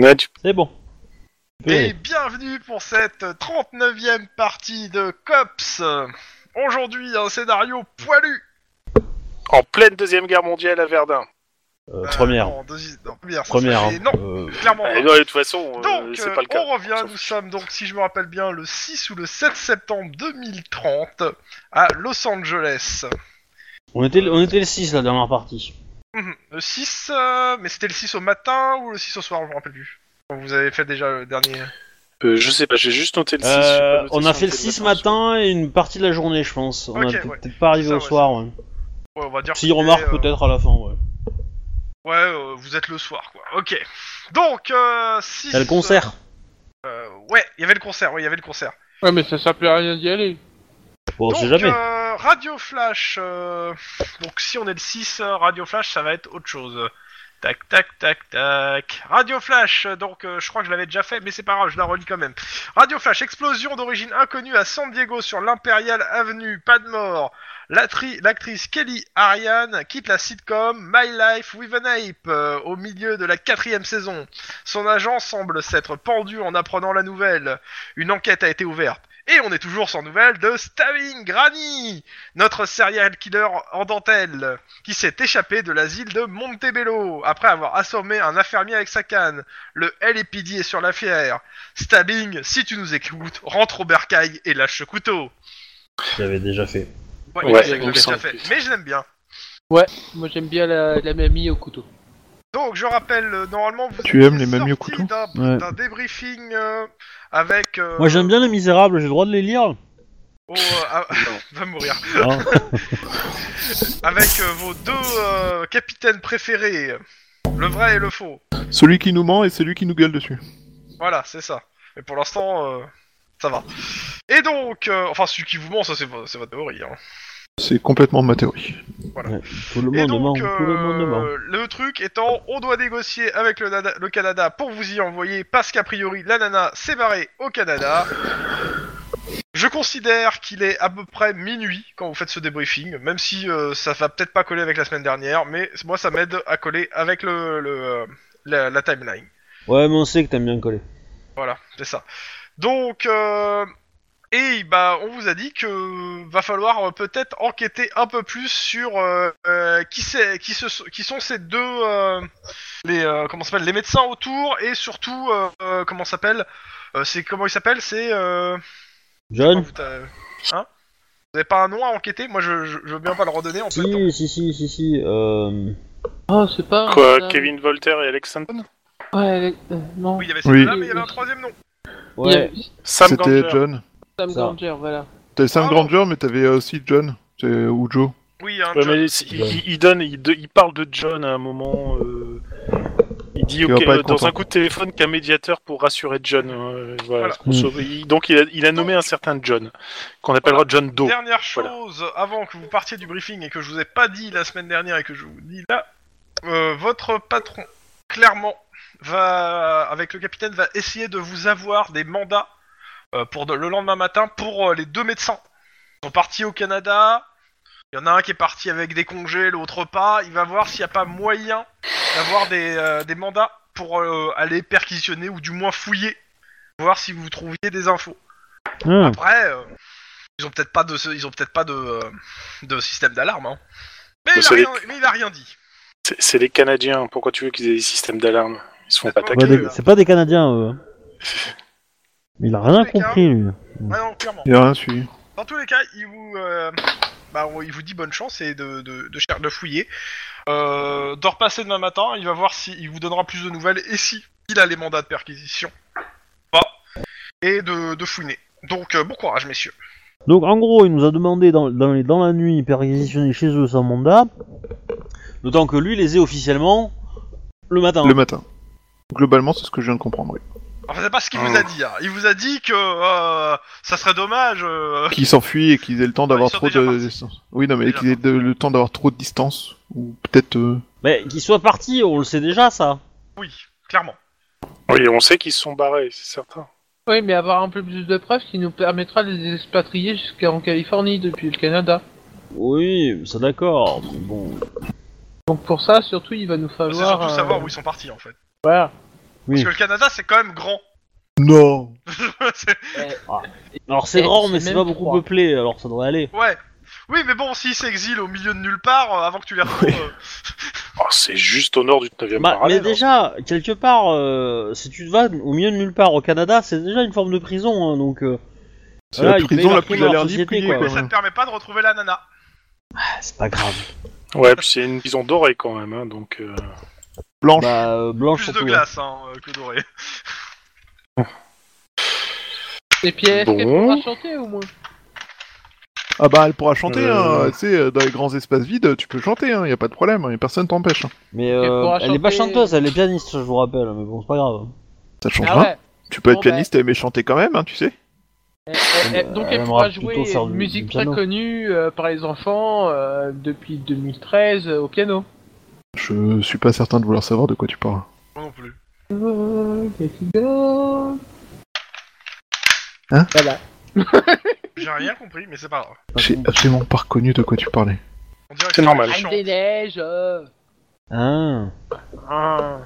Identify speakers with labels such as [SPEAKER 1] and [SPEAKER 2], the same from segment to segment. [SPEAKER 1] Ouais, tu-
[SPEAKER 2] C'est bon. Tu peux y
[SPEAKER 3] Et
[SPEAKER 2] aller.
[SPEAKER 3] bienvenue pour cette 39e partie de Cops. Aujourd'hui, un scénario poilu.
[SPEAKER 1] En pleine Deuxième Guerre mondiale à Verdun.
[SPEAKER 2] Euh,
[SPEAKER 3] Euh,
[SPEAKER 2] première.
[SPEAKER 3] non, deuxi- non, première. ça
[SPEAKER 2] première.
[SPEAKER 3] serait-
[SPEAKER 2] hein.
[SPEAKER 3] Non,
[SPEAKER 2] Euh,
[SPEAKER 3] clairement.
[SPEAKER 1] Eh non, de toute façon, euh,
[SPEAKER 3] donc,
[SPEAKER 1] c'est
[SPEAKER 3] euh,
[SPEAKER 1] pas le cas.
[SPEAKER 3] on revient. Nous sommes donc, si je me rappelle bien, le 6 ou le 7 septembre 2030 à Los Angeles.
[SPEAKER 2] on, était, le- on était le 6 la dernière partie.
[SPEAKER 3] Mhm. Le 6, euh, mais c'était le 6 au matin ou le 6 au soir, je me rappelle plus. Vous avez fait déjà le dernier.
[SPEAKER 1] Euh, je sais pas, j'ai juste noté le 6. j'ai pas
[SPEAKER 2] Euh,
[SPEAKER 1] noté
[SPEAKER 2] on
[SPEAKER 1] si
[SPEAKER 2] a fait le
[SPEAKER 1] était
[SPEAKER 2] 6
[SPEAKER 1] matin.
[SPEAKER 2] matin et une partie de la journée, je pense. On
[SPEAKER 3] Ok,
[SPEAKER 2] a peut-être
[SPEAKER 3] ouais.
[SPEAKER 2] peut-être pas arrivé
[SPEAKER 3] C'est ça,
[SPEAKER 2] au
[SPEAKER 3] ouais,
[SPEAKER 2] soir. Ouais.
[SPEAKER 3] Ouais, on va dire
[SPEAKER 2] Si
[SPEAKER 3] que
[SPEAKER 2] remarque
[SPEAKER 3] c'est, euh,
[SPEAKER 2] peut-être à la fin. Ouais.
[SPEAKER 3] Ouais, euh, vous êtes le soir, quoi. Ok. Donc, euh, 6.
[SPEAKER 2] T'as le concert.
[SPEAKER 3] Euh, ouais, il y avait le concert, ouais, il y avait le concert.
[SPEAKER 4] Ouais, mais ça sert plus à rien d'y aller.
[SPEAKER 2] Bon, on sait
[SPEAKER 3] donc,
[SPEAKER 2] jamais.
[SPEAKER 3] euh, Radio Flash, euh, donc si on est le 6, euh, Radio Flash, ça va être autre chose. Tac, tac, tac, tac. Radio Flash, euh, donc euh, je crois que je l'avais déjà fait, mais c'est pas grave, je la relis quand même. Radio Flash, explosion d'origine inconnue à San Diego sur l'Imperial Avenue, pas de mort. L'actri- L'actrice Kelly Ariane quitte la sitcom My Life with an Ape euh, au milieu de la quatrième saison. Son agent semble s'être pendu en apprenant la nouvelle. Une enquête a été ouverte. Et on est toujours sans nouvelles de Stabbing Granny, notre serial killer en dentelle, qui s'est échappé de l'asile de Montebello après avoir assommé un infirmier avec sa canne. Le LPD est sur la fière. Stabbing, si tu nous écoutes, rentre au bercail et lâche ce couteau.
[SPEAKER 2] J'avais déjà fait.
[SPEAKER 3] euh, Ouais,
[SPEAKER 1] Ouais,
[SPEAKER 3] je sais que
[SPEAKER 1] il me
[SPEAKER 3] je l'ai
[SPEAKER 1] semble
[SPEAKER 3] déjà fait,
[SPEAKER 1] plus.
[SPEAKER 3] mais je l'aime bien.
[SPEAKER 4] Moi j'aime bien la, la mamie au couteau.
[SPEAKER 3] Donc je rappelle, euh, normalement vous
[SPEAKER 5] Tu aimes
[SPEAKER 3] étiez
[SPEAKER 5] les mamies au
[SPEAKER 3] sortis
[SPEAKER 5] couteau
[SPEAKER 3] d'un
[SPEAKER 5] Ouais.
[SPEAKER 3] d'un débriefing euh, avec... euh,
[SPEAKER 2] Moi j'aime bien les Misérables. J'ai le droit de les lire.
[SPEAKER 3] au- euh, ah, va mourir.
[SPEAKER 2] Hein.
[SPEAKER 3] Avec euh, vos deux euh, capitaines préférés, le vrai et le faux.
[SPEAKER 5] Celui qui nous ment et celui qui nous gueule dessus.
[SPEAKER 3] Voilà, c'est ça. Mais pour l'instant, euh, ça va. Et donc, euh, enfin, celui qui vous ment, ça c'est vo- c'est votre théorie. hein.
[SPEAKER 5] C'est complètement ma théorie.
[SPEAKER 2] Tout le
[SPEAKER 3] Et
[SPEAKER 2] monde ment.
[SPEAKER 3] donc,
[SPEAKER 2] Tout le monde ment.
[SPEAKER 3] euh, le truc étant, on doit négocier avec le, Nada- le Canada pour vous y envoyer, parce qu'a priori, la nana s'est barrée au Canada. Je considère qu'il est à peu près minuit quand vous faites ce débriefing, même si euh, ça va peut-être pas coller avec la semaine dernière, mais moi ça m'aide à coller avec le, le, euh, la- la timeline.
[SPEAKER 2] Ouais, mais on sait que t'aimes bien coller.
[SPEAKER 3] Voilà, c'est ça. Donc, euh, et bah, on vous a dit que va falloir euh, peut-être enquêter un peu plus sur euh, euh, qui, c'est, qui, se- qui sont ces deux, euh, les, euh, comment ça s'appelle, les médecins autour et surtout, euh, euh, comment ça s'appelle, euh, c'est comment il s'appelle, c'est, euh, oh,
[SPEAKER 2] John.
[SPEAKER 3] putain, euh, hein Vous avez pas un nom à enquêter Moi, je, je, je veux bien pas le redonner en fait.
[SPEAKER 2] Si, si, si, si, si. Euh...
[SPEAKER 4] Oh, c'est pas.
[SPEAKER 1] Quoi,
[SPEAKER 4] ça.
[SPEAKER 1] Kevin Voltaire et Alex Hampton
[SPEAKER 4] Ouais, avec- euh, non.
[SPEAKER 3] Oui, il y avait
[SPEAKER 5] Oui.
[SPEAKER 3] celui-là, mais il y avait un troisième nom.
[SPEAKER 4] Il y
[SPEAKER 2] Ouais.
[SPEAKER 4] a
[SPEAKER 1] Sam
[SPEAKER 5] C'était
[SPEAKER 1] Ganger.
[SPEAKER 5] John.
[SPEAKER 4] Sam
[SPEAKER 2] Ça.
[SPEAKER 4] Granger, voilà.
[SPEAKER 5] T'avais Sam
[SPEAKER 3] Ah bon
[SPEAKER 5] Granger, mais t'avais euh, aussi John. C'est- Ou Joe.
[SPEAKER 3] Oui, un
[SPEAKER 1] Ouais,
[SPEAKER 3] John.
[SPEAKER 1] mais il, il- il donne, il, de- il parle de John à un moment. euh, il dit
[SPEAKER 5] Il va
[SPEAKER 1] ok,
[SPEAKER 5] pas être
[SPEAKER 1] euh, dans
[SPEAKER 5] content.
[SPEAKER 1] un coup de téléphone qu'un médiateur pour rassurer John. euh, voilà.
[SPEAKER 3] Voilà.
[SPEAKER 1] ce qu'on sauve. Il- donc il a, il a nommé un certain John, qu'on appellera John Doe.
[SPEAKER 3] Dernière chose, avant que vous partiez du briefing et que je vous ai pas dit la semaine dernière et que je vous dis là, euh, votre patron, clairement, va, avec le capitaine, va essayer de vous avoir des mandats euh, pour de- le lendemain matin pour euh, les deux médecins. Ils sont partis au Canada, il y en a un qui est parti avec des congés, l'autre pas. Il va voir s'il n'y a pas moyen d'avoir des, euh, des mandats pour euh, aller perquisitionner ou du moins fouiller, voir si vous trouviez des infos.
[SPEAKER 2] Ah.
[SPEAKER 3] Après, euh, ils ont peut-être pas de, ils ont peut-être pas de, euh, de système d'alarme. Hein. Mais,
[SPEAKER 1] Vous
[SPEAKER 3] il a
[SPEAKER 1] savez-
[SPEAKER 3] rien, mais il a rien dit.
[SPEAKER 1] C'est- C'est les Canadiens. Pourquoi tu veux qu'ils aient des systèmes d'alarme Ils se font pas
[SPEAKER 3] Ouais,
[SPEAKER 2] Ouais,
[SPEAKER 1] attaquer.
[SPEAKER 2] des- C'est pas des Canadiens. eux. Mais il a rien
[SPEAKER 3] Tous les cas,
[SPEAKER 2] compris lui.
[SPEAKER 3] Ah non, clairement.
[SPEAKER 5] Il y a un suivi.
[SPEAKER 3] Dans tous les cas, il vous, euh, bah, on- il vous dit bonne chance et de, de, de, cher- de fouiller. Euh, de repasser demain matin, il va voir si il vous donnera plus de nouvelles et si il a les mandats de perquisition. Pas. Et de, de fouiner. Donc euh, bon courage, messieurs.
[SPEAKER 2] Donc en gros, il nous a demandé dans, dans, les- dans la nuit perquisitionner chez eux sans mandat, le temps que lui les ait officiellement le matin.
[SPEAKER 5] Le matin. Globalement, c'est ce que je viens de comprendre. oui.
[SPEAKER 3] Enfin, c'est pas ce qu'il vous a dit. hein. Il vous a dit que euh, ça serait dommage. euh,
[SPEAKER 5] Qui s'enfuit et qu'ils aient le temps d'avoir
[SPEAKER 3] ils sont
[SPEAKER 5] trop
[SPEAKER 3] déjà
[SPEAKER 5] de
[SPEAKER 3] partis.
[SPEAKER 5] distance. Oui, non, mais
[SPEAKER 3] Déjà
[SPEAKER 5] qu'ils aient de- le temps d'avoir trop de distance. Ou peut-être. euh,
[SPEAKER 2] Mais qu'il soit parti, on le sait déjà ça.
[SPEAKER 3] Oui, clairement.
[SPEAKER 1] Oui, on sait qu'ils se sont barrés, c'est certain.
[SPEAKER 4] Oui, mais avoir un peu plus de preuves qui nous permettra de les expatrier jusqu'en Californie depuis le Canada.
[SPEAKER 2] Oui, ça d'accord. mais Bon,
[SPEAKER 4] Donc pour ça, surtout, il va nous
[SPEAKER 3] C'est
[SPEAKER 4] falloir.
[SPEAKER 3] surtout
[SPEAKER 4] euh,
[SPEAKER 3] savoir où ils sont partis en fait.
[SPEAKER 4] Voilà.
[SPEAKER 2] Oui.
[SPEAKER 3] Parce que le Canada, c'est quand même grand.
[SPEAKER 5] Non
[SPEAKER 3] C'est-
[SPEAKER 2] Alors c'est
[SPEAKER 4] Eh,
[SPEAKER 2] grand,
[SPEAKER 4] c'est
[SPEAKER 2] mais c'est
[SPEAKER 4] même
[SPEAKER 2] pas beaucoup
[SPEAKER 4] trois.
[SPEAKER 2] peuplé, alors ça devrait aller.
[SPEAKER 3] ouais. Oui, mais bon, s'ils s'exilent au milieu de nulle part, euh, avant que tu les retrouves... euh,
[SPEAKER 1] Oh, c'est juste au nord du 9 e
[SPEAKER 2] Bah, mais
[SPEAKER 1] parallèle. hein.
[SPEAKER 2] déjà, quelque part, euh, si tu te vas au milieu de nulle part au Canada, c'est déjà une forme de prison, hein, donc. euh,
[SPEAKER 5] C'est
[SPEAKER 2] Voilà,
[SPEAKER 5] la
[SPEAKER 2] il paye
[SPEAKER 5] prison
[SPEAKER 2] leur
[SPEAKER 5] la
[SPEAKER 2] prime
[SPEAKER 5] plus
[SPEAKER 2] à leur
[SPEAKER 5] allergique
[SPEAKER 2] société,
[SPEAKER 5] qu'il y ait,
[SPEAKER 2] quoi.
[SPEAKER 3] mais
[SPEAKER 5] quoi.
[SPEAKER 3] ça te permet pas de retrouver la nana.
[SPEAKER 2] ah, c'est pas grave.
[SPEAKER 1] hein. Ouais, puis c'est une prison dorée quand même, hein, donc. euh,
[SPEAKER 5] Blanche.
[SPEAKER 2] bah, euh, blanche
[SPEAKER 3] Plus de
[SPEAKER 2] surtout.
[SPEAKER 3] glace hein, euh, que doré.
[SPEAKER 4] Et puis est-ce qu'elle
[SPEAKER 1] Bon.
[SPEAKER 4] pourra chanter au moins
[SPEAKER 5] Ah bah elle pourra chanter,
[SPEAKER 1] Euh.
[SPEAKER 5] hein, tu sais, euh, dans les grands espaces vides, tu peux chanter, hein, y a pas de problème, hein, y a personne t'empêche. hein.
[SPEAKER 2] Mais
[SPEAKER 4] Elle
[SPEAKER 2] euh,
[SPEAKER 4] pourra
[SPEAKER 2] elle est pas
[SPEAKER 4] chanter.
[SPEAKER 2] chanteuse, elle est pianiste, je vous rappelle, mais bon, c'est pas grave.
[SPEAKER 5] Ça change
[SPEAKER 4] Ah
[SPEAKER 5] rien.
[SPEAKER 4] ouais
[SPEAKER 5] Tu peux
[SPEAKER 4] Bon,
[SPEAKER 5] être pianiste mais chanter quand même, hein, tu sais.
[SPEAKER 4] Elle- elle- elle- Donc
[SPEAKER 2] Euh,
[SPEAKER 4] elle
[SPEAKER 2] elle
[SPEAKER 4] pourra
[SPEAKER 2] aimera plutôt
[SPEAKER 4] jouer
[SPEAKER 2] faire
[SPEAKER 4] une
[SPEAKER 2] du-
[SPEAKER 4] musique
[SPEAKER 2] du
[SPEAKER 4] très
[SPEAKER 2] piano.
[SPEAKER 4] connue euh, par les enfants euh, depuis 2013 euh, au piano.
[SPEAKER 5] Je suis pas certain de vouloir savoir de quoi tu parles.
[SPEAKER 3] Moi non plus.
[SPEAKER 4] Voilà.
[SPEAKER 3] J'ai rien compris, mais c'est pas grave.
[SPEAKER 5] J'ai absolument pas reconnu de quoi tu parlais.
[SPEAKER 3] On dirait que
[SPEAKER 1] C'est normal.
[SPEAKER 4] Reine des neiges euh.
[SPEAKER 2] Ah.
[SPEAKER 3] Ah.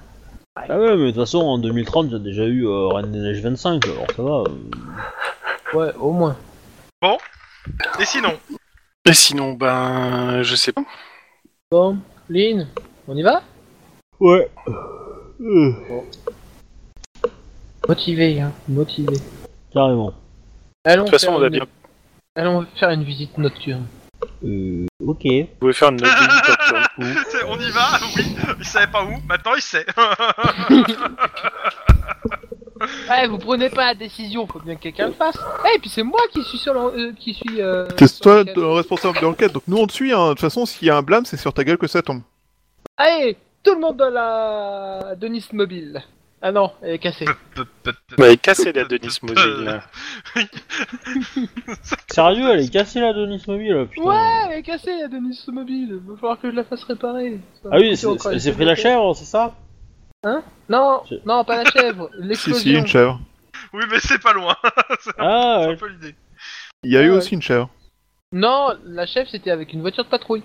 [SPEAKER 2] Ah ouais, mais de toute façon, en 2030, t'as déjà eu euh, Reine des Neiges 25, alors ça va. euh.
[SPEAKER 4] Ouais, au moins.
[SPEAKER 3] Et sinon
[SPEAKER 1] Et sinon, ben, je sais pas.
[SPEAKER 4] Bon, Lynn, on y va
[SPEAKER 2] Ouais. Euh,
[SPEAKER 4] Motivé, hein, motivé.
[SPEAKER 2] carrément.
[SPEAKER 4] Allons
[SPEAKER 1] De toute façon,
[SPEAKER 4] faire
[SPEAKER 1] on a
[SPEAKER 4] une-
[SPEAKER 1] bien
[SPEAKER 4] Allons faire une visite nocturne.
[SPEAKER 2] Euh, ok.
[SPEAKER 1] pouvez faire une visite hein, nocturne.
[SPEAKER 3] C'est- On y va, oui. Il savait pas où, maintenant il sait.
[SPEAKER 4] Ouais, vous prenez pas la décision, faut bien que quelqu'un le fasse. Eh, puis c'est moi qui suis sur l'en- euh, qui suis. euh,
[SPEAKER 5] T'es
[SPEAKER 4] sur
[SPEAKER 5] toi
[SPEAKER 4] le
[SPEAKER 5] le
[SPEAKER 4] canal.
[SPEAKER 5] responsable de l'enquête, donc nous on te suit, hein. de toute façon s'il y a un blâme c'est sur ta gueule que ça tombe.
[SPEAKER 4] Allez, tout le monde dans la Denis mobile. Ah non, elle est cassée.
[SPEAKER 1] Bah, elle est cassée la Denis Moselle. là.
[SPEAKER 2] Sérieux, elle est cassée la Denis Mobile, putain.
[SPEAKER 4] Ouais, elle est cassée la Denis mobile. Va falloir que je la fasse réparer. Ça va
[SPEAKER 2] ah oui,
[SPEAKER 4] coûter
[SPEAKER 2] c'est-
[SPEAKER 4] encore
[SPEAKER 2] elle
[SPEAKER 4] une
[SPEAKER 2] s'est pris la
[SPEAKER 4] semaine.
[SPEAKER 2] chèvre, c'est ça
[SPEAKER 4] Non,
[SPEAKER 2] C'est-
[SPEAKER 4] non, pas la chèvre.
[SPEAKER 5] Si si
[SPEAKER 4] L'explosion.
[SPEAKER 5] une chèvre.
[SPEAKER 3] oui, mais c'est pas loin.
[SPEAKER 2] Ah
[SPEAKER 3] C'est
[SPEAKER 2] ouais.
[SPEAKER 3] un peu l'idée.
[SPEAKER 5] Il y a eu
[SPEAKER 4] Ah ouais.
[SPEAKER 5] aussi une chèvre.
[SPEAKER 4] non, la chèvre c'était avec une voiture de patrouille.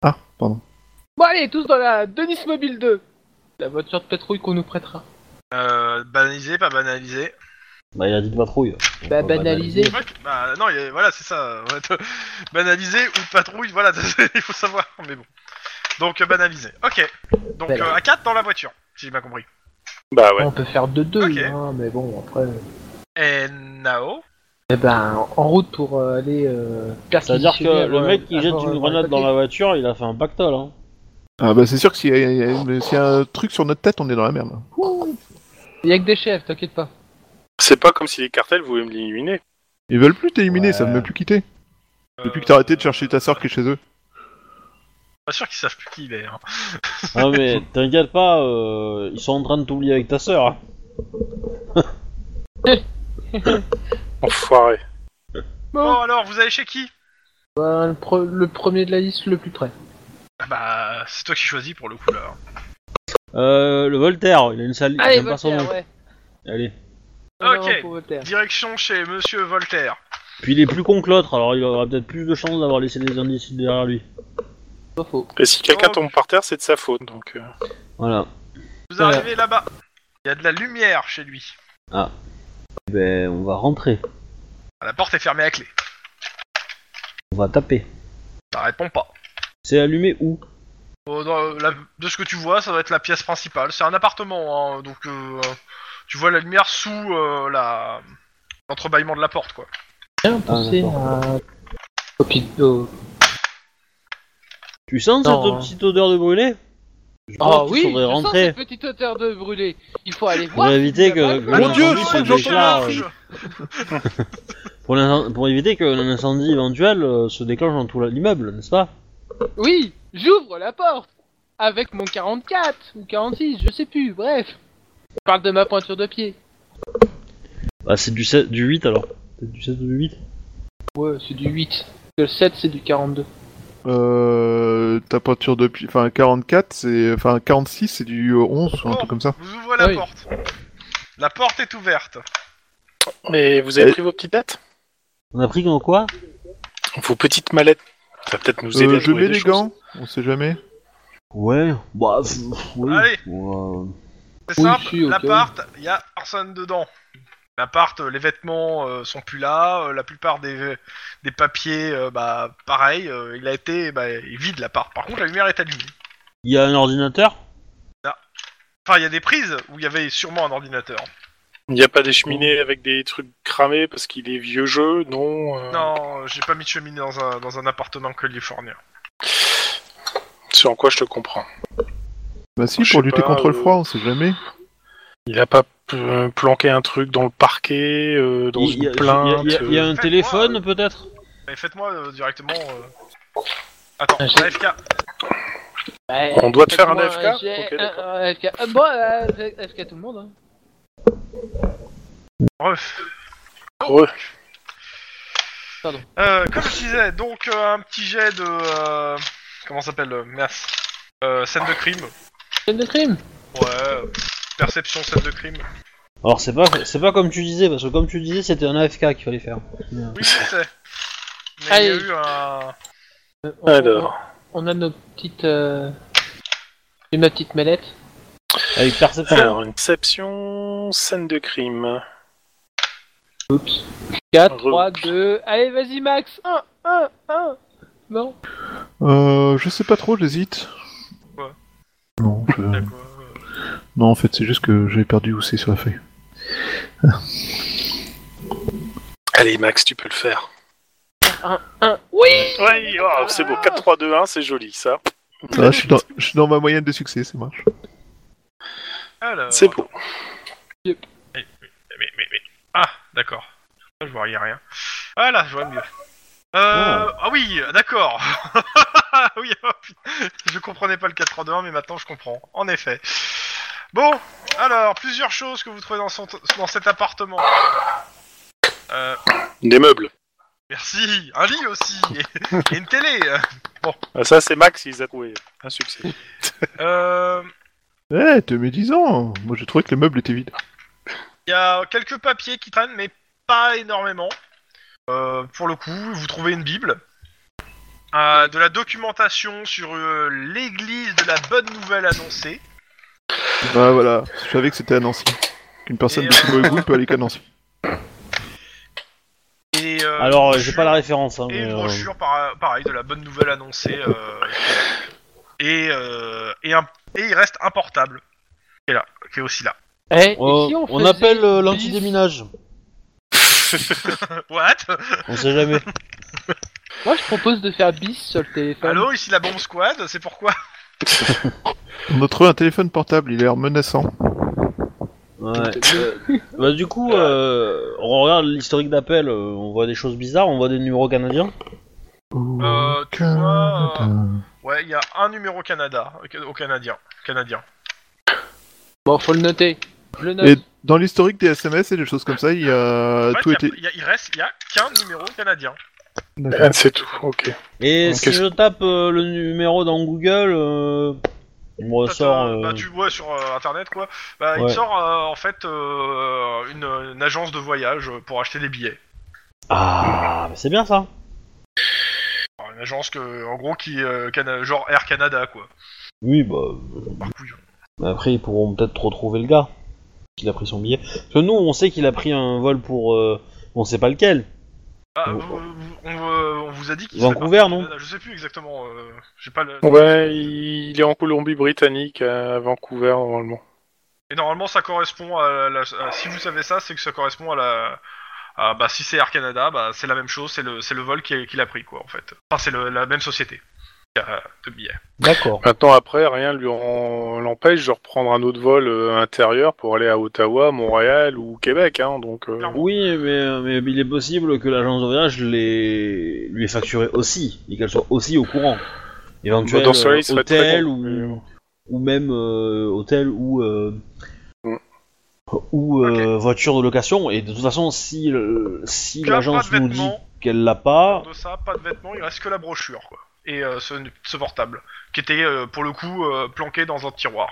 [SPEAKER 5] Ah, pardon.
[SPEAKER 4] Bon allez, tous dans la Denis mobile 2. La voiture de patrouille qu'on nous prêtera.
[SPEAKER 3] Euh, banalisé, pas banalisé.
[SPEAKER 2] Bah, il a dit de patrouille.
[SPEAKER 4] Bah,
[SPEAKER 2] Faut pas
[SPEAKER 4] banaliser.
[SPEAKER 2] banaliser.
[SPEAKER 3] Ouais, bah non, il y a- voilà, c'est ça. ouais, te- banalisé ou patrouille, voilà, il faut savoir. Mais bon. Donc euh, banalisé. Ok. Donc
[SPEAKER 4] Voilà.
[SPEAKER 3] euh, à 4 dans la voiture, si j'ai bien compris.
[SPEAKER 1] Bah ouais.
[SPEAKER 4] On peut faire de deux,
[SPEAKER 3] Ok.
[SPEAKER 4] hein, mais bon, après.
[SPEAKER 3] Et Nao
[SPEAKER 4] Eh ben, en route pour euh, aller. euh,
[SPEAKER 2] C'est-à-dire que
[SPEAKER 4] perquisitionner euh,
[SPEAKER 2] le
[SPEAKER 4] avant-
[SPEAKER 2] mec qui jette
[SPEAKER 4] avant-
[SPEAKER 2] une
[SPEAKER 4] avant
[SPEAKER 2] grenade
[SPEAKER 4] les
[SPEAKER 2] dans
[SPEAKER 4] papiers.
[SPEAKER 2] la voiture, il a fait un pactole, hein.
[SPEAKER 5] Ah bah c'est sûr que s'il y, a- il y a une- s'il y a un truc sur notre tête on est dans la merde.
[SPEAKER 4] Il y a que des chefs, t'inquiète pas.
[SPEAKER 1] C'est pas comme si les cartels voulaient me l'éliminer.
[SPEAKER 5] Ils veulent plus t'éliminer,
[SPEAKER 2] Ouais.
[SPEAKER 5] ça veut même plus quitter.
[SPEAKER 3] euh,
[SPEAKER 5] Depuis que t'as arrêté de chercher ta soeur qui est chez eux.
[SPEAKER 3] Pas sûr qu'ils savent plus qui il est. hein.
[SPEAKER 2] Ah mais t'inquiète pas, euh, ils sont en train de t'oublier avec ta sœur. hein.
[SPEAKER 1] Enfoiré.
[SPEAKER 3] Bon, alors, vous allez chez qui
[SPEAKER 4] Ben, le, pre- le premier de la liste le plus près.
[SPEAKER 3] Ah Bah, c'est toi qui choisis pour le coup là.
[SPEAKER 2] Euh, le Voltaire, il a une salle, il
[SPEAKER 4] Allez,
[SPEAKER 2] aime pas son nom.
[SPEAKER 4] Voltaire, ouais.
[SPEAKER 2] Allez.
[SPEAKER 4] On
[SPEAKER 3] Ok.
[SPEAKER 4] va pour Voltaire.
[SPEAKER 3] Direction chez Monsieur Voltaire.
[SPEAKER 2] Puis il est plus con que l'autre, alors il aura peut-être plus de chances d'avoir laissé des indices derrière lui.
[SPEAKER 4] Pas faux.
[SPEAKER 1] Et si quelqu'un tombe par terre, c'est de sa faute. Donc, euh,
[SPEAKER 2] Voilà.
[SPEAKER 3] Vous
[SPEAKER 4] Voilà.
[SPEAKER 3] arrivez là-bas. Il y a de la lumière chez lui.
[SPEAKER 2] Eh Ben on va rentrer,
[SPEAKER 3] La porte est fermée à clé.
[SPEAKER 2] on va taper.
[SPEAKER 3] Ça répond pas.
[SPEAKER 2] C'est allumé où
[SPEAKER 3] Bon, Euh, dans la- de ce que tu vois, ça doit être la pièce principale. C'est un appartement, hein, donc euh, tu vois la lumière sous euh, la l'entrebâillement de la porte, quoi.
[SPEAKER 4] Bien pensé
[SPEAKER 2] Ah.
[SPEAKER 4] à. Au pit- au-
[SPEAKER 2] Tu sens
[SPEAKER 4] Non,
[SPEAKER 2] cette
[SPEAKER 4] hein.
[SPEAKER 2] petite odeur de brûlé Je pense
[SPEAKER 4] Ah
[SPEAKER 2] qu'il
[SPEAKER 4] oui,
[SPEAKER 2] faudrait
[SPEAKER 4] je sens
[SPEAKER 2] rentrer.
[SPEAKER 4] cette petite odeur de brûlé. Il faut aller
[SPEAKER 2] Pour
[SPEAKER 4] voir.
[SPEAKER 2] éviter
[SPEAKER 4] s'il y a
[SPEAKER 2] que,
[SPEAKER 4] pas
[SPEAKER 2] que
[SPEAKER 4] de-
[SPEAKER 5] Mon Dieu,
[SPEAKER 2] l'incendie
[SPEAKER 5] je
[SPEAKER 2] soit
[SPEAKER 5] crois que j'entends
[SPEAKER 2] déjà,
[SPEAKER 5] un
[SPEAKER 2] euh,
[SPEAKER 5] cri.
[SPEAKER 2] pour, l'incen- pour éviter que l'incendie éventuel euh, se déclenche dans tout la- l'immeuble, n'est-ce pas
[SPEAKER 4] Oui, j'ouvre la porte avec mon 44 ou 46, je sais plus, bref. Je parle de ma pointure de pied.
[SPEAKER 2] Bah c'est du, 7 du 8 alors. C'est du 7 ou du 8
[SPEAKER 4] Ouais, c'est du 8. Le 7, c'est du 42.
[SPEAKER 5] Euh, ta peinture depuis... Enfin 44 c'est... Enfin 46 c'est du euh, 11 ou un truc comme ça.
[SPEAKER 3] Vous ouvrez la
[SPEAKER 4] Oui.
[SPEAKER 3] porte. La porte est ouverte.
[SPEAKER 1] Mais vous avez
[SPEAKER 5] Et-
[SPEAKER 1] pris vos petites dates
[SPEAKER 2] On a pris dans quoi
[SPEAKER 1] Vos petites mallettes Ça va peut-être nous aider
[SPEAKER 5] Euh,
[SPEAKER 1] à
[SPEAKER 5] je
[SPEAKER 1] trouver
[SPEAKER 5] mets
[SPEAKER 1] des
[SPEAKER 5] les
[SPEAKER 1] choses.
[SPEAKER 5] gants, on sait jamais.
[SPEAKER 2] Ouais, bah pff, oui.
[SPEAKER 3] Allez.
[SPEAKER 2] Ouais.
[SPEAKER 3] C'est
[SPEAKER 4] Oui,
[SPEAKER 3] simple,
[SPEAKER 4] si, ok.
[SPEAKER 3] l'appart, il y a personne dedans. L'appart, euh, les vêtements euh, sont plus là, euh, la plupart des, des papiers, euh, bah pareil, euh, il a été bah, il est vide l'appart. Par contre, la lumière est allumée.
[SPEAKER 2] Il y a un ordinateur
[SPEAKER 3] Enfin, il y a des prises où il y avait sûrement un ordinateur.
[SPEAKER 1] Il n'y a pas des cheminées avec des trucs cramés parce qu'il est vieux jeu, non euh,
[SPEAKER 3] Non, euh, j'ai pas mis de cheminée dans un, dans un appartement californien.
[SPEAKER 1] C'est en quoi je te comprends.
[SPEAKER 5] Bah si,
[SPEAKER 1] Je
[SPEAKER 5] pour
[SPEAKER 1] sais
[SPEAKER 5] lutter
[SPEAKER 1] pas,
[SPEAKER 5] contre le
[SPEAKER 1] euh,
[SPEAKER 5] froid, on sait jamais.
[SPEAKER 1] Il a pas euh, planqué un truc dans le parquet, euh, dans
[SPEAKER 2] Il
[SPEAKER 1] une
[SPEAKER 2] y a-
[SPEAKER 1] plainte.
[SPEAKER 2] il y a- il y a un
[SPEAKER 3] Faites-moi,
[SPEAKER 2] téléphone
[SPEAKER 3] euh,
[SPEAKER 2] peut-être
[SPEAKER 3] Mais faites-moi euh, directement. euh, Attends,
[SPEAKER 4] Ah, j'ai-
[SPEAKER 3] AFK.
[SPEAKER 1] euh, On doit te faire un
[SPEAKER 4] Faites-moi
[SPEAKER 1] AFK
[SPEAKER 4] jet,
[SPEAKER 1] Ok,
[SPEAKER 4] un-
[SPEAKER 1] d'accord.
[SPEAKER 4] un AFK. Ah, Bon, euh, c'est- AFK tout le monde. hein.
[SPEAKER 3] Bref.
[SPEAKER 1] Heureux.
[SPEAKER 3] Euh, comme je disais, donc euh, un petit jet de. euh, Comment ça s'appelle euh, Merci. Euh, scène de crime.
[SPEAKER 4] Scène de crime.
[SPEAKER 3] Ouais. euh, Perception, scène de crime.
[SPEAKER 2] Alors c'est pas c'est pas comme tu disais parce que comme tu disais c'était un AFK qu'il fallait faire.
[SPEAKER 3] Oui, je sais. Mais il y a
[SPEAKER 4] Allez.
[SPEAKER 3] eu un.
[SPEAKER 4] Euh, on-
[SPEAKER 1] Alors,
[SPEAKER 4] On a nos petites. Euh... J'ai ma petite mallette.
[SPEAKER 2] Avec perception.
[SPEAKER 3] Euh,
[SPEAKER 1] alors, une exception, scène de crime.
[SPEAKER 4] 4,
[SPEAKER 1] Re-
[SPEAKER 4] 3, 2. Allez, vas-y, Max 1, 1, 1 Non
[SPEAKER 5] Euh, je sais pas trop, j'hésite.
[SPEAKER 3] Ouais.
[SPEAKER 5] Non, je-
[SPEAKER 3] T'as quoi, euh,
[SPEAKER 5] non, en fait, c'est juste que j'ai perdu où c'est sur la feuille.
[SPEAKER 1] Allez, Max, tu peux le faire.
[SPEAKER 4] 1, 1. Oui
[SPEAKER 1] Ouais,
[SPEAKER 3] Ah,
[SPEAKER 1] oh, c'est beau. 4, 3, 2, 1, c'est joli, ça.
[SPEAKER 5] Ça va, Ah, je suis dans, je suis dans ma moyenne de succès, ça marche.
[SPEAKER 3] Alors...
[SPEAKER 1] C'est beau.
[SPEAKER 3] Mais, mais, mais- Ah, d'accord. Là, je vois rien, rien. Ah là, je vois mieux. Euh... Ah oui, d'accord. oui, oh, putain. je comprenais pas le 4-3-2-1, mais maintenant je comprends. En effet. Bon, alors, plusieurs choses que vous trouvez dans, son- dans cet appartement. Euh,
[SPEAKER 1] Des meubles.
[SPEAKER 3] merci. Un lit aussi. Et, et une télé.
[SPEAKER 1] Ah, Ça, c'est Max, il les a trouvés. Un succès.
[SPEAKER 3] Euh...
[SPEAKER 5] Eh, t'es médisant Moi, j'ai trouvé que les meubles étaient vides.
[SPEAKER 3] Il y a quelques papiers qui traînent, mais pas énormément. Euh, pour le coup, vous trouvez une Bible. Euh, de la documentation sur euh, l'église de la bonne nouvelle annoncée.
[SPEAKER 5] Ah, voilà, je savais que c'était à Nancy. Qu'une personne
[SPEAKER 3] Et,
[SPEAKER 5] de ce mauvais goût ne peut aller qu'à Nancy.
[SPEAKER 3] Et, euh,
[SPEAKER 2] Alors euh,
[SPEAKER 3] une
[SPEAKER 2] j'ai
[SPEAKER 3] brochure-
[SPEAKER 2] pas la référence hein,
[SPEAKER 3] Et
[SPEAKER 2] mais,
[SPEAKER 3] une
[SPEAKER 2] euh,
[SPEAKER 3] brochure, par- pareil, de la bonne nouvelle annoncée. euh, et, euh, et, un- et il reste un portable. Qui est là, qui est aussi là.
[SPEAKER 4] Eh, et
[SPEAKER 2] euh,
[SPEAKER 4] si
[SPEAKER 2] on,
[SPEAKER 4] on faisait
[SPEAKER 2] appelle euh,
[SPEAKER 4] bis-
[SPEAKER 2] l'antidéminage.
[SPEAKER 3] What
[SPEAKER 2] On sait jamais.
[SPEAKER 4] Moi, je propose de faire bis sur le téléphone.
[SPEAKER 3] Allô, ici la bombe squad, c'est pourquoi
[SPEAKER 5] On a trouvé un téléphone portable, il a l'air menaçant.
[SPEAKER 2] Ouais. Bah du coup, euh, on regarde l'historique d'appel, euh, on voit des choses bizarres, on voit des numéros canadiens.
[SPEAKER 3] Euh, tu
[SPEAKER 5] Canada.
[SPEAKER 3] vois, euh, Ouais, il y a un numéro Canada, au Canadien. Canadien.
[SPEAKER 4] Bon, faut le noter. Je le note.
[SPEAKER 5] Et dans l'historique des SMS et des choses comme ça, il y a
[SPEAKER 3] En fait,
[SPEAKER 5] Euh, tout
[SPEAKER 3] y a-
[SPEAKER 5] été.
[SPEAKER 3] y a- il reste, il y a qu'un numéro canadien.
[SPEAKER 1] Ah, c'est tout, ok.
[SPEAKER 2] Et
[SPEAKER 1] Donc,
[SPEAKER 2] si
[SPEAKER 1] qu'est-ce-
[SPEAKER 2] je tape euh, le numéro dans Google, euh, il me ressort.
[SPEAKER 3] T'as- t'as-
[SPEAKER 2] euh,
[SPEAKER 3] bah, tu vois sur euh, internet quoi. Bah, Il
[SPEAKER 2] Ouais.
[SPEAKER 3] te sort euh, en fait euh, une, une agence de voyage pour acheter des billets.
[SPEAKER 2] Ah, bah, c'est bien ça.
[SPEAKER 3] Alors, une agence que, en gros, qui euh, Cana- genre Air Canada quoi.
[SPEAKER 2] Oui, bah.
[SPEAKER 3] Par couille.
[SPEAKER 2] Mais après, ils pourront peut-être retrouver le gars. Qu'il a pris son billet. Parce que nous, on sait qu'il a pris un vol pour. euh, on sait pas lequel.
[SPEAKER 3] Ah,
[SPEAKER 2] Oh.
[SPEAKER 3] vous- vous- on, euh, on vous a dit qu'il serait
[SPEAKER 2] Vancouver,
[SPEAKER 3] parti au
[SPEAKER 2] non
[SPEAKER 3] Canada. Je sais plus exactement. euh, J'ai pas le.
[SPEAKER 1] Ouais, ben, il est en Colombie-Britannique, à Vancouver, normalement.
[SPEAKER 3] Et normalement, ça correspond à, la, à- si vous savez ça, c'est que ça correspond à la. à, bah, si c'est Air Canada, bah, c'est la même chose, c'est le, c'est le vol qui est- qu'il a pris, quoi, en fait. Enfin, c'est le- la même société euh, de billets.
[SPEAKER 2] D'accord.
[SPEAKER 1] Maintenant, après, rien lui en- l'empêche de reprendre un autre vol euh, intérieur pour aller à Ottawa, Montréal ou Québec. Hein, donc, euh,
[SPEAKER 3] Clairement.
[SPEAKER 2] Oui, mais, mais il est possible que l'agence de voyage l'ait- lui ait facturé aussi. Et qu'elle soit aussi au courant. Éventuel
[SPEAKER 1] Dans ce cas-là, il
[SPEAKER 2] euh,
[SPEAKER 1] serait très
[SPEAKER 2] hôtel
[SPEAKER 1] bon,
[SPEAKER 2] ou.
[SPEAKER 1] mais, euh,
[SPEAKER 2] ou même euh, hôtel ou euh,
[SPEAKER 1] Mm.
[SPEAKER 2] ou euh, voiture de location et de toute façon si le- si
[SPEAKER 3] Là,
[SPEAKER 2] l'agence
[SPEAKER 3] pas de
[SPEAKER 2] nous dit
[SPEAKER 3] vêtements.
[SPEAKER 2] qu'elle l'a pas
[SPEAKER 3] De ça, pas de vêtements, il reste que la brochure, quoi. Et euh, ce, ce portable, qui était euh, pour le coup euh, planqué dans un tiroir.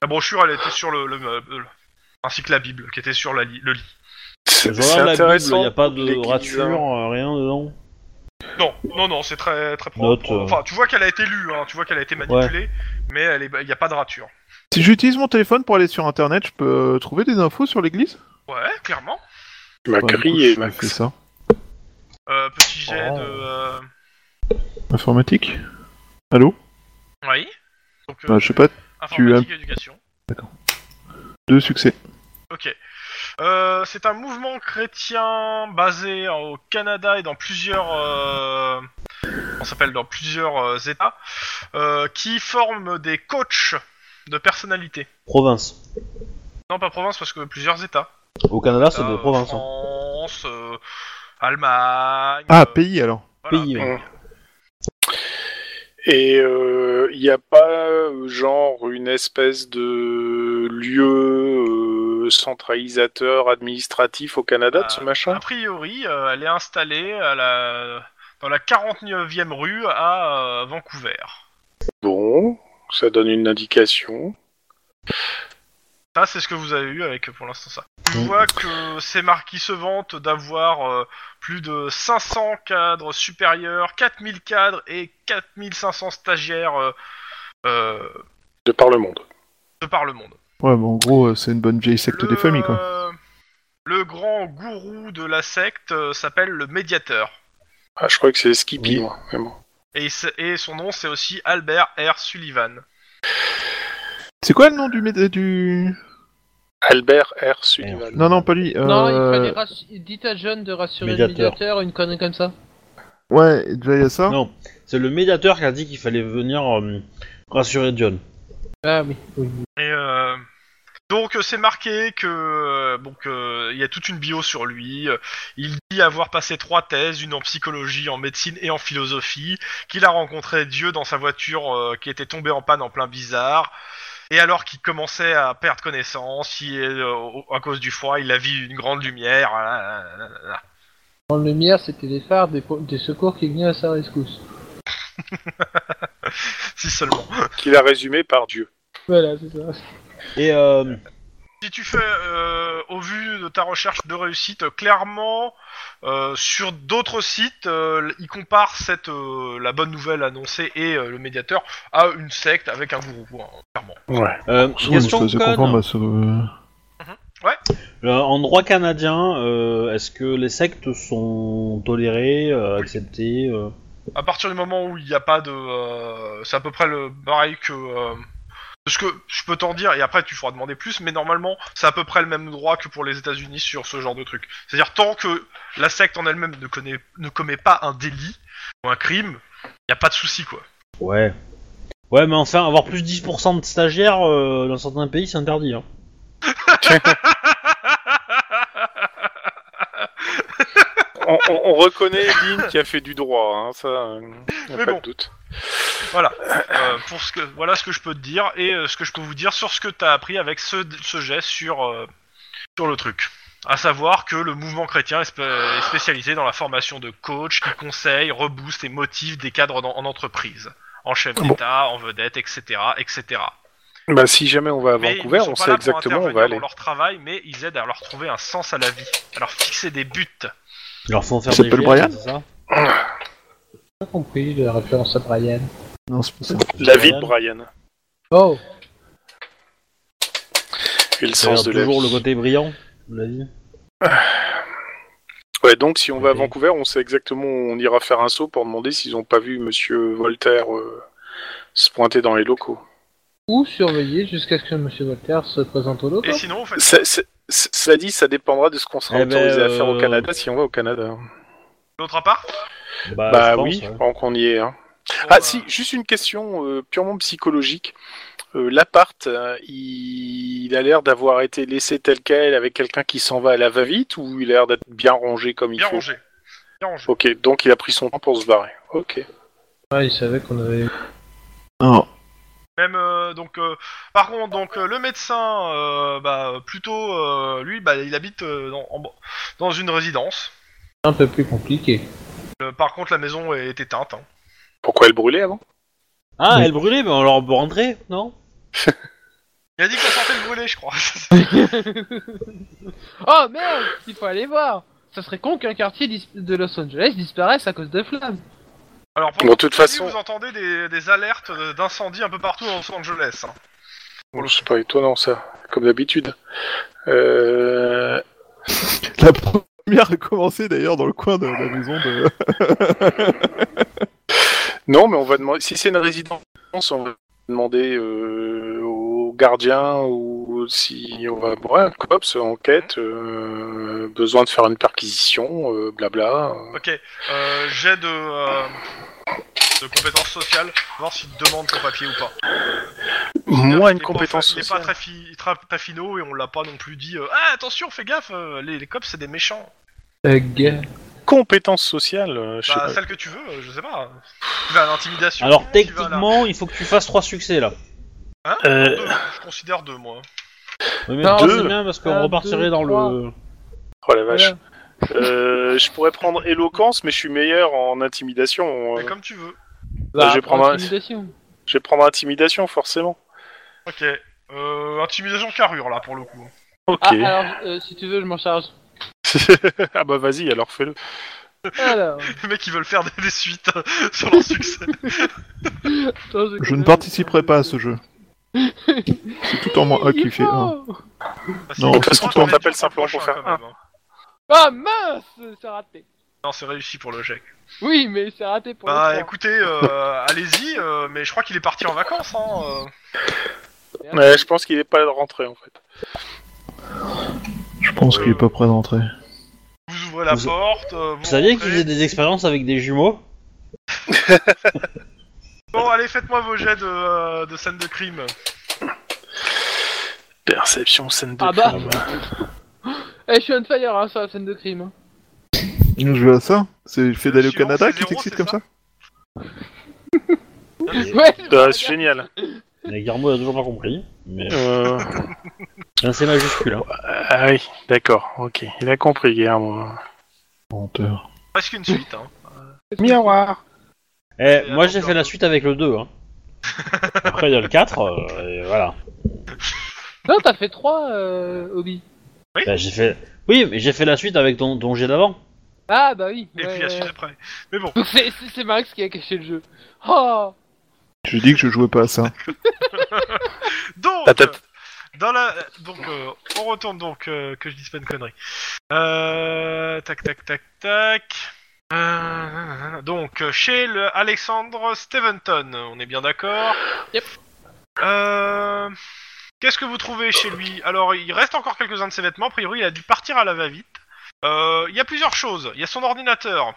[SPEAKER 3] La brochure, elle était sur le, le meuble, ainsi que la Bible, qui était sur la li- le lit.
[SPEAKER 1] c'est
[SPEAKER 2] je regarde
[SPEAKER 1] c'est
[SPEAKER 2] la Bible il
[SPEAKER 1] intéressant.
[SPEAKER 2] n'y a pas de
[SPEAKER 1] l'église,
[SPEAKER 2] rature
[SPEAKER 1] hein.
[SPEAKER 2] euh, rien dedans
[SPEAKER 3] Non, non, non, c'est très très
[SPEAKER 2] Note,
[SPEAKER 3] propre.
[SPEAKER 2] euh.
[SPEAKER 3] Enfin, tu vois qu'elle a été lue, hein, tu vois qu'elle a été manipulée, mais elle est- il n'y a pas de rature.
[SPEAKER 5] Si j'utilise mon téléphone pour aller sur internet, je peux euh, trouver des infos sur l'église
[SPEAKER 3] Ouais, clairement.
[SPEAKER 1] m'a
[SPEAKER 5] Enfin, du coup,
[SPEAKER 1] crié,
[SPEAKER 5] je fais
[SPEAKER 1] Max.
[SPEAKER 5] ça.
[SPEAKER 3] Euh, petit jet
[SPEAKER 2] Oh.
[SPEAKER 3] de. euh,
[SPEAKER 5] Informatique Allô
[SPEAKER 3] Oui. Donc, euh,
[SPEAKER 5] Bah, Je sais pas,
[SPEAKER 3] informatique, éducation.
[SPEAKER 5] deux succès.
[SPEAKER 3] Ok. Euh, c'est un mouvement chrétien basé au Canada et dans plusieurs, euh, on s'appelle dans plusieurs euh, États, euh, qui forment des coachs de personnalité.
[SPEAKER 2] Province.
[SPEAKER 3] Non, pas province parce que plusieurs États.
[SPEAKER 2] Au Canada, c'est
[SPEAKER 3] Euh,
[SPEAKER 2] des provinces. hein.
[SPEAKER 3] France, euh, Allemagne.
[SPEAKER 5] Ah,
[SPEAKER 3] euh,
[SPEAKER 5] pays alors
[SPEAKER 3] voilà,
[SPEAKER 2] pays, ouais.
[SPEAKER 1] Et il n'y a pas euh, genre une espèce de lieu euh, centralisateur administratif au Canada de ce
[SPEAKER 3] Euh,
[SPEAKER 1] machin
[SPEAKER 3] A priori, euh, elle est installée à la... dans la 49e rue à euh, Vancouver.
[SPEAKER 1] Bon, ça donne une indication.
[SPEAKER 3] Ça, c'est ce que vous avez eu avec euh, pour l'instant ça. Tu
[SPEAKER 2] Mm.
[SPEAKER 3] vois que ces marquis se vantent d'avoir euh, plus de 500 cadres supérieurs, 4000 cadres et 4500 stagiaires euh, euh,
[SPEAKER 1] De par le monde.
[SPEAKER 3] de par le monde.
[SPEAKER 5] Ouais, bah en gros, euh, c'est une bonne vieille secte des familles quoi.
[SPEAKER 3] Le grand gourou de la secte euh, s'appelle le médiateur.
[SPEAKER 1] Ah, je crois que c'est Skippy,
[SPEAKER 2] Oui.
[SPEAKER 1] moi, mais bon.
[SPEAKER 3] Et, c'est- et son nom, c'est aussi Albert R. Sullivan.
[SPEAKER 5] C'est quoi le nom du. méd- du...
[SPEAKER 1] Albert R. Sullivan.
[SPEAKER 5] Non, non, pas lui. euh,
[SPEAKER 4] Non, il fallait rass- dites à John de rassurer le
[SPEAKER 2] Médiateur.
[SPEAKER 4] médiateur, une connerie comme ça.
[SPEAKER 5] Ouais, déjà il y a ça.
[SPEAKER 2] Non, c'est le médiateur qui a dit qu'il fallait venir euh, rassurer John.
[SPEAKER 4] Ah oui.
[SPEAKER 3] Et euh, donc euh, c'est marqué que euh, donc euh, il y a toute une bio sur lui. Euh, Il dit avoir passé trois thèses, une en psychologie, en médecine et en philosophie. Qu'il a rencontré Dieu dans sa voiture euh, qui était tombée en panne en plein bizarre. Et alors qu'il commençait à perdre connaissance, il est, euh, au- à cause du froid, il a vu une grande lumière. ah, ah, ah, ah, ah.
[SPEAKER 4] En lumière, c'était les phares des, po- des secours qui venaient à sa rescousse.
[SPEAKER 3] Si seulement.
[SPEAKER 1] Qu'il a résumé par Dieu.
[SPEAKER 4] Voilà, c'est ça.
[SPEAKER 2] Et euh,
[SPEAKER 3] Si tu fais, euh, au vu de ta recherche de réussite, euh, clairement, euh, sur d'autres sites, euh, ils comparent cette, euh, la bonne nouvelle annoncée et euh, le médiateur à une secte avec un gourou, hein, clairement.
[SPEAKER 1] Ouais.
[SPEAKER 2] euh,
[SPEAKER 5] Souvent, une
[SPEAKER 2] question
[SPEAKER 5] espèce de
[SPEAKER 2] conne.
[SPEAKER 5] conforme à ce- euh,
[SPEAKER 2] Euh, en droit canadien, euh, est-ce que les sectes sont tolérées, euh, acceptées euh
[SPEAKER 3] À partir du moment où il n'y a pas de... euh, c'est à peu près le pareil que... euh, ce que je peux t'en dire, et après tu feras demander plus, mais normalement, c'est à peu près le même droit que pour les États-Unis sur ce genre de truc. C'est-à-dire, tant que la secte en elle-même ne, connaît- ne commet pas un délit ou un crime, il n'y a pas de souci, quoi.
[SPEAKER 2] Ouais. Ouais, mais enfin, avoir plus de 10% de stagiaires euh, dans certains pays, c'est interdit. Hein.
[SPEAKER 1] On, on- on reconnaît Lynn qui a fait du droit, hein, ça, euh, y a
[SPEAKER 3] Mais
[SPEAKER 1] pas
[SPEAKER 3] bon.
[SPEAKER 1] de doute.
[SPEAKER 3] Voilà. Euh, pour ce que, voilà ce que je peux te dire et euh, ce que je peux vous dire sur ce que t'as appris avec ce, ce geste sur, euh, sur le truc. À savoir que le mouvement chrétien est, spé- est spécialisé dans la formation de coachs qui conseillent, reboostent et motivent des cadres dans- en entreprise, en chef
[SPEAKER 1] Ah bon.
[SPEAKER 3] d'État, en vedette, etc., etc.
[SPEAKER 1] Bah, si jamais on va à
[SPEAKER 3] Mais
[SPEAKER 1] Vancouver,
[SPEAKER 3] ils ne sont
[SPEAKER 1] on
[SPEAKER 3] pas
[SPEAKER 1] sait
[SPEAKER 3] là pour
[SPEAKER 1] exactement où on
[SPEAKER 3] intervenir
[SPEAKER 1] va aller.
[SPEAKER 3] dans leur travail, mais ils aident à leur trouver un sens à la vie, à leur fixer des buts.
[SPEAKER 2] Ils leur font faire
[SPEAKER 5] Ça
[SPEAKER 2] des
[SPEAKER 5] s'appelle
[SPEAKER 2] GR,
[SPEAKER 5] Brian
[SPEAKER 2] c'est ça
[SPEAKER 4] Pas compris la référence à Brian.
[SPEAKER 5] Non, c'est pas ça.
[SPEAKER 1] La vie de Brian.
[SPEAKER 4] Oh,
[SPEAKER 1] Et le
[SPEAKER 2] C'est-à-dire
[SPEAKER 1] sens de la
[SPEAKER 2] toujours
[SPEAKER 1] vie.
[SPEAKER 2] le côté brillant de la vie.
[SPEAKER 1] Ouais, donc si on va à
[SPEAKER 2] Ok.
[SPEAKER 1] Vancouver, on sait exactement où on ira faire un saut pour demander s'ils ont pas vu Monsieur Voltaire euh, se pointer dans les locaux.
[SPEAKER 4] ou surveiller jusqu'à ce que Monsieur Voltaire se présente au
[SPEAKER 1] Ah.
[SPEAKER 4] loco.
[SPEAKER 3] Et sinon, vous faites
[SPEAKER 1] Ça, ça- ça- cela dit, ça dépendra de ce qu'on sera
[SPEAKER 2] Eh ben,
[SPEAKER 1] autorisé à faire au
[SPEAKER 2] euh,
[SPEAKER 1] Canada si on va au Canada.
[SPEAKER 3] l'autre appart
[SPEAKER 2] Bah,
[SPEAKER 1] bah
[SPEAKER 2] je pense,
[SPEAKER 1] oui,
[SPEAKER 2] ouais.
[SPEAKER 1] pendant qu'on y est. hein.
[SPEAKER 3] Bon,
[SPEAKER 1] Ah
[SPEAKER 3] euh,
[SPEAKER 1] si, juste une question euh, purement psychologique. Euh, L'appart, euh, il... il a l'air d'avoir été laissé tel quel avec quelqu'un qui s'en va à la va-vite ou il a l'air d'être bien rangé comme il
[SPEAKER 3] Bien
[SPEAKER 1] faut
[SPEAKER 3] rangé. Bien rangé.
[SPEAKER 1] Ok, donc il a pris son temps pour se barrer. Ok.
[SPEAKER 4] Ouais, Ah, il savait qu'on avait.
[SPEAKER 5] Non.
[SPEAKER 3] Même euh, donc, euh, par contre, donc euh, le médecin, euh, bah plutôt, euh, lui, bah il habite euh, dans, en- dans une résidence.
[SPEAKER 4] un peu plus compliqué.
[SPEAKER 3] Euh, par contre, la maison est éteinte. hein.
[SPEAKER 1] Pourquoi elle brûlait avant
[SPEAKER 2] Ah,
[SPEAKER 5] Oui.
[SPEAKER 2] elle brûlait, mais on leur peut rentrer, non
[SPEAKER 3] Il a dit que la santé le brûlait, je crois.
[SPEAKER 4] Oh merde, il faut aller voir. Ça serait con qu'un quartier dis- de Los Angeles disparaisse à cause de flammes.
[SPEAKER 3] Alors, pour
[SPEAKER 1] Bon, de toute façon-
[SPEAKER 3] euh, vous entendez des, des alertes d'incendie un peu partout dans Los Angeles. hein.
[SPEAKER 1] Bon, c'est pas étonnant ça, comme d'habitude. Euh,
[SPEAKER 5] La première a commencé d'ailleurs dans le coin de la maison de.
[SPEAKER 1] Non, mais on va demander. Si c'est une résidence, on va demander euh, au gardien ou si on va. Ouais, cops, enquête, euh, besoin de faire une perquisition, euh, blabla.
[SPEAKER 3] Ok, euh, j'ai de, euh, de compétences sociales, voir s'il te demande ton papier ou pas.
[SPEAKER 1] Moi,
[SPEAKER 3] Il
[SPEAKER 1] une
[SPEAKER 3] est pas-
[SPEAKER 1] compétence
[SPEAKER 3] Il est pas
[SPEAKER 1] sociale.
[SPEAKER 3] très, fi- très, très finot et on l'a pas non plus dit. euh, ah, attention, fais gaffe, euh, les, les cops c'est des méchants.
[SPEAKER 1] Compétence sociale, euh, je sais
[SPEAKER 3] Bah,
[SPEAKER 1] pas.
[SPEAKER 3] celle que tu veux, euh, je sais pas. Tu vas à l'intimidation.
[SPEAKER 2] Alors
[SPEAKER 3] tu vas à la-
[SPEAKER 2] techniquement, il faut que tu fasses trois succès là.
[SPEAKER 1] Euh,
[SPEAKER 3] Deux, je considère deux, moi.
[SPEAKER 2] Oui, mais
[SPEAKER 4] Non,
[SPEAKER 2] deux,
[SPEAKER 1] deux.
[SPEAKER 2] c'est bien parce qu'on
[SPEAKER 4] Un,
[SPEAKER 2] repartirait
[SPEAKER 4] deux,
[SPEAKER 2] dans le.
[SPEAKER 1] Oh la vache. Euh, je pourrais prendre éloquence, mais je suis meilleur en intimidation. euh,
[SPEAKER 3] Mais comme tu veux.
[SPEAKER 1] je vais prendre un-
[SPEAKER 4] intimidation.
[SPEAKER 1] Je vais prendre intimidation, forcément.
[SPEAKER 3] Ok. Euh, intimidation carrure là pour le coup.
[SPEAKER 1] Ok.
[SPEAKER 4] Ah,
[SPEAKER 1] Ah,
[SPEAKER 4] alors, euh, si tu veux, je m'en charge.
[SPEAKER 1] bah vas-y, alors fais-le.
[SPEAKER 4] Alors,
[SPEAKER 3] Les mecs ils veulent faire des, des suites euh, sur leur succès.
[SPEAKER 4] attends,
[SPEAKER 5] Je ne participerai pas à ce jeu. C'est tout en moi un qui
[SPEAKER 4] Il
[SPEAKER 5] fait
[SPEAKER 4] faut.
[SPEAKER 5] un.
[SPEAKER 3] Parce que
[SPEAKER 5] Non,
[SPEAKER 3] je
[SPEAKER 5] c'est
[SPEAKER 3] crois
[SPEAKER 5] tout
[SPEAKER 3] qu'on
[SPEAKER 5] en-
[SPEAKER 3] est
[SPEAKER 1] t'appelle
[SPEAKER 3] dur
[SPEAKER 1] simplement
[SPEAKER 3] prochain,
[SPEAKER 1] pour faire
[SPEAKER 3] quand même, hein.
[SPEAKER 4] Ah mince, c'est raté.
[SPEAKER 3] Non, c'est réussi pour le jet.
[SPEAKER 4] Oui, mais c'est raté pour
[SPEAKER 3] Bah
[SPEAKER 4] le sport.
[SPEAKER 3] écoutez, euh, allez-y, euh, mais je crois qu'il est parti en vacances. Hein, euh.
[SPEAKER 4] Merde.
[SPEAKER 1] Ouais, je pense qu'il est pas rentré en fait.
[SPEAKER 5] Je pense qu'il est pas prêt d'entrer.
[SPEAKER 3] Vous ouvrez la
[SPEAKER 2] Vous-
[SPEAKER 3] porte. euh, vous,
[SPEAKER 2] Vous saviez
[SPEAKER 3] rentrez.
[SPEAKER 2] qu'ils faisaient des expériences avec des jumeaux
[SPEAKER 3] Bon, allez, faites-moi vos jets de, euh, de scène de crime.
[SPEAKER 1] Perception scène de
[SPEAKER 4] Ah bah.
[SPEAKER 1] crime.
[SPEAKER 4] Eh, je suis on fire hein, sur la scène de crime. hein.
[SPEAKER 5] Je veux à ça C'est fait d'aller au
[SPEAKER 3] suivant,
[SPEAKER 5] Canada
[SPEAKER 3] c'est
[SPEAKER 5] qui
[SPEAKER 3] zéro,
[SPEAKER 5] t'excite
[SPEAKER 3] c'est
[SPEAKER 5] comme ça
[SPEAKER 4] Ouais,
[SPEAKER 3] bah,
[SPEAKER 1] Ah, c'est génial.
[SPEAKER 2] La Guillermo a toujours pas compris. Mais...
[SPEAKER 1] Euh,
[SPEAKER 2] Un C majuscule. hein.
[SPEAKER 1] Ah oui, d'accord, ok. Il a compris, Guillermo.
[SPEAKER 5] Menteur.
[SPEAKER 3] Presque une suite. Hein.
[SPEAKER 1] Miroir
[SPEAKER 2] Eh,
[SPEAKER 3] Et
[SPEAKER 2] moi
[SPEAKER 3] attends,
[SPEAKER 2] j'ai fait la
[SPEAKER 3] Guillermo.
[SPEAKER 2] suite avec le 2. Hein. Après il y a le 4, euh, et voilà.
[SPEAKER 4] Non, t'as fait 3, euh, Obi.
[SPEAKER 2] Bah, j'ai fait. Oui, mais j'ai fait la suite avec ton, ton jet d'avant.
[SPEAKER 4] Ah bah oui.
[SPEAKER 3] Et
[SPEAKER 4] ouais,
[SPEAKER 3] puis la
[SPEAKER 4] ouais.
[SPEAKER 3] suite après. Mais bon,
[SPEAKER 4] Donc c'est- c'est c'est Max qui a caché le jeu. Oh
[SPEAKER 5] Je dis que je jouais pas à ça.
[SPEAKER 3] donc.
[SPEAKER 1] Attends.
[SPEAKER 3] Dans la... Donc, euh, on retourne donc euh, que je dise pas une connerie. Euh, tac, tac, tac, tac. Euh, donc, euh, chez le Alexandre Steventon, on est bien d'accord.
[SPEAKER 4] Yep.
[SPEAKER 3] Euh, Qu'est-ce que vous trouvez chez lui Alors, il reste encore quelques-uns de ses vêtements. A priori, il a dû partir à la va-vite. Euh, Il y a plusieurs choses. Il y a son ordinateur.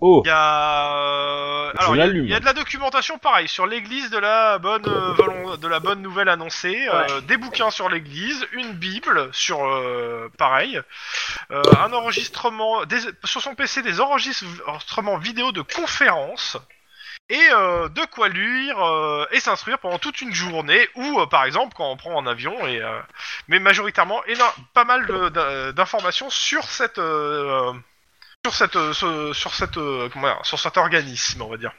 [SPEAKER 2] Oh,
[SPEAKER 3] Il y a, euh,
[SPEAKER 2] Je
[SPEAKER 3] alors, il y a-
[SPEAKER 2] l'allume.
[SPEAKER 3] il y a de la documentation pareil sur l'église de la bonne euh, volon- de la bonne nouvelle annoncée, euh, des bouquins sur l'église, une bible sur euh, pareil, euh, un enregistrement des- sur son PC des enregistrements vidéo de conférences et euh, de quoi lire euh, et s'instruire pendant toute une journée ou euh, par exemple quand on prend en avion et euh, mais majoritairement éno- pas mal de- d'in- d'informations sur cette euh, sur cette euh, ce- sur cette euh, comment dire, sur cet organisme on va dire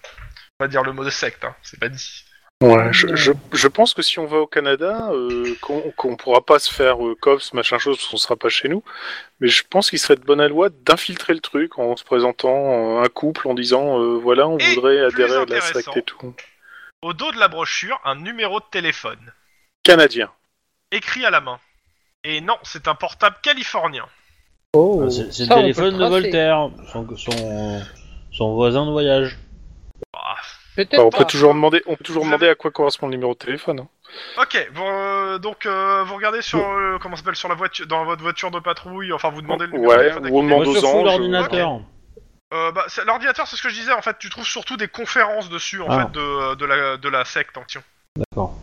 [SPEAKER 3] on va dire le mot de secte hein, c'est pas dit
[SPEAKER 1] Ouais, je, je, je pense que si on va au Canada, euh, qu'on qu'on pourra pas se faire euh, cops, machin chose, parce qu'on sera pas chez nous. Mais je pense qu'il serait de bonne loi d'infiltrer le truc en se présentant euh, un couple, en disant euh, voilà, on
[SPEAKER 3] Et
[SPEAKER 1] voudrait
[SPEAKER 3] Eh, plus
[SPEAKER 1] adhérer à la
[SPEAKER 3] intéressant.
[SPEAKER 1] secte et tout.
[SPEAKER 3] au dos de la brochure un numéro de téléphone
[SPEAKER 1] Canadien.
[SPEAKER 3] écrit à la main et non c'est un portable californien
[SPEAKER 4] Oh
[SPEAKER 2] Ah, c'est c'est le
[SPEAKER 4] ça, on peut
[SPEAKER 2] téléphone de
[SPEAKER 4] tracer.
[SPEAKER 2] Voltaire, son, son, son voisin de voyage.
[SPEAKER 3] Ah.
[SPEAKER 1] Enfin,
[SPEAKER 4] Peut-être
[SPEAKER 1] Bah, on
[SPEAKER 4] pas.
[SPEAKER 1] peut toujours demander, on peut toujours
[SPEAKER 3] Vous
[SPEAKER 1] demander à quoi correspond le numéro de téléphone. hein.
[SPEAKER 3] ok bon, euh, donc euh, vous regardez sur euh, comment ça s'appelle sur la voiture dans votre voiture de patrouille enfin vous demandez le numéro de
[SPEAKER 1] Ouais,
[SPEAKER 3] téléphone
[SPEAKER 1] ou
[SPEAKER 3] d'activité.
[SPEAKER 1] on demande
[SPEAKER 2] Moi,
[SPEAKER 1] aux
[SPEAKER 2] je fous
[SPEAKER 1] anges.
[SPEAKER 2] l'ordinateur.
[SPEAKER 3] Euh, bah, c'est- l'ordinateur c'est ce que je disais en fait tu trouves surtout des conférences dessus en
[SPEAKER 5] Ah.
[SPEAKER 3] fait de, de la de la secte en question
[SPEAKER 2] D'accord.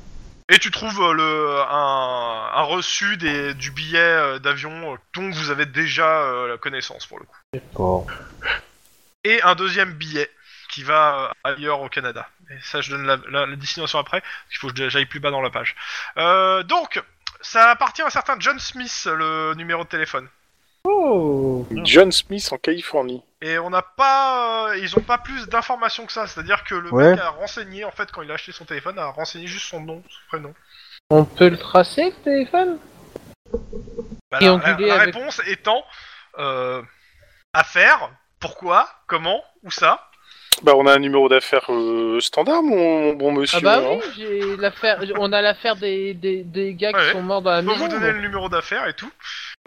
[SPEAKER 3] Et tu trouves euh, le, un, un reçu des, du billet euh, d'avion euh, dont vous avez déjà euh, la connaissance pour le coup.
[SPEAKER 2] D'accord.
[SPEAKER 3] Et un deuxième billet qui va euh, ailleurs au Canada. Et ça, je donne la, la- la destination après. Il faut que j'aille plus bas dans la page. Euh, donc, ça appartient à un certain John Smith, le numéro de téléphone.
[SPEAKER 4] Oh.
[SPEAKER 1] John Smith en Californie.
[SPEAKER 3] Et on n'a pas, euh, ils ont pas plus d'informations que ça. C'est-à-dire que le
[SPEAKER 2] Ouais.
[SPEAKER 3] mec a renseigné en fait quand il a acheté son téléphone, a renseigné juste son nom, son prénom.
[SPEAKER 4] On peut le tracer, le téléphone
[SPEAKER 3] Bah,
[SPEAKER 4] Et
[SPEAKER 3] la,
[SPEAKER 4] enculé
[SPEAKER 3] la- la
[SPEAKER 4] avec-
[SPEAKER 3] réponse étant euh, à faire, pourquoi, comment, où ça.
[SPEAKER 1] Bah, on a un numéro d'affaires euh, standard, mon, mon bon monsieur.
[SPEAKER 4] Ah bah
[SPEAKER 1] hein.
[SPEAKER 4] oui, j'ai l'affaire, on a l'affaire des, des, des gars qui
[SPEAKER 3] Ouais.
[SPEAKER 4] sont morts dans la
[SPEAKER 3] Je peux
[SPEAKER 4] maison.
[SPEAKER 3] vous donner le numéro d'affaires et tout.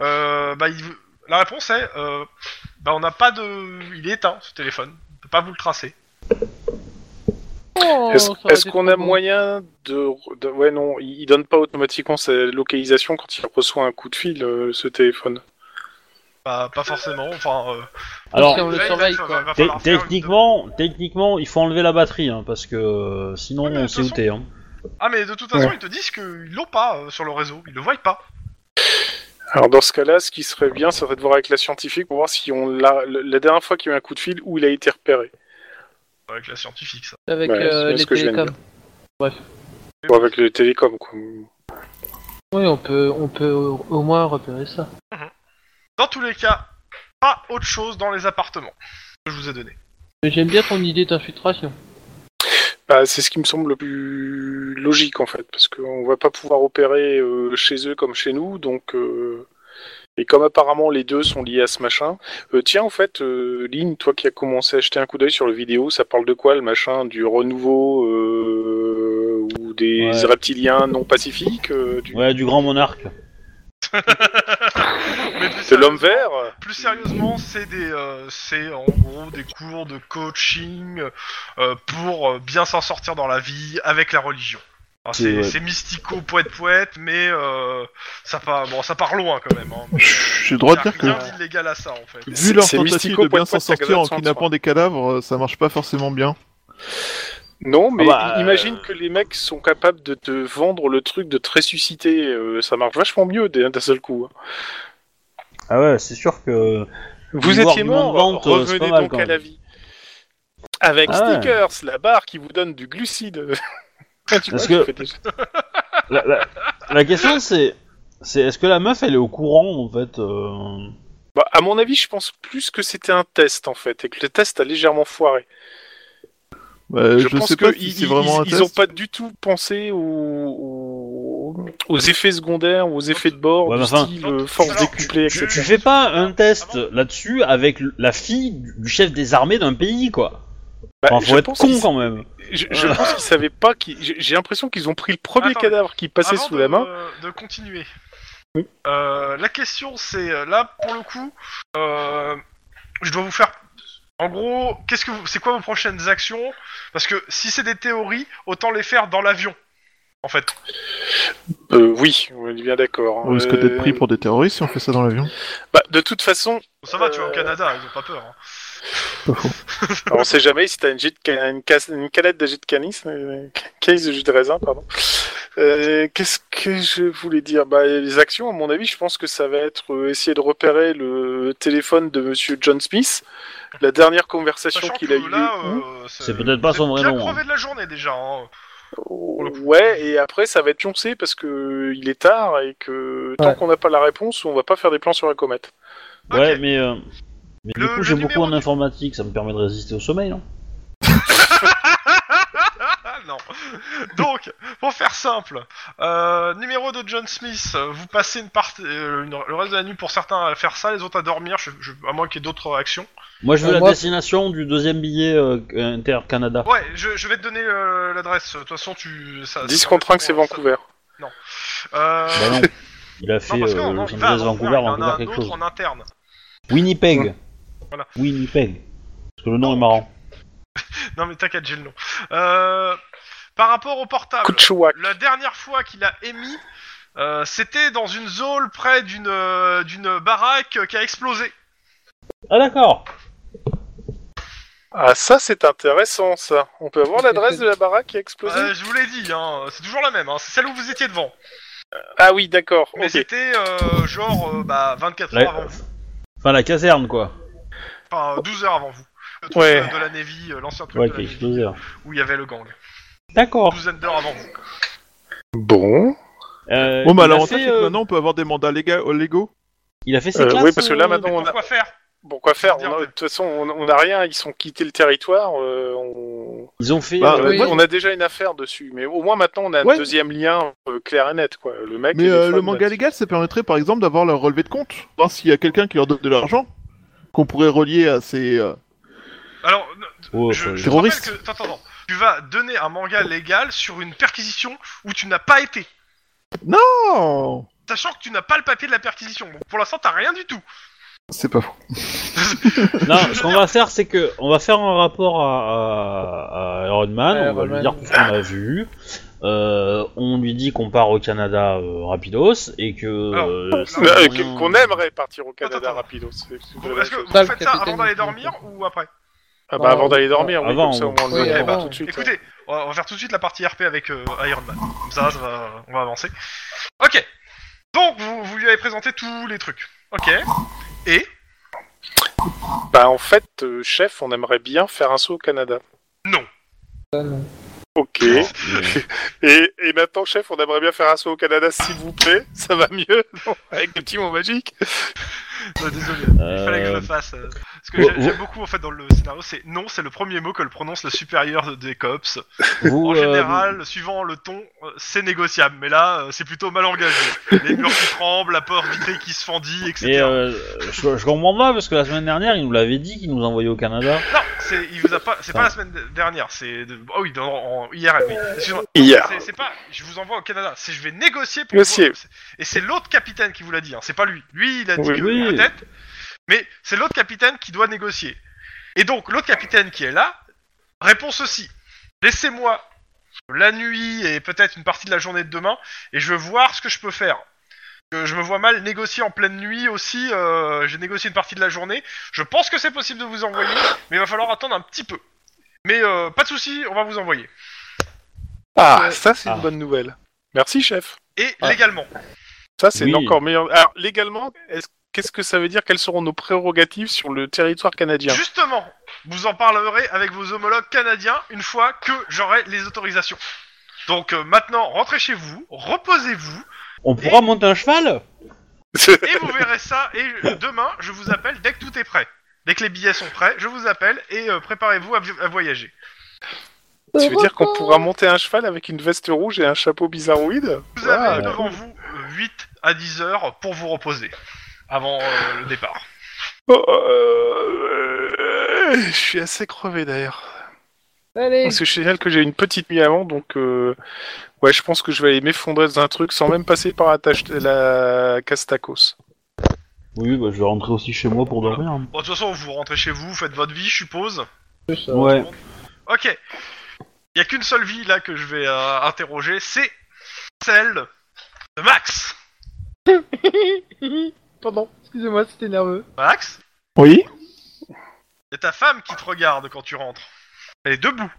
[SPEAKER 3] Euh, bah, il- La réponse est, euh, bah, on n'a pas de... Il est éteint, ce téléphone. On peut pas vous le tracer.
[SPEAKER 4] Oh,
[SPEAKER 1] Est-ce
[SPEAKER 4] ça aurait
[SPEAKER 1] est-ce
[SPEAKER 4] été
[SPEAKER 1] qu'on
[SPEAKER 4] trop
[SPEAKER 1] a
[SPEAKER 4] bon.
[SPEAKER 1] moyen de, de- Ouais, non, il il donne pas automatiquement sa localisation quand il reçoit un coup de fil, euh, ce téléphone.
[SPEAKER 3] Bah, pas forcément, enfin... euh,
[SPEAKER 2] Alors,
[SPEAKER 4] Parce On que- le
[SPEAKER 3] déjà, il va-
[SPEAKER 4] surveille,
[SPEAKER 3] va-
[SPEAKER 4] quoi.
[SPEAKER 3] va
[SPEAKER 2] te-
[SPEAKER 3] falloir faire une-
[SPEAKER 2] techniquement, techniquement, il faut enlever la batterie, hein, parce que euh, sinon,
[SPEAKER 3] Ouais, mais de
[SPEAKER 2] on
[SPEAKER 3] toute
[SPEAKER 2] sait où
[SPEAKER 3] façon-
[SPEAKER 2] t'es. Hein.
[SPEAKER 3] Ah, mais de toute façon, ils te disent qu'ils l'ont pas euh, sur le réseau. Ils le voient pas.
[SPEAKER 1] Alors, dans ce cas-là, ce qui serait bien, ça serait de voir avec la scientifique pour voir si on l'a. le- La dernière fois qu'il y a eu un coup de fil, où il a été repéré.
[SPEAKER 3] Avec la scientifique, ça.
[SPEAKER 4] Avec
[SPEAKER 1] Ouais, c'est
[SPEAKER 4] euh,
[SPEAKER 1] ce
[SPEAKER 4] les
[SPEAKER 1] que je viens de
[SPEAKER 4] télécoms.
[SPEAKER 1] Ou avec le télécom, quoi.
[SPEAKER 4] Oui, on peut, on peut au au moins repérer ça.
[SPEAKER 3] Dans tous les cas, pas autre chose dans les appartements que je vous ai donné.
[SPEAKER 4] Mais J'aime bien ton idée d'infiltration.
[SPEAKER 1] Bah, c'est ce qui me semble le plus logique en fait, parce qu'on va pas pouvoir opérer euh, chez eux comme chez nous, donc euh, et comme apparemment les deux sont liés à ce machin. euh, tiens, en fait, euh, Lynn, toi qui as commencé à jeter un coup d'œil sur le vidéo, ça parle de quoi le machin du renouveau euh, ou des
[SPEAKER 2] Ouais.
[SPEAKER 1] reptiliens non pacifiques, euh, du,
[SPEAKER 2] Ouais, du grand monarque.
[SPEAKER 3] Mais plus
[SPEAKER 1] de l'homme
[SPEAKER 3] sérieusement-
[SPEAKER 1] vert
[SPEAKER 3] Plus sérieusement, c'est des, euh, c'est en gros des cours de coaching euh, pour euh, bien s'en sortir dans la vie avec la religion. Alors,
[SPEAKER 2] Oui,
[SPEAKER 3] C'est
[SPEAKER 2] ouais.
[SPEAKER 3] c'est mystico poète poète, mais euh, ça part bon, ça part loin quand même. Hein. Mais, euh,
[SPEAKER 5] J'ai le droit
[SPEAKER 3] y
[SPEAKER 5] de
[SPEAKER 3] a
[SPEAKER 5] dire que
[SPEAKER 3] rien d'illégal à ça en fait.
[SPEAKER 1] C'est-
[SPEAKER 5] vu leur
[SPEAKER 1] c'est
[SPEAKER 5] tentative
[SPEAKER 1] mystico,
[SPEAKER 5] de bien
[SPEAKER 1] poète,
[SPEAKER 5] s'en
[SPEAKER 1] poète, ça
[SPEAKER 5] sortir en
[SPEAKER 1] gazette,
[SPEAKER 5] kidnappant
[SPEAKER 1] ça.
[SPEAKER 5] des cadavres, euh, ça marche pas forcément bien.
[SPEAKER 1] Non, mais
[SPEAKER 2] Ah bah, euh,
[SPEAKER 1] imagine que les mecs sont capables de te vendre le truc de te ressusciter, euh, ça marche vachement mieux d'un d'un seul coup. hein.
[SPEAKER 2] Ah ouais, c'est sûr que.
[SPEAKER 1] Vous
[SPEAKER 2] Voir
[SPEAKER 1] étiez
[SPEAKER 2] du
[SPEAKER 1] mort,
[SPEAKER 2] monde vente, euh, c'est
[SPEAKER 1] revenez
[SPEAKER 2] pas mal,
[SPEAKER 1] donc
[SPEAKER 2] quand
[SPEAKER 1] à
[SPEAKER 2] même.
[SPEAKER 1] la vie. Avec
[SPEAKER 2] Ah ouais.
[SPEAKER 1] Snickers, la barre qui vous donne du glucide. Ah, tu vois,
[SPEAKER 2] Parce
[SPEAKER 1] j'ai
[SPEAKER 2] que-
[SPEAKER 1] fait des-
[SPEAKER 2] La, la- la question, c'est. C'est est-ce que la meuf elle est au courant en fait euh,
[SPEAKER 1] Bah, à mon avis, je pense plus que c'était un test en fait, et que le test a légèrement foiré.
[SPEAKER 5] Bah,
[SPEAKER 2] Euh,
[SPEAKER 5] je
[SPEAKER 1] pense
[SPEAKER 5] sais pas
[SPEAKER 1] qu'ils
[SPEAKER 5] si c'est vraiment un
[SPEAKER 1] ils, ils ont
[SPEAKER 5] test.
[SPEAKER 1] pas du tout pensé aux, aux- aux effets secondaires, aux effets de bord,
[SPEAKER 2] Ouais,
[SPEAKER 1] du
[SPEAKER 2] mais enfin-
[SPEAKER 1] style euh, force
[SPEAKER 3] Alors,
[SPEAKER 1] décuplée,
[SPEAKER 3] tu- Ah
[SPEAKER 1] etc.
[SPEAKER 2] Tu fais pas un test là-dessus avec l- la fille du du chef des armées d'un pays quoi.
[SPEAKER 1] Bah,
[SPEAKER 2] Enfin,
[SPEAKER 1] je
[SPEAKER 2] faut être
[SPEAKER 1] pense
[SPEAKER 2] con
[SPEAKER 1] qu'ils-
[SPEAKER 2] quand même.
[SPEAKER 1] Je, je pense qu'ils savaient pas. qu'ils- j'ai- J'ai l'impression qu'ils ont pris le premier
[SPEAKER 3] Attends,
[SPEAKER 1] cadavre qui passait
[SPEAKER 3] Avant
[SPEAKER 1] sous
[SPEAKER 3] de-
[SPEAKER 1] la main.
[SPEAKER 3] De continuer.
[SPEAKER 1] Oui.
[SPEAKER 3] Euh, la question c'est euh, là pour le coup, euh, je dois vous faire. En gros, qu'est-ce que vous- c'est quoi vos prochaines actions Parce que si c'est des théories, autant les faire dans l'avion. En fait.
[SPEAKER 1] Euh, oui, on est bien d'accord.
[SPEAKER 5] On risque
[SPEAKER 1] Euh,
[SPEAKER 5] d'être pris pour des terroristes si on fait ça dans l'avion.
[SPEAKER 1] bah, de toute façon,
[SPEAKER 3] Ça va, tu vois, au
[SPEAKER 1] Euh.
[SPEAKER 3] Canada, ils ont pas peur. hein. Ah
[SPEAKER 1] Alors, on sait jamais si t'as une, jus de ca- une, cas- une canette de jus de canis, euh, case de jus de raisin, pardon. Euh, Qu'est-ce que je voulais dire Bah les actions, à mon avis, je pense que ça va être euh, essayer de repérer le téléphone de Monsieur John Smith, la dernière conversation
[SPEAKER 3] Sachant
[SPEAKER 1] qu'il
[SPEAKER 3] que
[SPEAKER 1] a eu lieu
[SPEAKER 3] là,
[SPEAKER 1] où
[SPEAKER 3] euh,
[SPEAKER 2] C'est peut-être pas son
[SPEAKER 3] vous êtes
[SPEAKER 2] vrai
[SPEAKER 3] bien
[SPEAKER 2] nom,
[SPEAKER 3] crevé
[SPEAKER 2] hein.
[SPEAKER 3] de la journée déjà. hein.
[SPEAKER 1] Ouais, et après ça va être pioncé parce que euh, il est tard et que tant
[SPEAKER 4] Ouais.
[SPEAKER 1] qu'on n'a pas la réponse, on va pas faire des plans sur la comète.
[SPEAKER 3] Ok.
[SPEAKER 2] Ouais, mais, euh, mais
[SPEAKER 3] Le-
[SPEAKER 2] du coup
[SPEAKER 3] le
[SPEAKER 2] j'ai
[SPEAKER 3] numéro
[SPEAKER 2] beaucoup en
[SPEAKER 3] du-
[SPEAKER 2] informatique, ça me permet de résister au sommeil. hein. non
[SPEAKER 3] Ah non. Donc, pour faire simple, euh, numéro de John Smith, euh, vous passez une partie, euh, une- le reste de la nuit pour certains à faire ça, les autres à dormir, je, je- à moins qu'il y ait d'autres actions.
[SPEAKER 2] Moi je veux
[SPEAKER 4] Euh,
[SPEAKER 2] la
[SPEAKER 4] moi-
[SPEAKER 2] destination du deuxième billet euh, Inter Canada.
[SPEAKER 3] Ouais, je, je vais te donner euh, l'adresse. De toute façon, tu. Ah, Ça,
[SPEAKER 1] 10
[SPEAKER 3] ça-
[SPEAKER 1] contre 1 que c'est
[SPEAKER 3] ça-
[SPEAKER 1] Vancouver.
[SPEAKER 3] Euh,
[SPEAKER 2] Bah non. Il a
[SPEAKER 3] non,
[SPEAKER 2] fait
[SPEAKER 3] parce que
[SPEAKER 2] euh,
[SPEAKER 3] non, non,
[SPEAKER 2] Los
[SPEAKER 3] il va à
[SPEAKER 2] Angeles,
[SPEAKER 3] Vancouver,
[SPEAKER 2] Vancouver,
[SPEAKER 3] il y en a
[SPEAKER 2] Vancouver,
[SPEAKER 3] un
[SPEAKER 2] quelque
[SPEAKER 3] autre
[SPEAKER 2] chose.
[SPEAKER 3] en interne.
[SPEAKER 2] Winnipeg.
[SPEAKER 3] Voilà.
[SPEAKER 2] Winnipeg. Parce que le nom est marrant.
[SPEAKER 3] Non, mais t'inquiète, j'ai le nom. Euh, par rapport au portable,
[SPEAKER 1] Kutchouak.
[SPEAKER 3] la dernière fois qu'il a émis, euh, c'était dans une zone près d'une euh, d'une baraque qui a explosé.
[SPEAKER 2] Ah d'accord.
[SPEAKER 1] Ah ça c'est intéressant ça. On peut avoir l'adresse de la baraque qui a explosé
[SPEAKER 3] Euh, je vous l'ai dit, hein, c'est toujours la même, hein, c'est celle où vous étiez devant.
[SPEAKER 1] Ah oui, d'accord.
[SPEAKER 3] Mais
[SPEAKER 1] ok.
[SPEAKER 3] c'était euh, genre euh, bah, 24 heures
[SPEAKER 2] Ouais.
[SPEAKER 3] avant vous,
[SPEAKER 2] Enfin la caserne quoi.
[SPEAKER 3] enfin euh, 12 heures avant vous. Le truc
[SPEAKER 1] Ouais.
[SPEAKER 3] euh, de la Navy, euh, l'ancien truc
[SPEAKER 2] Ouais,
[SPEAKER 3] de
[SPEAKER 2] qui
[SPEAKER 3] la
[SPEAKER 2] a
[SPEAKER 3] Navy,
[SPEAKER 2] explosé.
[SPEAKER 3] où il y avait le gang.
[SPEAKER 1] Oh.
[SPEAKER 2] D'accord.
[SPEAKER 3] 12 d'heures avant vous.
[SPEAKER 1] Bon.
[SPEAKER 2] Euh,
[SPEAKER 5] Bon, bah,
[SPEAKER 2] il, a
[SPEAKER 5] l'avantage,
[SPEAKER 2] fait,
[SPEAKER 5] c'est que
[SPEAKER 2] euh,
[SPEAKER 5] maintenant on peut avoir des mandats léga- euh, légaux.
[SPEAKER 2] il a fait ses
[SPEAKER 1] Euh,
[SPEAKER 2] classes.
[SPEAKER 1] oui, parce que là,
[SPEAKER 2] euh,
[SPEAKER 1] maintenant, on a-
[SPEAKER 3] Pourquoi faire
[SPEAKER 1] Bon, quoi faire On a-
[SPEAKER 3] Dire que-
[SPEAKER 1] De toute façon, on on a rien. Ils sont quittés le territoire. euh, on...
[SPEAKER 2] Ils ont fait.
[SPEAKER 5] Bah,
[SPEAKER 1] on a-
[SPEAKER 2] euh,
[SPEAKER 4] oui.
[SPEAKER 1] on a déjà une affaire dessus. Mais au moins, maintenant, on a un
[SPEAKER 5] Ouais.
[SPEAKER 1] deuxième lien euh, clair et net. Quoi. Le mec.
[SPEAKER 5] Mais
[SPEAKER 1] et les
[SPEAKER 5] euh,
[SPEAKER 1] femmes,
[SPEAKER 5] le manga
[SPEAKER 1] là-dessus.
[SPEAKER 5] légal, ça permettrait par exemple d'avoir leur relevé de compte. Voir s'il y a quelqu'un qui leur donne de l'argent, qu'on pourrait relier à ces. euh,
[SPEAKER 3] Alors, n-
[SPEAKER 2] Ouais,
[SPEAKER 3] Je,
[SPEAKER 2] oh, enfin,
[SPEAKER 3] je te rappelle
[SPEAKER 5] Terroriste.
[SPEAKER 3] que... Attends, attends, attends. Tu vas donner un manga légal sur une perquisition où tu n'as pas été.
[SPEAKER 5] Oh
[SPEAKER 3] Sachant que tu n'as pas le papier de la perquisition. Donc pour l'instant, t'as rien du tout.
[SPEAKER 5] C'est pas faux.
[SPEAKER 2] Non, ce qu'on va faire, c'est que on va faire un rapport à, à- à Iron Man,
[SPEAKER 4] Ouais,
[SPEAKER 2] on va
[SPEAKER 4] Iron
[SPEAKER 2] lui
[SPEAKER 4] Man.
[SPEAKER 2] dire tout ce qu'on a vu. Euh, on lui dit qu'on part au Canada euh, rapidos et que euh,
[SPEAKER 3] Alors,
[SPEAKER 2] c'est
[SPEAKER 3] non,
[SPEAKER 1] Euh,
[SPEAKER 2] moyen-
[SPEAKER 1] que- Qu'on aimerait partir au Canada
[SPEAKER 3] Attends, attends.
[SPEAKER 1] rapido. c'est- c'est de la
[SPEAKER 3] Est-ce que
[SPEAKER 1] chose.
[SPEAKER 3] vous
[SPEAKER 4] Pas le
[SPEAKER 3] faites ça avant
[SPEAKER 4] capitaine
[SPEAKER 3] d'aller
[SPEAKER 4] du
[SPEAKER 3] dormir ou après
[SPEAKER 1] Ah bah, avant d'aller dormir, oui,
[SPEAKER 2] Avant,
[SPEAKER 1] comme ça au moins on
[SPEAKER 4] oui,
[SPEAKER 1] le
[SPEAKER 4] avant.
[SPEAKER 1] tout de suite.
[SPEAKER 3] Écoutez, on va- on va faire tout de suite la partie RP avec euh, Iron Man. Comme ça, ça va- on va avancer. Ok. Donc, vous, vous lui avez présenté tous les trucs. Ok. Et
[SPEAKER 1] Bah en fait, euh, chef, on aimerait bien faire un saut au Canada.
[SPEAKER 3] Non.
[SPEAKER 1] Ok. Et, et maintenant, chef, on aimerait bien faire un saut au Canada, s'il vous plaît. Ça va mieux non Avec le petit mot magique
[SPEAKER 3] Euh, désolé, il
[SPEAKER 2] Euh, oh,
[SPEAKER 3] fallait que je le fasse. euh, Parce que
[SPEAKER 2] vous-
[SPEAKER 3] j'ai- j'aime beaucoup en fait dans le scénario, c'est non, c'est le premier mot que le prononce le supérieur des cops.
[SPEAKER 2] vous,
[SPEAKER 3] en
[SPEAKER 2] euh,
[SPEAKER 3] général, suivant le ton, euh, c'est négociable, mais là, euh, c'est plutôt mal engagé. Les murs qui tremblent, la porte vitrée qui se fendit, etc.
[SPEAKER 2] Et euh, je, je comprends pas parce que la semaine dernière, il nous l'avait dit qu'il nous envoyait au Canada.
[SPEAKER 3] Non, c'est il vous a pas, c'est pas la semaine de- dernière, c'est de- oh oui, dans- en- hier. Oui. Excuse-moi.
[SPEAKER 1] Hier.
[SPEAKER 3] C'est- C'est pas, je vous envoie au Canada. C'est je vais négocier pour.
[SPEAKER 1] Négocier.
[SPEAKER 3] Et c'est l'autre capitaine qui vous l'a dit. Hein. C'est pas lui. Lui, il a dit
[SPEAKER 1] Oui,
[SPEAKER 3] que
[SPEAKER 2] oui.
[SPEAKER 3] peut-être, mais c'est l'autre capitaine qui doit négocier. Et donc l'autre capitaine qui est là répond ceci. Laissez-moi la nuit et peut-être une partie de la journée de demain, et je veux voir ce que je peux faire. Que je me vois mal négocier en pleine nuit aussi. euh, J'ai négocié une partie de la journée. Je pense que c'est possible de vous envoyer, mais il va falloir attendre un petit peu. Mais euh, pas de souci, on va vous envoyer.
[SPEAKER 1] Ah, ça, c'est
[SPEAKER 2] Ah.
[SPEAKER 1] une bonne nouvelle. Merci, chef.
[SPEAKER 3] Et
[SPEAKER 1] Ah.
[SPEAKER 3] légalement.
[SPEAKER 1] Ça, c'est
[SPEAKER 2] Oui.
[SPEAKER 1] encore meilleur. Alors, légalement, est-ce- qu'est-ce que ça veut dire Quelles seront nos prérogatives sur le territoire canadien
[SPEAKER 3] Justement, vous en parlerez avec vos homologues canadiens une fois que j'aurai les autorisations. Donc euh, maintenant, rentrez chez vous, reposez-vous,
[SPEAKER 2] On pourra monter un cheval
[SPEAKER 3] et vous verrez ça. Et je- demain, je vous appelle dès que tout est prêt. Dès que les billets sont prêts, je vous appelle et euh, préparez-vous à, vi- à voyager.
[SPEAKER 1] Ça veut dire qu'on pourra monter un cheval avec une veste rouge et un chapeau bizarroïde
[SPEAKER 3] Vous
[SPEAKER 1] Ah,
[SPEAKER 3] avez devant vous euh, 8 à 10 heures pour vous reposer avant euh, le départ.
[SPEAKER 1] Oh, euh, euh, Je suis assez crevé d'ailleurs.
[SPEAKER 4] Allez,
[SPEAKER 1] Parce que je signale que j'ai une petite nuit avant, donc euh, ouais, je pense que je vais aller m'effondrer dans un truc sans même passer par la, tâche- la casse tacos.
[SPEAKER 2] Oui, bah, je vais rentrer aussi chez moi pour dormir. hein.
[SPEAKER 3] Bon, de toute façon, vous rentrez chez vous, vous faites votre vie, je suppose.
[SPEAKER 2] Ouais.
[SPEAKER 3] Ok. Il y a qu'une seule vie là que je vais euh, interroger, c'est celle de Max.
[SPEAKER 4] pardon, excusez-moi, c'était nerveux.
[SPEAKER 3] Max,
[SPEAKER 5] Oui
[SPEAKER 3] c'est ta femme qui te regarde quand tu rentres. Elle est debout.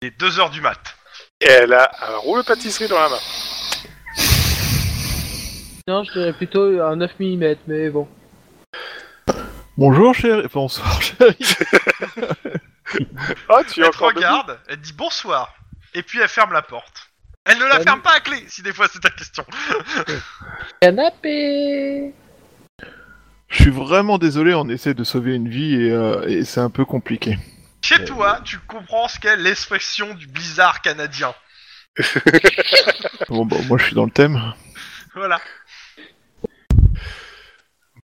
[SPEAKER 3] Il est 2h du mat.
[SPEAKER 1] Et elle a un rouleau de pâtisserie dans la main.
[SPEAKER 4] Non, je dirais plutôt un 9 mm, mais bon.
[SPEAKER 5] Bonjour chérie. Enfin, Bonsoir chérie.
[SPEAKER 1] Ah, tu es
[SPEAKER 3] Elle te
[SPEAKER 1] encore debout
[SPEAKER 3] regarde, elle te dit bonsoir. Et puis elle ferme la porte. Elle ne la
[SPEAKER 4] Salut.
[SPEAKER 3] ferme pas à clé, si des fois c'est ta question.
[SPEAKER 4] Canapé
[SPEAKER 5] Je suis vraiment désolé, on essaie de sauver une vie et, euh, et c'est un peu compliqué.
[SPEAKER 3] Chez toi, tu comprends ce qu'est l'expression du blizzard canadien.
[SPEAKER 5] Bon, bah, moi je suis dans le thème.
[SPEAKER 3] Voilà.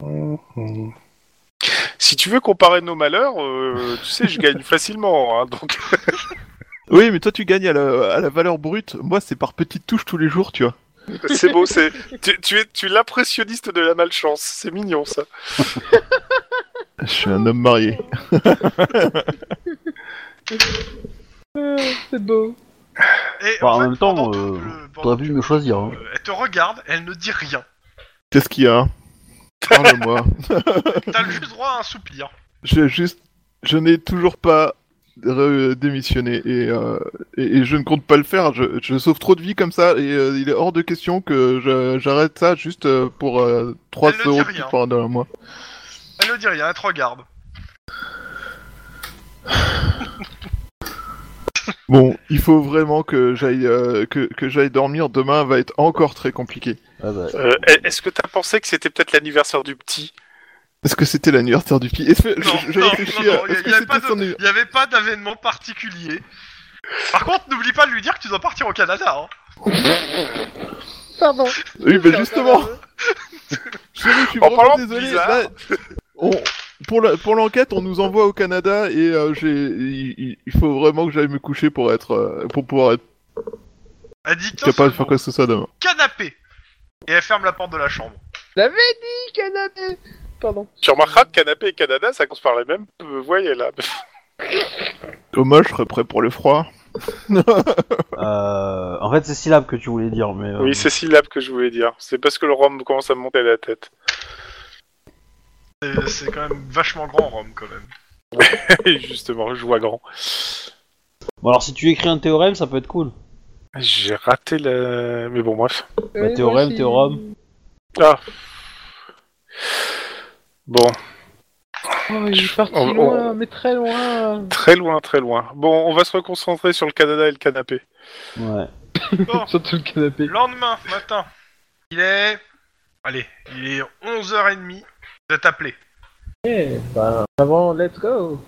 [SPEAKER 1] Mhm. Si tu veux comparer nos malheurs, euh, tu sais, je gagne facilement. hein, donc,
[SPEAKER 5] Oui, mais toi tu gagnes à la, à la valeur brute. Moi c'est par petites touches tous les jours, tu vois.
[SPEAKER 1] euh, c'est beau. C'est tu, tu es, tu es l'impressionniste de la malchance. C'est mignon ça.
[SPEAKER 5] Je suis un homme marié.
[SPEAKER 4] Euh, C'est beau.
[SPEAKER 3] Et
[SPEAKER 2] Bah, en
[SPEAKER 3] fait,
[SPEAKER 2] même temps,
[SPEAKER 3] pendant tout
[SPEAKER 2] euh,
[SPEAKER 3] le- pendant
[SPEAKER 2] T'aurais pu me choisir. hein.
[SPEAKER 3] Euh, Elle te regarde, elle ne dit rien.
[SPEAKER 5] Qu'est-ce qu'il y a hein Parle-moi.
[SPEAKER 3] T'as le juste droit à un soupir.
[SPEAKER 5] Je juste, je n'ai toujours pas re- démissionné et, euh, et, et je ne compte pas le faire. Je, je sauve trop de vies comme ça et euh, il est hors de question que je- j'arrête ça juste euh, pour euh, 3
[SPEAKER 3] Elle ne dit
[SPEAKER 5] euros
[SPEAKER 3] rien.
[SPEAKER 5] pendant un mois.
[SPEAKER 3] Elle ne dit rien, elle te regarde.
[SPEAKER 5] Bon, il faut vraiment que j'aille euh, que, que j'aille dormir. Demain va être encore très compliqué.
[SPEAKER 2] Ah bah,
[SPEAKER 1] Euh, Est-ce que t'as pensé que c'était peut-être l'anniversaire du petit
[SPEAKER 5] Est-ce que c'était l'anniversaire du fils Est-ce que-
[SPEAKER 3] Non,
[SPEAKER 5] je, je
[SPEAKER 3] non,
[SPEAKER 5] réfléchis
[SPEAKER 3] non,
[SPEAKER 5] à-
[SPEAKER 3] non, il y
[SPEAKER 5] est-ce
[SPEAKER 3] a-
[SPEAKER 5] que
[SPEAKER 3] il y a
[SPEAKER 5] c'était
[SPEAKER 3] pas de-
[SPEAKER 5] son anniversaire
[SPEAKER 3] Il n'y avait pas d'événement particulier. Par contre, n'oublie pas de lui dire que tu dois partir au Canada. Hein.
[SPEAKER 4] Pardon.
[SPEAKER 5] Oui, bah justement. Chérie, je suis
[SPEAKER 1] En
[SPEAKER 5] vraiment
[SPEAKER 1] parlant de
[SPEAKER 5] désolé.
[SPEAKER 1] bizarre.
[SPEAKER 5] là, on- pour la- pour l'enquête, on nous envoie au Canada et euh, j'ai, il, il- il faut vraiment que j'aille me coucher pour être, euh, pour pouvoir être
[SPEAKER 3] Elle dit qu'un seul
[SPEAKER 5] capable de faire
[SPEAKER 3] mot,
[SPEAKER 5] quoi que ce soit demain.
[SPEAKER 3] canapé. Et elle ferme la porte de la chambre.
[SPEAKER 4] J'avais dit canapé Pardon.
[SPEAKER 1] Tu remarqueras que canapé et Canada, ça commence par la même euh, voyelle là.
[SPEAKER 5] Dommage, je serais prêt pour le froid.
[SPEAKER 2] Euh, en fait, c'est syllabe que tu voulais dire, mais. euh,
[SPEAKER 1] Oui, c'est syllabe que je voulais dire. C'est parce que le rhum commence à me monter à la tête.
[SPEAKER 3] C'est- C'est quand même vachement grand, Rome, quand même.
[SPEAKER 1] Et justement, je vois grand.
[SPEAKER 2] Bon, alors, si tu écris un théorème, ça peut être cool.
[SPEAKER 1] J'ai raté la. Mais bon, bref.
[SPEAKER 4] Euh,
[SPEAKER 2] Bah, théorème, théorème.
[SPEAKER 1] Ah. Bon,
[SPEAKER 4] Oh, il est parti
[SPEAKER 1] On- on-
[SPEAKER 4] loin, mais très loin.
[SPEAKER 1] très loin, très loin. Bon, on va se reconcentrer sur le Canada et le canapé.
[SPEAKER 2] Ouais.
[SPEAKER 3] Bon,
[SPEAKER 4] Surtout le canapé.
[SPEAKER 3] lendemain matin, il est. Allez, il est 11h30. Vous êtes appelé.
[SPEAKER 4] Eh, ben, avant, let's go.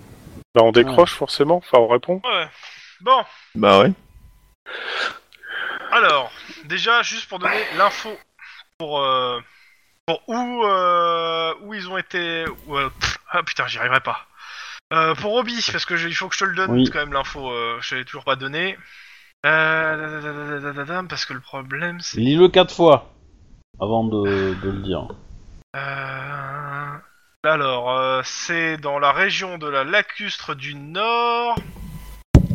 [SPEAKER 1] Bah, on décroche forcément. Enfin, on répond.
[SPEAKER 3] Ouais. Bon,
[SPEAKER 5] Bah ouais.
[SPEAKER 3] alors, déjà, juste pour donner l'info pour, euh, pour où, euh, où ils ont été. où, euh, pff, ah putain, j'y arriverai pas. Euh, pour Obi, parce que je- il faut que je te le donne
[SPEAKER 2] Oui.
[SPEAKER 3] quand même l'info, euh, je te l'ai toujours pas donné. Euh, dadadadadadadam, parce que le problème c'est.
[SPEAKER 2] Lis-le quatre fois avant de, de le dire.
[SPEAKER 3] Euh, Alors, euh, c'est dans la région de la Lacustre du Nord.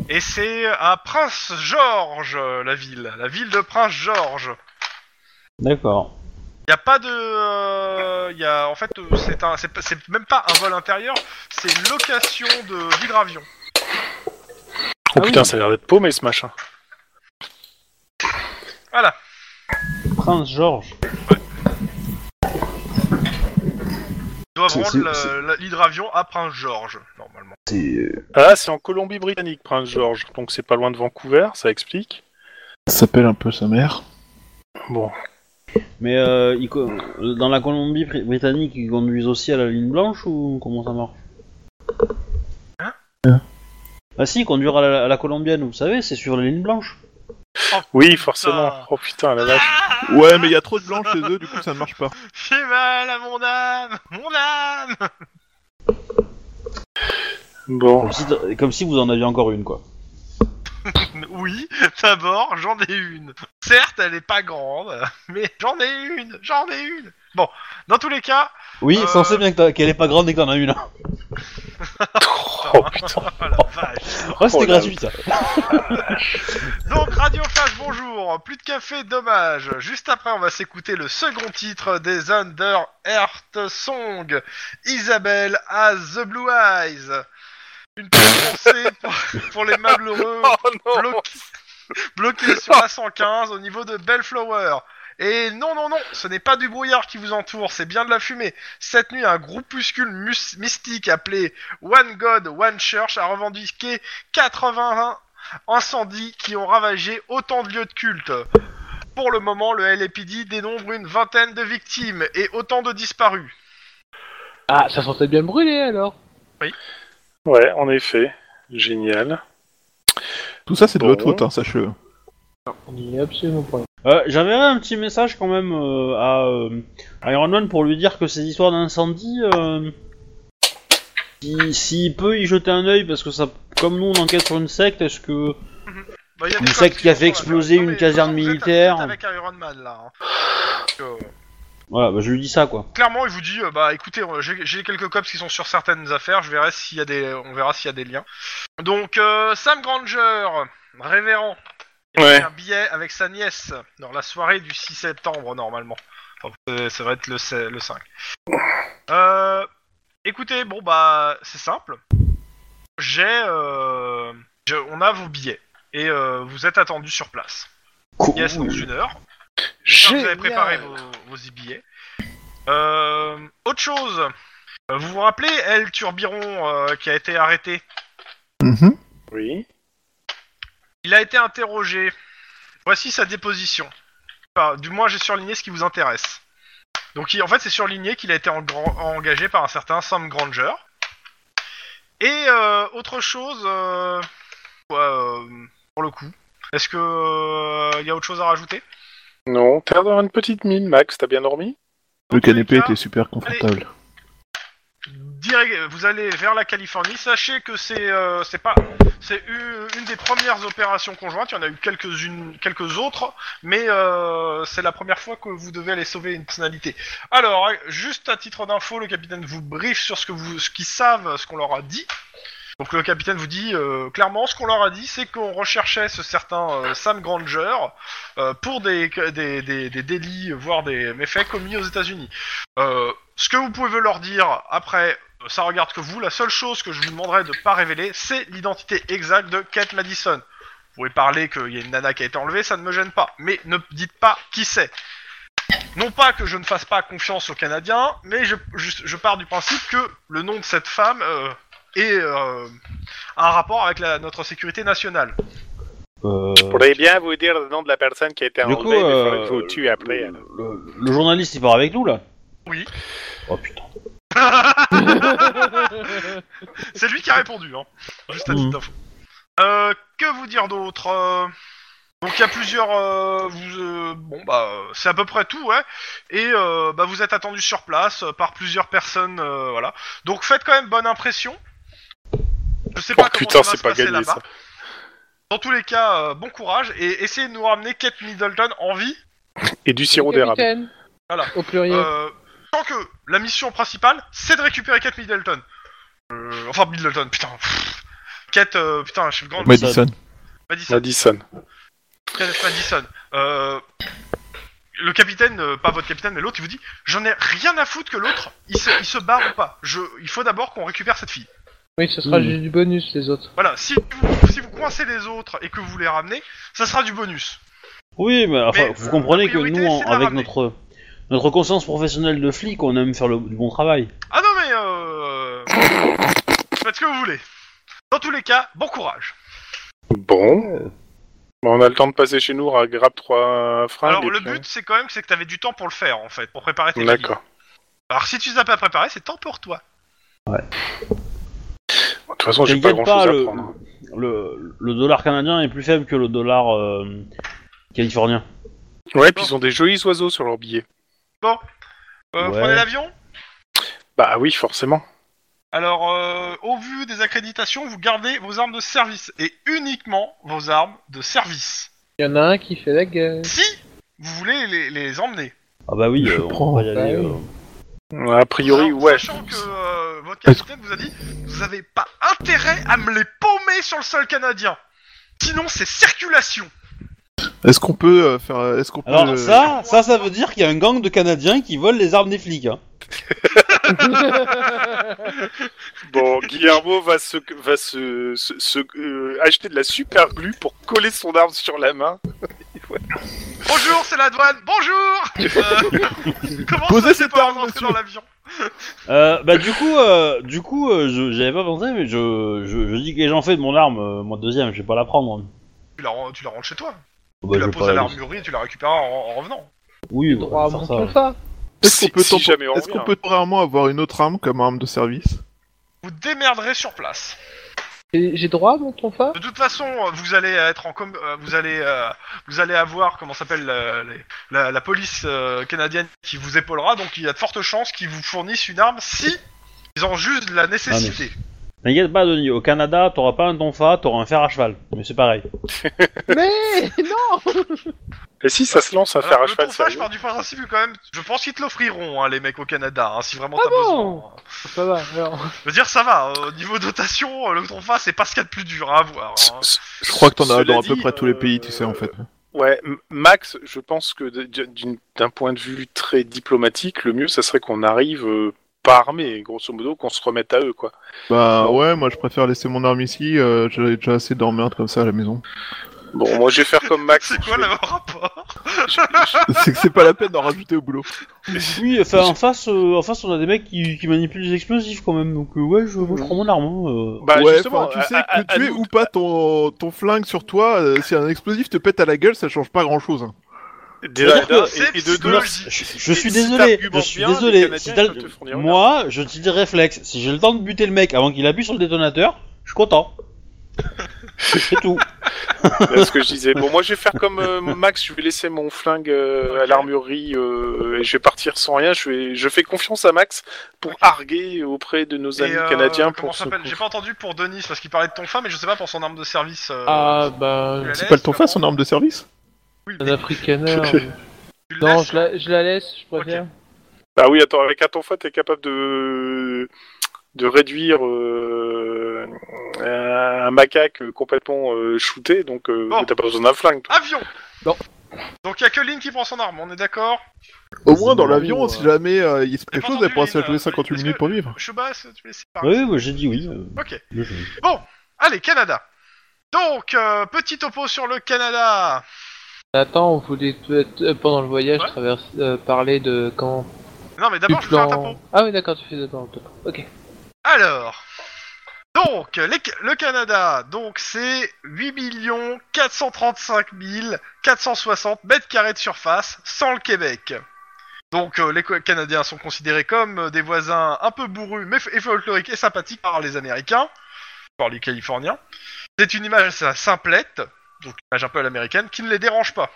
[SPEAKER 3] Et c'est à Prince George, euh, la ville. La ville de Prince George.
[SPEAKER 2] D'accord.
[SPEAKER 3] Il n'y a pas de... euh, y a, en fait, euh, c'est un- c'est pas- c'est même pas un vol intérieur, c'est une location de hydravion.
[SPEAKER 1] Oh
[SPEAKER 4] Ah oui.
[SPEAKER 1] putain, ça a l'air d'être paumé ce machin.
[SPEAKER 2] Prince Georges.
[SPEAKER 3] Ils doivent
[SPEAKER 2] C'est-
[SPEAKER 3] rendre
[SPEAKER 2] c'est-
[SPEAKER 3] la-
[SPEAKER 2] c'est-
[SPEAKER 3] la- l'hydravion à Prince George, normalement.
[SPEAKER 2] C'est. euh,
[SPEAKER 1] Ah, c'est en Colombie-Britannique, Prince George. Donc, c'est pas loin de Vancouver, ça explique.
[SPEAKER 5] Ça s'appelle un peu sa mère.
[SPEAKER 1] Bon.
[SPEAKER 2] Mais euh, ils co- dans la Colombie bri- britannique, ils conduisent aussi à la ligne blanche ou comment ça marche
[SPEAKER 3] Hein
[SPEAKER 2] Ah si, conduire à la, à la colombienne, vous savez, c'est sur la ligne blanche.
[SPEAKER 1] Oui, forcément.
[SPEAKER 3] Ah.
[SPEAKER 1] Oh putain, la vache.
[SPEAKER 5] Ouais, mais il y a trop de blancs chez eux, du coup ça ne marche pas.
[SPEAKER 3] J'ai mal à mon âme Mon âme
[SPEAKER 1] Bon.
[SPEAKER 2] Comme si, t- comme si vous en aviez encore une, quoi.
[SPEAKER 3] Oui, d'abord, j'en ai une. Certes, elle est pas grande, mais j'en ai une, j'en ai une. Bon, dans tous les cas,
[SPEAKER 2] Oui,
[SPEAKER 1] Ah.
[SPEAKER 3] Euh.
[SPEAKER 2] ça on sait bien que t'as- qu'elle est pas grande et que t'en as une. hein.
[SPEAKER 1] Oh putain.
[SPEAKER 3] oh la vache.
[SPEAKER 2] Oh, c'était
[SPEAKER 1] Oh là.
[SPEAKER 2] gratuit, ça.
[SPEAKER 3] Donc Radio Flash, bonjour. Plus de café, dommage. Juste après, on va s'écouter le second titre des Under Earth Song, Isabelle has the Blue Eyes. Une petite pensée pour, pour les malheureux
[SPEAKER 1] Oh non
[SPEAKER 3] bloqué, bloqué sur la 115 au niveau de Bellflower. Et non, non, non, ce n'est pas du brouillard qui vous entoure, c'est bien de la fumée. Cette nuit, un groupuscule mus- mystique appelé One God, One Church a revendiqué 81 incendies qui ont ravagé autant de lieux de culte. Pour le moment, le LAPD dénombre une vingtaine de victimes et autant de disparus.
[SPEAKER 4] Ah, ça sentait bien brûlé alors.
[SPEAKER 1] Ouais, en effet. Génial.
[SPEAKER 5] Tout ça c'est de
[SPEAKER 1] Bon.
[SPEAKER 5] votre faute, hein, sache-le.
[SPEAKER 4] On y est absolument pas.
[SPEAKER 2] Euh, J'enverrai un petit message quand même euh, à, euh, à Iron Man pour lui dire que ces histoires d'incendie, euh, si- s'il peut y jeter un œil, parce que ça, comme nous on enquête sur une secte, est-ce que
[SPEAKER 3] Bah, y a
[SPEAKER 2] Une
[SPEAKER 3] des
[SPEAKER 2] secte
[SPEAKER 3] cops
[SPEAKER 2] qui a
[SPEAKER 3] sont
[SPEAKER 2] fait
[SPEAKER 3] là,
[SPEAKER 2] exploser
[SPEAKER 3] non,
[SPEAKER 2] une
[SPEAKER 3] mais,
[SPEAKER 2] caserne
[SPEAKER 3] vous êtes- vous êtes
[SPEAKER 2] militaire.
[SPEAKER 3] Avec Iron Man là. hein. Donc, euh,
[SPEAKER 2] Voilà, bah, je lui dis ça quoi.
[SPEAKER 3] clairement, il vous dit, euh, bah écoutez, euh, j'ai j'ai quelques cops qui sont sur certaines affaires, je verrai s'il y a des, on verra s'il y a des liens. Donc euh, Sam Granger, révérend, il a
[SPEAKER 1] Ouais.
[SPEAKER 3] fait un billet avec sa nièce dans la soirée du 6 septembre normalement. Enfin, euh, ça va être le, se- le 5. Euh, écoutez, bon bah c'est simple. J'ai, euh, je- on a vos billets et euh, vous êtes attendus sur place.
[SPEAKER 2] Cool.
[SPEAKER 3] Yes, dans une heure. Enfin, vous
[SPEAKER 1] Génial.
[SPEAKER 3] avez préparé vos, vos billets. Euh, autre chose, euh, vous vous rappelez El Turbiron euh, qui a été arrêté
[SPEAKER 5] Mhm.
[SPEAKER 1] Oui.
[SPEAKER 3] Il a été interrogé. Voici sa déposition. Enfin, du moins, j'ai surligné ce qui vous intéresse. Donc, il- en fait, c'est surligné qu'il a été engra- engagé par un certain Sam Granger. Et euh, autre chose, euh, ouais, euh, pour le coup, est-ce que euh, il y a autre chose à rajouter
[SPEAKER 1] Non, t'as l'air d'avoir une petite mine, Max. T'as bien dormi
[SPEAKER 5] Le
[SPEAKER 3] Dans tous les
[SPEAKER 5] canapé
[SPEAKER 3] cas,
[SPEAKER 5] était super confortable.
[SPEAKER 3] Dis direct, euh, vous allez vers la Californie. Sachez que c'est euh, c'est pas c'est une, une des premières opérations conjointes. Il y en a eu quelques unes quelques autres, mais euh, c'est la première fois que vous devez aller sauver une personnalité. Alors euh, juste à titre d'info, le capitaine vous briefe sur ce que vous ce qu'ils savent, ce qu'on leur a dit. Donc le capitaine vous dit euh, clairement ce qu'on leur a dit, c'est qu'on recherchait ce certain euh, Sam Granger euh, pour des, des, des, des délits, voire des méfaits commis aux États-Unis. Euh, ce que vous pouvez leur dire après, euh, ça regarde que vous. La seule chose que je vous demanderai de pas révéler, c'est l'identité exacte de Kate Madison. Vous pouvez parler qu'il y a une nana qui a été enlevée, ça ne me gêne pas, mais ne dites pas qui c'est. Non pas que je ne fasse pas confiance aux Canadiens, mais je, je- je pars du principe que le nom de cette femme euh, est euh, a un rapport avec la- notre sécurité nationale.
[SPEAKER 2] Euh,
[SPEAKER 1] Je pourrais bien vous dire le nom de la personne qui a été
[SPEAKER 2] Du
[SPEAKER 1] enlevée,
[SPEAKER 2] coup,
[SPEAKER 1] mais il
[SPEAKER 2] euh,
[SPEAKER 1] faudrait que je vous tue
[SPEAKER 3] euh,
[SPEAKER 1] après. alors.
[SPEAKER 2] le, le journaliste, il part avec nous là
[SPEAKER 3] Oui.
[SPEAKER 2] Oh putain.
[SPEAKER 3] C'est lui qui a répondu, hein. Juste à
[SPEAKER 2] Mhm.
[SPEAKER 3] titre d'info. Euh, que vous dire d'autre Euh, Donc il y a plusieurs. euh, vous, euh, bon bah euh, c'est à peu près tout, ouais. Et euh, bah vous êtes attendu sur place euh, par plusieurs personnes, euh, voilà. Donc faites quand même bonne impression. Je sais
[SPEAKER 1] Oh
[SPEAKER 3] pas comment
[SPEAKER 1] putain,
[SPEAKER 3] ça va
[SPEAKER 1] c'est
[SPEAKER 3] se
[SPEAKER 1] pas
[SPEAKER 3] passer
[SPEAKER 1] gagné
[SPEAKER 3] là-bas.
[SPEAKER 1] ça.
[SPEAKER 3] Dans tous les cas, euh, bon courage et essayez de nous ramener Kate Middleton en vie
[SPEAKER 1] Et du sirop d'érable.
[SPEAKER 4] Capitaine.
[SPEAKER 3] Voilà.
[SPEAKER 4] Au pluriel.
[SPEAKER 3] Euh, tant que la mission principale, c'est de récupérer Kate Middleton. Euh, enfin, Middleton, putain. pff. Kate, euh, putain, je suis le grand
[SPEAKER 2] Madison.
[SPEAKER 5] Madison.
[SPEAKER 3] Madison.
[SPEAKER 1] Madison.
[SPEAKER 3] Kate Madison. Euh, le capitaine, euh, pas votre capitaine, mais l'autre, il vous dit J'en ai rien à foutre que l'autre, il se, il se barre ou pas. Je, il faut d'abord qu'on récupère cette fille.
[SPEAKER 4] Oui, ce sera
[SPEAKER 2] Mm.
[SPEAKER 4] juste du bonus, les autres.
[SPEAKER 3] Voilà, si vous, si vous coincez les autres et que vous les ramenez, ça sera du bonus.
[SPEAKER 2] Oui, mais, enfin,
[SPEAKER 3] Mais,
[SPEAKER 2] vous
[SPEAKER 3] euh,
[SPEAKER 2] comprenez
[SPEAKER 3] la
[SPEAKER 2] que
[SPEAKER 3] priorité,
[SPEAKER 2] nous, en-
[SPEAKER 3] c'est de la
[SPEAKER 2] avec
[SPEAKER 3] ramener.
[SPEAKER 2] notre, notre conscience professionnelle de flic, on aime faire le, du bon travail.
[SPEAKER 3] Ah non, mais. Euh... Faites ce que vous voulez. Dans tous les cas, bon courage.
[SPEAKER 1] Bon. Bon, On a le temps de passer chez nous, à grappe 3 francs.
[SPEAKER 3] Alors le but c'est quand même c'est que t'avais du temps pour le faire en fait, pour préparer tes vidéos.
[SPEAKER 1] D'accord.
[SPEAKER 3] Alors si tu les as pas préparés, c'est temps pour toi.
[SPEAKER 1] De toute façon, j'ai pas
[SPEAKER 2] T'inquiète
[SPEAKER 1] grand
[SPEAKER 2] pas,
[SPEAKER 1] chose à
[SPEAKER 2] le,
[SPEAKER 1] prendre. hein.
[SPEAKER 2] le, le dollar canadien est plus faible que le dollar euh, californien.
[SPEAKER 1] Ouais, puis ils ont des jolis oiseaux sur leur billet.
[SPEAKER 3] Euh,
[SPEAKER 2] Ouais.
[SPEAKER 3] Prenez l'avion.
[SPEAKER 1] Bah oui, forcément.
[SPEAKER 3] Alors euh, au vu des accréditations, vous gardez vos armes de service et uniquement vos armes de service.
[SPEAKER 4] Il y en a un qui fait la gueule.
[SPEAKER 3] Si vous voulez les, les emmener.
[SPEAKER 2] Ah bah oui,
[SPEAKER 5] Je
[SPEAKER 2] euh, on
[SPEAKER 5] prends.
[SPEAKER 2] va y aller.
[SPEAKER 4] Bah oui.
[SPEAKER 2] euh,
[SPEAKER 1] A priori,
[SPEAKER 3] Alors,
[SPEAKER 1] ouais.
[SPEAKER 3] Sachant que euh, votre capitaine vous a dit, vous avez pas intérêt à me les paumer sur le sol canadien. Sinon c'est circulation.
[SPEAKER 5] Est-ce qu'on peut euh, faire. euh, Est-ce qu'on peut.
[SPEAKER 2] Alors
[SPEAKER 5] euh,
[SPEAKER 2] ça, ça, ça veut dire qu'il y a un gang de Canadiens qui volent les armes des flics. hein.
[SPEAKER 1] Bon, Guillermo va se, va se, se- se, euh, acheter de la super glue pour coller son arme sur la main.
[SPEAKER 3] Bonjour, c'est la douane. Bonjour. Euh, comment
[SPEAKER 5] Posez
[SPEAKER 3] ça s'est
[SPEAKER 5] cette
[SPEAKER 3] pas
[SPEAKER 5] arme,
[SPEAKER 3] rentré
[SPEAKER 5] monsieur.
[SPEAKER 3] dans l'avion
[SPEAKER 2] Euh, bah du coup, euh, du coup, euh, je- j'avais pas pensé, mais je, je, je dis que j'en fais de mon arme, euh, moi deuxième, je vais pas la prendre. hein.
[SPEAKER 3] Tu la, rends- tu la rentres chez toi.
[SPEAKER 2] Bah,
[SPEAKER 3] tu
[SPEAKER 2] je
[SPEAKER 3] la
[SPEAKER 2] vais
[SPEAKER 3] poses
[SPEAKER 2] pas
[SPEAKER 3] à
[SPEAKER 2] la-
[SPEAKER 3] l'armurerie et tu la récupères en, en revenant.
[SPEAKER 2] Oui, on
[SPEAKER 4] Droit à
[SPEAKER 2] va
[SPEAKER 4] mon
[SPEAKER 2] faire ça.
[SPEAKER 4] compas.
[SPEAKER 5] Est-ce qu'on
[SPEAKER 1] Si-
[SPEAKER 5] peut,
[SPEAKER 1] si
[SPEAKER 5] tempo-
[SPEAKER 1] jamais on
[SPEAKER 5] est-ce qu'on
[SPEAKER 1] revient.
[SPEAKER 5] peut temporairement avoir une autre arme comme arme de service
[SPEAKER 3] Vous démerderez sur place.
[SPEAKER 4] J'ai j'ai droit à mon tonfa
[SPEAKER 3] De toute façon, euh, vous allez être en com- euh, vous allez euh, vous allez avoir comment s'appelle euh, les- la, la police euh, canadienne qui vous épaulera. Donc il y a de fortes chances qu'ils vous fournissent une arme si ils en jugent de la nécessité.
[SPEAKER 1] Ah,
[SPEAKER 2] T'inquiète pas, Denis, au Canada, t'auras pas un tonfa, t'auras un fer à cheval. Mais c'est pareil.
[SPEAKER 4] Mais non
[SPEAKER 1] Et si ça se lance à faire
[SPEAKER 3] Alors,
[SPEAKER 1] à
[SPEAKER 3] le
[SPEAKER 1] cheval,
[SPEAKER 3] tonfa, je
[SPEAKER 1] sérieux
[SPEAKER 3] pars du principe que quand même. Je pense qu'ils te l'offriront, hein, les mecs au Canada, hein, si vraiment t'as
[SPEAKER 4] bon
[SPEAKER 3] besoin.
[SPEAKER 4] Ça va, alors.
[SPEAKER 3] Je veux dire, ça va. euh, Au niveau dotation, euh, le tonfa, c'est pas ce qu'il y a de plus dur à avoir. hein.
[SPEAKER 5] Je crois que t'en as
[SPEAKER 1] Cela
[SPEAKER 5] dans à peu
[SPEAKER 1] dit,
[SPEAKER 5] près tous les
[SPEAKER 1] euh,
[SPEAKER 5] pays, tu sais, en fait.
[SPEAKER 1] Ouais, M- Max, je pense que de- d- d'une- d'un point de vue très diplomatique, le mieux, ça serait qu'on arrive euh, pas armé, grosso modo, qu'on se remette à eux, quoi.
[SPEAKER 5] Bah ouais, moi je préfère laisser mon arme ici, euh, j'ai déjà assez d'emmerdes comme ça à la maison.
[SPEAKER 1] Bon, moi, je vais faire comme Max.
[SPEAKER 3] C'est quoi
[SPEAKER 1] Je vais-
[SPEAKER 3] le rapport
[SPEAKER 5] c'est que c'est pas la peine d'en rajouter au boulot.
[SPEAKER 2] Oui, enfin, en face, euh, en face, on a des mecs qui, qui manipulent les explosifs quand même. Donc euh, ouais, je, moi je prends mon arme. hein, euh.
[SPEAKER 1] Bah,
[SPEAKER 5] ouais,
[SPEAKER 1] justement,
[SPEAKER 5] enfin, tu sais
[SPEAKER 1] à- à-
[SPEAKER 5] que
[SPEAKER 1] à
[SPEAKER 5] tu es
[SPEAKER 1] nous-
[SPEAKER 5] ou pas ton, ton flingue sur toi, euh, si un explosif te pète à la gueule, ça change pas hein. grand chose.
[SPEAKER 1] Déjà,
[SPEAKER 2] C'est-à-dire
[SPEAKER 1] là,
[SPEAKER 3] que
[SPEAKER 1] et, et de
[SPEAKER 3] c'est
[SPEAKER 1] deux,
[SPEAKER 3] psychologique.
[SPEAKER 2] Je, je
[SPEAKER 1] Et
[SPEAKER 2] suis
[SPEAKER 1] si
[SPEAKER 2] désolé, je
[SPEAKER 1] t'argumentes
[SPEAKER 2] suis
[SPEAKER 1] bien, les
[SPEAKER 2] désolé.
[SPEAKER 1] Canadiens
[SPEAKER 2] Si t'as-
[SPEAKER 1] peuvent te fournir une
[SPEAKER 2] Moi, je te dis réflexe. Si j'ai le temps de buter le mec avant qu'il appuie sur le détonateur, je suis content. C'est tout.
[SPEAKER 1] Là, ce que je disais. Bon, moi, je vais faire comme euh, Max, je vais laisser mon flingue euh, à l'armurerie euh, et je vais partir sans rien. Je, vais... je fais confiance à Max pour arguer auprès de nos amis
[SPEAKER 3] Et, euh,
[SPEAKER 1] canadiens
[SPEAKER 3] Comment
[SPEAKER 1] pour
[SPEAKER 3] ça
[SPEAKER 1] se
[SPEAKER 3] s'appelle J'ai
[SPEAKER 1] conf-
[SPEAKER 3] pas entendu pour Denis parce qu'il parlait de ton fin, mais je sais pas pour son arme de service. euh,
[SPEAKER 4] Ah bah,
[SPEAKER 3] tu la
[SPEAKER 5] C'est
[SPEAKER 3] laisses,
[SPEAKER 5] pas le ton
[SPEAKER 3] comment
[SPEAKER 5] face, son arme de service
[SPEAKER 3] Oui,
[SPEAKER 4] un
[SPEAKER 3] mais
[SPEAKER 4] africaner. hein.
[SPEAKER 3] tu le
[SPEAKER 4] non,
[SPEAKER 3] laisses,
[SPEAKER 4] je la, je la laisse, je préfère.
[SPEAKER 1] Bah oui, attends, avec un ton tu t'es capable de de réduire euh, un macaque complètement euh, shooté, donc euh,
[SPEAKER 3] Bon. Ah.
[SPEAKER 1] t'as pas besoin d'un flingue. toi.
[SPEAKER 3] Avion
[SPEAKER 4] Non.
[SPEAKER 3] Donc il y a que Lynn qui prend son arme, on est d'accord
[SPEAKER 5] Au moins, dans
[SPEAKER 2] bon,
[SPEAKER 5] l'avion,
[SPEAKER 2] euh,
[SPEAKER 5] si jamais euh, il se passe
[SPEAKER 3] j'ai
[SPEAKER 5] quelque
[SPEAKER 3] pas
[SPEAKER 5] chose, elle
[SPEAKER 3] entendu
[SPEAKER 5] pourra se
[SPEAKER 3] les-
[SPEAKER 5] la jouer 58
[SPEAKER 3] est-ce
[SPEAKER 5] minutes
[SPEAKER 3] que-
[SPEAKER 5] pour vivre.
[SPEAKER 3] Chebas, tu laisses parler.
[SPEAKER 2] Oui, moi, j'ai dit oui. euh,
[SPEAKER 3] Ok.
[SPEAKER 2] le jeu.
[SPEAKER 3] Allez, Canada. Donc, euh, petit topo sur le Canada.
[SPEAKER 4] Attends, on voulait peut-être euh, pendant le voyage
[SPEAKER 3] Ouais.
[SPEAKER 4] traverse- euh, parler de quand
[SPEAKER 3] Non, mais d'abord, je vais faire un topo.
[SPEAKER 4] Ah oui, d'accord, tu fais d'abord le topo. Ok.
[SPEAKER 3] Alors, donc, les- le Canada, donc c'est 8 435 460 mètres carrés de surface, sans le Québec. Donc, euh, les Co- Canadiens sont considérés comme euh, des voisins un peu bourrus, mais f- et folkloriques et sympathiques par les Américains, par les Californiens. C'est une image assez simplette, donc une image un peu à l'américaine, qui ne les dérange pas.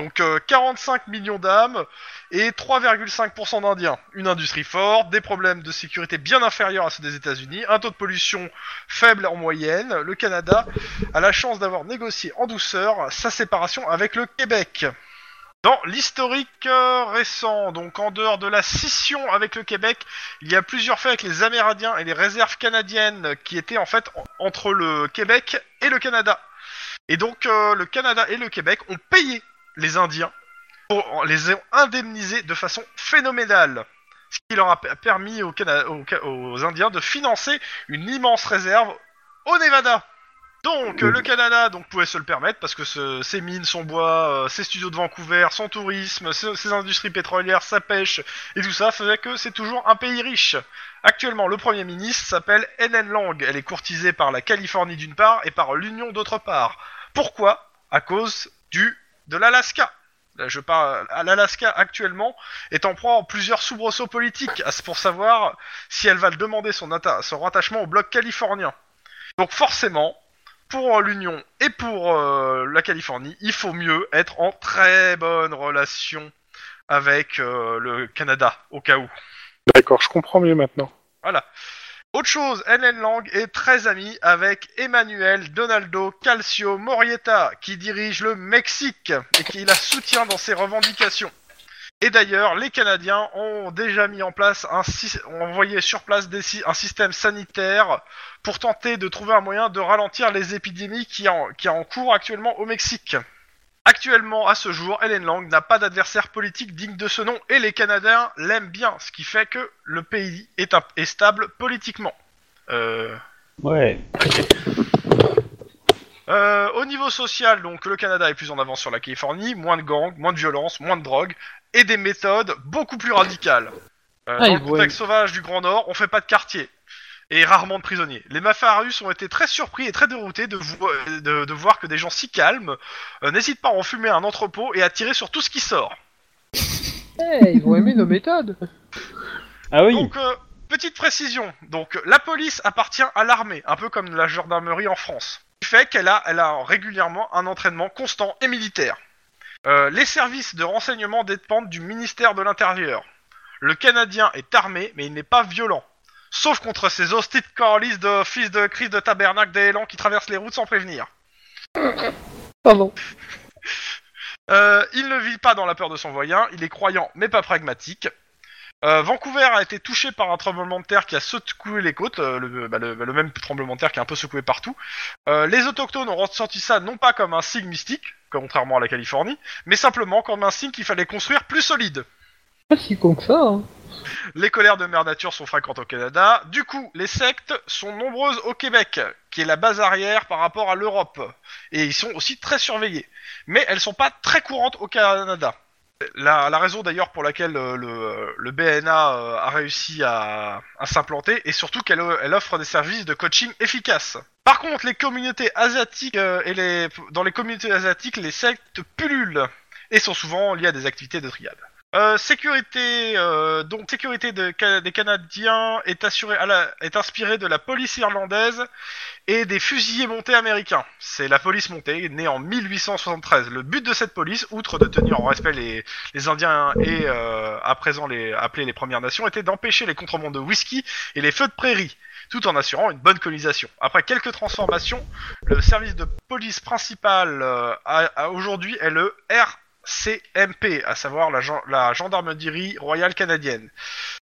[SPEAKER 3] Donc, euh, 45 millions d'âmes, et 3,5% d'Indiens. Une industrie forte, des problèmes de sécurité bien inférieurs à ceux des États-Unis, un taux de pollution faible en moyenne. Le Canada a la chance d'avoir négocié en douceur sa séparation avec le Québec. Dans l'historique euh, récent, donc en dehors de la scission avec le Québec, il y a plusieurs faits avec les Amérindiens et les réserves canadiennes qui étaient en fait en- entre le Québec et le Canada. Et donc euh, le Canada et le Québec ont payé les Indiens pour les ont indemnisés de façon phénoménale. Ce qui leur a p- permis au Cana- au Ca- aux Indiens de financer une immense réserve au Nevada. Donc euh, le Canada donc pouvait se le permettre parce que ce- ses mines, son bois, euh, ses studios de Vancouver, son tourisme, ce- ses industries pétrolières, sa pêche et tout ça faisait que c'est toujours un pays riche. Actuellement, le premier ministre s'appelle NN Lang. Elle est courtisée par la Californie d'une part et par l'Union d'autre part. Pourquoi À cause du de l'Alaska. Là, je parle à l'Alaska actuellement, est en proie en plusieurs soubresauts politiques à- pour savoir si elle va le demander son, atta- son rattachement au bloc californien. Donc forcément, pour euh, l'Union et pour euh, la Californie, il faut mieux être en très bonne relation avec euh, le Canada, au cas où.
[SPEAKER 1] D'accord, je comprends mieux maintenant.
[SPEAKER 3] Autre chose, NN Lang est très ami avec Emmanuel Donaldo Calcio Morieta, qui dirige le Mexique et qui la soutient dans ses revendications. Et d'ailleurs, les Canadiens ont déjà mis en place un sy- ont envoyé sur place des sy- un système sanitaire pour tenter de trouver un moyen de ralentir les épidémies qui en, qui en cours actuellement au Mexique. Actuellement, à ce jour, Helen Lang n'a pas d'adversaire politique digne de ce nom et les Canadiens l'aiment bien, ce qui fait que le pays est, un- est stable politiquement. Euh,
[SPEAKER 2] Ouais.
[SPEAKER 3] euh, au niveau social, donc le Canada est plus en avance sur la Californie, moins de gangs, moins de violence, moins de drogue et des méthodes beaucoup plus radicales. Euh,
[SPEAKER 4] Ah,
[SPEAKER 3] dans le
[SPEAKER 4] il voit-
[SPEAKER 3] contexte sauvage du Grand Nord, on fait pas de quartier et rarement de prisonniers. Les mafias russes ont été très surpris et très déroutés de, vo- de- de voir que des gens si calmes euh, n'hésitent pas à en fumer un entrepôt et à tirer sur tout ce qui sort.
[SPEAKER 4] Eh, ils vont aimer nos méthodes.
[SPEAKER 2] Ah oui.
[SPEAKER 3] Donc, euh, petite précision. Donc, euh, la police appartient à l'armée, un peu comme la gendarmerie en France. Ce qui fait qu'elle a, elle a régulièrement un entraînement constant et militaire. Euh, les services de renseignement dépendent du ministère de l'Intérieur. Le Canadien est armé, mais il n'est pas violent. Sauf contre ces hostiles corollistes de fils de crise de tabernacle des élans qui traversent les routes sans prévenir.
[SPEAKER 4] Pardon.
[SPEAKER 3] Euh, il ne vit pas dans la peur de son voisin, il est croyant mais pas pragmatique. Euh, Vancouver a été touché par un tremblement de terre qui a secoué les côtes, euh, le, bah, le- bah, le même tremblement de terre qui a un peu secoué partout. Euh, les autochtones ont ressenti ça non pas comme un signe mystique, contrairement à la Californie, mais simplement comme un signe qu'il fallait construire plus solide.
[SPEAKER 4] Pas si con que ça. Hein.
[SPEAKER 3] Les colères de mère nature sont fréquentes au Canada. Du coup, les sectes sont nombreuses au Québec, qui est la base arrière par rapport à l'Europe. Et ils sont aussi très surveillés. Mais elles sont pas très courantes au Canada. La, la raison d'ailleurs pour laquelle euh, le, le BNA euh, a réussi à, à s'implanter est surtout qu'elle euh, elle offre des services de coaching efficaces. Par contre, les communautés asiatiques euh, et les, dans les communautés asiatiques, les sectes pullulent et sont souvent liées à des activités de triade. Euh, sécurité, euh, donc sécurité de Ca- des Canadiens est assurée à la- est inspirée de la police irlandaise et des fusiliers montés américains. C'est la police montée née en 1873. Le but de cette police, outre de tenir en respect les, les Indiens et euh, à présent les appelés les Premières Nations, était d'empêcher les contrebandes de whisky et les feux de prairie, tout en assurant une bonne colonisation. Après quelques transformations, le service de police principal euh, à- à aujourd'hui est le R. CMP, à savoir la, gen- la Gendarmerie Royale Canadienne.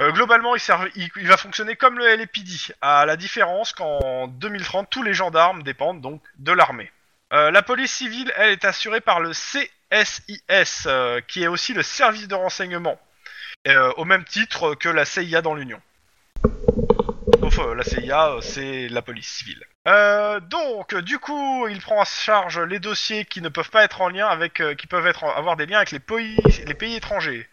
[SPEAKER 3] Euh, globalement, il, serve- il- il va fonctionner comme le LAPD, à la différence qu'en 2030, tous les gendarmes dépendent donc de l'armée. Euh, la police civile, elle, est assurée par le CSIS, euh, qui est aussi le service de renseignement, euh, au même titre que la CIA dans l'Union. Sauf euh, la CIA, euh, c'est la police civile. Euh, donc, euh, du coup, il prend en charge les dossiers qui ne peuvent pas être en lien avec, euh, qui peuvent être en- avoir des liens avec les pays, les pays étrangers.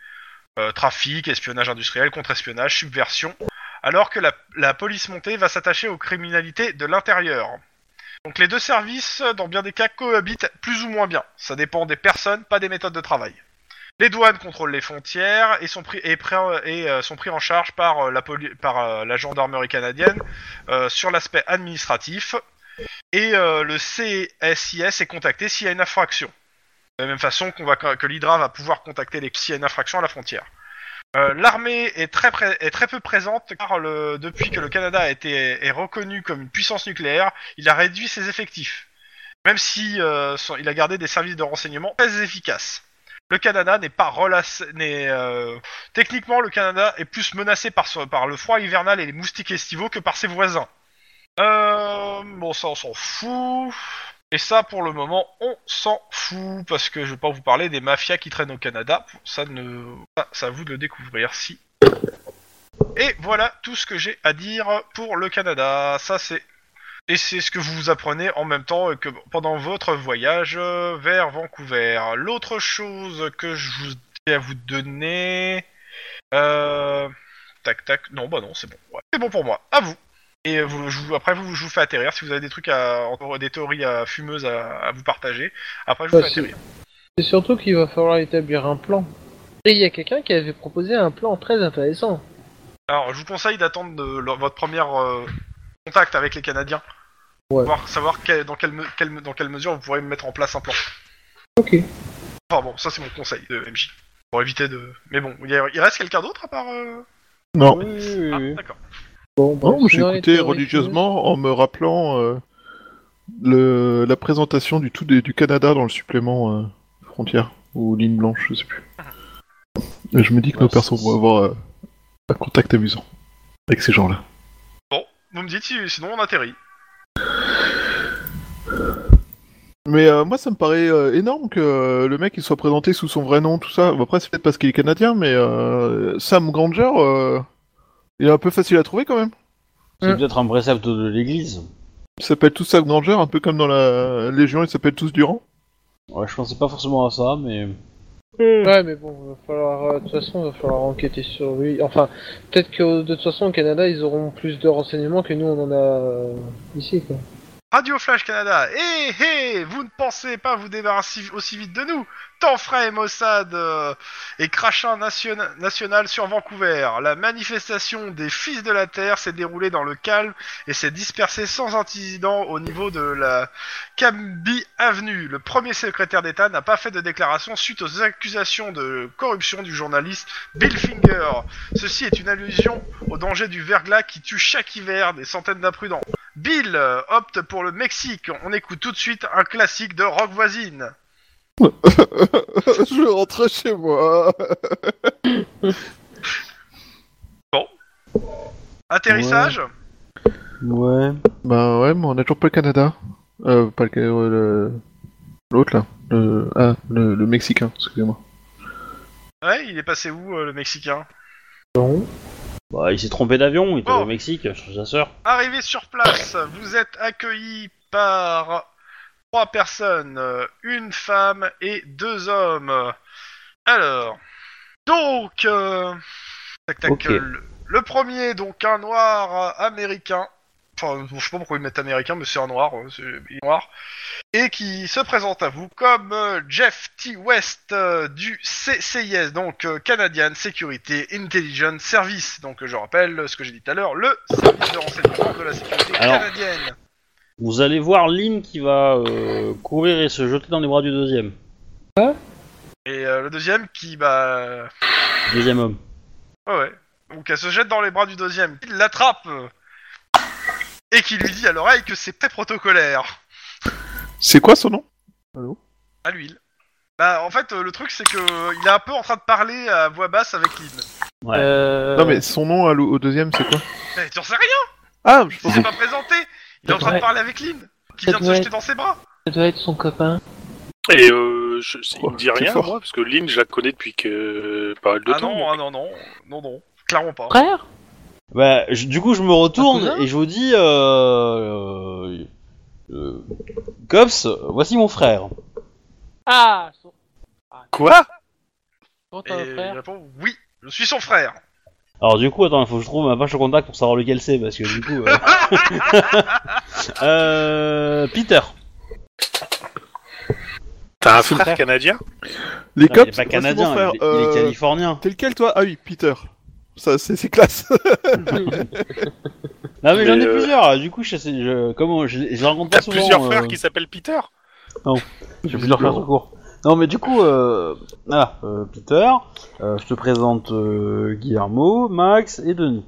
[SPEAKER 3] Euh, trafic, espionnage industriel, contre-espionnage, subversion. Alors que la, la police montée va s'attacher aux criminalités de l'intérieur. Donc les deux services, euh, dans bien des cas, cohabitent plus ou moins bien. Ça dépend des personnes, pas des méthodes de travail. Les douanes contrôlent les frontières et sont pris, et pris en- et, euh, sont pris en charge par, euh, la, poli- par euh, la gendarmerie canadienne euh, sur l'aspect administratif et euh, le CSIS est contacté s'il y a une infraction. De la même façon qu'on va, que l'IDRA va pouvoir contacter les s'il y a une infraction à la frontière. Euh, L'armée est, très pré- est très peu présente car le, depuis que le Canada a été est reconnu comme une puissance nucléaire, il a réduit ses effectifs. Même si euh, son- il a gardé des services de renseignement très efficaces. Le Canada n'est pas euh, relâché. techniquement, le Canada est plus menacé par, son- par le froid hivernal et les moustiques estivaux que par ses voisins. Euh, bon, ça on s'en fout. Et ça, pour le moment, on s'en fout parce que je vais pas vous parler des mafias qui traînent au Canada. Ça ne, ça, c'est à vous de le découvrir si. Et voilà tout ce que j'ai à dire pour le Canada. Ça c'est et c'est ce que vous apprenez en même temps que pendant votre voyage euh, vers Vancouver. L'autre chose que je vous ai à vous donner, euh... tac tac, non bah non c'est bon, Ouais, c'est bon pour moi. À vous. Et euh, vous, je vous- après, vous, je vous fais atterrir. Si vous avez des trucs à, encore des théories à- fumeuses à, à vous partager, après, je vous
[SPEAKER 4] Bah,
[SPEAKER 3] fais
[SPEAKER 4] c'est-
[SPEAKER 3] atterrir.
[SPEAKER 4] C'est surtout qu'il va falloir établir un plan. Et il y a quelqu'un qui avait proposé un plan très intéressant.
[SPEAKER 3] Alors, je vous conseille d'attendre de- le- votre premier euh, contact avec les Canadiens.
[SPEAKER 4] Ouais.
[SPEAKER 3] Voir, savoir quel- dans, quelle me- quelle me- dans quelle mesure vous pourrez mettre en place un plan.
[SPEAKER 4] Ok.
[SPEAKER 3] Enfin bon, ça c'est mon conseil de MJ. Pour éviter de... Mais bon, il, y a- il reste quelqu'un d'autre à part... euh,
[SPEAKER 5] Non,
[SPEAKER 2] Oui, oui,
[SPEAKER 3] Ah,
[SPEAKER 2] oui.
[SPEAKER 3] d'accord.
[SPEAKER 4] Bon,
[SPEAKER 5] non,
[SPEAKER 4] bref,
[SPEAKER 5] j'ai
[SPEAKER 4] sinon, les
[SPEAKER 5] écouté
[SPEAKER 4] théories
[SPEAKER 5] religieusement en me rappelant euh, le, la présentation du tout des- du Canada dans le supplément euh, Frontières ou Ligne Blanche, je sais plus. Et je me dis que
[SPEAKER 2] Ouais,
[SPEAKER 5] nos persos
[SPEAKER 2] c'est-
[SPEAKER 5] vont avoir euh, un contact amusant avec ces gens-là.
[SPEAKER 3] Bon, vous me dites, si- sinon on atterrit.
[SPEAKER 5] Mais euh, moi, ça me paraît euh, énorme que euh, le mec il soit présenté sous son vrai nom, tout ça. Bon, après, c'est peut-être parce qu'il est canadien, mais euh, Sam Granger, euh, il est un peu facile à trouver quand même.
[SPEAKER 2] C'est
[SPEAKER 4] Mm.
[SPEAKER 2] peut-être un précepte de l'église.
[SPEAKER 5] Ils s'appellent tous Sam Granger, un peu comme dans la Légion, ils s'appellent tous Durand.
[SPEAKER 2] Ouais, je pensais pas forcément à ça, mais.
[SPEAKER 4] Ouais, mais bon, va falloir, euh, de toute façon, va falloir enquêter sur lui. Enfin, peut-être que de toute façon, au Canada, ils auront plus de renseignements que nous, on en a euh, ici, quoi.
[SPEAKER 3] Radio Flash Canada, hé hé, vous ne pensez pas vous débarrasser aussi vite de nous Tant frais et Mossad euh, et crachin nationa- national sur Vancouver. La manifestation des fils de la Terre s'est déroulée dans le calme et s'est dispersée sans incident au niveau de la Camby Avenue. Le premier secrétaire d'État n'a pas fait de déclaration suite aux accusations de corruption du journaliste Bill Finger. Ceci est une allusion au danger du verglas qui tue chaque hiver des centaines d'imprudents. Bill euh, opte pour le Mexique. On écoute tout de suite un classique de rock voisine.
[SPEAKER 5] je rentrais chez moi.
[SPEAKER 3] Atterrissage
[SPEAKER 2] Ouais.
[SPEAKER 5] Bah ouais, mais on a toujours pas le Canada. Euh, pas le Ca- euh, le- L'autre là. Le... Ah, le, le Mexicain, excusez-moi.
[SPEAKER 3] ouais. il est passé où euh, le Mexicain
[SPEAKER 4] Non.
[SPEAKER 2] Bah, il s'est trompé d'avion, il était
[SPEAKER 3] Oh.
[SPEAKER 2] au Mexique, cherche sa sœur.
[SPEAKER 3] Arrivé sur place, vous êtes accueilli par trois personnes, euh, une femme et deux hommes. Alors, donc, euh, tac, tac,
[SPEAKER 2] Ok.
[SPEAKER 3] euh, le, le premier, donc un noir euh, américain, enfin, bon, je sais pas pourquoi ils mettent américain, mais c'est un noir, euh, c'est il est noir, et qui se présente à vous comme euh, Jeff T. West euh, du CCIS, donc euh, Canadian Security Intelligence Service, donc euh, je rappelle euh, ce que j'ai dit tout à l'heure, le service de renseignement de la sécurité
[SPEAKER 2] Alors.
[SPEAKER 3] canadienne.
[SPEAKER 2] Vous allez voir Lynn qui va euh, courir et se jeter dans les bras du deuxième.
[SPEAKER 3] Et euh, le deuxième qui, bah,
[SPEAKER 2] Deuxième homme.
[SPEAKER 3] ouais, ouais, donc elle se jette dans les bras du deuxième, il l'attrape, euh, et qui lui dit à l'oreille que c'est très protocolaire.
[SPEAKER 5] C'est quoi son nom
[SPEAKER 3] À l'huile. Bah, en fait, euh, le truc, c'est que euh, il est un peu en train de parler à voix basse avec Lynn.
[SPEAKER 2] Ouais.
[SPEAKER 4] Euh,
[SPEAKER 5] Non mais son nom à l'au- au deuxième c'est quoi
[SPEAKER 3] Mais tu en sais rien,
[SPEAKER 5] Ah, je
[SPEAKER 3] il
[SPEAKER 5] pensais
[SPEAKER 3] s'est pas présenté Il est en train de
[SPEAKER 4] Ouais.
[SPEAKER 3] parler avec Lynn, qui vient de se
[SPEAKER 4] Ouais.
[SPEAKER 3] jeter dans ses bras
[SPEAKER 4] Ça doit être son copain.
[SPEAKER 1] Et euh, je, c'est- il
[SPEAKER 5] Oh,
[SPEAKER 1] me dit
[SPEAKER 5] c'est
[SPEAKER 1] rien,
[SPEAKER 5] fort.
[SPEAKER 1] moi, parce que Lynn, je la connais depuis que euh, pas mal de
[SPEAKER 3] Ah
[SPEAKER 1] temps.
[SPEAKER 3] non, ah non, non, non, non, clairement pas.
[SPEAKER 4] Frère
[SPEAKER 2] Bah, je- du coup, je me
[SPEAKER 4] Un
[SPEAKER 2] retourne
[SPEAKER 4] cousin
[SPEAKER 2] et je vous dis, euh, euh, euh, Cops, voici mon frère.
[SPEAKER 4] Ah son...
[SPEAKER 1] Quoi
[SPEAKER 4] Quand
[SPEAKER 3] Et
[SPEAKER 4] t'as un
[SPEAKER 3] il
[SPEAKER 4] frère
[SPEAKER 3] répond « Oui, je suis son frère
[SPEAKER 2] Alors du coup, attends, il faut que je trouve ma page de contact pour savoir lequel c'est, parce que du coup... euh, euh, Peter.
[SPEAKER 1] T'as un
[SPEAKER 5] Son
[SPEAKER 1] frère,
[SPEAKER 5] frère.
[SPEAKER 1] canadien
[SPEAKER 5] Les
[SPEAKER 2] Non, il
[SPEAKER 5] cops,
[SPEAKER 2] est pas
[SPEAKER 5] c'est
[SPEAKER 2] canadien,
[SPEAKER 5] mon frère,
[SPEAKER 2] il, est, il est
[SPEAKER 5] euh,
[SPEAKER 2] californien.
[SPEAKER 5] T'es lequel toi Ah oui, Peter. Ça, c'est c'est classe.
[SPEAKER 2] Non mais,
[SPEAKER 1] mais,
[SPEAKER 2] j'en ai
[SPEAKER 1] euh,
[SPEAKER 2] plusieurs, du coup, je, sais- je, comment, je, je les rencontre
[SPEAKER 1] T'as
[SPEAKER 2] pas souvent.
[SPEAKER 1] plusieurs
[SPEAKER 2] euh,
[SPEAKER 1] frères qui s'appellent Peter
[SPEAKER 2] Je vais leur faire tout court. Non, mais du coup, euh, ah, euh, Peter, euh, je te présente euh, Guillermo, Max et Denis.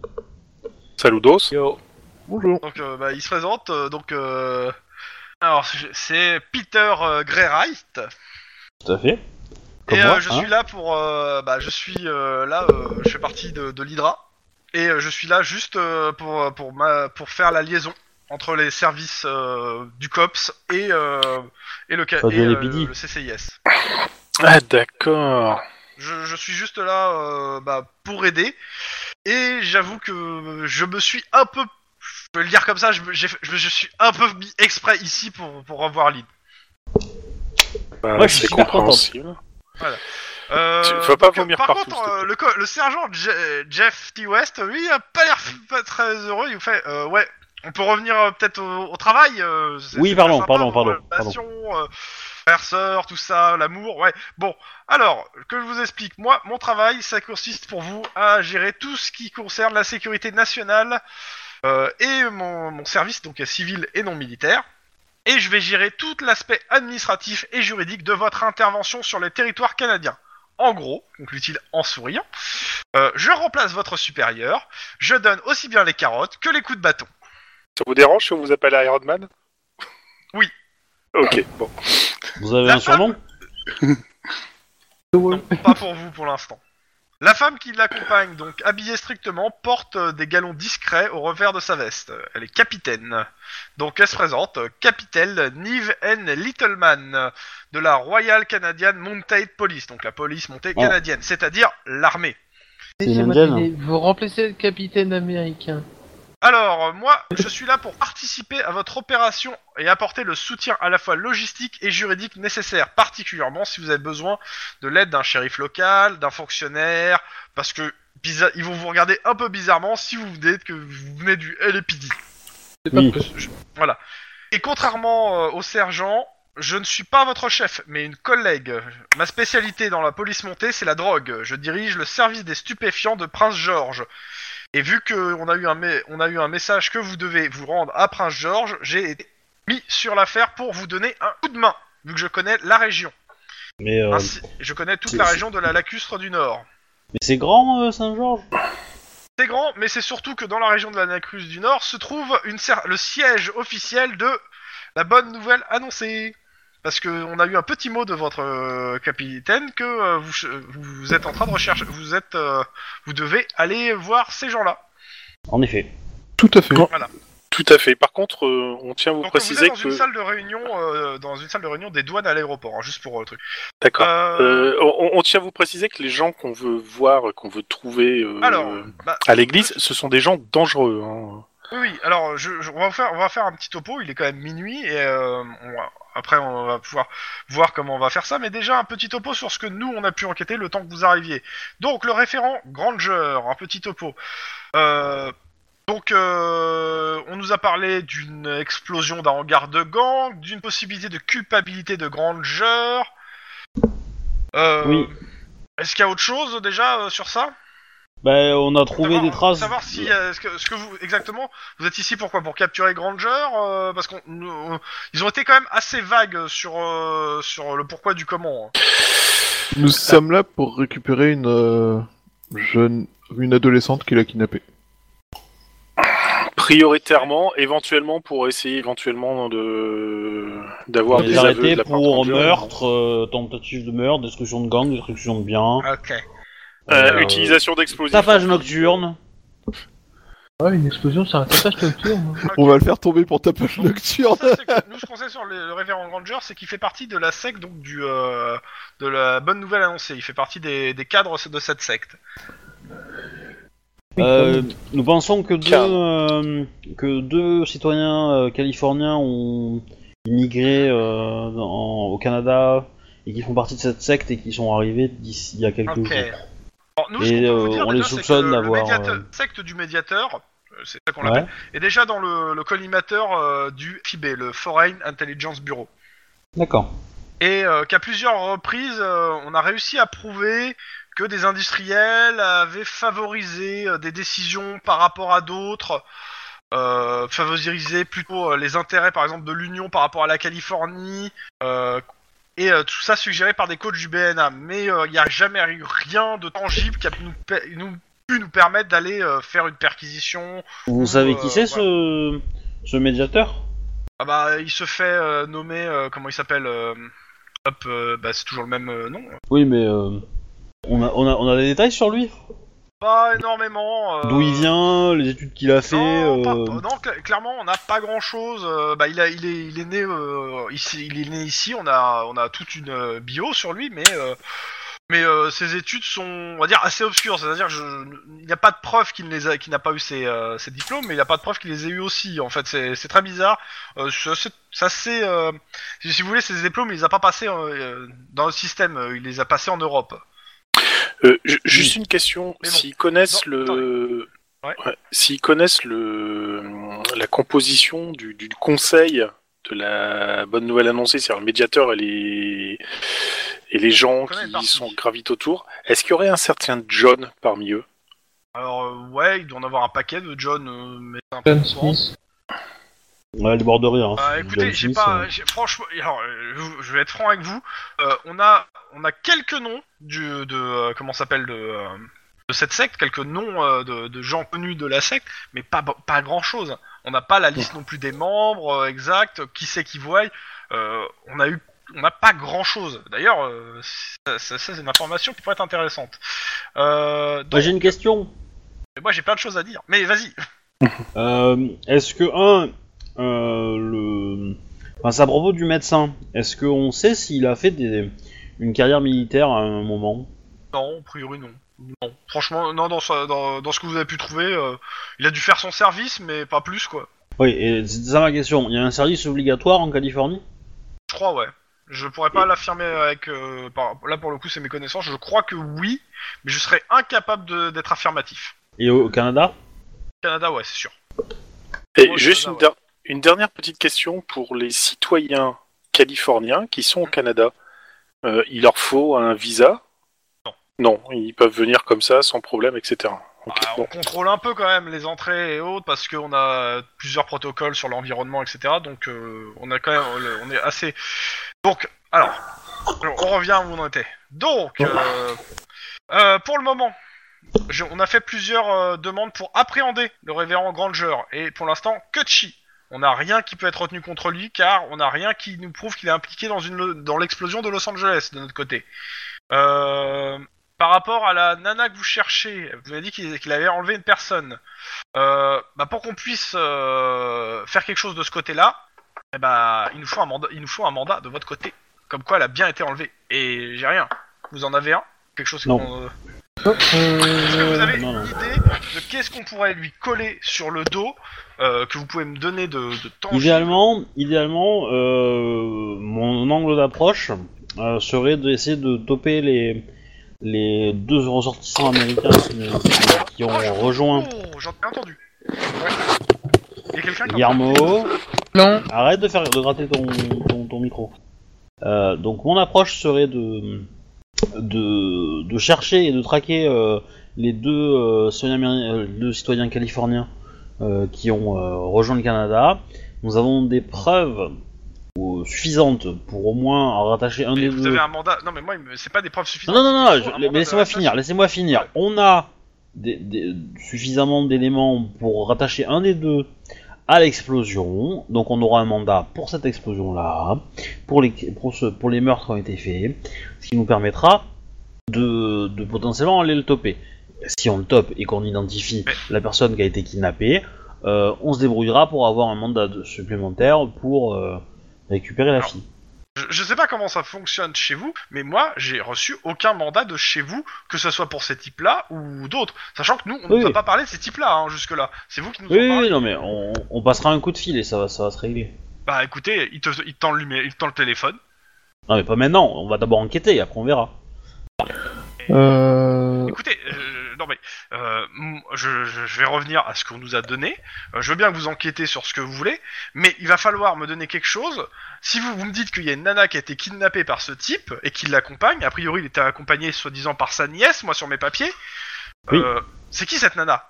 [SPEAKER 1] Saludos.
[SPEAKER 4] Yo. ».
[SPEAKER 5] Bonjour.
[SPEAKER 3] Donc euh, bah, il se présente, euh, donc... euh, Alors, c'est- c'est Peter euh, Greyright,
[SPEAKER 2] Tout à fait. Comme
[SPEAKER 3] et euh,
[SPEAKER 2] moi,
[SPEAKER 3] je
[SPEAKER 2] hein.
[SPEAKER 3] suis là pour... euh, bah, je suis euh, là, euh, je fais partie de, de l'Hydra, et euh, je suis là juste euh, pour, pour, ma... pour faire la liaison entre les services euh, du COPS et, euh, et, le, ca-
[SPEAKER 2] Enfin, de
[SPEAKER 3] et, euh,
[SPEAKER 2] LAPD.
[SPEAKER 3] le CCIS.
[SPEAKER 1] Ah d'accord.
[SPEAKER 3] Je, je suis juste là euh, bah, pour aider. Et j'avoue que je me suis un peu. Je peux le dire comme ça, je, me- j'ai fait- je me- je suis un peu mis exprès ici pour, pour revoir Lynn.
[SPEAKER 1] Bah,
[SPEAKER 2] Moi, je suis
[SPEAKER 1] c'est
[SPEAKER 2] super contente.
[SPEAKER 1] compréhensible.
[SPEAKER 3] Euh,
[SPEAKER 1] Tu- faut pas
[SPEAKER 3] donc,
[SPEAKER 1] vomir
[SPEAKER 3] par
[SPEAKER 1] partout,
[SPEAKER 3] contre,
[SPEAKER 1] s'il te
[SPEAKER 3] euh, le, co- le sergent Je- Jeff T. West, lui, il a pas l'air f- pas très heureux. Il vous fait euh, Ouais, on peut revenir euh, peut-être au, au travail. euh, c'est-
[SPEAKER 2] Oui,
[SPEAKER 3] c'est
[SPEAKER 2] pardon,
[SPEAKER 3] pas sympa,
[SPEAKER 2] pardon,
[SPEAKER 3] vos
[SPEAKER 2] pardon,
[SPEAKER 3] relations, euh, frères, sœurs, tout ça, l'amour, ouais. Bon, alors, que je vous explique, moi, mon travail, ça consiste pour vous à gérer tout ce qui concerne la sécurité nationale euh, et mon, mon service, donc est civil et non militaire. Et je vais gérer tout l'aspect administratif et juridique de votre intervention sur les territoires canadiens. En gros, conclut-il en souriant, euh, je remplace votre supérieur, je donne aussi bien les carottes que les coups de bâton.
[SPEAKER 1] Ça vous dérange si on vous appelle Iron Man
[SPEAKER 3] Oui.
[SPEAKER 1] Ok, bon.
[SPEAKER 2] Vous avez
[SPEAKER 3] La
[SPEAKER 2] un surnom
[SPEAKER 3] Non, pas pour vous pour l'instant. La femme qui l'accompagne, donc habillée strictement, porte euh, des galons discrets au revers de sa veste. Euh, Elle est capitaine. Donc elle se présente, euh, capitaine Nive N. Littleman euh, de la Royal Canadian Mounted Police, donc la police montée
[SPEAKER 2] Voilà.
[SPEAKER 3] canadienne, c'est-à-dire l'armée.
[SPEAKER 2] une
[SPEAKER 4] Laissez-moi
[SPEAKER 2] indienne.
[SPEAKER 4] deviner, Vous remplacez le capitaine américain.
[SPEAKER 3] Alors, euh, moi, je suis là pour participer à votre opération et apporter le soutien à la fois logistique et juridique nécessaire, particulièrement si vous avez besoin de l'aide d'un shérif local, d'un fonctionnaire, parce que bizar- ils vont vous regarder un peu bizarrement si vous venez que vous venez du LAPD.
[SPEAKER 4] C'est
[SPEAKER 2] Oui.
[SPEAKER 4] pas possible.
[SPEAKER 3] Et contrairement euh, au sergent, je ne suis pas votre chef, mais une collègue. Ma spécialité dans la police montée, c'est la drogue. Je dirige le service des stupéfiants de Prince George. Et vu que on a eu un, mé- on a eu un message que vous devez vous rendre à Prince George, j'ai été mis sur l'affaire pour vous donner un coup de main, vu que je connais la région.
[SPEAKER 2] Mais, euh,
[SPEAKER 3] Ainsi, je connais toute
[SPEAKER 2] c'est-
[SPEAKER 3] la
[SPEAKER 2] c'est-
[SPEAKER 3] région de la lacustre du Nord.
[SPEAKER 2] mais c'est grand, euh, Saint-Georges
[SPEAKER 3] C'est grand, mais c'est surtout que dans la région de la lacustre du Nord se trouve une cer- le siège officiel de la bonne nouvelle annoncée. Parce que on a eu un petit mot de votre euh, capitaine que euh, vous, ch- vous êtes en train de rechercher, vous êtes, euh, vous devez aller voir ces gens-là.
[SPEAKER 2] En effet.
[SPEAKER 5] Tout à fait.
[SPEAKER 1] Tout à fait. Par contre, euh, on tient à vous
[SPEAKER 3] Donc vous êtes
[SPEAKER 1] préciser
[SPEAKER 3] dans
[SPEAKER 1] que.
[SPEAKER 3] une salle de réunion, euh, dans une salle de réunion des douanes à l'aéroport, hein, juste pour euh, le truc.
[SPEAKER 1] D'accord.
[SPEAKER 3] Euh,
[SPEAKER 1] Euh, on, on tient à vous préciser que les gens qu'on veut voir, qu'on veut trouver euh,
[SPEAKER 3] alors, bah,
[SPEAKER 1] à l'église, ce sont des gens dangereux. hein.
[SPEAKER 3] Oui, oui, alors je, je- on, va faire, on va faire un petit topo, il est quand même minuit, et euh, on va- après on va pouvoir voir comment on va faire ça, mais déjà un petit topo sur ce que nous on a pu enquêter le temps que vous arriviez. Donc le référent Granger, un petit topo. Euh, Donc, euh, on nous a parlé d'une explosion d'un hangar de gang, d'une possibilité de culpabilité de Granger. Euh,
[SPEAKER 2] Oui.
[SPEAKER 3] Est-ce qu'il y a autre chose déjà euh, sur ça
[SPEAKER 2] Ben, on a trouvé
[SPEAKER 3] Savoir-
[SPEAKER 2] des traces.
[SPEAKER 3] Savoir si, euh, ce, que, ce que vous exactement, vous êtes ici pourquoi Pour capturer Granger euh, Parce qu'on, nous- on- ils ont été quand même assez vagues sur euh, sur le pourquoi du comment. hein.
[SPEAKER 5] Nous sommes là pour récupérer une euh, jeune, une adolescente qui l'a kidnappée.
[SPEAKER 1] Prioritairement, éventuellement pour essayer éventuellement de d'avoir
[SPEAKER 2] On
[SPEAKER 1] des
[SPEAKER 2] les
[SPEAKER 1] aveux
[SPEAKER 2] arrêter
[SPEAKER 1] de la part
[SPEAKER 2] pour
[SPEAKER 1] de Granger.
[SPEAKER 2] meurtre, euh, tentative de meurtre, destruction de gang, destruction de biens,
[SPEAKER 3] Ok.
[SPEAKER 1] Euh,
[SPEAKER 2] euh,
[SPEAKER 1] utilisation d'explosifs.
[SPEAKER 2] tapage nocturne.
[SPEAKER 4] Ah Ouais, une explosion, c'est un tapage nocturne. hein.
[SPEAKER 5] On va le faire tomber pour tapage nocturne.
[SPEAKER 3] Ça, c'est que nous, ce qu'on sait sur le, le révérend Granger, c'est qu'il fait partie de la secte, donc du, euh, de la bonne nouvelle annoncée. Il fait partie des, des cadres de cette secte.
[SPEAKER 2] Euh, nous pensons que deux,
[SPEAKER 1] Car-
[SPEAKER 2] euh, que deux citoyens euh, californiens ont immigré euh, dans- au Canada et qui font partie de cette secte et qui sont arrivés d'ici il y a quelques
[SPEAKER 3] Ok.
[SPEAKER 2] jours.
[SPEAKER 3] Alors, nous, ce
[SPEAKER 2] Et,
[SPEAKER 3] qu'on peut vous
[SPEAKER 2] euh,
[SPEAKER 3] dire
[SPEAKER 2] on
[SPEAKER 3] déjà,
[SPEAKER 2] les
[SPEAKER 3] c'est que
[SPEAKER 2] soupçonne
[SPEAKER 3] le- le
[SPEAKER 2] d'avoir,
[SPEAKER 3] médiateur-
[SPEAKER 2] euh,
[SPEAKER 3] secte du médiateur, euh, c'est ça qu'on
[SPEAKER 2] Ouais.
[SPEAKER 3] l'appelle, est déjà dans le, le collimateur euh, du FIB, le Foreign Intelligence Bureau.
[SPEAKER 2] D'accord.
[SPEAKER 3] et euh, qu'à plusieurs reprises, euh, on a réussi à prouver que des industriels avaient favorisé euh, des décisions par rapport à d'autres, euh, favorisé plutôt euh, les intérêts par exemple de l'Union par rapport à la Californie, euh, et euh, tout ça suggéré par des coachs du BNA. Mais euh, il n'y a jamais eu rien de tangible qui a pu nous, per- nous- pu nous permettre d'aller euh, faire une perquisition.
[SPEAKER 2] Vous
[SPEAKER 3] Euh,
[SPEAKER 2] savez qui c'est
[SPEAKER 3] ouais.
[SPEAKER 2] ce, ce médiateur
[SPEAKER 3] Ah bah, il se fait euh, nommer, euh, comment il s'appelle euh, Hop, euh, bah, c'est toujours le même euh, nom.
[SPEAKER 2] Oui, mais euh, on, a, on, a, on a des détails sur lui
[SPEAKER 3] Pas énormément. euh,
[SPEAKER 2] D'où il vient, les études qu'il a fait.
[SPEAKER 3] Non, pas-
[SPEAKER 2] euh,
[SPEAKER 3] pas- non, cla- clairement, on n'a pas grand chose. bah, il, a, il, est, il est né euh, ici. Il est né ici. On a, on a toute une euh, bio sur lui, mais euh, mais euh, ses études sont, on va dire, assez obscures. C'est-à-dire, que je- il n'y a pas de preuve qu'il ne les a, qu'il n'a pas eu ses, euh, ses diplômes, mais il n'y a pas de preuve qu'il les ait eu aussi. En fait, c'est c'est très bizarre. Euh, c'est assez- c'est assez, euh, si si vous voulez, ses diplômes, il les a pas passés euh, dans le système. euh, Il les a passés en Europe.
[SPEAKER 1] Euh, ju- juste une question,
[SPEAKER 3] Mais bon.
[SPEAKER 1] s'ils connaissent
[SPEAKER 3] Non,
[SPEAKER 1] le
[SPEAKER 3] attendez.
[SPEAKER 1] Ouais, s'ils connaissent le la composition du, du conseil de la bonne nouvelle annoncée, c'est-à-dire le médiateur et les et les gens
[SPEAKER 3] On connaît une
[SPEAKER 1] qui
[SPEAKER 3] partie.
[SPEAKER 1] sont gravitent autour, est-ce qu'il y aurait un certain John parmi eux
[SPEAKER 3] Alors euh, ouais, il doit en avoir un paquet de John, euh, mais c'est un peu
[SPEAKER 4] John
[SPEAKER 3] grand.
[SPEAKER 4] Smith.
[SPEAKER 2] Ouais, elle est bord de rire. hein,
[SPEAKER 3] Bah,
[SPEAKER 2] c'est
[SPEAKER 3] écoutez,
[SPEAKER 2] John
[SPEAKER 3] j'ai
[SPEAKER 2] Smith,
[SPEAKER 3] pas,
[SPEAKER 2] euh.
[SPEAKER 3] j'ai- franchement, alors, euh, je- je vais être franc avec vous. euh, on a, on a quelques noms du, de, euh, comment ça s'appelle de, euh, de cette secte, quelques noms euh, de, de gens connus de la secte, mais pas, pas grand chose. On n'a pas la liste non plus des membres euh, exacts, qui c'est qui voit. euh, on a eu, on n'a pas grand chose. D'ailleurs, euh, ça, ça- ça, c'est une information qui pourrait être intéressante. Euh, donc,
[SPEAKER 2] Bah, j'ai une question.
[SPEAKER 3] moi, j'ai plein de choses à dire. Mais vas-y.
[SPEAKER 2] Euh, est-ce que, un, euh, le... Enfin, c'est à propos du médecin. Est-ce qu'on sait s'il a fait des... une carrière militaire à un moment
[SPEAKER 3] Non, a priori non. Non, franchement, non, dans, ce- dans, dans ce que vous avez pu trouver, euh, il a dû faire son service, mais pas plus, quoi.
[SPEAKER 2] Oui, et c'est ça ma question. Il y a un service obligatoire en Californie
[SPEAKER 3] Je crois, ouais. Je pourrais pas l'affirmer avec... euh, par- là, pour le coup, c'est mes connaissances. Je crois que oui, mais je serais incapable de- d'être affirmatif.
[SPEAKER 2] Et au, au Canada
[SPEAKER 3] Canada, ouais, c'est sûr.
[SPEAKER 1] Et
[SPEAKER 3] Moi, je
[SPEAKER 1] juste
[SPEAKER 3] sais
[SPEAKER 1] une,
[SPEAKER 3] pas,
[SPEAKER 1] der- une dernière petite question pour les citoyens californiens qui sont au Canada. Euh, il leur faut un visa Non, ils peuvent venir comme ça sans problème, etc. Ok,
[SPEAKER 3] Ah,
[SPEAKER 1] bon.
[SPEAKER 3] on contrôle un peu quand même les entrées et autres, parce qu'on a plusieurs protocoles sur l'environnement, etc. Donc, euh, on a quand même... le- On est assez... Donc, alors... alors, on revient où on en était. Donc, euh, euh, pour le moment... Je- on a fait plusieurs euh, demandes pour appréhender le révérend Granger, et pour l'instant, que de chi. On n'a rien qui peut être retenu contre lui, car on n'a rien qui nous prouve qu'il est impliqué dans, une, dans l'explosion de Los Angeles, de notre côté. Euh, par rapport à la nana que vous cherchez, vous avez dit qu'il qu'il avait enlevé une personne. Euh, bah, pour qu'on puisse euh, faire quelque chose de ce côté-là, eh bah, il, nous faut un mandat, il nous faut un mandat de votre côté. Comme quoi, elle a bien été enlevée. Et j'ai rien. Vous en avez un Quelque chose
[SPEAKER 2] Non.
[SPEAKER 3] qu'on... euh,
[SPEAKER 4] Oh,
[SPEAKER 3] est-ce que vous
[SPEAKER 4] euh,
[SPEAKER 3] avez
[SPEAKER 2] Non, non.
[SPEAKER 3] une idée de qu'est-ce qu'on pourrait lui coller sur le dos euh, que vous pouvez me donner de, de temps
[SPEAKER 2] Idéalement, idéalement euh, mon angle d'approche euh, serait d'essayer de doper les, les deux ressortissants américains qui, qui ont rejoint
[SPEAKER 3] Oh, j'en ai entendu. Il y a quelqu'un qui a
[SPEAKER 2] Guillermo,
[SPEAKER 4] Non,
[SPEAKER 2] arrête de faire de gratter ton, ton, ton micro. Euh, donc mon approche serait de, de, de chercher et de traquer euh, les deux, euh, citoyens, améri- euh, deux citoyens californiens euh, qui ont euh, rejoint le Canada. Nous avons des preuves euh, suffisantes pour au moins en rattacher un
[SPEAKER 3] Mais
[SPEAKER 2] des
[SPEAKER 3] vous
[SPEAKER 2] deux.
[SPEAKER 3] avez un mandat. Non, mais moi, il me- c'est pas des preuves suffisantes.
[SPEAKER 2] Non, non, non, non,
[SPEAKER 3] Il faut
[SPEAKER 2] je-
[SPEAKER 3] un mandat
[SPEAKER 2] laissez-moi
[SPEAKER 3] d'arrestation.
[SPEAKER 2] finir, laissez-moi finir.
[SPEAKER 3] Ouais.
[SPEAKER 2] On a des- des- suffisamment d'éléments pour rattacher un des deux à l'explosion, donc on aura un mandat pour cette explosion-là, pour les, pour, ce- pour les meurtres qui ont été faits, ce qui nous permettra de, de potentiellement aller le toper. Si on le tope et qu'on identifie
[SPEAKER 3] Mais-
[SPEAKER 2] la personne qui a été kidnappée, euh, on se débrouillera pour avoir un mandat de- supplémentaire pour euh, récupérer la
[SPEAKER 3] Alors,
[SPEAKER 2] fille.
[SPEAKER 3] Je, je sais pas comment ça fonctionne chez vous, mais moi, j'ai reçu aucun mandat de chez vous, que ce soit pour ces types-là ou d'autres. Sachant que nous, on
[SPEAKER 2] Oui.
[SPEAKER 3] nous a pas parlé de ces types-là hein, jusque-là. C'est vous qui nous en
[SPEAKER 2] Oui, oui,
[SPEAKER 3] parlez.
[SPEAKER 2] oui, non mais on, on passera un coup de fil et ça va, ça va se régler.
[SPEAKER 3] Bah écoutez, il te, il te tend, le, numé- il te tend le téléphone.
[SPEAKER 2] Non mais pas maintenant, on va d'abord enquêter et après on verra.
[SPEAKER 5] Euh...
[SPEAKER 3] Écoutez, euh, non mais euh, m- je, je- je vais revenir à ce qu'on nous a donné. Euh, je veux bien que vous enquêtez sur ce que vous voulez, mais il va falloir me donner quelque chose. Si vous, vous me dites qu'il y a une nana qui a été kidnappée par ce type et qui l'accompagne, a priori il était accompagné soi-disant par sa nièce, moi sur mes papiers.
[SPEAKER 2] Oui.
[SPEAKER 3] Euh, c'est qui cette nana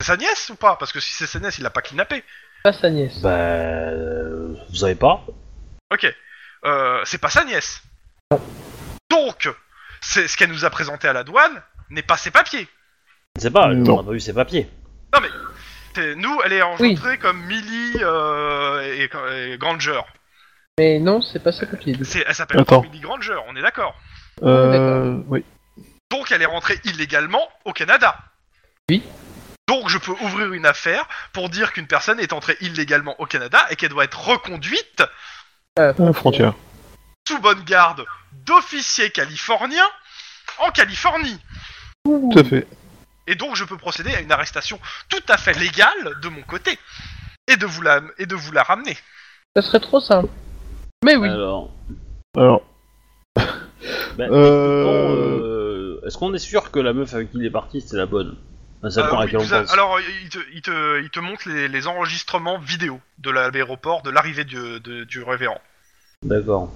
[SPEAKER 3] C'est sa nièce ou pas Parce que si c'est sa nièce, il l'a pas kidnappée.
[SPEAKER 4] pas sa nièce.
[SPEAKER 2] Bah... euh, Vous savez pas
[SPEAKER 3] Ok. Euh, c'est pas sa nièce. Donc, c'est ce qu'elle nous a présenté à la douane n'est pas ses papiers.
[SPEAKER 2] Je ne sais pas,
[SPEAKER 5] Non.
[SPEAKER 2] on n'a pas eu ses papiers.
[SPEAKER 3] T'es- Nous, elle est enregistrée comme Millie euh, et, et Granger.
[SPEAKER 4] Mais non, c'est pas sa copine.
[SPEAKER 3] C'est- Elle s'appelle pas
[SPEAKER 5] Attends.
[SPEAKER 3] Millie Granger, on est d'accord.
[SPEAKER 5] Euh... Oui.
[SPEAKER 3] Donc elle est rentrée illégalement au Canada.
[SPEAKER 4] Oui.
[SPEAKER 3] Donc je peux ouvrir une affaire pour dire qu'une personne est entrée illégalement au Canada et qu'elle doit être reconduite
[SPEAKER 5] La frontière.
[SPEAKER 3] sous bonne garde d'officiers californiens en Californie.
[SPEAKER 5] Tout à fait.
[SPEAKER 3] Et donc je peux procéder à une arrestation tout à fait légale de mon côté et de vous la, et de vous la ramener.
[SPEAKER 4] Ça serait trop simple. Mais oui,
[SPEAKER 2] Alors...
[SPEAKER 5] Alors.
[SPEAKER 2] Ben,
[SPEAKER 5] Euh,
[SPEAKER 2] bon, euh, Est-ce qu'on est sûr que la meuf avec qui il est parti c'était la bonne Ben, Ça
[SPEAKER 3] Euh,
[SPEAKER 2] dépend à
[SPEAKER 3] oui,
[SPEAKER 2] laquelle on
[SPEAKER 3] vous a-
[SPEAKER 2] pense.
[SPEAKER 3] Alors, il te, il te, il te montre les, les enregistrements vidéo de l'aéroport, de l'arrivée du, de- du révérend.
[SPEAKER 2] D'accord.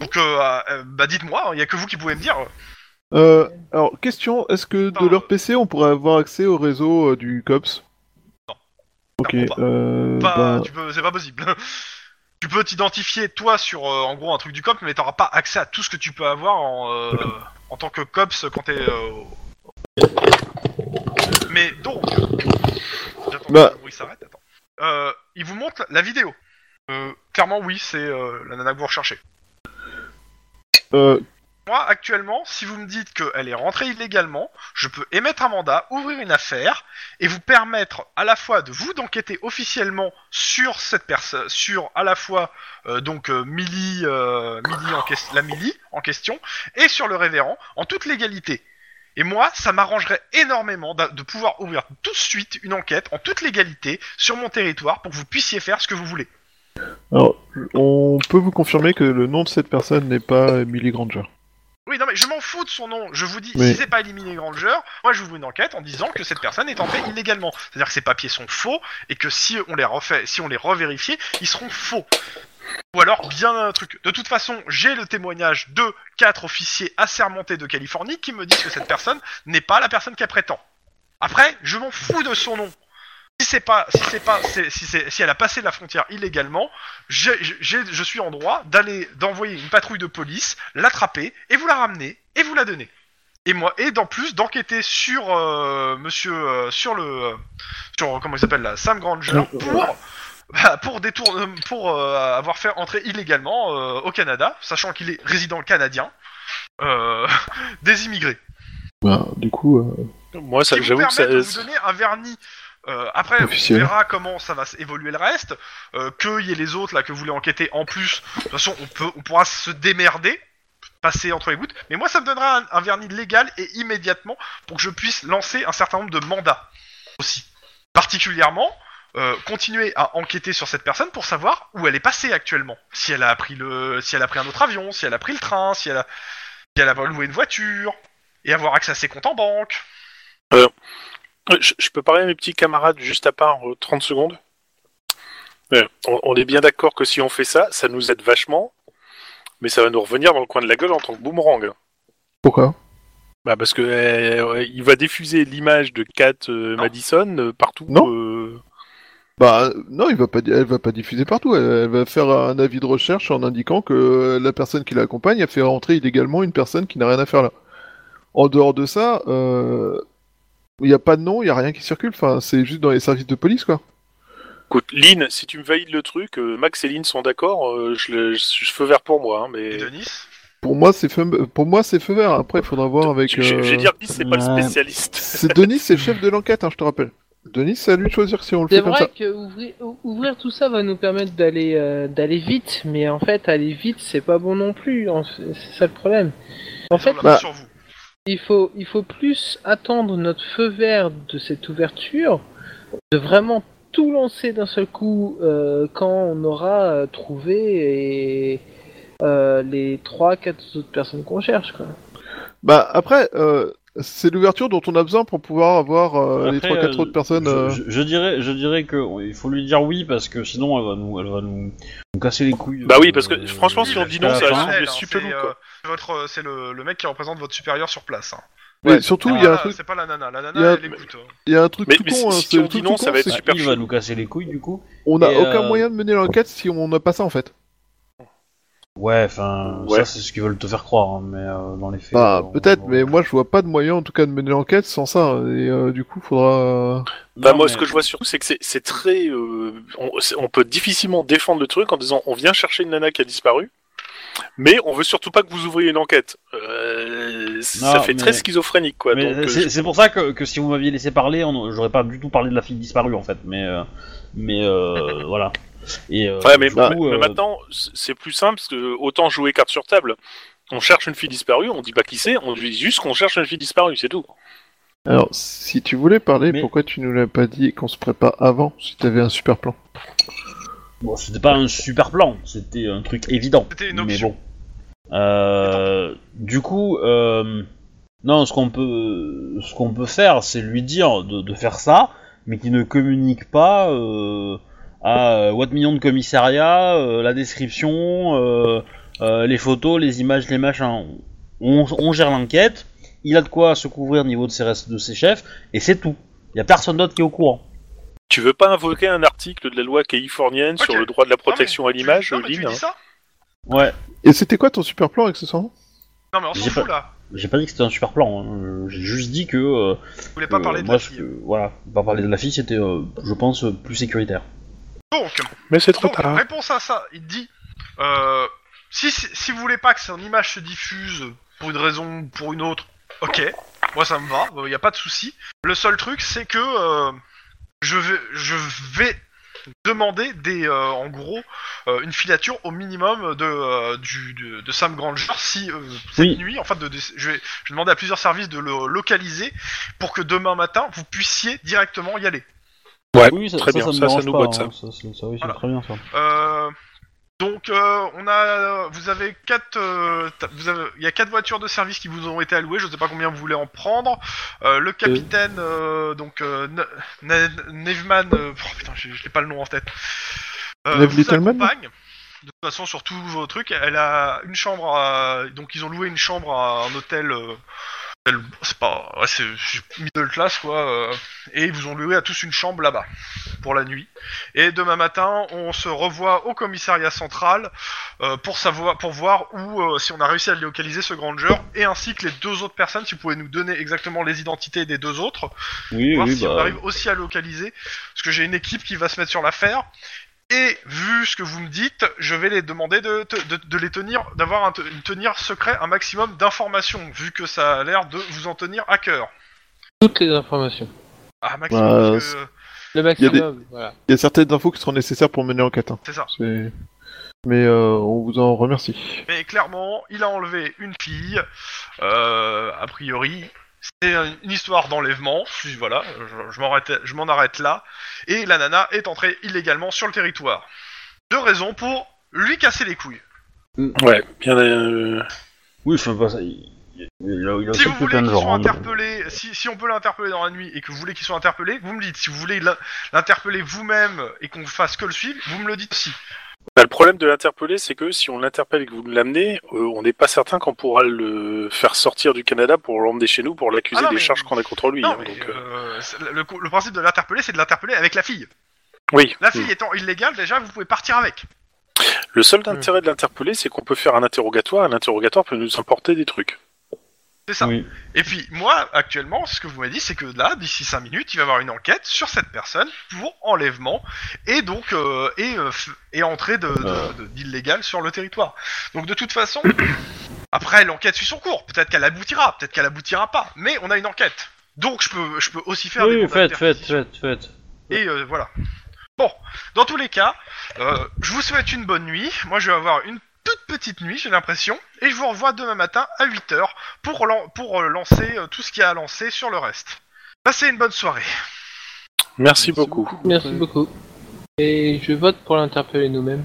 [SPEAKER 3] Donc, euh, euh, bah dites-moi, il n'y a que vous qui pouvez me dire.
[SPEAKER 5] Euh, alors, question, est-ce que
[SPEAKER 3] Enfin,
[SPEAKER 5] de leur PC, on pourrait avoir accès au réseau euh, du COPS
[SPEAKER 3] Non.
[SPEAKER 5] Ok,
[SPEAKER 3] Clairement pas.
[SPEAKER 5] euh,
[SPEAKER 3] Pas-
[SPEAKER 5] bah,
[SPEAKER 3] tu peux- c'est pas possible. tu peux t'identifier, toi, sur, euh, en gros, un truc du COP, mais t'auras pas accès à tout ce que tu peux avoir en, euh, en tant que COPS quand t'es... euh, au- Mais donc... J'attends
[SPEAKER 5] Bah.
[SPEAKER 3] que le bruit s'arrête, attends. Euh, il vous montre la vidéo. Euh, clairement, oui, c'est euh, la nana que vous recherchez.
[SPEAKER 5] euh,
[SPEAKER 3] Moi, actuellement, si vous me dites qu'elle est rentrée illégalement, je peux émettre un mandat, ouvrir une affaire, et vous permettre à la fois de vous d'enquêter officiellement sur cette personne, sur à la fois euh, donc euh, Millie, euh, Millie en ques- la Millie en question, et sur le révérend, en toute légalité. Et moi, ça m'arrangerait énormément d'a- de pouvoir ouvrir tout de suite une enquête en toute légalité sur mon territoire pour que vous puissiez faire ce que vous voulez.
[SPEAKER 5] alors, on peut vous confirmer que le nom de cette personne n'est pas Emily Granger.
[SPEAKER 3] Oui, non, mais je m'en fous de son nom. Je vous dis,
[SPEAKER 5] Oui.
[SPEAKER 3] si c'est pas éliminé Granger, moi j'ouvre une enquête en disant que cette personne est entrée illégalement. C'est-à-dire que ses papiers sont faux et que si on les refait, si on les revérifiait, ils seront faux. Ou alors bien un truc. De toute façon, j'ai le témoignage de quatre officiers assermentés de Californie qui me disent que cette personne n'est pas la personne qu'elle prétend. Après, je m'en fous de son nom. Si c'est pas, si c'est pas, c'est- si c'est, si elle a passé la frontière illégalement, j'ai- j'ai- je suis en droit d'aller d'envoyer une patrouille de police, l'attraper et vous la ramener et vous la donner. Et moi, et d'en plus d'enquêter sur euh, Monsieur, euh, sur le, euh, sur euh, comment il s'appelle là, Sam Granger pour, bah, pour détourne, pour euh, avoir fait entrer illégalement euh, au Canada, sachant qu'il est résident canadien, euh, des immigrés.
[SPEAKER 5] Bah, du coup, euh,
[SPEAKER 1] Moi, ça,
[SPEAKER 3] Qui vous
[SPEAKER 1] j'avoue que ça.
[SPEAKER 3] permettent de vous donner un vernis. Euh, après,
[SPEAKER 5] Officiel.
[SPEAKER 3] on verra comment ça va s- évoluer le reste. Euh, que y ait les autres là que vous voulez enquêter en plus. De toute façon, on, peut, on pourra se démerder, passer entre les gouttes. Mais moi, ça me donnera un, un vernis légal et immédiatement pour que je puisse lancer un certain nombre de mandats aussi. Particulièrement, euh, continuer à enquêter sur cette personne pour savoir où elle est passée actuellement. Si elle a pris le, si elle a pris un autre avion, si elle a pris le train, si elle a, si elle a loué une voiture, et avoir accès à ses comptes en banque.
[SPEAKER 1] Euh, Je, je peux parler à mes petits camarades juste à part euh, 30 secondes Ouais, on, on est bien d'accord que si on fait ça, ça nous aide vachement, mais ça va nous revenir dans le coin de la gueule en tant que boomerang.
[SPEAKER 5] Pourquoi
[SPEAKER 1] Bah parce que euh, ouais, il va diffuser l'image de Kat euh, Madison euh, partout.
[SPEAKER 5] Non.
[SPEAKER 1] euh,
[SPEAKER 5] Bah non, il va pas, di- elle va pas diffuser partout. Elle, elle va faire un avis de recherche en indiquant que euh, la personne qui l'accompagne a fait rentrer illégalement une personne qui n'a rien à faire là. En dehors de ça, euh, il n'y a pas de nom, il n'y a rien qui circule. Enfin, c'est juste dans les services de police quoi.
[SPEAKER 1] Écoute, Lynn, si tu me valides le truc, euh, Max et Lynn sont d'accord, euh, je, le- je- je feu vert pour moi, hein, mais...
[SPEAKER 3] Et Denis
[SPEAKER 5] Pour moi, c'est feu, pour moi c'est feu vert. Après, il faudra voir avec.
[SPEAKER 1] Je- je- je vais
[SPEAKER 5] euh,
[SPEAKER 1] dire, Lynn, c'est pas
[SPEAKER 2] ouais.
[SPEAKER 1] le spécialiste.
[SPEAKER 5] C'est Denis, c'est le chef de l'enquête, hein, je te rappelle. Denis, c'est à lui de choisir si on le
[SPEAKER 4] C'est
[SPEAKER 5] fait comme
[SPEAKER 4] vrai
[SPEAKER 5] ça.
[SPEAKER 4] que ouvrir, ou- ouvrir tout ça va nous permettre d'aller euh, d'aller vite, mais en fait aller vite c'est pas bon non plus. en- C'est c'est ça le problème. En fait,
[SPEAKER 3] on l'a
[SPEAKER 5] bah-
[SPEAKER 3] pas sur vous.
[SPEAKER 4] il faut il faut plus attendre notre feu vert de cette ouverture, de vraiment tout lancer d'un seul coup euh, quand on aura euh, trouvé et, euh, les trois quatre autres personnes qu'on cherche quoi.
[SPEAKER 5] Bah après, euh, c'est l'ouverture dont on a besoin pour pouvoir avoir euh, les
[SPEAKER 2] Après,
[SPEAKER 5] trois quatre
[SPEAKER 2] euh,
[SPEAKER 5] autres personnes.
[SPEAKER 2] Je,
[SPEAKER 5] euh,
[SPEAKER 2] je- je dirais, je dirais que on- il faut lui dire oui parce que sinon elle va nous, elle va nous, nous casser les couilles.
[SPEAKER 1] Bah oui, parce que, franchement,
[SPEAKER 2] euh,
[SPEAKER 1] si on dit
[SPEAKER 2] jusqu'à
[SPEAKER 1] non,
[SPEAKER 2] la
[SPEAKER 1] ça va
[SPEAKER 2] fin.
[SPEAKER 1] se- semble
[SPEAKER 3] Elle, hein,
[SPEAKER 1] super
[SPEAKER 3] c'est,
[SPEAKER 1] lourd,
[SPEAKER 3] euh,
[SPEAKER 1] quoi.
[SPEAKER 3] votre, euh, c'est le, le mec qui représente votre supérieur sur place. hein.
[SPEAKER 5] mais
[SPEAKER 1] ouais.
[SPEAKER 5] surtout, il
[SPEAKER 3] Ah,
[SPEAKER 5] y a un
[SPEAKER 3] là,
[SPEAKER 5] truc,
[SPEAKER 3] C'est pas la nana, la
[SPEAKER 5] il y a-
[SPEAKER 3] nana elle écoute. hein.
[SPEAKER 5] il y a un truc
[SPEAKER 1] Mais-
[SPEAKER 5] tout
[SPEAKER 1] mais
[SPEAKER 5] con.
[SPEAKER 1] si-
[SPEAKER 5] hein,
[SPEAKER 1] si
[SPEAKER 5] c'est
[SPEAKER 1] on
[SPEAKER 5] le
[SPEAKER 1] dit
[SPEAKER 5] truc
[SPEAKER 1] non,
[SPEAKER 5] tout
[SPEAKER 1] ça
[SPEAKER 5] con,
[SPEAKER 1] va être
[SPEAKER 5] c'est
[SPEAKER 2] Bah,
[SPEAKER 1] super
[SPEAKER 2] il
[SPEAKER 1] chaud.
[SPEAKER 2] va nous casser les couilles du coup.
[SPEAKER 5] qu'on n'a
[SPEAKER 2] et,
[SPEAKER 5] aucun
[SPEAKER 2] euh,
[SPEAKER 5] moyen de mener l'enquête si on n'a pas ça en fait.
[SPEAKER 2] Ouais, enfin,
[SPEAKER 1] Ouais.
[SPEAKER 2] ça c'est ce qu'ils veulent te faire croire, hein, mais euh, dans les faits.
[SPEAKER 5] Bah
[SPEAKER 2] on-
[SPEAKER 5] peut-être,
[SPEAKER 2] on-
[SPEAKER 5] mais moi je vois pas de moyen en tout cas de mener l'enquête sans ça. Et euh, du coup, faudra. euh,
[SPEAKER 1] Bah,
[SPEAKER 2] Non,
[SPEAKER 1] moi,
[SPEAKER 2] mais-
[SPEAKER 1] ce que je vois surtout, c'est que c'est- c'est très. euh, on, c'est- on peut difficilement défendre le truc en disant on vient chercher une nana qui a disparu, mais on veut surtout pas que vous ouvriez une enquête. Euh, ça
[SPEAKER 2] Non,
[SPEAKER 1] fait
[SPEAKER 2] mais-
[SPEAKER 1] très schizophrénique, quoi.
[SPEAKER 2] Mais
[SPEAKER 1] donc, euh,
[SPEAKER 2] c'est c'est pour ça que, que si vous m'aviez laissé parler, on- j'aurais pas du tout parlé de la fille disparue en fait. Mais euh, mais euh, voilà. Et euh,
[SPEAKER 1] Ouais, mais,
[SPEAKER 2] du
[SPEAKER 1] mais-
[SPEAKER 2] coup,
[SPEAKER 1] mais
[SPEAKER 2] euh,
[SPEAKER 1] maintenant, c- c'est plus simple, parce que autant jouer carte sur table. On cherche une fille disparue, on dit pas qui c'est, on dit juste qu'on cherche une fille disparue, c'est tout.
[SPEAKER 5] Alors, si tu voulais parler,
[SPEAKER 2] Mais-
[SPEAKER 5] pourquoi tu nous l'as pas dit qu'on se prépare avant si t'avais un super plan
[SPEAKER 2] bon, c'était pas un super plan, c'était un truc évident.
[SPEAKER 3] C'était une
[SPEAKER 2] mais
[SPEAKER 3] option.
[SPEAKER 2] bon. Euh, du coup, euh, non, ce qu'on peut ce qu'on peut faire, c'est lui dire de, de faire ça, mais qu'il ne communique pas. Euh, à What Million de commissariat, euh, la description, euh, euh, les photos, les images, les machins. On, on gère l'enquête, il a de quoi se couvrir au niveau de ses, restes- de ses chefs, et c'est tout. Il n'y a personne d'autre qui est au courant.
[SPEAKER 1] Tu veux pas invoquer un article de la loi californienne sur
[SPEAKER 3] Ok.
[SPEAKER 1] le droit de la
[SPEAKER 3] Non, mais
[SPEAKER 1] protection à
[SPEAKER 3] tu-
[SPEAKER 1] l'image,
[SPEAKER 3] non, mais tu
[SPEAKER 1] Lynn hein.
[SPEAKER 3] dis ça
[SPEAKER 2] Ouais,
[SPEAKER 5] Et c'était quoi ton super plan accessoirement
[SPEAKER 3] Non, mais on s'en
[SPEAKER 2] J'ai
[SPEAKER 3] fout
[SPEAKER 2] pas-
[SPEAKER 3] là.
[SPEAKER 2] j'ai pas dit que c'était un super plan, hein. Euh, j'ai juste dit que. euh,
[SPEAKER 3] Je voulais pas
[SPEAKER 2] que,
[SPEAKER 3] parler de
[SPEAKER 2] moi,
[SPEAKER 3] la
[SPEAKER 2] ce
[SPEAKER 3] fille.
[SPEAKER 2] que- voilà, pas parler de la fille, c'était, euh, je pense, euh, plus sécuritaire.
[SPEAKER 3] Donc,
[SPEAKER 1] Mais c'est trop
[SPEAKER 3] donc,
[SPEAKER 1] tard.
[SPEAKER 3] réponse à ça, il dit euh, si, si si vous voulez pas que son image se diffuse pour une raison ou pour une autre, ok, moi ça me va, il n'y a pas de souci. Le seul truc, c'est que euh, je, vais, je vais demander des, euh, en gros euh, une filature au minimum de, euh, du, de, de Sam Granger si euh, cette
[SPEAKER 2] Oui.
[SPEAKER 3] nuit, en fait, de, de- je, vais, je vais demander à plusieurs services de le localiser pour que demain matin vous puissiez directement y aller.
[SPEAKER 1] Ouais,
[SPEAKER 2] oui, ça,
[SPEAKER 1] Ah, très bien,
[SPEAKER 2] me
[SPEAKER 1] ça, ça
[SPEAKER 2] dérange
[SPEAKER 1] nous
[SPEAKER 2] pas,
[SPEAKER 1] botte, ça.
[SPEAKER 2] hein. c'est- ça, oui, c'est
[SPEAKER 3] Voilà.
[SPEAKER 2] très bien ça.
[SPEAKER 3] Euh, donc euh, on a, vous avez quatre, euh, ta- vous avez- il y a quatre voitures de service qui vous ont été allouées. Je ne sais pas combien vous voulez en prendre. Euh, le capitaine, euh, donc euh, Ne- Ne- Neveman, euh, oh, putain, j'ai j'ai pas le nom en tête. Euh,
[SPEAKER 5] Neve
[SPEAKER 3] vous
[SPEAKER 5] Littleman
[SPEAKER 3] accompagne. De toute façon, sur tous vos trucs, elle a une chambre. à- Donc ils ont loué une chambre à un hôtel. euh, hôtel- C'est pas, ouais, c'est middle class quoi. euh, et ils vous ont loué à tous une chambre là-bas pour la nuit. Et demain matin, on se revoit au commissariat central euh, pour savoir, pour voir où, euh, si on a réussi à localiser ce Granger, et ainsi que les deux autres personnes, si vous pouvez nous donner exactement les identités des deux autres,
[SPEAKER 2] Oui,
[SPEAKER 3] voir
[SPEAKER 2] oui,
[SPEAKER 3] si on
[SPEAKER 2] bah.
[SPEAKER 3] arrive aussi à localiser, parce que j'ai une équipe qui va se mettre sur l'affaire. Et vu ce que vous me dites, je vais les demander de, te- de, de les tenir, d'avoir un, te- une tenir secret un maximum d'informations, vu que ça a l'air de vous en tenir à cœur.
[SPEAKER 4] Toutes les informations.
[SPEAKER 3] Ah, maximum,
[SPEAKER 5] Bah,
[SPEAKER 3] parce que-
[SPEAKER 4] Le
[SPEAKER 5] y a des-
[SPEAKER 4] maximum. Voilà.
[SPEAKER 5] Il y a certaines infos qui seront nécessaires pour mener l'enquête. hein.
[SPEAKER 3] c'est ça.
[SPEAKER 5] C'est- Mais euh, on vous en remercie.
[SPEAKER 3] Mais clairement, il a enlevé une fille. Euh, a priori, c'est un- une histoire d'enlèvement. Je- Voilà, je, je m'en arrête- je m'en arrête là. Et la nana est entrée illégalement sur le territoire. Deux raisons pour lui casser les couilles.
[SPEAKER 1] Ouais, bien. euh,
[SPEAKER 2] Oui, enfin, bah, ça, il- il- il a- il a
[SPEAKER 3] Si
[SPEAKER 2] fait
[SPEAKER 3] vous voulez
[SPEAKER 2] putain de
[SPEAKER 3] qu'ils
[SPEAKER 2] genre,
[SPEAKER 3] soient
[SPEAKER 2] hein, donc.
[SPEAKER 3] interpellés, si, si on peut l'interpeller dans la nuit et que vous voulez qu'ils soient interpellés, vous me dites. Si vous voulez l'in- l'interpeller vous-même et qu'on fasse que le suivre, vous me le dites aussi.
[SPEAKER 1] Bah, le problème de l'interpeller, c'est que si on l'interpelle et que vous l'amenez, euh, on n'est pas certain qu'on pourra le faire sortir du Canada pour l'emmener chez nous pour l'accuser
[SPEAKER 3] Ah non,
[SPEAKER 1] des
[SPEAKER 3] mais-
[SPEAKER 1] charges qu'on a contre lui.
[SPEAKER 3] non,
[SPEAKER 1] hein,
[SPEAKER 3] mais,
[SPEAKER 1] donc, euh,
[SPEAKER 3] euh, c'est- le, co- le principe de l'interpeller, c'est de l'interpeller avec la fille.
[SPEAKER 1] Oui.
[SPEAKER 2] Hmm.
[SPEAKER 3] La fille étant illégale, déjà, vous pouvez partir avec.
[SPEAKER 1] Le seul intérêt de l'interpeller, c'est qu'on peut faire un interrogatoire. et L'interrogatoire peut nous importer des trucs.
[SPEAKER 3] C'est ça.
[SPEAKER 2] Oui.
[SPEAKER 3] Et puis, moi, actuellement, ce que vous m'avez dit, c'est que là, d'ici 5 minutes, il va y avoir une enquête sur cette personne pour enlèvement et donc euh, et, euh, f- et entrée de-
[SPEAKER 2] Euh.
[SPEAKER 3] de- de- d'illégal sur le territoire. Donc, de toute façon, après, l'enquête suit son cours. Peut-être qu'elle aboutira, peut-être qu'elle aboutira pas. Mais on a une enquête. Donc, je peux, je peux aussi faire
[SPEAKER 2] Oui,
[SPEAKER 3] des mandats de
[SPEAKER 2] faites, faites,
[SPEAKER 3] perquisition.
[SPEAKER 2] faites, faites.
[SPEAKER 3] Et euh, voilà. Bon, dans tous les cas, euh, je vous souhaite une bonne nuit. Moi, je vais avoir une toute petite nuit, j'ai l'impression. Et je vous revois demain matin à 8h pour, lan- pour euh, lancer euh, tout ce qu'il y a à lancer sur le reste. Passez une bonne soirée.
[SPEAKER 1] Merci, beaucoup.
[SPEAKER 4] Merci beaucoup. Et je vote pour l'interpeller nous-mêmes.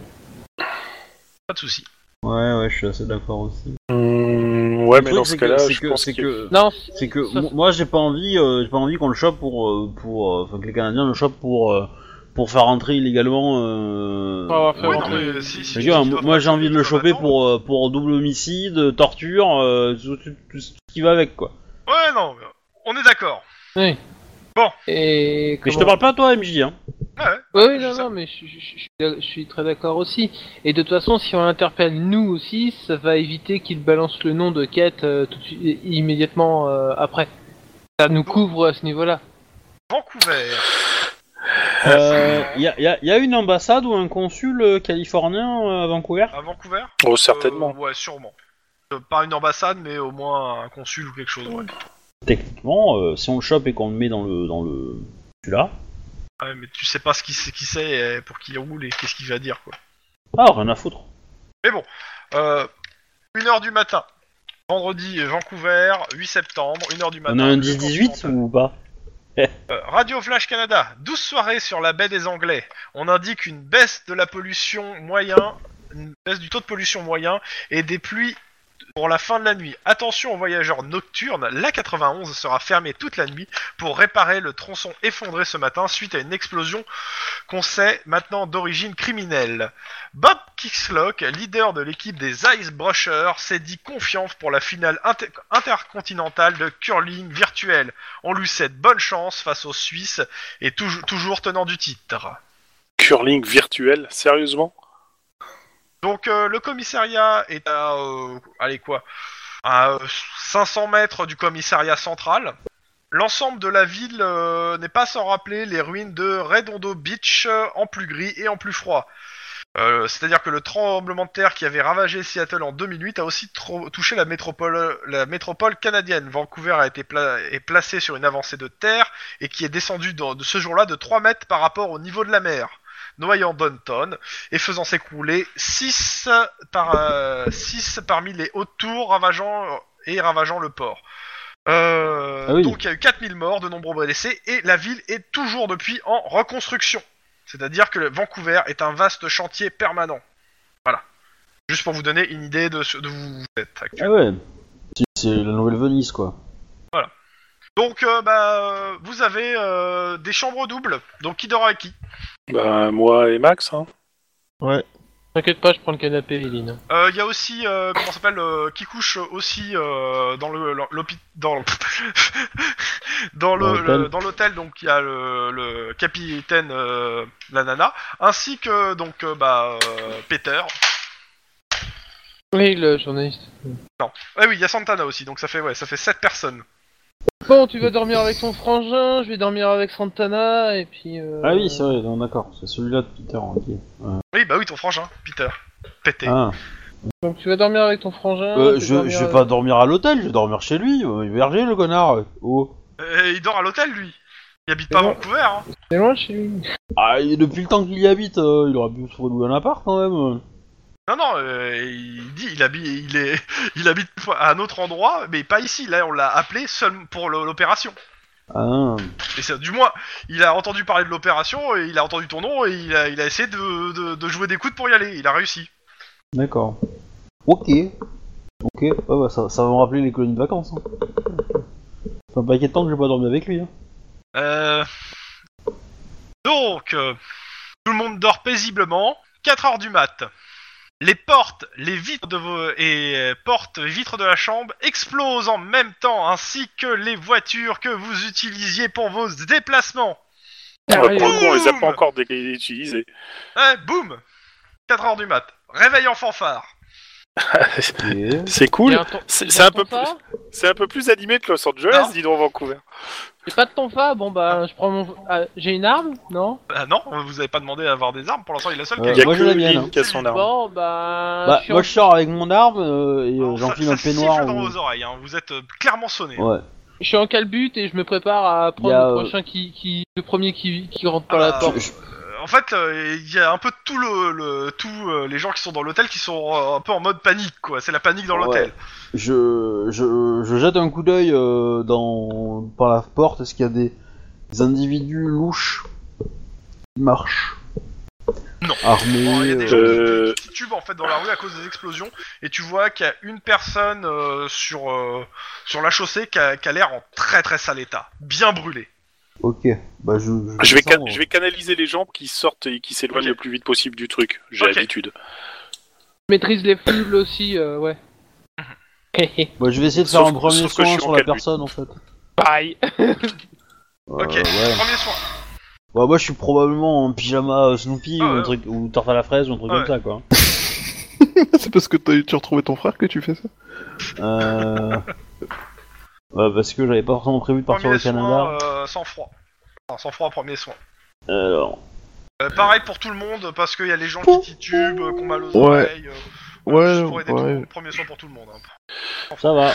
[SPEAKER 3] Pas de soucis.
[SPEAKER 2] Ouais, ouais, je suis assez d'accord aussi.
[SPEAKER 1] Hum, ouais,
[SPEAKER 2] Le
[SPEAKER 1] mais
[SPEAKER 2] truc,
[SPEAKER 1] dans ce
[SPEAKER 2] c'est que-
[SPEAKER 1] cas-là,
[SPEAKER 2] c'est
[SPEAKER 1] je
[SPEAKER 2] que-
[SPEAKER 1] pense
[SPEAKER 2] c'est
[SPEAKER 1] qu'il-
[SPEAKER 2] que.
[SPEAKER 4] Non,
[SPEAKER 2] C'est que
[SPEAKER 4] ça-
[SPEAKER 2] mo- moi j'ai pas envie, euh, j'ai pas envie qu'on le chope pour, euh, pour, euh, enfin, que les Canadiens le chopent pour, euh, pour faire entrer illégalement. euh,
[SPEAKER 4] Pour avoir fait
[SPEAKER 2] euh,
[SPEAKER 4] rentrer
[SPEAKER 2] euh,
[SPEAKER 3] mais si,
[SPEAKER 2] je veux dire, moi moi, j'ai envie de le choper pour, euh, pour double homicide, euh, torture, euh, tout, tout- tout ce qui va avec quoi.
[SPEAKER 3] Ouais, non, mais on est d'accord.
[SPEAKER 4] et
[SPEAKER 2] Mais je te
[SPEAKER 4] comment-
[SPEAKER 2] parle pas toi MJ hein.
[SPEAKER 3] Ouais, ouais.
[SPEAKER 4] Oui, oui,
[SPEAKER 3] Je
[SPEAKER 4] non,
[SPEAKER 3] sais.
[SPEAKER 4] non, mais je, je- je- je- je suis très d'accord aussi. Et de toute façon, si on l'interpelle nous aussi, ça va éviter qu'il balance le nom de Kate euh, tout de suite- immédiatement euh, après. Ça nous couvre à ce niveau-là.
[SPEAKER 3] Vancouver.
[SPEAKER 2] Euh, y, a, y, a, y a une ambassade ou un consul euh, californien euh, à Vancouver
[SPEAKER 3] À Vancouver
[SPEAKER 1] Oh, certainement.
[SPEAKER 3] Euh, ouais, sûrement. Euh, Pas une ambassade, mais au moins un consul ou quelque chose. Ouais,
[SPEAKER 2] Techniquement, euh, si on le chope et qu'on le met dans le dans le celui-là,
[SPEAKER 3] Ouais, mais tu sais pas ce qu'il sait- qui c'est, euh, pour qui il roule et qu'est-ce qu'il va dire, quoi.
[SPEAKER 2] ah rien à foutre.
[SPEAKER 3] Euh, 1h du matin. Vendredi, Vancouver, 8 septembre, 1h du matin.
[SPEAKER 2] On a Bah, un hein.
[SPEAKER 3] Le
[SPEAKER 2] 10-18
[SPEAKER 3] continental.
[SPEAKER 2] ou pas
[SPEAKER 3] Euh, Radio Flash Canada, 12 soirées sur la baie des Anglais. On indique une baisse de la pollution moyen, une baisse du taux de pollution moyen et des pluies pour la fin de la nuit. Attention aux voyageurs nocturnes, la 91 sera fermée toute la nuit pour réparer le tronçon effondré ce matin suite à une explosion qu'on sait maintenant d'origine criminelle. Bob Kixlock, leader de l'équipe des Ice Brushers, s'est dit confiant pour la finale inter- intercontinentale de curling virtuel. On lui souhaite bonne chance face aux Suisses et touj- toujours tenant du titre.
[SPEAKER 1] Curling virtuel, sérieusement
[SPEAKER 3] Donc euh, le commissariat est à, euh, allez quoi, à euh, 500 mètres du commissariat central. L'ensemble de la ville euh, n'est pas sans rappeler les ruines de Redondo Beach euh, en plus gris et en plus froid. Euh, C'est-à-dire que le tremblement de terre qui avait ravagé Seattle en 2008 a aussi tro- touché la métropole, la métropole canadienne. Vancouver a été pla- est placé sur une avancée de terre et qui est descendu dans- de ce jour-là de 3 mètres par rapport au niveau de la mer, noyant Downton et faisant s'écrouler 6 par, euh, six parmi les hautes tours ravageant et ravageant le port. Euh,
[SPEAKER 2] Ah oui.
[SPEAKER 3] Donc il y a eu 4000 morts, de nombreux blessés, et la ville est toujours depuis en reconstruction. C'est-à-dire que Vancouver est un vaste chantier permanent. Voilà. Juste pour vous donner une idée de ce de vous êtes actuellement.
[SPEAKER 2] Ah ouais. C'est- C'est la nouvelle Venise quoi.
[SPEAKER 3] Donc, euh, bah, euh, vous avez euh, des chambres doubles. Donc, qui dort avec qui
[SPEAKER 1] Bah, moi et Max, hein.
[SPEAKER 4] T'inquiète pas, je prends le canapé, Eline.
[SPEAKER 3] Euh, Il y a aussi, euh, comment ça s'appelle, euh, qui couche aussi euh, dans le l'hôpital, dans le, dans
[SPEAKER 2] Dans
[SPEAKER 3] le,
[SPEAKER 2] l'hôtel.
[SPEAKER 3] le- dans l'hôtel. Donc il y a le, le capitaine, euh, la nana, ainsi que donc euh, bah euh, Peter.
[SPEAKER 4] Oui, le journaliste.
[SPEAKER 3] Ah oui, il y a Santana aussi. Donc ça fait ouais, ça fait sept personnes.
[SPEAKER 4] Bon, tu vas dormir avec ton frangin, je vais dormir avec Santana, et puis... euh,
[SPEAKER 2] Ah oui c'est vrai, non, d'accord, c'est celui-là de Peter. ok. Ouais.
[SPEAKER 3] Oui, bah oui, ton frangin, Peter. Pété.
[SPEAKER 2] Ah.
[SPEAKER 4] Donc tu vas dormir avec ton frangin...
[SPEAKER 2] Euh,
[SPEAKER 4] Ah, tu
[SPEAKER 2] je,
[SPEAKER 4] dormir
[SPEAKER 2] je vais
[SPEAKER 4] avec-
[SPEAKER 2] pas dormir à l'hôtel, je vais dormir chez lui, euh, héberger le connard. Oh.
[SPEAKER 3] Euh, il dort à l'hôtel lui. Il habite pas
[SPEAKER 4] Et non.
[SPEAKER 3] Vancouver. Hein.
[SPEAKER 4] C'est loin de chez lui.
[SPEAKER 2] Ah, et depuis le temps qu'il y habite, euh, il aurait pu se louer un appart quand même.
[SPEAKER 3] Non, non, euh, il dit, il habite, il est, il habite à un autre endroit, mais pas ici. Là, on l'a appelé seul pour le- l'opération.
[SPEAKER 2] Ah.
[SPEAKER 3] Et ça, du moins, il a entendu parler de l'opération, et il a entendu ton nom, et il a, il a essayé de, de- de jouer des coudes pour y aller. Il a réussi.
[SPEAKER 2] D'accord. Ok. Ok, ouais, bah, ça, ça va me rappeler les colonies de vacances. Hein. Ça fait un paquet de temps que j'ai pas dormi avec lui. Hein.
[SPEAKER 3] Euh, Donc, euh, tout le monde dort paisiblement. 4 heures du mat. Les portes, les vitres de vos et euh, portes, et vitres de la chambre explosent en même temps, ainsi que les voitures que vous utilisiez pour vos déplacements.
[SPEAKER 1] Ouais, pour le coup, on les a
[SPEAKER 3] Boum
[SPEAKER 1] pas encore dé- utilisés.
[SPEAKER 3] Hein, boum 4 heures du mat. Réveil en fanfare.
[SPEAKER 2] Et...
[SPEAKER 1] C'est
[SPEAKER 4] Y
[SPEAKER 1] cool.
[SPEAKER 4] a un ton-
[SPEAKER 1] C'est
[SPEAKER 4] y a
[SPEAKER 1] c'est un, peu
[SPEAKER 4] tonfa
[SPEAKER 1] plus- c'est un peu plus animé que Los Angeles,
[SPEAKER 3] Non.
[SPEAKER 1] dis donc Vancouver.
[SPEAKER 4] J'ai pas de tonfa Bon bah, je prends mon. Ah, j'ai une arme Non
[SPEAKER 3] Bah non, vous avez pas demandé d'avoir des armes, pour l'instant il est la seule
[SPEAKER 2] Euh,
[SPEAKER 3] qui a-
[SPEAKER 1] Il y a
[SPEAKER 2] moi,
[SPEAKER 1] que
[SPEAKER 2] je l'ai bien,
[SPEAKER 1] Lynn
[SPEAKER 2] hein.
[SPEAKER 1] qui a son arme.
[SPEAKER 4] Bon bah.
[SPEAKER 2] Bah,
[SPEAKER 4] je suis en-
[SPEAKER 2] moi je sors avec mon arme euh, et euh,
[SPEAKER 3] Alors, ça-
[SPEAKER 2] j'enfile
[SPEAKER 3] ça
[SPEAKER 2] un peignoir.
[SPEAKER 3] siffle dans
[SPEAKER 2] ou-
[SPEAKER 3] vos oreilles, hein, vous êtes euh, clairement sonné.
[SPEAKER 2] Ouais.
[SPEAKER 4] Je suis en calbute et je me prépare à prendre
[SPEAKER 2] Y a,
[SPEAKER 4] le
[SPEAKER 2] euh,
[SPEAKER 4] prochain qui, qui le premier qui, qui rentre par
[SPEAKER 3] Ah,
[SPEAKER 4] la porte.
[SPEAKER 2] Je- je-
[SPEAKER 3] En fait, euh, il y a un peu tout le, le- tout euh, les gens qui sont dans l'hôtel qui sont euh, un peu en mode panique quoi. C'est la panique dans l'hôtel.
[SPEAKER 2] Je, je, je jette un coup d'œil euh, dans par la porte. Est-ce qu'il y a des, des individus louches qui marchent
[SPEAKER 3] Non.
[SPEAKER 2] Armés.
[SPEAKER 3] Bon, Il y a des gens
[SPEAKER 2] euh,
[SPEAKER 1] Euh.
[SPEAKER 3] qui, qui titubent en fait dans la rue à cause des explosions et tu vois qu'il y a une personne euh, sur euh, sur la chaussée qui a, qui a l'air en très très sale état, bien brûlée.
[SPEAKER 2] Ok. Bah je.
[SPEAKER 1] Je vais,
[SPEAKER 2] descends.
[SPEAKER 1] can- je vais canaliser les gens qui sortent et qui s'éloignent
[SPEAKER 3] Ok.
[SPEAKER 1] le plus vite possible du truc. J'ai
[SPEAKER 3] Ok.
[SPEAKER 1] l'habitude.
[SPEAKER 4] Je maîtrise les foules aussi, euh, ouais.
[SPEAKER 3] Mhm.
[SPEAKER 2] Bah, je vais essayer de
[SPEAKER 1] Sauf
[SPEAKER 2] faire un
[SPEAKER 1] que-
[SPEAKER 2] premier
[SPEAKER 1] sauf que je
[SPEAKER 2] soin
[SPEAKER 1] suis en
[SPEAKER 2] sur la
[SPEAKER 1] calbute.
[SPEAKER 2] personne en fait.
[SPEAKER 4] Pareil.
[SPEAKER 3] Ok.
[SPEAKER 2] Euh, ouais.
[SPEAKER 3] Premier soin.
[SPEAKER 2] Bah, moi je suis probablement en pyjama euh, Snoopy
[SPEAKER 3] Ah,
[SPEAKER 2] ou, un
[SPEAKER 3] ouais.
[SPEAKER 2] truc, ou tarte à la fraise ou un truc
[SPEAKER 3] Ah,
[SPEAKER 2] comme
[SPEAKER 3] ouais.
[SPEAKER 2] ça quoi.
[SPEAKER 5] c'est parce que t'as- tu as retrouvé ton frère que tu fais ça
[SPEAKER 2] Euh... ouais, parce que j'avais pas forcément prévu de partir
[SPEAKER 3] Premier
[SPEAKER 2] au Canada.
[SPEAKER 3] soin euh, sans froid. Enfin, sans froid premier soin.
[SPEAKER 2] Alors.
[SPEAKER 3] Euh, pareil pour tout le monde parce qu'il y a les gens qui titubent, euh, qui ont mal aux
[SPEAKER 5] Ouais.
[SPEAKER 3] oreilles. euh, voilà,
[SPEAKER 5] Ouais,
[SPEAKER 3] juste pour aider tout le
[SPEAKER 5] ouais.
[SPEAKER 3] monde. Premier soin pour tout le monde. hein.
[SPEAKER 2] Ça va.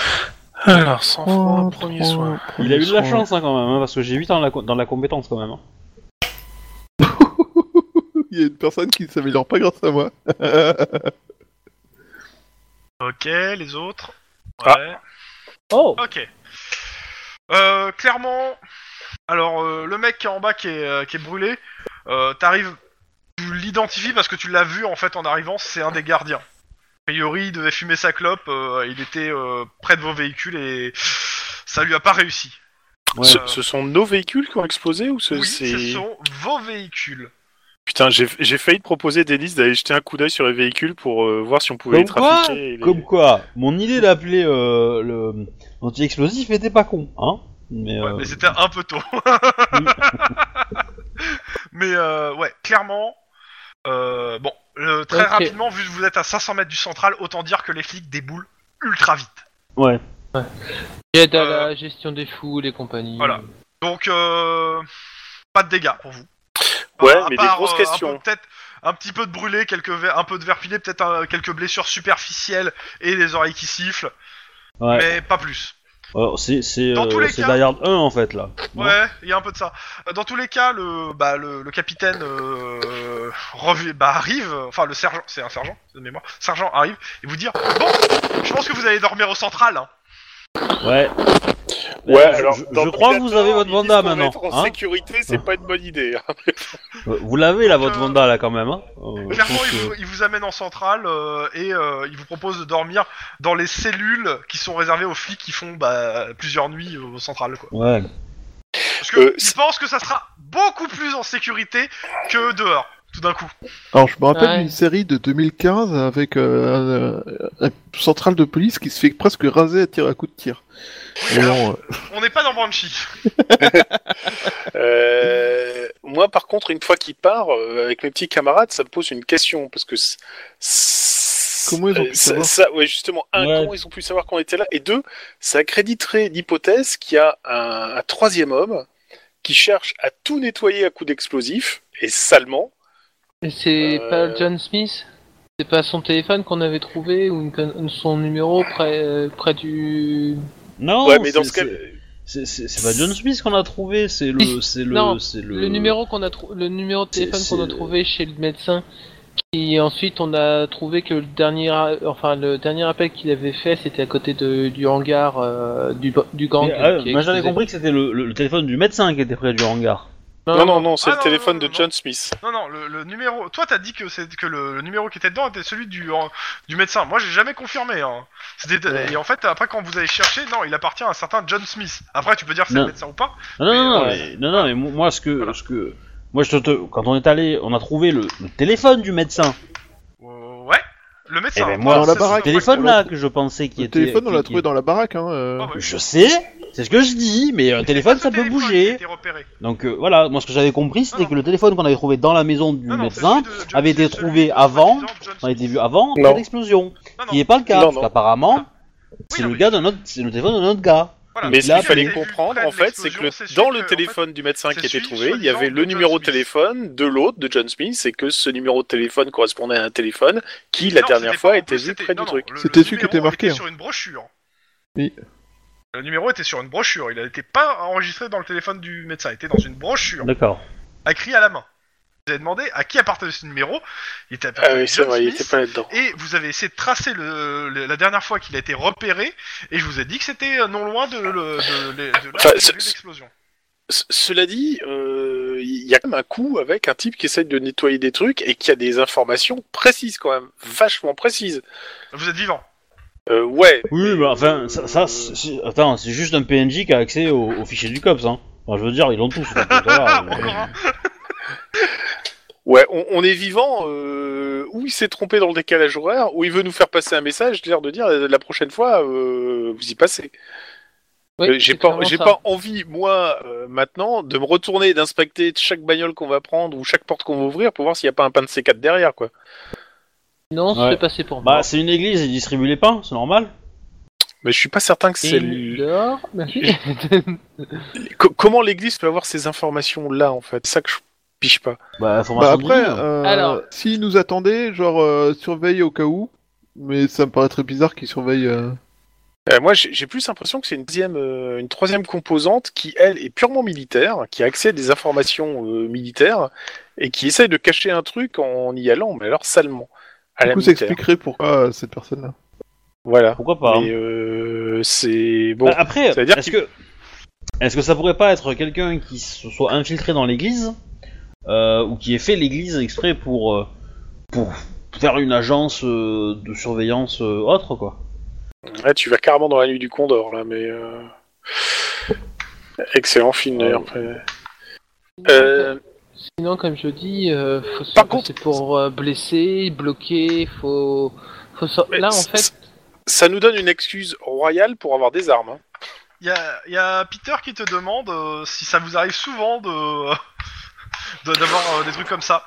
[SPEAKER 1] Alors,
[SPEAKER 2] Oh,
[SPEAKER 1] sans
[SPEAKER 4] Oh,
[SPEAKER 1] froid, premier soin.
[SPEAKER 2] Il a eu de la
[SPEAKER 5] soin.
[SPEAKER 2] chance hein, quand même, hein, parce que j'ai 8 ans dans la, co- dans la compétence quand même. hein.
[SPEAKER 5] Il y a une personne qui s'améliore pas grâce à moi.
[SPEAKER 3] Ok, les autres.
[SPEAKER 1] Ah.
[SPEAKER 3] Ouais.
[SPEAKER 4] Oh
[SPEAKER 3] Ok. Euh, clairement, alors euh, le mec qui est en bas qui est, euh, qui est brûlé, euh, t'arrives, tu l'identifies parce que tu l'as vu en fait en arrivant, c'est un des gardiens. A priori, il devait fumer sa clope, euh, il était euh, près de vos véhicules et ça lui a pas réussi. Ah,
[SPEAKER 2] Ouais.
[SPEAKER 1] Ce, ce sont nos véhicules qui ont explosé ou ce,
[SPEAKER 3] oui,
[SPEAKER 1] c'est...
[SPEAKER 3] ce sont vos véhicules.
[SPEAKER 1] Putain, j'ai j'ai failli te proposer, Denis, d'aller jeter un coup d'œil sur les véhicules pour euh, voir si on pouvait les
[SPEAKER 2] Comme quoi,
[SPEAKER 1] trafiquer. et les-
[SPEAKER 2] Comme quoi, mon idée d'appeler euh, le l'anti-explosif était pas con, hein Mais,
[SPEAKER 3] Ouais,
[SPEAKER 2] euh,
[SPEAKER 3] mais c'était un peu tôt. mais euh, ouais, clairement. euh, bon, euh, très
[SPEAKER 4] Ok.
[SPEAKER 3] rapidement, vu que vous êtes à 500 mètres du central, autant dire que les flics déboulent ultra vite.
[SPEAKER 2] ouais.
[SPEAKER 4] J'aide à
[SPEAKER 3] Euh.
[SPEAKER 4] la gestion des foules et compagnie.
[SPEAKER 3] Voilà. Donc, euh, pas de dégâts pour vous.
[SPEAKER 1] Ouais,
[SPEAKER 3] À
[SPEAKER 1] mais des
[SPEAKER 3] part,
[SPEAKER 1] grosses
[SPEAKER 3] euh, un
[SPEAKER 1] questions.
[SPEAKER 3] peu, Peut-être un petit peu de brûlé, quelques ver- un peu de verre pilé, peut-être un- quelques blessures superficielles et des oreilles qui sifflent,
[SPEAKER 2] Ouais.
[SPEAKER 3] mais pas plus.
[SPEAKER 2] Alors, c'est c'est
[SPEAKER 3] Dans tous
[SPEAKER 2] euh,
[SPEAKER 3] les
[SPEAKER 2] c'est
[SPEAKER 3] cas-
[SPEAKER 2] Die Hard 1 en fait là. Non
[SPEAKER 3] Ouais, il y a un peu de ça. Euh, Dans tous les cas, le, bah, le, le capitaine euh, revu- bah, arrive, euh, enfin le sergent, c'est un sergent de mémoire, sergent arrive et vous dire Bon, je pense que vous allez dormir au central. hein.
[SPEAKER 2] Ouais.
[SPEAKER 1] Ouais,
[SPEAKER 2] je,
[SPEAKER 1] alors,
[SPEAKER 2] euh, je-
[SPEAKER 1] dans
[SPEAKER 2] je crois que
[SPEAKER 1] Predator,
[SPEAKER 2] vous avez votre
[SPEAKER 1] ils disent
[SPEAKER 2] Vanda
[SPEAKER 1] qu'on va
[SPEAKER 2] maintenant.
[SPEAKER 1] être en
[SPEAKER 2] hein
[SPEAKER 1] sécurité, c'est pas une bonne idée. hein.
[SPEAKER 2] Euh, vous l'avez là votre
[SPEAKER 3] Euh,
[SPEAKER 2] Vanda là quand même. Hein Euh, je
[SPEAKER 3] Clairement,
[SPEAKER 2] pense
[SPEAKER 3] il
[SPEAKER 2] que-
[SPEAKER 3] vous, il vous amène en centrale euh, et euh, il vous propose de dormir dans les cellules qui sont réservées aux flics qui font bah, plusieurs nuits au central. Quoi.
[SPEAKER 2] Ouais.
[SPEAKER 3] Parce que
[SPEAKER 1] Euh,
[SPEAKER 3] il
[SPEAKER 1] c'est-
[SPEAKER 3] pense que ça sera beaucoup plus en sécurité que dehors, tout d'un coup.
[SPEAKER 5] Alors, je me rappelle
[SPEAKER 4] Ouais.
[SPEAKER 5] d'une série de 2015 avec euh, un, un- un central de police qui se fait presque raser à, tir, à coup de tir.
[SPEAKER 3] Oui,
[SPEAKER 5] Et
[SPEAKER 3] alors,
[SPEAKER 5] non, euh,
[SPEAKER 3] on n'est pas dans Branchy.
[SPEAKER 1] Euh, moi, par contre, une fois qu'il part, euh, avec mes petits camarades, ça me pose une question parce que c- c-
[SPEAKER 5] Comment ils ont
[SPEAKER 1] euh,
[SPEAKER 5] pu
[SPEAKER 1] ça-
[SPEAKER 5] savoir
[SPEAKER 1] ça- ouais, justement, un,
[SPEAKER 2] Ouais.
[SPEAKER 1] comment ils ont pu savoir qu'on était là Et deux, ça accréditerait l'hypothèse qu'il y a un, un troisième homme qui cherche à tout nettoyer à coups d'explosifs et salement.
[SPEAKER 4] Et c'est
[SPEAKER 1] Euh.
[SPEAKER 4] pas John Smith C'est pas son téléphone qu'on avait trouvé ou une con- son numéro près, euh, près du.
[SPEAKER 2] Non.
[SPEAKER 1] ouais, mais dans
[SPEAKER 2] c'est-
[SPEAKER 1] ce cas,
[SPEAKER 2] c'est- c'est c'est- c'est pas John Smith qu'on a trouvé, c'est le c'est le
[SPEAKER 4] Non,
[SPEAKER 2] c'est
[SPEAKER 4] Le,
[SPEAKER 2] le,
[SPEAKER 4] numéro qu'on a trou- le numéro de
[SPEAKER 2] C'est-
[SPEAKER 4] téléphone
[SPEAKER 2] c'est-
[SPEAKER 4] qu'on a
[SPEAKER 1] euh,
[SPEAKER 4] trouvé chez le médecin. Et ensuite, on a trouvé que le dernier, a- enfin le dernier appel qu'il avait fait, c'était à côté de, du hangar euh, du, du gang.
[SPEAKER 2] Mais, ah,
[SPEAKER 4] qui
[SPEAKER 2] moi, j'avais
[SPEAKER 4] explosait.
[SPEAKER 2] compris que c'était le, le- le téléphone du médecin qui était près du hangar.
[SPEAKER 1] Non, non, non, c'est
[SPEAKER 3] Ah,
[SPEAKER 1] le
[SPEAKER 3] non,
[SPEAKER 1] téléphone
[SPEAKER 3] non,
[SPEAKER 1] de
[SPEAKER 3] non.
[SPEAKER 1] John Smith.
[SPEAKER 3] Non, non, le, le numéro. Toi, t'as dit que, c'est- que le, le numéro qui était dedans était celui du, en- du médecin. Moi, j'ai jamais confirmé. Hein. C'était- Et en fait, après, quand vous allez chercher, non, il appartient à un certain John Smith. Après, tu peux dire si c'est
[SPEAKER 2] Non.
[SPEAKER 3] le médecin ou pas.
[SPEAKER 2] Non, non, non, non,
[SPEAKER 3] Mais,
[SPEAKER 2] mais, non, non, mais mo- moi, ce que, ce que, moi, je te, te- quand on est allé, on a trouvé le, le téléphone du médecin.
[SPEAKER 3] Euh, ouais, le médecin.
[SPEAKER 2] Eh ben, moi,
[SPEAKER 5] Dans la
[SPEAKER 3] c'est-
[SPEAKER 5] baraque.
[SPEAKER 3] c'est-
[SPEAKER 2] téléphone
[SPEAKER 5] on
[SPEAKER 2] là
[SPEAKER 5] l'a
[SPEAKER 2] que je pensais qui
[SPEAKER 5] Le
[SPEAKER 2] était.
[SPEAKER 5] téléphone, on
[SPEAKER 2] qui-
[SPEAKER 5] l'a
[SPEAKER 2] qui-
[SPEAKER 5] trouvé dans la baraque. Hein, euh.
[SPEAKER 3] Ah ouais.
[SPEAKER 2] Je sais, c'est ce que je dis, mais un
[SPEAKER 3] C'est
[SPEAKER 2] téléphone,
[SPEAKER 3] pas
[SPEAKER 2] ça
[SPEAKER 3] ce
[SPEAKER 2] peut
[SPEAKER 3] téléphone qui a
[SPEAKER 2] bouger.
[SPEAKER 3] été repéré.
[SPEAKER 2] Donc euh, voilà, moi, ce que j'avais compris, c'était
[SPEAKER 3] Non,
[SPEAKER 2] que le téléphone qu'on avait trouvé dans la maison du
[SPEAKER 3] Non, non, c'est
[SPEAKER 2] médecin
[SPEAKER 3] celui de John
[SPEAKER 2] avait été
[SPEAKER 3] Smith, celui
[SPEAKER 2] trouvé
[SPEAKER 3] de
[SPEAKER 2] avant,
[SPEAKER 3] président John
[SPEAKER 2] on a été
[SPEAKER 3] Smith.
[SPEAKER 2] vu avant
[SPEAKER 1] Non.
[SPEAKER 2] l'explosion.
[SPEAKER 3] Non, non,
[SPEAKER 2] Qui n'est pas le cas,
[SPEAKER 1] Non,
[SPEAKER 2] parce
[SPEAKER 1] non.
[SPEAKER 2] qu'apparemment,
[SPEAKER 3] oui,
[SPEAKER 2] c'est
[SPEAKER 3] non,
[SPEAKER 2] le
[SPEAKER 3] mais-
[SPEAKER 2] gars d'un autre, c'est le téléphone d'un autre gars.
[SPEAKER 3] voilà.
[SPEAKER 1] Mais
[SPEAKER 2] Donc
[SPEAKER 1] ce
[SPEAKER 2] là,
[SPEAKER 1] qu'il fallait
[SPEAKER 3] vous avez vu
[SPEAKER 1] comprendre,
[SPEAKER 3] près
[SPEAKER 1] en
[SPEAKER 3] de
[SPEAKER 1] fait, c'est que le-
[SPEAKER 3] l'explosion, c'est
[SPEAKER 1] dans
[SPEAKER 3] celui
[SPEAKER 1] le
[SPEAKER 3] que, en
[SPEAKER 1] téléphone du médecin
[SPEAKER 3] c'est
[SPEAKER 1] qui était
[SPEAKER 3] celui,
[SPEAKER 1] trouvé, il y
[SPEAKER 3] soi-disant,
[SPEAKER 1] avait
[SPEAKER 3] de
[SPEAKER 1] le
[SPEAKER 3] John
[SPEAKER 1] numéro de
[SPEAKER 3] Smith.
[SPEAKER 1] téléphone de l'autre, de John Smith, et que ce numéro de téléphone correspondait à un téléphone qui,
[SPEAKER 3] fait,
[SPEAKER 1] la
[SPEAKER 3] non,
[SPEAKER 1] dernière
[SPEAKER 3] c'était
[SPEAKER 1] fois,
[SPEAKER 3] pas- en
[SPEAKER 1] était
[SPEAKER 3] plus,
[SPEAKER 1] vu
[SPEAKER 3] c'était-
[SPEAKER 1] près
[SPEAKER 3] non,
[SPEAKER 1] du
[SPEAKER 3] non,
[SPEAKER 1] truc.
[SPEAKER 3] le-
[SPEAKER 5] C'était
[SPEAKER 3] le
[SPEAKER 5] celui qui
[SPEAKER 3] numéro
[SPEAKER 5] était marqué, hein.
[SPEAKER 3] sur une brochure.
[SPEAKER 5] Oui.
[SPEAKER 3] Le numéro était sur une brochure, il n'était pas enregistré dans le téléphone du médecin, il était dans une brochure,
[SPEAKER 2] D'accord.
[SPEAKER 3] écrit à la main. Vous avez demandé à qui appartenait ce numéro, il était
[SPEAKER 1] Ah
[SPEAKER 3] appartenu à
[SPEAKER 1] oui, c'est
[SPEAKER 3] John
[SPEAKER 1] vrai, il
[SPEAKER 3] Smith,
[SPEAKER 1] était pas là-dedans.
[SPEAKER 3] et vous avez essayé de tracer le, le- la dernière fois qu'il a été repéré, et je vous ai dit que c'était euh, non loin de, le- de, de- de là
[SPEAKER 1] Enfin,
[SPEAKER 3] où il y a
[SPEAKER 1] c'est-
[SPEAKER 3] eu l'explosion.
[SPEAKER 1] C- Cela dit, euh, il y a quand même un coup avec un type qui essaye de nettoyer des trucs et qui a des informations précises quand même, vachement précises.
[SPEAKER 3] Vous êtes vivant.
[SPEAKER 1] Euh, ouais.
[SPEAKER 2] Oui,
[SPEAKER 1] mais,
[SPEAKER 2] bah enfin,
[SPEAKER 1] euh,
[SPEAKER 2] ça, ça c'est- c'est- attends, c'est juste un PNJ qui a accès au, au fichier du COPS, hein. Enfin, je veux dire, ils l'ont tous. donc, voilà, mais-
[SPEAKER 3] Encore un.
[SPEAKER 1] Ouais, on, on est vivant. Euh, ou il s'est trompé dans le décalage horaire, ou il veut nous faire passer un message, l'air de dire euh, la prochaine fois, euh, vous y passez.
[SPEAKER 4] Oui,
[SPEAKER 1] Euh, j'ai
[SPEAKER 4] c'est
[SPEAKER 1] pas,
[SPEAKER 4] clairement
[SPEAKER 1] j'ai
[SPEAKER 4] ça.
[SPEAKER 1] pas envie moi euh, maintenant de me retourner et d'inspecter chaque bagnole qu'on va prendre ou chaque porte qu'on va ouvrir pour voir s'il n'y a pas un pain de C4 derrière quoi.
[SPEAKER 4] Non,
[SPEAKER 2] Ouais.
[SPEAKER 4] c'est passé pour moi.
[SPEAKER 2] Bah, c'est une église, ils distribuent les pains, c'est normal.
[SPEAKER 1] Mais je suis pas certain que c'est.
[SPEAKER 4] Et
[SPEAKER 1] le-
[SPEAKER 4] dehors, merci.
[SPEAKER 1] Co- comment l'Église peut avoir ces informations là en fait C'est ça que je piche pas.
[SPEAKER 2] Bah,
[SPEAKER 5] Bah
[SPEAKER 2] information
[SPEAKER 5] après,
[SPEAKER 2] divine.
[SPEAKER 5] euh,
[SPEAKER 4] Alors-
[SPEAKER 5] s'ils nous attendaient, genre euh, surveille au cas où, mais ça me paraît très bizarre qu'ils surveillent. euh,
[SPEAKER 1] Euh, moi, j'ai j'ai plus l'impression que c'est une deuxième, euh, une troisième composante qui, elle, est purement militaire, qui a accès à des informations euh, militaires et qui essaye de cacher un truc en y allant, mais alors salement. À la
[SPEAKER 5] Du coup, ça
[SPEAKER 1] militaire.
[SPEAKER 5] expliquerait pourquoi euh, cette personne-là.
[SPEAKER 1] Voilà.
[SPEAKER 2] Pourquoi pas hein.
[SPEAKER 1] Mais euh, c'est bon.
[SPEAKER 2] Bah, Après,
[SPEAKER 1] ça veut dire
[SPEAKER 2] est-ce que, est-ce que ça pourrait pas être quelqu'un qui se soit infiltré dans l'église euh, ou qui ait fait l'église exprès pour euh, pour faire une agence euh, de surveillance euh, autre quoi
[SPEAKER 1] Ouais, tu vas carrément dans la nuit du Condor là, mais euh, excellent film d'ailleurs. Euh,
[SPEAKER 4] Sinon, comme je dis, euh, faut se
[SPEAKER 1] Par
[SPEAKER 4] passer pour euh, blesser, bloquer, faut. faut sor-
[SPEAKER 1] Mais
[SPEAKER 4] Là, en
[SPEAKER 1] c-
[SPEAKER 4] fait,
[SPEAKER 1] c- ça nous donne une excuse royale pour avoir des armes. hein.
[SPEAKER 3] Il y a, il y a Peter qui te demande euh, si ça vous arrive souvent de de- d'avoir euh, des trucs comme ça.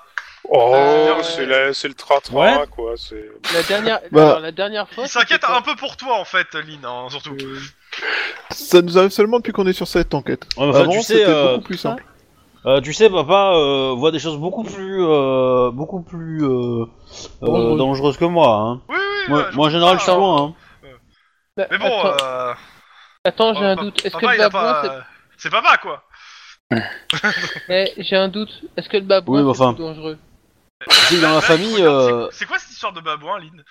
[SPEAKER 1] Oh,
[SPEAKER 4] Euh,
[SPEAKER 1] c'est la- c'est le tra-tra,
[SPEAKER 2] ouais.
[SPEAKER 1] quoi. c'est-
[SPEAKER 4] la dernière,
[SPEAKER 5] Bah.
[SPEAKER 4] alors, la dernière fois.
[SPEAKER 3] Il s'inquiète hein.
[SPEAKER 4] c'était
[SPEAKER 3] un peu pour toi en fait, Lynn, hein, surtout.
[SPEAKER 4] quand- euh,
[SPEAKER 5] Ça nous arrive seulement depuis qu'on est sur cette enquête.
[SPEAKER 2] Ouais, mais
[SPEAKER 1] Bah,
[SPEAKER 2] enfin,
[SPEAKER 5] Avant,
[SPEAKER 2] tu sais,
[SPEAKER 5] c'était
[SPEAKER 2] euh,
[SPEAKER 5] beaucoup plus simple.
[SPEAKER 2] Euh, tu sais, papa euh, voit des choses beaucoup plus, euh, beaucoup plus euh, euh,
[SPEAKER 5] Dangereuses.
[SPEAKER 2] dangereuses que moi. Hein.
[SPEAKER 3] Oui, oui.
[SPEAKER 2] Moi,
[SPEAKER 3] ouais,
[SPEAKER 2] moi, en général, je suis
[SPEAKER 3] comprends, Ah, hein.
[SPEAKER 2] loin. Hein.
[SPEAKER 4] bah,
[SPEAKER 3] Mais bon,
[SPEAKER 4] attends,
[SPEAKER 3] euh,
[SPEAKER 4] attends, j'ai
[SPEAKER 3] euh,
[SPEAKER 4] un
[SPEAKER 3] pa-
[SPEAKER 4] doute. Est-ce que
[SPEAKER 3] papa,
[SPEAKER 4] le
[SPEAKER 3] il a
[SPEAKER 4] babouin,
[SPEAKER 3] pas, euh, c'est papa quoi.
[SPEAKER 4] c'est- eh, j'ai un doute. Est-ce que le babouin
[SPEAKER 2] Oui, mais
[SPEAKER 4] c'est
[SPEAKER 2] enfin.
[SPEAKER 4] plus dangereux
[SPEAKER 2] Tu sais, dans la
[SPEAKER 3] Là, il
[SPEAKER 2] famille,
[SPEAKER 3] Bah, regarde,
[SPEAKER 2] euh,
[SPEAKER 3] c'est- C'est quoi cette histoire de babouin, Lynn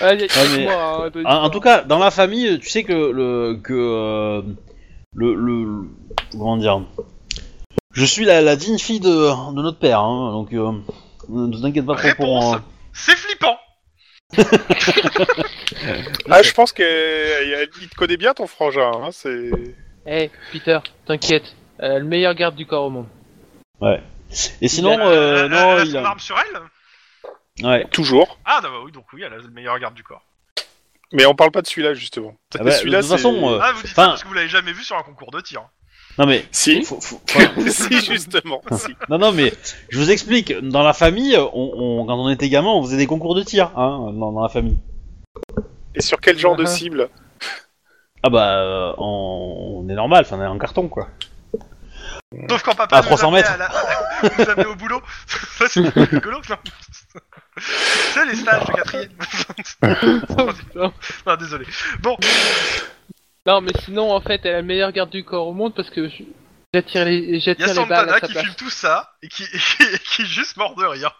[SPEAKER 4] Allez, hein,
[SPEAKER 2] mais-
[SPEAKER 4] moi
[SPEAKER 2] en, en tout cas, dans la famille, tu sais que le, que euh, le, le, le- comment dire, je suis la, la digne fille de, de notre père. Hein, donc, euh, ne t'inquiète pas trop pour.
[SPEAKER 3] Réponse.
[SPEAKER 2] euh,
[SPEAKER 3] C'est flippant.
[SPEAKER 1] Ah, je pense qu'il te connaît bien ton frangin. Hein, c'est...
[SPEAKER 4] Eh, Peter, t'inquiète. euh, le meilleur garde du corps au monde.
[SPEAKER 2] Et sinon,
[SPEAKER 4] Il a-
[SPEAKER 2] euh,
[SPEAKER 3] elle, elle
[SPEAKER 2] non,
[SPEAKER 3] a
[SPEAKER 2] il
[SPEAKER 3] son
[SPEAKER 2] a.
[SPEAKER 3] arme sur elle.
[SPEAKER 2] Ouais.
[SPEAKER 1] Toujours.
[SPEAKER 3] Ah non, bah oui, donc oui, elle a le meilleur garde du corps.
[SPEAKER 1] Mais on parle pas de celui-là, justement.
[SPEAKER 2] Ah bah,
[SPEAKER 1] celui-là,
[SPEAKER 2] de toute façon,
[SPEAKER 1] c'est-
[SPEAKER 2] euh,
[SPEAKER 3] Ah, vous dites
[SPEAKER 2] enfin-
[SPEAKER 3] ça parce que vous l'avez jamais vu sur un concours de tir.
[SPEAKER 2] Non mais.
[SPEAKER 1] Si.
[SPEAKER 2] Faut, faut, faut-
[SPEAKER 1] si, justement. si.
[SPEAKER 2] Non, non, mais je vous explique. Dans la famille, on, on- quand on était gamin, on faisait des concours de tir, hein, dans, dans la famille.
[SPEAKER 1] Et sur quel genre de
[SPEAKER 4] Ah.
[SPEAKER 1] cible
[SPEAKER 2] Ah bah, euh, en- on est normal, enfin, on est en carton, quoi.
[SPEAKER 3] Sauf quand papa
[SPEAKER 2] À
[SPEAKER 3] nous
[SPEAKER 2] 300
[SPEAKER 3] amenait
[SPEAKER 2] mètres.
[SPEAKER 3] à la- nous amenait au boulot. Ça, c'est rigolo, non C'est les stages de quatrième. non, désolé. Bon,
[SPEAKER 4] non, mais sinon, en fait, elle a le meilleur garde du corps au monde parce que je- j'attire les,
[SPEAKER 3] il y a
[SPEAKER 4] j'attire les balles
[SPEAKER 3] Santana
[SPEAKER 4] à sa
[SPEAKER 3] qui
[SPEAKER 4] place.
[SPEAKER 3] filme tout ça et qui, et qui, et qui est juste mort de rire.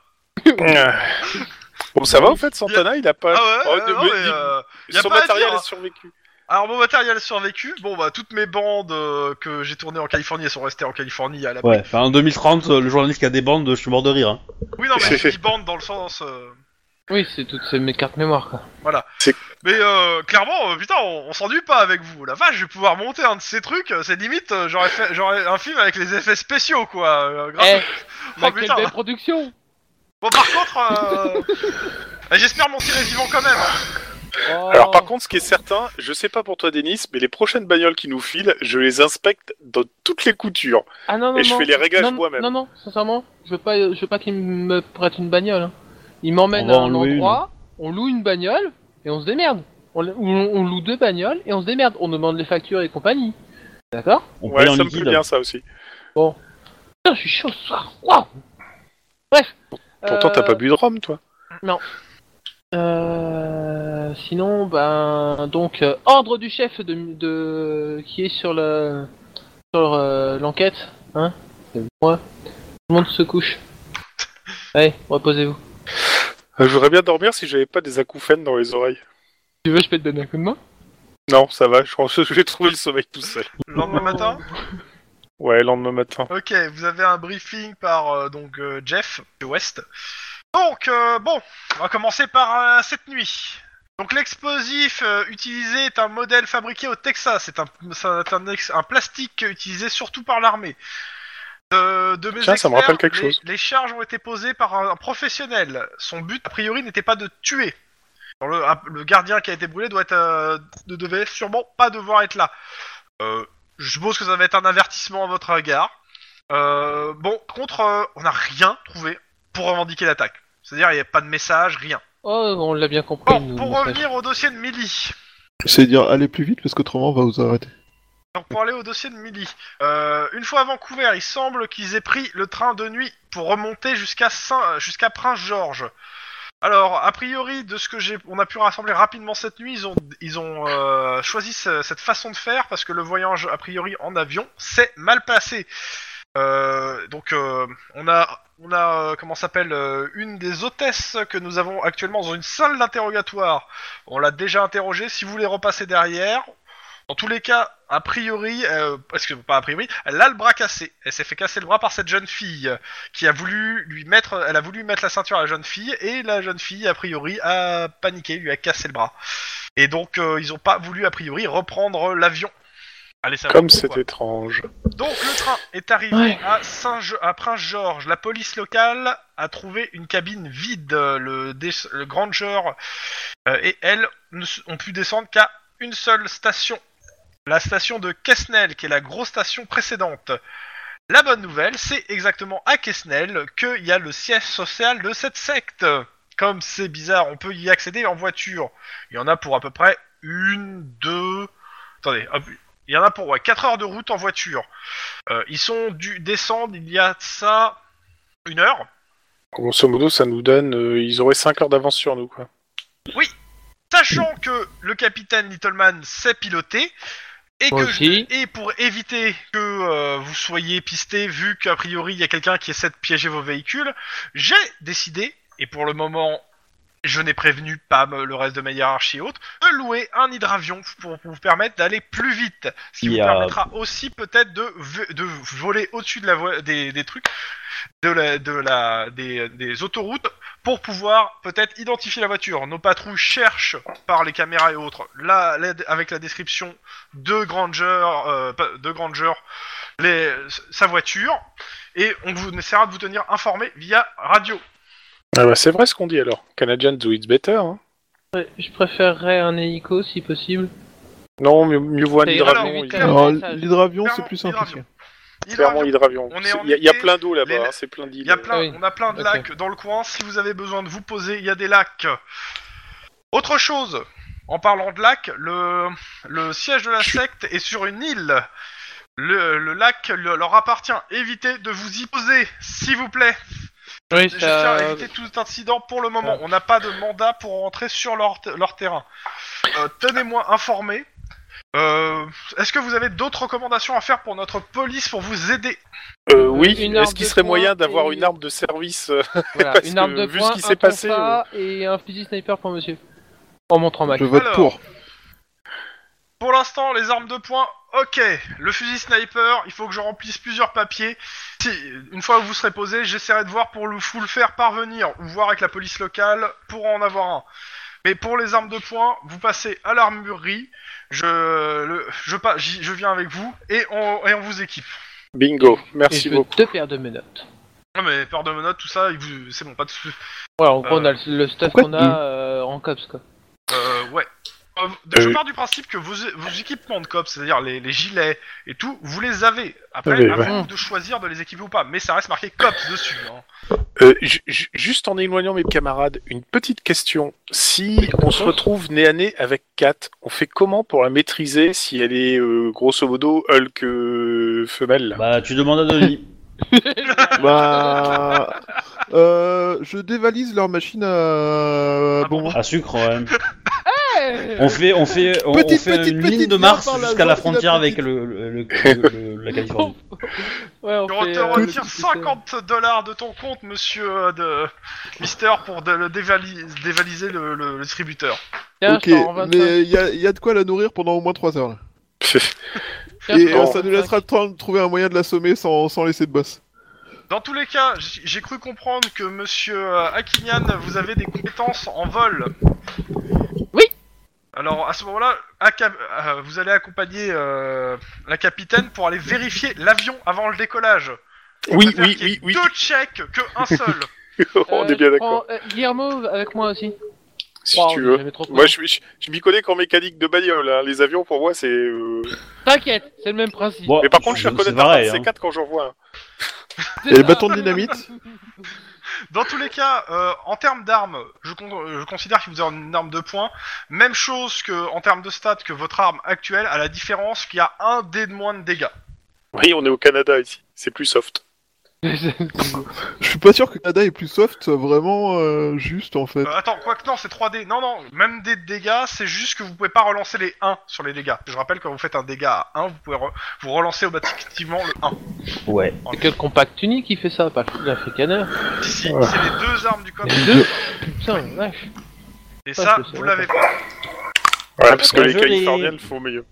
[SPEAKER 1] Bon, ça va, en fait, Santana, il a pas...
[SPEAKER 3] Ah ouais,
[SPEAKER 1] Oh,
[SPEAKER 3] euh,
[SPEAKER 1] de-
[SPEAKER 3] non,
[SPEAKER 1] mais
[SPEAKER 3] mais,
[SPEAKER 1] il-
[SPEAKER 3] euh, y a
[SPEAKER 1] Son
[SPEAKER 3] pas à
[SPEAKER 1] matériel
[SPEAKER 3] dire,
[SPEAKER 1] a
[SPEAKER 3] hein.
[SPEAKER 1] survécu.
[SPEAKER 3] Alors mon matériel a survécu. Bon bah toutes mes bandes euh, que j'ai tournées en Californie elles sont restées en Californie
[SPEAKER 1] Ah
[SPEAKER 3] à la.
[SPEAKER 2] Ouais, enfin, en 2030, euh, le journaliste qui a des bandes, je suis mort de rire. hein.
[SPEAKER 3] Oui non mais j'ai dit bandes dans le sens. euh,
[SPEAKER 4] Oui, c'est toutes ces mes cartes mémoire, quoi.
[SPEAKER 3] Mais euh, clairement, euh, putain, on, on s'ennuie pas avec vous. La vache, je vais pouvoir monter un de ces trucs. euh, C'est limite, euh, j'aurais fait, j'aurais un film avec les effets spéciaux, quoi. euh, grâce-
[SPEAKER 4] Eh,
[SPEAKER 3] Oh,
[SPEAKER 4] ma quelle
[SPEAKER 3] putain.
[SPEAKER 4] belle production
[SPEAKER 3] Bon, par contre, euh, j'espère mon tiré vivant quand même. hein.
[SPEAKER 4] Oh.
[SPEAKER 1] Alors par contre, ce qui est certain, je sais pas pour toi Denis, mais les prochaines bagnoles qui nous filent, je les inspecte dans toutes les coutures.
[SPEAKER 4] ah, non, non,
[SPEAKER 1] et je
[SPEAKER 4] non.
[SPEAKER 1] fais les réglages
[SPEAKER 4] non,
[SPEAKER 1] moi-même.
[SPEAKER 4] Non, non, sincèrement, je veux pas, je veux pas qu'il me prête une bagnole. hein. Il m'emmène
[SPEAKER 2] On va
[SPEAKER 4] à
[SPEAKER 2] en
[SPEAKER 4] un
[SPEAKER 2] louer une.
[SPEAKER 4] endroit, on loue une bagnole et on se démerde. On, ou on- on loue deux bagnoles et on se démerde. On demande les factures et compagnie. D'accord
[SPEAKER 2] On
[SPEAKER 1] Ouais,
[SPEAKER 2] paye en
[SPEAKER 1] ça me plaît
[SPEAKER 2] liquide.
[SPEAKER 1] bien ça aussi.
[SPEAKER 4] Putain, je suis chaud ce soir. Waouh Bref.
[SPEAKER 1] Pourtant, t'as
[SPEAKER 4] Euh,
[SPEAKER 1] pas bu de rhum, toi.
[SPEAKER 4] Euh, sinon, ben, donc, euh, ordre du chef de, de- qui est sur le sur euh, l'enquête, hein C'est Moi, tout le monde se couche. Allez, reposez-vous.
[SPEAKER 1] Euh, Je voudrais bien dormir si j'avais pas des acouphènes dans les oreilles.
[SPEAKER 4] Tu veux, je peux te donner un coup de main
[SPEAKER 1] Non, ça va, je pense que j'ai trouvé le sommeil tout seul.
[SPEAKER 3] Le lendemain matin.
[SPEAKER 1] Ouais, le lendemain matin.
[SPEAKER 3] Ok, vous avez un briefing par euh, donc euh, Jeff de West. Donc euh, bon, on va commencer par euh, cette nuit. Donc l'explosif euh, utilisé est un modèle fabriqué au Texas. C'est un, c'est un, un ex- un plastique utilisé surtout par l'armée. Euh, de mes
[SPEAKER 1] Tiens, ça me
[SPEAKER 3] experts,
[SPEAKER 1] rappelle quelque
[SPEAKER 3] les,
[SPEAKER 1] chose.
[SPEAKER 3] les charges ont été posées par un, un professionnel. Son but a priori n'était pas de tuer. Alors, le, ah, le gardien qui a été brûlé doit être, euh, ne devait sûrement pas devoir être là. Euh, je suppose que ça va être un avertissement à votre regard. Euh, bon, par contre, euh, on n'a rien trouvé pour revendiquer l'attaque. C'est-à-dire, il n'y a pas de message, rien.
[SPEAKER 4] Oh, on l'a bien compris.
[SPEAKER 3] Bon,
[SPEAKER 4] nous,
[SPEAKER 3] pour
[SPEAKER 4] mon frère.
[SPEAKER 3] revenir au dossier de Millie.
[SPEAKER 5] C'est dire allez plus vite parce qu'autrement on va vous arrêter.
[SPEAKER 3] Donc, pour aller au dossier de Millie. euh, une fois à Vancouver, il semble qu'ils aient pris le train de nuit pour remonter jusqu'à Saint- euh, jusqu'à Prince-George. Alors, a priori, de ce que j'ai, on a pu rassembler rapidement cette nuit, ils ont, ils ont euh, choisi ce- cette façon de faire parce que le voyage, a priori, en avion, s'est mal passé. Euh, donc, euh, on a, on a, euh, comment ça s'appelle, euh, une des hôtesses que nous avons actuellement dans une salle d'interrogatoire. On l'a déjà interrogée. Si vous voulez repasser derrière, dans tous les cas, a priori, euh, parce que pas a priori, elle a le bras cassé. Elle s'est fait casser le bras par cette jeune fille euh, qui a voulu lui mettre, elle a voulu mettre la ceinture à la jeune fille et la jeune fille a priori a paniqué, lui a cassé le bras. Et donc euh, ils ont pas voulu a priori reprendre l'avion. Allez, ça
[SPEAKER 1] Comme c'est étrange.
[SPEAKER 3] donc le train est arrivé
[SPEAKER 4] Ouais.
[SPEAKER 3] à, Saint à Prince-Georges. La police locale a trouvé une cabine vide. Euh, Le, dé- le Granger euh, et elle ne s- ont pu descendre qu'à une seule station. La station de Quesnel, qui est la grosse station précédente. La bonne nouvelle, c'est exactement à Quesnel qu'il y a le siège social de cette secte. Comme c'est bizarre, on peut y accéder en voiture. Il y en a pour à peu près une, deux... Attendez, hop, il y en a pour ouais, 4 heures de route en voiture. Euh, ils sont dû descendre il y a de ça une heure.
[SPEAKER 1] Grosso modo, ça nous donne. euh, ils auraient 5 heures d'avance sur nous, quoi.
[SPEAKER 3] Sachant que le capitaine Littleman sait piloter, et,
[SPEAKER 4] Moi
[SPEAKER 3] que
[SPEAKER 4] aussi.
[SPEAKER 3] et pour éviter que euh, vous soyez pisté, vu qu'a priori il y a quelqu'un qui essaie de piéger vos véhicules, j'ai décidé, et pour le moment je n'ai prévenu pas me- le reste de ma hiérarchie haute, de louer un hydravion pour, pour vous permettre d'aller plus vite. Ce qui
[SPEAKER 2] Il
[SPEAKER 3] vous
[SPEAKER 2] y a-
[SPEAKER 3] permettra aussi peut-être de, v- de voler au-dessus de la voie- des, des trucs, de la, de la, des, des autoroutes, pour pouvoir peut-être identifier la voiture. Nos patrouilles cherchent par les caméras et autres, là, là, avec la description de Granger, euh, pas- de Granger les, sa voiture, et on vous on essaiera de vous tenir informé via radio.
[SPEAKER 1] Ah bah, c'est vrai ce qu'on dit alors. Canadian do it better. hein.
[SPEAKER 4] Ouais, Je préférerais un hélico si possible.
[SPEAKER 1] Non, mieux, mieux vaut un
[SPEAKER 4] Et
[SPEAKER 1] hydravion.
[SPEAKER 4] alors,
[SPEAKER 1] il-
[SPEAKER 4] Clairement,
[SPEAKER 5] Alors
[SPEAKER 4] ça-
[SPEAKER 5] l'hydravion c'est
[SPEAKER 3] Clairement,
[SPEAKER 5] plus simple.
[SPEAKER 3] hydravion.
[SPEAKER 1] Clairement, hydravion.
[SPEAKER 3] On est en
[SPEAKER 1] Il y, a- il y a
[SPEAKER 3] été,
[SPEAKER 1] plein d'eau là-bas,
[SPEAKER 3] les-
[SPEAKER 1] hein, c'est plein d'îles.
[SPEAKER 3] Il y a plein,
[SPEAKER 4] Ah oui.
[SPEAKER 3] on a plein de
[SPEAKER 4] Ok.
[SPEAKER 3] lacs dans le coin. Si vous avez besoin de vous poser, il y a des lacs. Autre chose, en parlant de lacs, le, le siège de la secte est sur une île. Le, le lac le- leur appartient. Évitez de vous y poser, s'il vous plaît.
[SPEAKER 4] Oui, euh,
[SPEAKER 3] Je tiens à éviter tout incident pour le moment.
[SPEAKER 4] Ah.
[SPEAKER 3] On n'a pas de mandat pour rentrer sur leur, leur terrain. Euh, Tenez-moi informé. Euh, Est-ce que vous avez d'autres recommandations à faire pour notre police pour vous aider
[SPEAKER 1] Euh, oui,
[SPEAKER 4] Une
[SPEAKER 1] est-ce
[SPEAKER 4] arme
[SPEAKER 1] qu'il
[SPEAKER 4] de
[SPEAKER 1] serait
[SPEAKER 4] poing
[SPEAKER 1] moyen d'avoir
[SPEAKER 4] et-
[SPEAKER 1] une arme de service euh,
[SPEAKER 4] Voilà,
[SPEAKER 1] Parce
[SPEAKER 4] une arme
[SPEAKER 1] que
[SPEAKER 4] de
[SPEAKER 1] vu ce
[SPEAKER 4] poing,
[SPEAKER 1] qui
[SPEAKER 4] un
[SPEAKER 1] s'est passé,
[SPEAKER 4] tonfa et un fusil sniper pour monsieur. En montrant Mac.
[SPEAKER 5] Je vote
[SPEAKER 3] Alors.
[SPEAKER 5] pour.
[SPEAKER 3] Pour l'instant, les armes de poing, ok. Le fusil sniper, il faut que je remplisse plusieurs papiers. Si, une fois que vous serez posé, j'essaierai de voir pour le, vous le faire parvenir, ou voir avec la police locale pour en avoir un. Mais pour les armes de poing, vous passez à l'armurerie, je, le- je, pa- j'y- je viens avec vous, et on, et on vous équipe.
[SPEAKER 1] Bingo,
[SPEAKER 4] Et
[SPEAKER 1] merci
[SPEAKER 4] je veux
[SPEAKER 1] beaucoup.
[SPEAKER 4] deux paires de menottes.
[SPEAKER 3] Non mais peur de menottes, tout ça, il vous- c'est bon, pas de sou-
[SPEAKER 4] Voilà, en gros,
[SPEAKER 3] Euh,
[SPEAKER 4] on a le, le stuff
[SPEAKER 5] pourquoi
[SPEAKER 4] qu'on a euh, en cops, quoi.
[SPEAKER 3] Euh, ouais. Euh, je
[SPEAKER 1] Euh,
[SPEAKER 3] pars du principe que vos, vos équipements de cop, c'est-à-dire les, les gilets et tout, vous les avez. Après,
[SPEAKER 1] Oui,
[SPEAKER 3] à
[SPEAKER 1] ouais.
[SPEAKER 3] vous de choisir de les équiper ou pas. Mais ça reste marqué cops dessus. hein.
[SPEAKER 1] Euh, ju- ju- juste en éloignant mes camarades, une petite question. Si on se retrouve nez à nez avec Kat, on fait comment pour la maîtriser si elle est euh, grosso modo Hulk euh, femelle
[SPEAKER 2] Bah, tu demandes à Denis.
[SPEAKER 5] Bah. euh, je dévalise leur machine à.
[SPEAKER 3] Ah
[SPEAKER 5] Bon,
[SPEAKER 2] à sucre, ouais. On fait, on fait, on,
[SPEAKER 5] Petite,
[SPEAKER 2] on fait
[SPEAKER 5] petite,
[SPEAKER 2] une
[SPEAKER 5] petite,
[SPEAKER 2] ligne de
[SPEAKER 5] viens
[SPEAKER 2] Mars
[SPEAKER 5] par là,
[SPEAKER 2] jusqu'à la
[SPEAKER 5] gentille,
[SPEAKER 2] frontière
[SPEAKER 5] la
[SPEAKER 2] avec
[SPEAKER 5] petite.
[SPEAKER 2] le, le- le- le- la Californie.
[SPEAKER 4] Ouais, on
[SPEAKER 3] Je
[SPEAKER 4] fait,
[SPEAKER 3] te
[SPEAKER 4] euh,
[SPEAKER 3] retire
[SPEAKER 4] tout ça.
[SPEAKER 3] 50 dollars de ton compte, monsieur euh, de Mister, pour de- le dévali- dévaliser le, le- le distributeur.
[SPEAKER 4] Tiens,
[SPEAKER 5] ok,
[SPEAKER 4] je t'en rends 25.
[SPEAKER 5] mais il y a, y a de quoi la nourrir pendant au moins 3 heures. là.
[SPEAKER 4] Tiens, je
[SPEAKER 5] Et
[SPEAKER 4] t'en
[SPEAKER 5] euh,
[SPEAKER 4] rends
[SPEAKER 5] ça nous
[SPEAKER 4] 25.
[SPEAKER 5] laissera le temps de trouver un moyen de l'assommer sans, sans laisser de boss.
[SPEAKER 3] Dans tous les cas, j- j'ai cru comprendre que monsieur euh, Akinian, vous avez des compétences en vol.
[SPEAKER 4] Oui.
[SPEAKER 3] Alors à ce moment-là, acca- euh, vous allez accompagner euh, la capitaine pour aller vérifier l'avion avant le décollage.
[SPEAKER 1] Oui,
[SPEAKER 3] Préfère
[SPEAKER 1] oui,
[SPEAKER 3] qu'il y ait
[SPEAKER 1] oui, oui,
[SPEAKER 3] Deux checks que un seul.
[SPEAKER 1] on
[SPEAKER 4] Euh,
[SPEAKER 1] est bien
[SPEAKER 4] je
[SPEAKER 1] d'accord,
[SPEAKER 4] prends, euh, Guillermo avec moi aussi.
[SPEAKER 1] si
[SPEAKER 4] Oh, on
[SPEAKER 1] tu
[SPEAKER 4] est
[SPEAKER 1] veux.
[SPEAKER 4] jamais trop
[SPEAKER 1] Moi, je, je- je m'y connais qu'en mécanique de bagnole. hein. Les avions, pour moi, c'est. euh,
[SPEAKER 4] T'inquiète, c'est le même principe.
[SPEAKER 2] Bon,
[SPEAKER 1] Mais par contre, je
[SPEAKER 2] Ah, c'est-
[SPEAKER 1] suis
[SPEAKER 2] c'est
[SPEAKER 1] reconnaître
[SPEAKER 2] pareil.
[SPEAKER 1] un
[SPEAKER 2] hein.
[SPEAKER 1] C4 quand j'en vois un.
[SPEAKER 5] Et le bâton de dynamite
[SPEAKER 3] Dans tous les cas, euh, en termes d'armes, je, con- euh, je considère que vous avez une arme de poing. Même chose que en termes de stats que votre arme actuelle, à la différence qu'il y a un dé de moins de dégâts.
[SPEAKER 1] Oui, on est au Canada ici. C'est plus soft.
[SPEAKER 5] Je suis pas sûr que Canada est plus soft, soit vraiment euh, juste en fait.
[SPEAKER 3] Euh, attends, quoi que non, c'est 3D. Non, non, même des dégâts, c'est juste que vous pouvez pas relancer les 1 sur les dégâts. Je rappelle, quand vous faites un dégât à 1, vous pouvez re- vous relancer automatiquement le 1.
[SPEAKER 2] Ouais.
[SPEAKER 4] C'est quel compact unique qui fait ça, pas l'africaner.
[SPEAKER 3] Si, si,
[SPEAKER 1] Voilà.
[SPEAKER 3] c'est les deux armes du code.
[SPEAKER 4] Les deux Putain, la vache.
[SPEAKER 3] Et
[SPEAKER 4] ça,
[SPEAKER 3] ça,
[SPEAKER 4] je sais
[SPEAKER 3] vous
[SPEAKER 4] pas.
[SPEAKER 3] l'avez pas. Ah,
[SPEAKER 1] Voilà, parce que
[SPEAKER 2] Ouais,
[SPEAKER 1] les
[SPEAKER 2] je l'ai.
[SPEAKER 1] Californiens le font mieux.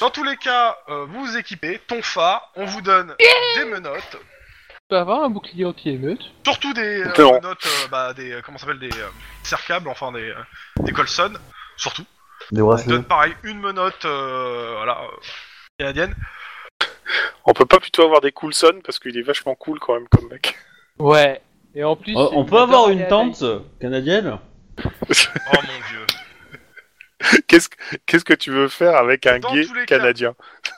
[SPEAKER 3] Dans tous les cas, euh, vous vous équipez, ton phare, on vous donne des menottes.
[SPEAKER 4] Tu peux avoir un bouclier anti-émeute
[SPEAKER 3] Surtout des euh,
[SPEAKER 1] Non.
[SPEAKER 3] menottes, euh, bah, des, euh, comment ça s'appelle, des euh, cercables, enfin des, euh, des colsons, surtout.
[SPEAKER 2] Des
[SPEAKER 3] On vous donne pareil une menotte, euh, voilà, euh, canadienne.
[SPEAKER 1] On peut pas plutôt avoir des Coulson parce qu'il est vachement cool quand même comme mec.
[SPEAKER 4] Ouais. Et en plus.
[SPEAKER 2] Oh, Euh, On on
[SPEAKER 4] c'est-
[SPEAKER 2] peut avoir
[SPEAKER 4] j'adore
[SPEAKER 2] une
[SPEAKER 4] aller
[SPEAKER 2] tente canadienne
[SPEAKER 3] Oh mon dieu.
[SPEAKER 1] Qu'est-ce que- qu'est-ce que tu veux faire avec un
[SPEAKER 3] Dans
[SPEAKER 1] gay
[SPEAKER 3] tous les cas.
[SPEAKER 1] canadien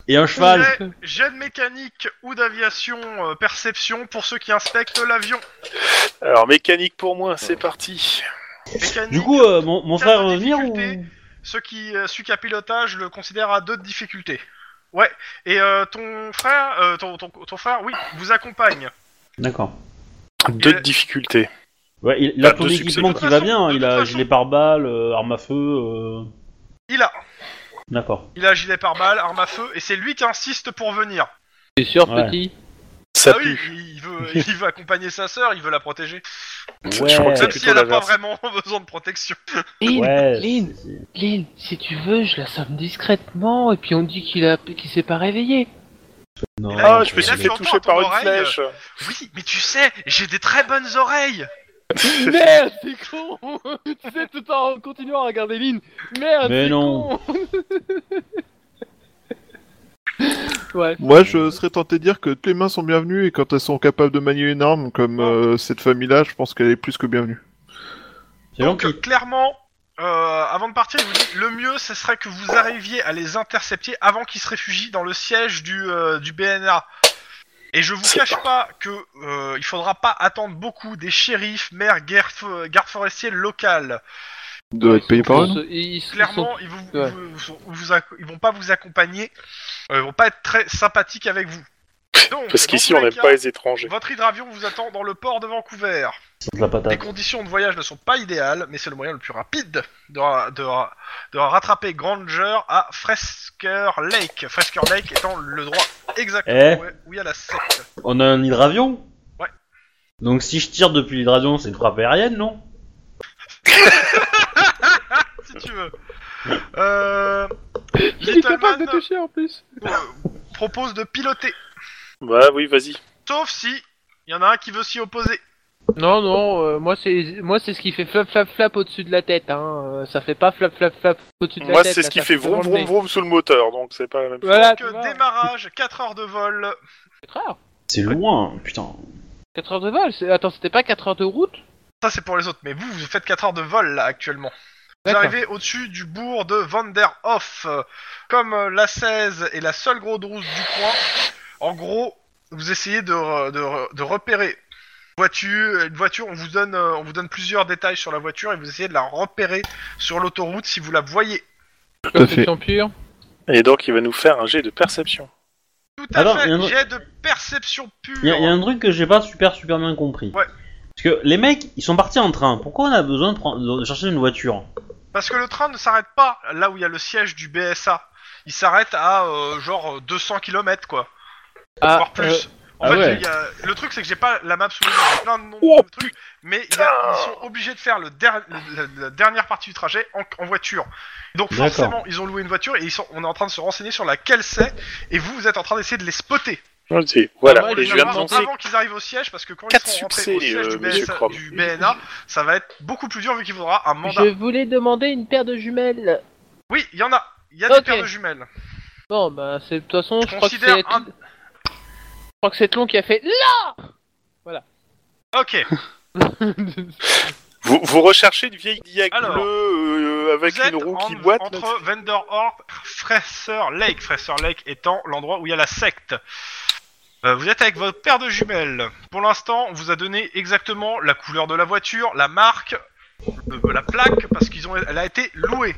[SPEAKER 2] et un cheval.
[SPEAKER 3] Jet- Jet de mécanique ou d'aviation euh, perception pour ceux qui inspectent l'avion.
[SPEAKER 1] Alors mécanique pour moi, c'est parti.
[SPEAKER 3] Mécanique,
[SPEAKER 2] Du coup, euh, mon, mon
[SPEAKER 3] Quatre
[SPEAKER 2] frère veut venir ou
[SPEAKER 3] difficultés. ceux qui, euh, celui qui a pilotage le considère à deux de difficulté. Ouais, et euh, ton frère, euh, ton, ton, ton frère, oui, vous accompagne.
[SPEAKER 2] D'accord.
[SPEAKER 1] Deux
[SPEAKER 3] Et-
[SPEAKER 1] difficultés.
[SPEAKER 2] Ouais, il, il a
[SPEAKER 1] Ah,
[SPEAKER 2] tout
[SPEAKER 1] deux
[SPEAKER 2] l'équipement
[SPEAKER 3] Bah, succès.
[SPEAKER 2] qui va bien. hein.
[SPEAKER 3] De
[SPEAKER 2] Il
[SPEAKER 3] toute
[SPEAKER 2] a
[SPEAKER 3] façon-
[SPEAKER 2] gilet pare-balles, euh, arme à feu. euh,
[SPEAKER 3] Il a,
[SPEAKER 2] D'accord.
[SPEAKER 3] il a gilet pare-balles, arme à feu, et c'est lui qui insiste pour venir.
[SPEAKER 4] T'es sûr,
[SPEAKER 2] Ouais.
[SPEAKER 4] petit
[SPEAKER 1] Ça
[SPEAKER 3] ah oui,
[SPEAKER 1] pue.
[SPEAKER 3] il veut, il veut accompagner sa sœur, il veut la protéger,
[SPEAKER 1] Je crois
[SPEAKER 2] Ouais.
[SPEAKER 1] que c'est
[SPEAKER 3] même si
[SPEAKER 1] plutôt
[SPEAKER 3] elle a pas
[SPEAKER 1] l'inverse.
[SPEAKER 3] vraiment besoin de protection.
[SPEAKER 4] Lynn,
[SPEAKER 2] Ouais.
[SPEAKER 4] Lynn,
[SPEAKER 2] c'est- c'est-
[SPEAKER 4] Lynn, si tu veux, je la somme discrètement et puis on dit qu'il a, qu'il s'est pas réveillé.
[SPEAKER 2] Non,
[SPEAKER 1] Ah,
[SPEAKER 2] c'est-
[SPEAKER 1] je me suis
[SPEAKER 3] Là,
[SPEAKER 1] fait
[SPEAKER 3] tu
[SPEAKER 1] toucher
[SPEAKER 3] entends
[SPEAKER 1] par
[SPEAKER 3] ton
[SPEAKER 1] une
[SPEAKER 3] oreille.
[SPEAKER 1] flèche.
[SPEAKER 3] Oui, mais tu sais, j'ai des très bonnes oreilles.
[SPEAKER 4] Merde, c'est con Tu sais, tout en continuant à regarder Lynn. Merde,
[SPEAKER 2] Mais
[SPEAKER 4] c'est
[SPEAKER 2] non.
[SPEAKER 4] con Ouais.
[SPEAKER 5] Moi je serais tenté de dire que toutes les mains sont bienvenues et quand elles sont capables de manier une arme comme euh, cette famille-là, je pense qu'elle est plus que bienvenue.
[SPEAKER 2] C'est
[SPEAKER 3] Donc
[SPEAKER 2] gentil.
[SPEAKER 3] euh, clairement, euh, avant de partir, il vous dit le mieux, ce serait que vous arriviez à les intercepter avant qu'ils se réfugient dans le siège du, euh, du BNA. Et je vous
[SPEAKER 1] C'est
[SPEAKER 3] cache pas que euh, il faudra pas attendre beaucoup des shérifs, maires, gardes gardes forestiers locales.
[SPEAKER 5] Il doit être payé par eux. non
[SPEAKER 4] Ils sont-
[SPEAKER 3] Clairement, ils, vous,
[SPEAKER 4] ouais.
[SPEAKER 3] vous- vous- vous ac- ils vont pas vous accompagner, euh, ils vont pas être très sympathiques avec vous. Donc,
[SPEAKER 1] Parce
[SPEAKER 3] dans
[SPEAKER 1] qu'ici,
[SPEAKER 3] tous
[SPEAKER 1] on
[SPEAKER 3] les
[SPEAKER 1] n'aime
[SPEAKER 3] cas,
[SPEAKER 1] pas les étrangers.
[SPEAKER 3] Votre hydravion vous attend dans le port de Vancouver.
[SPEAKER 2] C'est de la
[SPEAKER 3] Les
[SPEAKER 2] patate.
[SPEAKER 3] conditions de voyage ne sont pas idéales, mais c'est le moyen le plus rapide de, ra- de, ra- de rattraper Granger à Fresker Lake. Fresker Lake étant le droit
[SPEAKER 2] Eh.
[SPEAKER 3] exactement où- où il y a la secte.
[SPEAKER 2] On a un hydravion
[SPEAKER 3] Ouais.
[SPEAKER 2] Donc si je tire depuis l'hydravion, c'est une frappe aérienne, non
[SPEAKER 3] Si tu veux. Euh,
[SPEAKER 4] Il est
[SPEAKER 3] Little
[SPEAKER 4] capable
[SPEAKER 3] Man
[SPEAKER 4] de toucher en plus.
[SPEAKER 3] euh, propose de piloter,
[SPEAKER 1] Bah oui, vas-y.
[SPEAKER 3] sauf si il y en a un qui veut s'y opposer.
[SPEAKER 4] Non, non, euh, moi c'est moi c'est ce qui fait flap flap flap au-dessus de la tête. Hein. Euh, Ça fait pas flap flap flap au-dessus de la
[SPEAKER 1] Moi,
[SPEAKER 4] tête.
[SPEAKER 1] c'est
[SPEAKER 4] là,
[SPEAKER 1] ce qui
[SPEAKER 4] ça
[SPEAKER 1] fait
[SPEAKER 4] devant
[SPEAKER 1] vroom
[SPEAKER 4] le
[SPEAKER 1] vroom
[SPEAKER 4] nez.
[SPEAKER 1] vroom sous le moteur, donc c'est pas la même chose.
[SPEAKER 4] Voilà,
[SPEAKER 3] Donc,
[SPEAKER 4] Ah, tu vois.
[SPEAKER 3] démarrage, 4 heures de vol.
[SPEAKER 4] C'est très rare.
[SPEAKER 2] C'est loin, putain.
[SPEAKER 4] 4 heures de vol. c'est- Attends, c'était pas 4 heures de route
[SPEAKER 3] Ça, c'est pour les autres, mais vous, vous faites 4 heures de vol là actuellement. Vous
[SPEAKER 4] D'accord.
[SPEAKER 3] arrivez au-dessus du bourg de Vanderhof. Euh, Comme euh, la 16 est la seule grosse route du coin, en gros, vous essayez de, re- de re- de repérer voiture, une voiture. On vous donne, euh, on vous donne plusieurs détails sur la voiture et vous essayez de la repérer sur l'autoroute si vous la voyez.
[SPEAKER 5] Tout à fait.
[SPEAKER 4] Perception pure.
[SPEAKER 1] Et donc, il va nous faire un jet de perception.
[SPEAKER 3] Tout à
[SPEAKER 2] Alors,
[SPEAKER 3] fait.
[SPEAKER 2] Ah y a un-
[SPEAKER 3] J'ai de perception pure.
[SPEAKER 2] Il y, a- y a un truc que j'ai pas super super bien compris.
[SPEAKER 3] Ouais.
[SPEAKER 2] Parce que les mecs, ils sont partis en train. Pourquoi on a besoin de, prendre- de chercher une voiture
[SPEAKER 3] Parce que le train ne s'arrête pas là où il y a le siège du BSA. Il s'arrête à euh, genre 200 km quoi. voire plus.
[SPEAKER 4] euh,
[SPEAKER 3] En
[SPEAKER 2] ah
[SPEAKER 3] fait,
[SPEAKER 2] ouais.
[SPEAKER 3] il y a- le truc, c'est que j'ai pas la map sous les yeux, j'ai plein de noms
[SPEAKER 1] Oh,
[SPEAKER 3] de trucs, mais il y a- ils sont obligés de faire le der- le- le- la dernière partie du trajet en, en voiture. Donc
[SPEAKER 2] D'accord.
[SPEAKER 3] forcément, ils ont loué une voiture et ils sont, on est en train de se renseigner sur laquelle c'est, et vous, vous êtes en train d'essayer de les spotter.
[SPEAKER 1] Ok,
[SPEAKER 4] Ah,
[SPEAKER 1] Voilà,
[SPEAKER 4] moi,
[SPEAKER 1] et je
[SPEAKER 4] je
[SPEAKER 1] viens de
[SPEAKER 4] vais
[SPEAKER 3] avant
[SPEAKER 1] lancer.
[SPEAKER 3] avant qu'ils arrivent au siège, parce que quand ils
[SPEAKER 1] Quatre
[SPEAKER 3] seront rentrés
[SPEAKER 1] succès,
[SPEAKER 3] au siège
[SPEAKER 1] euh,
[SPEAKER 3] du,
[SPEAKER 1] monsieur
[SPEAKER 3] BSA
[SPEAKER 1] Crom.
[SPEAKER 3] du BNA, ça va être beaucoup plus dur vu qu'il faudra un mandat.
[SPEAKER 4] Je voulais demander une paire de jumelles.
[SPEAKER 3] Oui, il y en a. Il y a
[SPEAKER 4] Ok.
[SPEAKER 3] des paires de jumelles.
[SPEAKER 4] Bon, bah, c'est de toute façon, je crois que
[SPEAKER 3] Considère
[SPEAKER 4] c'est.
[SPEAKER 3] un-
[SPEAKER 4] Je crois que c'est Tlon qui a fait.
[SPEAKER 3] Ok.
[SPEAKER 1] Vous, vous recherchez une vieille Diag
[SPEAKER 3] Alors,
[SPEAKER 1] bleue euh, avec
[SPEAKER 3] Vous êtes
[SPEAKER 1] une roue qui
[SPEAKER 3] en-
[SPEAKER 1] boite là,
[SPEAKER 3] entre Vanderhorp, Fraser Lake, Fraser Lake étant l'endroit où il y a la secte. Euh, vous êtes avec votre paire de jumelles. Pour l'instant, on vous a donné exactement la couleur de la voiture, la marque, le- la plaque, parce qu'ils ont, elle a été louée.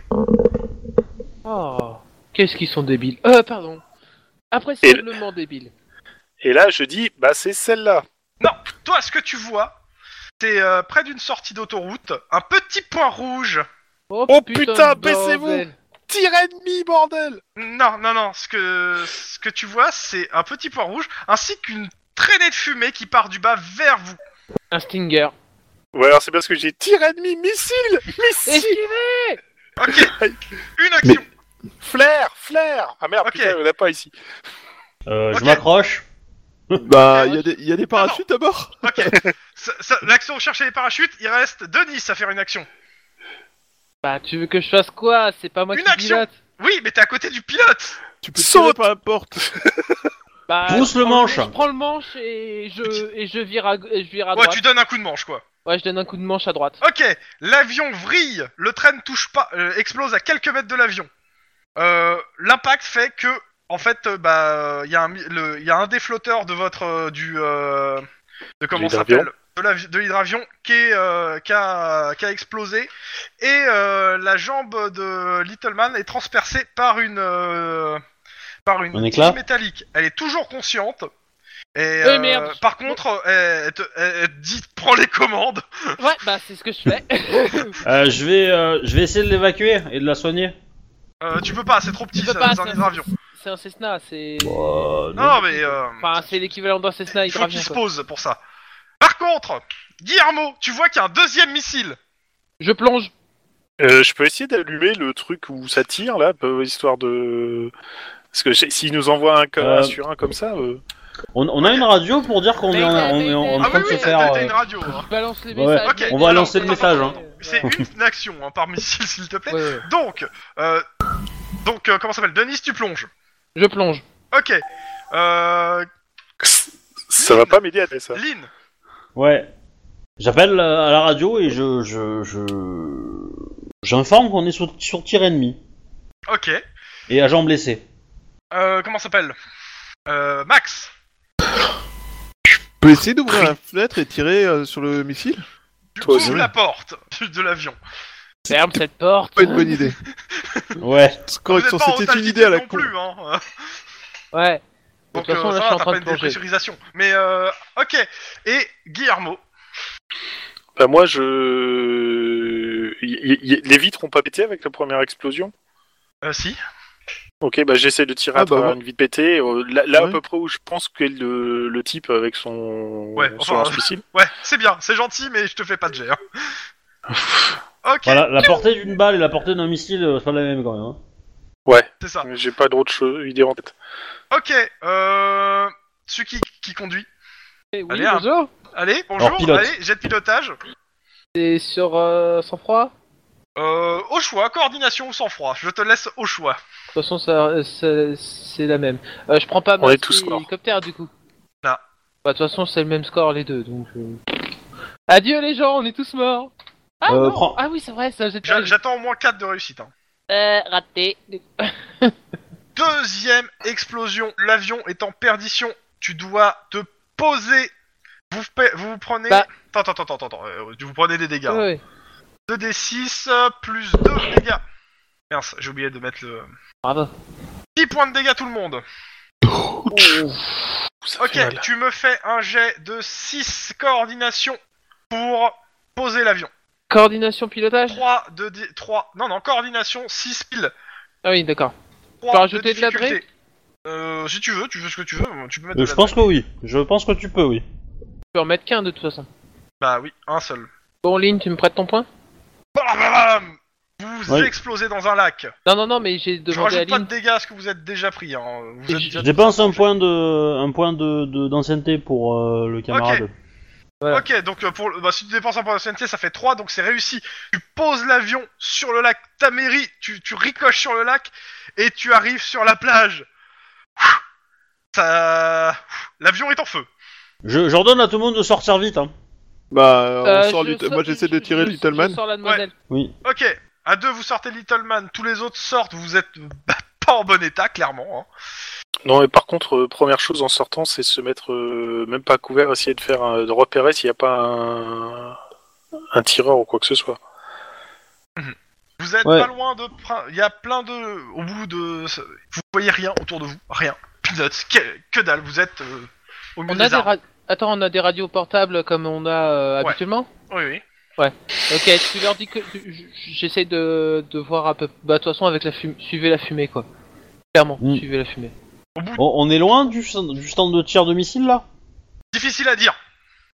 [SPEAKER 4] Oh, qu'est-ce qu'ils sont débiles. Euh, pardon. Impressionnablement débiles.
[SPEAKER 1] Et là, je dis, bah c'est celle-là.
[SPEAKER 3] Toi, ce que tu vois, c'est euh, près d'une sortie d'autoroute, un petit point rouge.
[SPEAKER 4] Oh,
[SPEAKER 1] Oh, putain,
[SPEAKER 4] de
[SPEAKER 1] baissez-vous.
[SPEAKER 4] bordel.
[SPEAKER 1] Tire ennemi, bordel
[SPEAKER 3] Non, non, non. Ce que ce que tu vois, c'est un petit point rouge, ainsi qu'une traînée de fumée qui part du bas vers vous.
[SPEAKER 4] Un Stinger.
[SPEAKER 1] Ouais, alors c'est parce que j'ai tir ennemi, missile Missile
[SPEAKER 4] Esquivez
[SPEAKER 3] Ok. Une action.
[SPEAKER 1] Flair Flair Ah merde,
[SPEAKER 3] Ok.
[SPEAKER 1] putain, on l'a pas ici.
[SPEAKER 2] Euh,
[SPEAKER 3] Ok.
[SPEAKER 2] Je m'accroche.
[SPEAKER 5] Bah, il y, a des- y a des parachutes à bord
[SPEAKER 3] Ok. Ça- ça- L'action recherche les parachutes, il reste Denis à faire une action.
[SPEAKER 4] Bah, tu veux que je fasse quoi C'est pas moi
[SPEAKER 3] Une
[SPEAKER 4] qui
[SPEAKER 3] action.
[SPEAKER 4] pilote.
[SPEAKER 3] Oui, mais t'es à côté du pilote
[SPEAKER 5] Tu peux
[SPEAKER 1] Saute
[SPEAKER 5] tirer par la porte
[SPEAKER 4] Bah,
[SPEAKER 2] Pousse
[SPEAKER 4] je
[SPEAKER 2] le
[SPEAKER 4] prends
[SPEAKER 2] manche.
[SPEAKER 4] Je prends le manche et je, et je vire à, et je vire à
[SPEAKER 3] Ouais,
[SPEAKER 4] droite.
[SPEAKER 3] tu donnes un coup de manche, quoi.
[SPEAKER 4] Ouais, je donne un coup de manche à droite.
[SPEAKER 3] Ok, l'avion vrille, le train ne touche pas, euh, explose à quelques mètres de l'avion. Euh, L'impact fait que, en fait, euh, bah, il y, a un mi- le- il y a un des flotteurs de votre. euh, du. euh, de comment
[SPEAKER 1] De
[SPEAKER 3] ça s'appelle De l'avi- de l'hydravion qui, est, euh, qui, a, qui a explosé. Et euh, la jambe de Little Man est transpercée par une. euh, par une
[SPEAKER 2] Un éclat
[SPEAKER 3] tige métallique. Elle est toujours consciente. Et, euh,
[SPEAKER 4] Eh merde.
[SPEAKER 3] Par contre, elle, elle te, elle- elle te dit prends les commandes.
[SPEAKER 4] Ouais, bah, c'est ce que je fais.
[SPEAKER 2] Euh, je vais euh, je vais essayer de l'évacuer et de la soigner.
[SPEAKER 3] Euh, tu peux pas, c'est trop petit
[SPEAKER 4] Tu peux
[SPEAKER 3] ça,
[SPEAKER 4] pas,
[SPEAKER 3] dans
[SPEAKER 4] c'est-
[SPEAKER 3] un hydravion.
[SPEAKER 4] c'est un Cessna, c'est.
[SPEAKER 2] Bah,
[SPEAKER 3] Non, non, mais euh,
[SPEAKER 4] Enfin, c'est l'équivalent d'un Cessna,
[SPEAKER 3] il faut
[SPEAKER 4] hydravion,
[SPEAKER 3] qu'il se
[SPEAKER 4] quoi.
[SPEAKER 3] pose pour ça. Par contre, Guillermo, tu vois qu'il y a un deuxième missile.
[SPEAKER 4] Je plonge.
[SPEAKER 1] Euh, je peux essayer d'allumer le truc où ça tire, là, peu- histoire de... Parce que j'ai- s'il nous envoie un, co-
[SPEAKER 2] Euh.
[SPEAKER 1] un sur un comme ça... euh,
[SPEAKER 2] On, on a une radio pour dire qu'on
[SPEAKER 4] Mais
[SPEAKER 2] est en,
[SPEAKER 4] il a-
[SPEAKER 2] on est en-
[SPEAKER 4] mais il a-
[SPEAKER 2] en
[SPEAKER 3] Ah
[SPEAKER 2] train
[SPEAKER 3] oui,
[SPEAKER 2] de se
[SPEAKER 3] oui, t'as
[SPEAKER 2] faire.
[SPEAKER 3] t'as
[SPEAKER 2] euh,
[SPEAKER 3] une radio. hein.
[SPEAKER 4] Je balance les
[SPEAKER 2] Ouais.
[SPEAKER 4] messages.
[SPEAKER 3] Ok,
[SPEAKER 2] on va
[SPEAKER 3] alors,
[SPEAKER 2] lancer le
[SPEAKER 4] Ouais,
[SPEAKER 2] message, hein.
[SPEAKER 4] ouais.
[SPEAKER 3] C'est une action hein, par missile, s'il te plaît.
[SPEAKER 4] Ouais, ouais.
[SPEAKER 3] Donc, euh, donc euh, comment ça s'appelle Denis, tu plonges.
[SPEAKER 4] Je plonge.
[SPEAKER 3] Ok. Euh,
[SPEAKER 1] Ça va pas m'aider à faire ça.
[SPEAKER 3] Lynn,
[SPEAKER 2] Ouais. J'appelle euh, à la radio et je je je j'informe qu'on est sur, sur tir ennemi
[SPEAKER 3] ok.
[SPEAKER 2] et agent blessé.
[SPEAKER 3] Euh, comment ça s'appelle euh, Max,
[SPEAKER 5] Tu peux essayer d'ouvrir la fenêtre et tirer euh, sur le missile
[SPEAKER 3] tu
[SPEAKER 1] Toi,
[SPEAKER 3] ouvres
[SPEAKER 1] oui.
[SPEAKER 3] la porte de l'avion.
[SPEAKER 4] Ferme cette porte.
[SPEAKER 5] Pas une bonne idée.
[SPEAKER 2] Ouais.
[SPEAKER 3] Vous
[SPEAKER 5] Correction,
[SPEAKER 3] êtes pas en haute
[SPEAKER 5] c'était une
[SPEAKER 3] altitude
[SPEAKER 5] idée à la
[SPEAKER 3] non
[SPEAKER 5] con.
[SPEAKER 3] plus, hein.
[SPEAKER 4] Ouais. De
[SPEAKER 3] Donc,
[SPEAKER 4] toute façon,
[SPEAKER 3] euh,
[SPEAKER 4] là,
[SPEAKER 3] ça
[SPEAKER 4] je suis
[SPEAKER 3] va,
[SPEAKER 4] en
[SPEAKER 3] t'as
[SPEAKER 4] train
[SPEAKER 3] pas
[SPEAKER 4] de
[SPEAKER 3] une
[SPEAKER 4] plonger.
[SPEAKER 3] dépressurisation. Mais, euh, ok. Et Guillermo,
[SPEAKER 1] Bah moi, je... y- y- y- Les vitres ont pas pété avec la première explosion
[SPEAKER 3] euh, si
[SPEAKER 1] Ok, bah j'essaie de tirer
[SPEAKER 5] Ah
[SPEAKER 1] à
[SPEAKER 5] bah
[SPEAKER 1] travers
[SPEAKER 5] ouais.
[SPEAKER 1] une vitre pétée, euh, là, là, à
[SPEAKER 5] Ouais.
[SPEAKER 1] peu près où je pense que le, le type avec son,
[SPEAKER 3] Ouais,
[SPEAKER 1] son
[SPEAKER 3] enfin,
[SPEAKER 1] lance-missile.
[SPEAKER 3] Ouais, c'est bien, c'est gentil, mais je te fais pas de jet. hein. Ok,
[SPEAKER 2] Voilà, la portée d'une balle et la portée d'un missile, euh, c'est pas la même quand même. hein.
[SPEAKER 3] c'est ça.
[SPEAKER 1] Mais J'ai pas d'autre chose- idée en tête.
[SPEAKER 3] Ok, euh... Celui qui, qui conduit.
[SPEAKER 4] Eh oui,
[SPEAKER 3] Allez, hein.
[SPEAKER 4] bonjour.
[SPEAKER 3] Allez, bonjour,
[SPEAKER 2] pilote.
[SPEAKER 3] allez, jet de pilotage.
[SPEAKER 4] C'est sur euh, sang-froid
[SPEAKER 3] Euh, au choix, coordination ou sang-froid. Je te laisse au choix.
[SPEAKER 4] De toute façon, ça, euh, ça- c'est la même. Euh, je prends pas
[SPEAKER 1] On
[SPEAKER 4] mon
[SPEAKER 1] est tous morts.
[SPEAKER 4] hélicoptère du coup.
[SPEAKER 3] Non.
[SPEAKER 4] Bah, de toute façon, c'est le même score les deux, donc. euh. Adieu les gens, on est tous morts. Ah,
[SPEAKER 2] Euh,
[SPEAKER 4] non.
[SPEAKER 2] prends-
[SPEAKER 4] ah oui, c'est vrai, ça j'ai
[SPEAKER 3] J'a- J'attends au moins 4 de réussite. hein.
[SPEAKER 6] Euh, raté.
[SPEAKER 3] Deuxième explosion, l'avion est en perdition. Tu dois te poser. Vous pe- vous, vous prenez.
[SPEAKER 4] Bah.
[SPEAKER 3] Attends, attends, attends, attends. euh, vous prenez des dégâts.
[SPEAKER 4] Ouais, ouais.
[SPEAKER 3] 2d6 euh, plus 2 dégâts. Mince, j'ai oublié de mettre le.
[SPEAKER 4] Bravo.
[SPEAKER 3] 10 points de dégâts tout le monde.
[SPEAKER 1] Ça
[SPEAKER 3] Ok,
[SPEAKER 1] fait mal.
[SPEAKER 3] tu me fais un jet de 6 coordination pour poser l'avion.
[SPEAKER 4] Coordination pilotage
[SPEAKER 3] 3 de dé- 3. Non, non, coordination 6 piles.
[SPEAKER 4] Ah oui, d'accord.
[SPEAKER 3] 3
[SPEAKER 4] Faut rajouter de la
[SPEAKER 3] difficulté. Euh, si tu veux, tu veux ce que tu veux, tu peux mettre
[SPEAKER 2] Euh,
[SPEAKER 3] de
[SPEAKER 2] je
[SPEAKER 3] la
[SPEAKER 2] pense
[SPEAKER 3] drague.
[SPEAKER 2] que oui. Je pense que tu peux, oui.
[SPEAKER 4] Je peux en mettre qu'un de toute façon.
[SPEAKER 3] Bah oui, un seul.
[SPEAKER 4] Bon, Lynn, tu me prêtes ton point
[SPEAKER 3] Bam, bam, bam Vous
[SPEAKER 2] Oui.
[SPEAKER 3] explosez dans un lac.
[SPEAKER 4] Non, non, non, mais j'ai
[SPEAKER 3] je
[SPEAKER 4] demandé à
[SPEAKER 3] rajoute pas de
[SPEAKER 4] Lynn. Euh,
[SPEAKER 3] dégâts à ce que vous êtes déjà pris. Hein. Vous êtes
[SPEAKER 2] Euh, Je
[SPEAKER 3] déjà...
[SPEAKER 2] dépense un point de, un point de de- d'ancienneté pour euh, le camarade.
[SPEAKER 4] voilà.
[SPEAKER 3] Ok, donc euh, pour... le- bah, si tu dépenses un point d'ancienneté, ça fait 3, donc c'est réussi. Tu poses l'avion sur le lac Taméry, tu, tu ricoches sur le lac, et tu arrives sur la plage. Ça... L'avion est en feu.
[SPEAKER 2] Je j'ordonne à tout le monde de sortir vite. Hein.
[SPEAKER 5] Bah, on
[SPEAKER 4] Euh,
[SPEAKER 5] sort
[SPEAKER 4] je
[SPEAKER 5] Little-
[SPEAKER 4] sors-
[SPEAKER 5] moi j'essaie de
[SPEAKER 4] je-
[SPEAKER 5] tirer
[SPEAKER 4] je-
[SPEAKER 5] Little
[SPEAKER 4] je
[SPEAKER 5] Man.
[SPEAKER 4] sors la demoiselle.
[SPEAKER 2] Oui.
[SPEAKER 3] Ok, à deux, vous sortez Little Man, tous les autres sortent, vous êtes bah, pas en bon état, clairement. hein.
[SPEAKER 1] Non, mais par contre, euh, première chose en sortant, c'est se mettre euh, même pas à couvert, essayer de faire un- de repérer s'il n'y a pas un... un tireur ou quoi que ce soit.
[SPEAKER 3] Vous êtes
[SPEAKER 2] Ouais.
[SPEAKER 3] pas loin de... prin- Il y a plein de... Au bout de... Vous voyez rien autour de vous, rien. Peanuts, que, que dalle, vous êtes euh, au milieu
[SPEAKER 4] On a
[SPEAKER 3] des
[SPEAKER 4] des
[SPEAKER 3] arbres.
[SPEAKER 4] ra- Attends, on a des radios portables comme on a euh,
[SPEAKER 3] Ouais.
[SPEAKER 4] habituellement
[SPEAKER 3] Oui, oui.
[SPEAKER 4] Ok, tu leur dis que tu- j- j'essaie de, de voir à peu. Bah, de toute façon, avec la fumée, suivez la fumée quoi. Clairement,
[SPEAKER 2] Mm.
[SPEAKER 4] suivez la fumée.
[SPEAKER 3] Au bout,
[SPEAKER 2] On, on est loin du, stand- du stand de tir de missile là.
[SPEAKER 3] difficile à dire.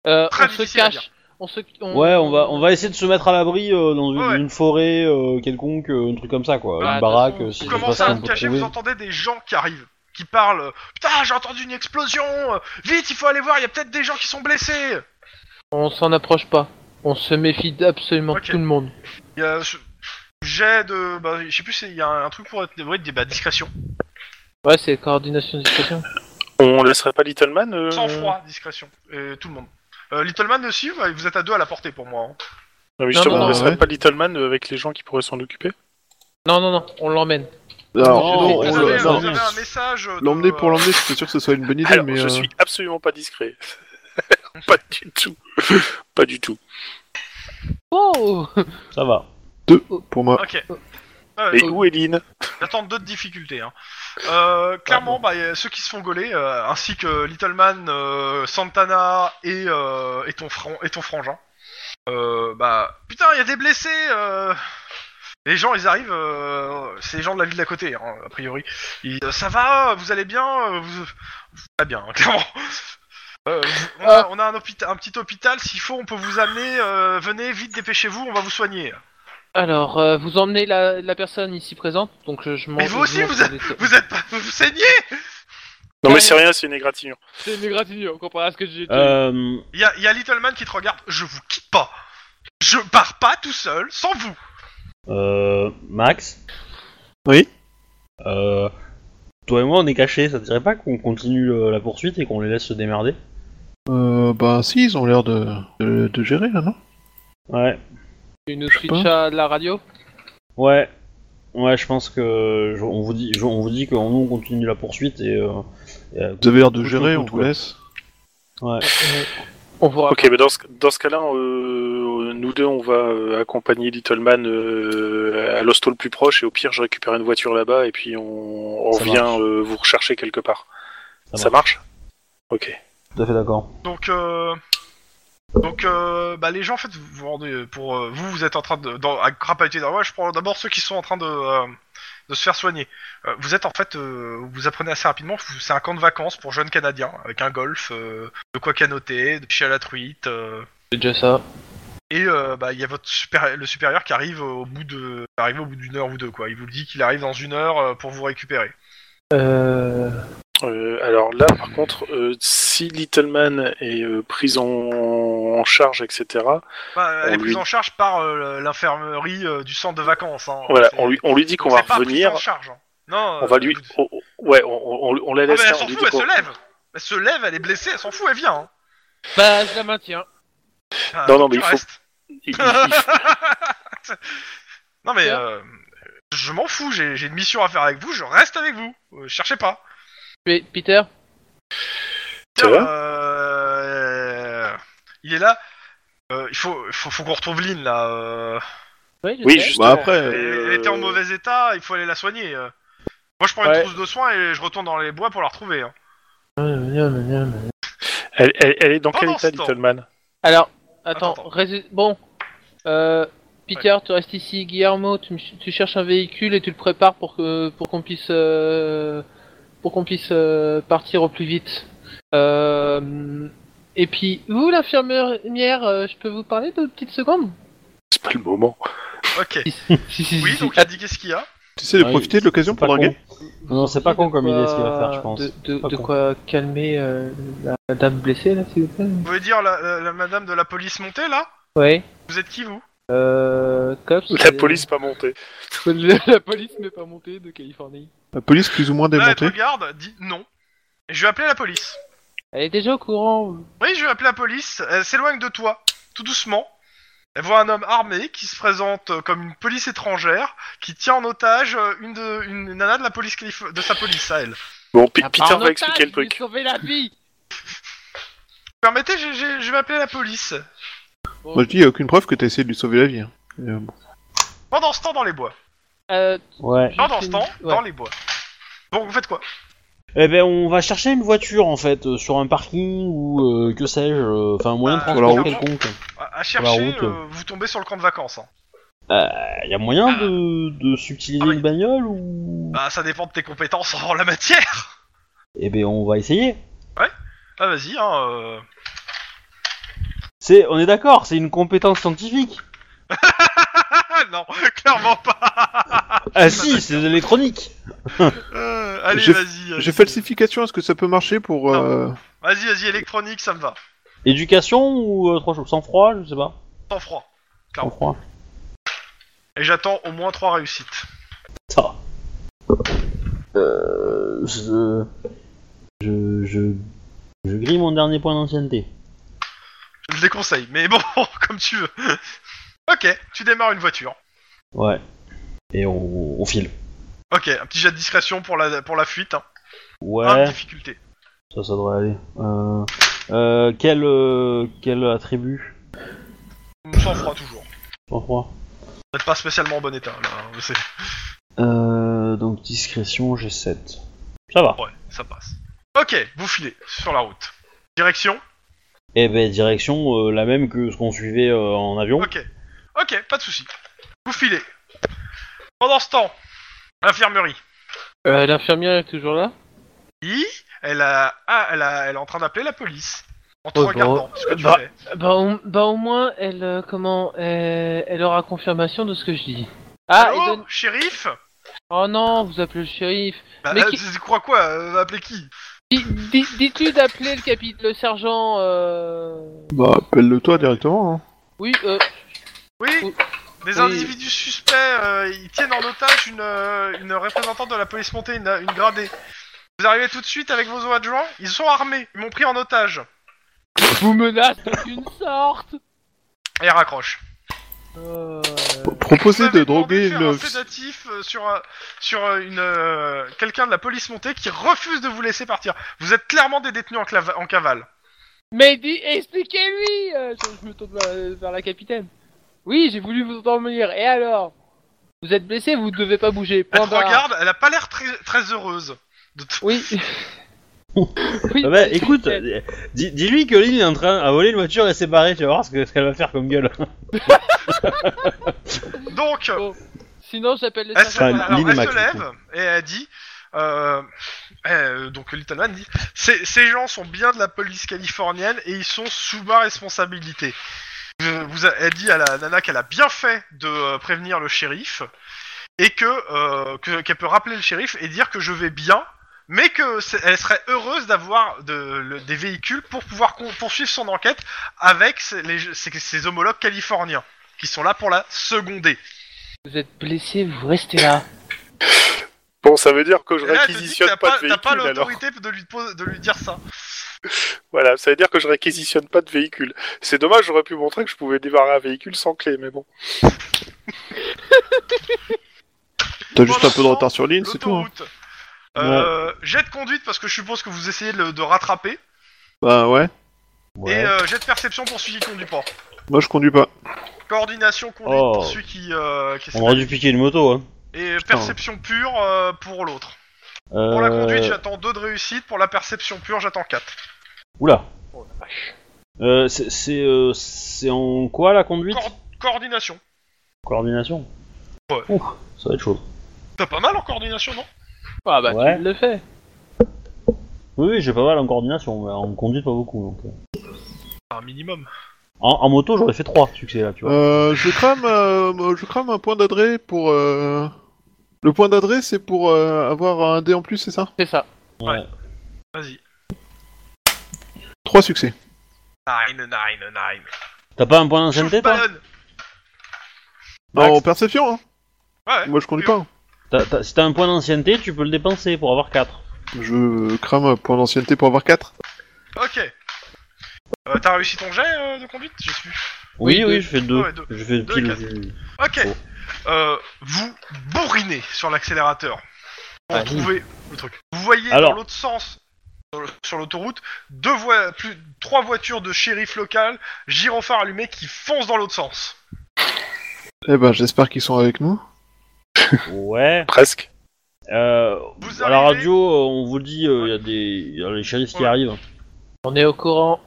[SPEAKER 4] Euh,
[SPEAKER 3] Très
[SPEAKER 4] on se
[SPEAKER 3] difficile à
[SPEAKER 4] cache. On se. on-
[SPEAKER 2] Ouais, on va on va essayer de se mettre à l'abri euh, dans une,
[SPEAKER 3] Ouais.
[SPEAKER 2] une forêt euh, quelconque, euh, un truc comme ça quoi,
[SPEAKER 4] Bah,
[SPEAKER 2] une
[SPEAKER 4] de
[SPEAKER 2] baraque.
[SPEAKER 4] toute façon,
[SPEAKER 2] euh,
[SPEAKER 4] on
[SPEAKER 2] si
[SPEAKER 3] Vous
[SPEAKER 2] je
[SPEAKER 4] Je
[SPEAKER 3] commencez
[SPEAKER 2] sais pas
[SPEAKER 3] à
[SPEAKER 2] ce
[SPEAKER 3] vous
[SPEAKER 2] qu'on peut
[SPEAKER 3] cacher,
[SPEAKER 2] trouver.
[SPEAKER 3] vous entendez des gens qui arrivent, qui parlent. euh, Putain, j'ai entendu une explosion euh, Vite, il faut aller voir, il y a peut-être des gens qui sont blessés
[SPEAKER 4] On s'en approche pas. On se méfie d'absolument
[SPEAKER 3] Ok.
[SPEAKER 4] tout le monde.
[SPEAKER 3] Il y a ce jet de. Bah, je sais plus, c'est- il y a un un truc pour être. Ouais, des- bah, discrétion.
[SPEAKER 4] Ouais, c'est coordination discrétion.
[SPEAKER 1] On laisserait pas Little Man euh,
[SPEAKER 3] Sans froid, discrétion. Et tout le monde. Euh, Little Man aussi, bah, vous êtes à deux à la portée pour moi. hein.
[SPEAKER 1] Non, mais Ah, justement,
[SPEAKER 4] Non, non,
[SPEAKER 1] on laisserait
[SPEAKER 5] ouais.
[SPEAKER 1] pas Little Man euh, avec les gens qui pourraient s'en occuper
[SPEAKER 4] Non, non, non, on l'emmène.
[SPEAKER 5] Alors,
[SPEAKER 2] Non,
[SPEAKER 5] non,
[SPEAKER 3] vous,
[SPEAKER 5] on
[SPEAKER 2] on
[SPEAKER 3] avez,
[SPEAKER 5] le-
[SPEAKER 2] l'a-
[SPEAKER 5] non.
[SPEAKER 3] vous avez un message. euh, de-
[SPEAKER 5] L'emmener pour l'emmener, c'est sûr que ce soit une bonne idée,
[SPEAKER 1] Alors,
[SPEAKER 5] mais.
[SPEAKER 1] je
[SPEAKER 5] euh,
[SPEAKER 1] suis absolument pas discret. pas du tout. pas du tout.
[SPEAKER 4] Oh
[SPEAKER 2] Ça va.
[SPEAKER 5] Pour moi.
[SPEAKER 3] Ok. Ouais,
[SPEAKER 1] Et
[SPEAKER 3] euh,
[SPEAKER 1] où Eline
[SPEAKER 3] J'attends d'autres difficultés. Hein. Euh, clairement, bah, y a ceux qui se font gauler, euh, ainsi que Little Man, euh, Santana et, euh, et, ton fran- et ton frangin. Euh, bah, putain, il y a des blessés euh. Les gens, ils arrivent, euh, c'est les gens de la ville d'à côté, hein, a priori. Ils, euh, ça va, vous allez bien euh, vous, vous allez bien, hein, clairement. Euh, vous- on, a, on a un, hôpita- un petit hôpital, s'il faut, on peut vous amener. euh, venez, vite, dépêchez-vous, on va vous soigner.
[SPEAKER 4] Alors, euh, vous emmenez la, la personne ici présente, donc euh, je, je m'en.
[SPEAKER 3] Mais vous aussi,
[SPEAKER 4] je m'en-
[SPEAKER 3] vous Vous êtes pas... Vous vous saignez
[SPEAKER 1] Non, mais c'est rien, c'est une égratignure.
[SPEAKER 4] C'est une gratitude, comparé à ce que j'ai dit.
[SPEAKER 2] Euh,
[SPEAKER 3] Il y a, y a Little Man qui te regarde, je vous quitte pas. Je pars pas tout seul, sans vous.
[SPEAKER 2] euh, Max.
[SPEAKER 5] Oui
[SPEAKER 2] Euh, toi et moi on est cachés, ça te dirait pas qu'on continue euh, la poursuite et qu'on les laisse se démerder
[SPEAKER 5] Euh, bah, si, ils ont l'air de, de, de gérer, là, non
[SPEAKER 2] Ouais.
[SPEAKER 4] Une
[SPEAKER 5] je sais pas.
[SPEAKER 4] switch à la radio
[SPEAKER 2] Ouais. Ouais, je pense que je- on vous dit, je- on vous dit que nous on continue la poursuite et. euh, et, euh,
[SPEAKER 5] Vous avez l'air de
[SPEAKER 2] Coûte que
[SPEAKER 5] gérer, on
[SPEAKER 2] coûte,
[SPEAKER 5] vous
[SPEAKER 2] quoi.
[SPEAKER 5] laisse.
[SPEAKER 2] ouais.
[SPEAKER 4] On vous raconte.
[SPEAKER 1] Ok, mais dans ce, dans ce cas-là, euh, nous deux, on va euh, accompagner Little Man euh, à l'hosto le plus proche, et au pire, je récupère une voiture là-bas, et puis on, on
[SPEAKER 2] Ça
[SPEAKER 1] vient
[SPEAKER 2] marche.
[SPEAKER 1] euh, vous rechercher quelque part.
[SPEAKER 2] Ça
[SPEAKER 1] Ça marche, Ok.
[SPEAKER 2] Tout à fait d'accord.
[SPEAKER 3] Donc, euh, donc, euh, bah les gens en fait, vous vous rendez euh, pour euh, vous, vous êtes en train de dans, à crapahuter dans ouais, Je prends d'abord ceux qui sont en train de, euh, de se faire soigner. Euh, vous êtes en fait, euh, vous apprenez assez rapidement. que C'est un camp de vacances pour jeunes Canadiens avec un golf, euh, de quoi canoter, de pêcher à la truite. euh,
[SPEAKER 4] C'est déjà ça.
[SPEAKER 3] Et euh, bah, il y a votre supérie- le supérieur qui arrive au bout de, arrivé au bout d'une heure ou deux, quoi. Il vous dit qu'il arrive dans une heure euh, pour vous récupérer.
[SPEAKER 4] Euh,
[SPEAKER 1] Euh, alors là, par contre, euh, si Littleman est euh, pris en... en charge, etc.,
[SPEAKER 3] Bah, elle
[SPEAKER 1] On
[SPEAKER 3] est prise
[SPEAKER 1] lui-
[SPEAKER 3] en charge par euh, l'infirmerie euh, du centre de vacances. Hein.
[SPEAKER 1] voilà,
[SPEAKER 3] C'est-
[SPEAKER 1] on lui, on lui dit qu'on
[SPEAKER 3] c'est
[SPEAKER 1] va
[SPEAKER 3] pas prise
[SPEAKER 1] revenir,
[SPEAKER 3] en charge, hein. Non.
[SPEAKER 1] on
[SPEAKER 3] euh,
[SPEAKER 1] va lui...
[SPEAKER 3] vous-
[SPEAKER 1] on- on- Ouais, on, on- on la
[SPEAKER 3] Ah,
[SPEAKER 1] laisse
[SPEAKER 3] mais elle
[SPEAKER 1] là, on
[SPEAKER 3] s'en
[SPEAKER 1] lui
[SPEAKER 3] fout,
[SPEAKER 1] dit
[SPEAKER 3] elle
[SPEAKER 1] qu'on-
[SPEAKER 3] se lève. Elle se lève, elle est blessée, elle s'en fout, elle vient. hein.
[SPEAKER 4] Bah, je la maintiens.
[SPEAKER 3] Ah,
[SPEAKER 1] Non, non,
[SPEAKER 3] tu
[SPEAKER 1] mais il faut-
[SPEAKER 3] restes.
[SPEAKER 1] Il- il- il-
[SPEAKER 3] Non mais
[SPEAKER 4] Quoi
[SPEAKER 3] euh, je m'en fous, j'ai j'ai une mission à faire avec vous, je reste avec vous. Euh, cherchez pas.
[SPEAKER 4] Mais, Peter,
[SPEAKER 1] C'est vrai
[SPEAKER 3] Euh, il est là. Euh, il faut, faut, faut qu'on retrouve Lynn là. euh.
[SPEAKER 4] oui, je
[SPEAKER 1] Oui,
[SPEAKER 4] sais.
[SPEAKER 1] justement.
[SPEAKER 5] Bah après,
[SPEAKER 3] Elle,
[SPEAKER 5] euh,
[SPEAKER 3] elle était en mauvais état, il faut aller la soigner. euh. Moi je prends une
[SPEAKER 4] Ouais.
[SPEAKER 3] trousse de soins et je retourne dans les bois pour la retrouver. hein.
[SPEAKER 1] elle, elle- elle est dans quel
[SPEAKER 3] Pendant
[SPEAKER 1] état,
[SPEAKER 3] ce temps.
[SPEAKER 1] Littleman
[SPEAKER 4] Alors, attends,
[SPEAKER 3] Attends, attends.
[SPEAKER 4] résu- bon. Euh, Peter, tu restes ici, Guillermo, tu, me- tu cherches un véhicule et tu le prépares pour que pour qu'on puisse euh, pour qu'on puisse euh, partir au plus vite. Euh, et puis vous l'infirmière, euh, je peux vous parler deux petites secondes
[SPEAKER 1] C'est pas le moment.
[SPEAKER 3] Ok.
[SPEAKER 4] Si si
[SPEAKER 3] Oui,
[SPEAKER 2] Ah,
[SPEAKER 3] donc il a dit qu'est-ce qu'il y a
[SPEAKER 5] tu sais de
[SPEAKER 1] Ah,
[SPEAKER 2] Ouais,
[SPEAKER 5] profiter de l'occasion
[SPEAKER 2] Pas
[SPEAKER 5] pour draguer.
[SPEAKER 2] con. Non, c'est pas con comme idée ce qu'il va faire, je pense.
[SPEAKER 4] De, de-
[SPEAKER 2] Pas
[SPEAKER 4] de
[SPEAKER 2] con.
[SPEAKER 4] quoi calmer euh, la, la dame blessée là, s'il vous plaît.
[SPEAKER 3] Vous voulez dire la, la- la madame de la police montée là
[SPEAKER 4] Ouais.
[SPEAKER 3] Vous êtes qui vous
[SPEAKER 4] Euh, cops,
[SPEAKER 1] La
[SPEAKER 4] euh,
[SPEAKER 1] police pas montée.
[SPEAKER 4] la police n'est pas montée de Californie.
[SPEAKER 5] La police plus ou moins
[SPEAKER 3] Là, elle te
[SPEAKER 5] démontée.
[SPEAKER 3] regarde, dit non. Et je vais appeler la police.
[SPEAKER 4] Elle est déjà au courant.
[SPEAKER 3] Oui, je vais appeler la police. Elle s'éloigne de toi, tout doucement. Elle voit un homme armé qui se présente euh, comme une police étrangère, qui tient en otage euh, une, de, une nana de la police calif- de sa police à elle.
[SPEAKER 1] Bon, P-
[SPEAKER 4] Ah,
[SPEAKER 1] Peter
[SPEAKER 4] en
[SPEAKER 1] va
[SPEAKER 4] otage,
[SPEAKER 1] expliquer le
[SPEAKER 4] je lui ai
[SPEAKER 1] truc.
[SPEAKER 4] sauvé la vie.
[SPEAKER 3] Permettez, j'ai- j'ai- je vais appeler la police.
[SPEAKER 5] Moi je dis, il n'y a aucune preuve que t'as essayé de lui sauver la vie. hein. Et, euh, bon.
[SPEAKER 3] Pendant ce temps, dans les bois.
[SPEAKER 4] Euh,
[SPEAKER 2] Ouais.
[SPEAKER 3] Pendant ce temps,
[SPEAKER 4] Ouais.
[SPEAKER 3] dans les bois. Donc, vous faites quoi
[SPEAKER 2] Eh ben, on va chercher une voiture en fait, euh, sur un parking ou euh, que sais-je, euh, enfin un moyen de
[SPEAKER 3] Ah,
[SPEAKER 2] transport
[SPEAKER 5] alors-
[SPEAKER 2] quelconque.
[SPEAKER 3] À, à
[SPEAKER 2] la
[SPEAKER 3] chercher,
[SPEAKER 2] Bah, route.
[SPEAKER 3] euh, vous tombez sur le camp de vacances. hein.
[SPEAKER 2] Il Euh, y a moyen de, de subtiliser
[SPEAKER 3] Ah oui.
[SPEAKER 2] une bagnole ou.
[SPEAKER 3] Bah, ça dépend de tes compétences en la matière.
[SPEAKER 2] Eh ben, on va essayer.
[SPEAKER 3] Ah, vas-y, hein. euh.
[SPEAKER 2] C'est, on est d'accord, c'est une compétence scientifique.
[SPEAKER 3] Ah, non, clairement pas.
[SPEAKER 2] Ah si, c'est de l'électronique.
[SPEAKER 3] Euh, allez,
[SPEAKER 5] J'ai-
[SPEAKER 3] vas-y.
[SPEAKER 5] J'ai
[SPEAKER 3] vas-y.
[SPEAKER 5] falsification, est-ce que ça peut marcher pour.
[SPEAKER 3] Non.
[SPEAKER 5] euh,
[SPEAKER 3] Vas-y, vas-y, électronique, ça me va.
[SPEAKER 2] Éducation ou euh, trois choses, sans froid, je sais pas.
[SPEAKER 3] Sans froid.
[SPEAKER 2] Sans froid.
[SPEAKER 3] Et j'attends au moins trois réussites.
[SPEAKER 2] Ça. va. Euh, je, je, je, je grille mon dernier point d'ancienneté.
[SPEAKER 3] Je le déconseille, mais bon, comme tu veux. ok, tu démarres une voiture.
[SPEAKER 2] Ouais. Et on, on file.
[SPEAKER 3] Ok, un petit jet de discrétion pour la, pour la fuite. Hein.
[SPEAKER 2] Ouais.
[SPEAKER 3] Un de difficulté.
[SPEAKER 2] Ça, ça devrait aller. Euh, euh, quel, euh, quel attribut
[SPEAKER 3] Sans froid toujours.
[SPEAKER 2] Sans froid.
[SPEAKER 3] Vous n'êtes pas spécialement en bon état, là. hein, c'est-
[SPEAKER 2] Euh, donc discrétion, j'ai 7. Ça va.
[SPEAKER 3] Ouais, ça passe. Ok, vous filez sur la route. Direction
[SPEAKER 2] Eh ben, direction euh, la même que ce qu'on suivait euh, en
[SPEAKER 4] Oh.
[SPEAKER 2] avion.
[SPEAKER 3] Ok. Ok, pas de souci. Vous filez. Pendant ce temps, l'infirmerie.
[SPEAKER 4] euh, L'infirmière est toujours là
[SPEAKER 3] Oui, elle a... Ah, elle a... Elle est en train d'appeler la police. En te
[SPEAKER 4] Ouais, bah,
[SPEAKER 3] regardant, ce que tu
[SPEAKER 4] bah,
[SPEAKER 3] fais.
[SPEAKER 4] bah au, bah, au moins, elle euh, comment euh, Elle aura confirmation de ce que je dis. Ah,
[SPEAKER 3] Allô,
[SPEAKER 4] et donne-
[SPEAKER 3] shérif
[SPEAKER 4] oh non, vous appelez le shérif.
[SPEAKER 3] Bah,
[SPEAKER 4] Mais
[SPEAKER 3] euh,
[SPEAKER 4] qui-
[SPEAKER 3] tu crois quoi euh, Appeler qui
[SPEAKER 4] Di- di- Dites-lui d'appeler le capit, le sergent. Euh...
[SPEAKER 5] Bah, appelle-le toi directement. hein.
[SPEAKER 4] Oui, euh,
[SPEAKER 3] Oui,
[SPEAKER 4] Oui.
[SPEAKER 3] des
[SPEAKER 4] Oh. Oui.
[SPEAKER 3] individus suspects, euh, ils tiennent en otage une, euh, une représentante de la police montée, une, une gradée. Vous arrivez tout de suite avec vos adjoints, ils sont armés, ils m'ont pris en otage.
[SPEAKER 4] vous menacez d'aucune sorte.
[SPEAKER 3] Et elle raccroche.
[SPEAKER 4] Euh,
[SPEAKER 5] Proposer
[SPEAKER 3] Vous m'avez
[SPEAKER 5] de
[SPEAKER 3] demandé
[SPEAKER 5] droguer
[SPEAKER 3] faire
[SPEAKER 5] une.
[SPEAKER 3] un sédatif euh, sur, un- sur euh, une euh, quelqu'un de la police montée qui refuse de vous laisser partir. Vous êtes clairement des détenus en, clava- en cavale.
[SPEAKER 4] Mais dis, expliquez-lui. euh, je, je me tourne vers, vers la capitaine. Oui, j'ai voulu vous endormir. Et alors Vous êtes blessé, vous ne devez pas bouger.
[SPEAKER 3] Elle
[SPEAKER 4] Point
[SPEAKER 3] te
[SPEAKER 4] barre.
[SPEAKER 3] regarde, elle a pas l'air très, très heureuse. de te-
[SPEAKER 4] bah. Oui. oui.
[SPEAKER 2] Ah bah, écoute, euh, dis- dis-lui que Lynn est en train à voler une voiture et s'est barrée, tu vas voir ce que- ce qu'elle va faire comme gueule.
[SPEAKER 3] Donc, euh,
[SPEAKER 4] Bon. Sinon, j'appelle le
[SPEAKER 3] Elle se,
[SPEAKER 4] sergent.
[SPEAKER 2] Enfin,
[SPEAKER 3] alors,
[SPEAKER 2] Lynn
[SPEAKER 3] elle se
[SPEAKER 2] Mac, du
[SPEAKER 3] lève et elle dit. euh, euh, donc Little Man dit ces, ces gens sont bien de la police californienne et ils sont sous ma responsabilité. vous- vous a- elle dit à la nana qu'elle a bien fait de euh, prévenir le shérif et que euh, que- qu'elle peut rappeler le shérif et dire que je vais bien, mais que c'est- elle serait heureuse d'avoir de, le- des véhicules pour pouvoir con- poursuivre son enquête avec ses, les- ses- ses homologues californiens qui sont là pour la seconder.
[SPEAKER 4] Vous êtes blessé, vous restez là.
[SPEAKER 1] Bon, ça veut dire que je
[SPEAKER 3] Et là, elle te dit que
[SPEAKER 1] réquisitionne
[SPEAKER 3] Eh, t'as
[SPEAKER 1] pas,
[SPEAKER 3] pas,
[SPEAKER 1] de
[SPEAKER 3] t'as pas
[SPEAKER 1] véhicule alors.
[SPEAKER 3] l'autorité de lui, pos- de lui dire ça.
[SPEAKER 1] Voilà, ça veut dire que je réquisitionne pas de véhicule. C'est dommage, j'aurais pu montrer que je pouvais démarrer un véhicule sans clé, mais bon.
[SPEAKER 5] T'as
[SPEAKER 3] juste un peu de retard
[SPEAKER 5] sur
[SPEAKER 2] hein.
[SPEAKER 5] l'île, hein.
[SPEAKER 3] L'autoroute. Euh, Jet de conduite parce que je suppose que vous essayez de, le- de rattraper.
[SPEAKER 5] Bah ouais.
[SPEAKER 3] Et euh, jet de perception pour celui qui conduit pas.
[SPEAKER 5] Moi, je conduis pas.
[SPEAKER 3] Coordination conduite
[SPEAKER 2] Oh.
[SPEAKER 3] pour celui qui. euh, qui
[SPEAKER 2] On aurait dû piquer une moto, hein.
[SPEAKER 3] Et perception pure euh, pour l'autre. Pour la
[SPEAKER 2] Euh,
[SPEAKER 3] conduite, j'attends 2 de réussite. Pour la perception pure, j'attends 4.
[SPEAKER 2] Oula.
[SPEAKER 4] Oh la vache.
[SPEAKER 2] Euh, c'est- c'est euh, c'est en quoi la conduite
[SPEAKER 3] coordination.
[SPEAKER 2] Coordination.
[SPEAKER 3] Ouais.
[SPEAKER 2] Ouh, ça va être chaud.
[SPEAKER 3] T'as pas mal en coordination, non
[SPEAKER 4] Ah bah
[SPEAKER 2] Ouais.
[SPEAKER 4] tu le fais.
[SPEAKER 2] Oui, oui, j'ai pas mal en coordination, mais en conduite pas beaucoup. Donc. euh.
[SPEAKER 3] Ah, Un minimum.
[SPEAKER 2] En, en moto, j'aurais fait 3 succès là, tu vois.
[SPEAKER 5] Euh, je crame, euh, je crame un point d'adresse pour. euh, Le point d'adresse, c'est pour euh, avoir un dé en plus, c'est ça
[SPEAKER 4] C'est ça.
[SPEAKER 3] Vas-y.
[SPEAKER 5] Trois succès.
[SPEAKER 3] Nine, nine, nine.
[SPEAKER 2] T'as pas un point
[SPEAKER 3] Chauffe
[SPEAKER 2] d'ancienneté, toi
[SPEAKER 3] ballon.
[SPEAKER 5] Non,
[SPEAKER 2] Max.
[SPEAKER 5] en perception, hein
[SPEAKER 3] Ouais.
[SPEAKER 5] Moi, je conduis pas. hein.
[SPEAKER 2] T'as- t'as- Si t'as un point d'ancienneté, tu peux le dépenser pour avoir 4.
[SPEAKER 5] Je crame un point d'ancienneté pour avoir 4.
[SPEAKER 3] Ok. Euh, T'as réussi ton jet euh, de conduite Je sais plus.
[SPEAKER 2] Oui,
[SPEAKER 4] Oui,
[SPEAKER 2] oui,
[SPEAKER 4] deux.
[SPEAKER 2] je fais 2.
[SPEAKER 3] Ouais, deux.
[SPEAKER 2] Je fais
[SPEAKER 3] Deux,
[SPEAKER 2] pile.
[SPEAKER 3] quatre.
[SPEAKER 2] du-
[SPEAKER 3] Ok.
[SPEAKER 2] Oh.
[SPEAKER 3] Euh, vous bourrinez sur l'accélérateur pour
[SPEAKER 4] Ah,
[SPEAKER 3] trouver le truc. Vous voyez
[SPEAKER 2] Alors.
[SPEAKER 3] dans l'autre sens, sur le- sur l'autoroute, deux voies, plus trois voitures de shérif local, gyrophare allumé qui foncent dans l'autre sens.
[SPEAKER 5] Eh ben, j'espère qu'ils sont avec nous.
[SPEAKER 2] Ouais.
[SPEAKER 1] Presque.
[SPEAKER 2] Euh,
[SPEAKER 3] Vous
[SPEAKER 2] à la
[SPEAKER 3] arrivez-
[SPEAKER 2] radio, euh, on vous le dit, il y a des y a les shérifs qui
[SPEAKER 3] Ouais.
[SPEAKER 2] arrivent.
[SPEAKER 4] On est au courant.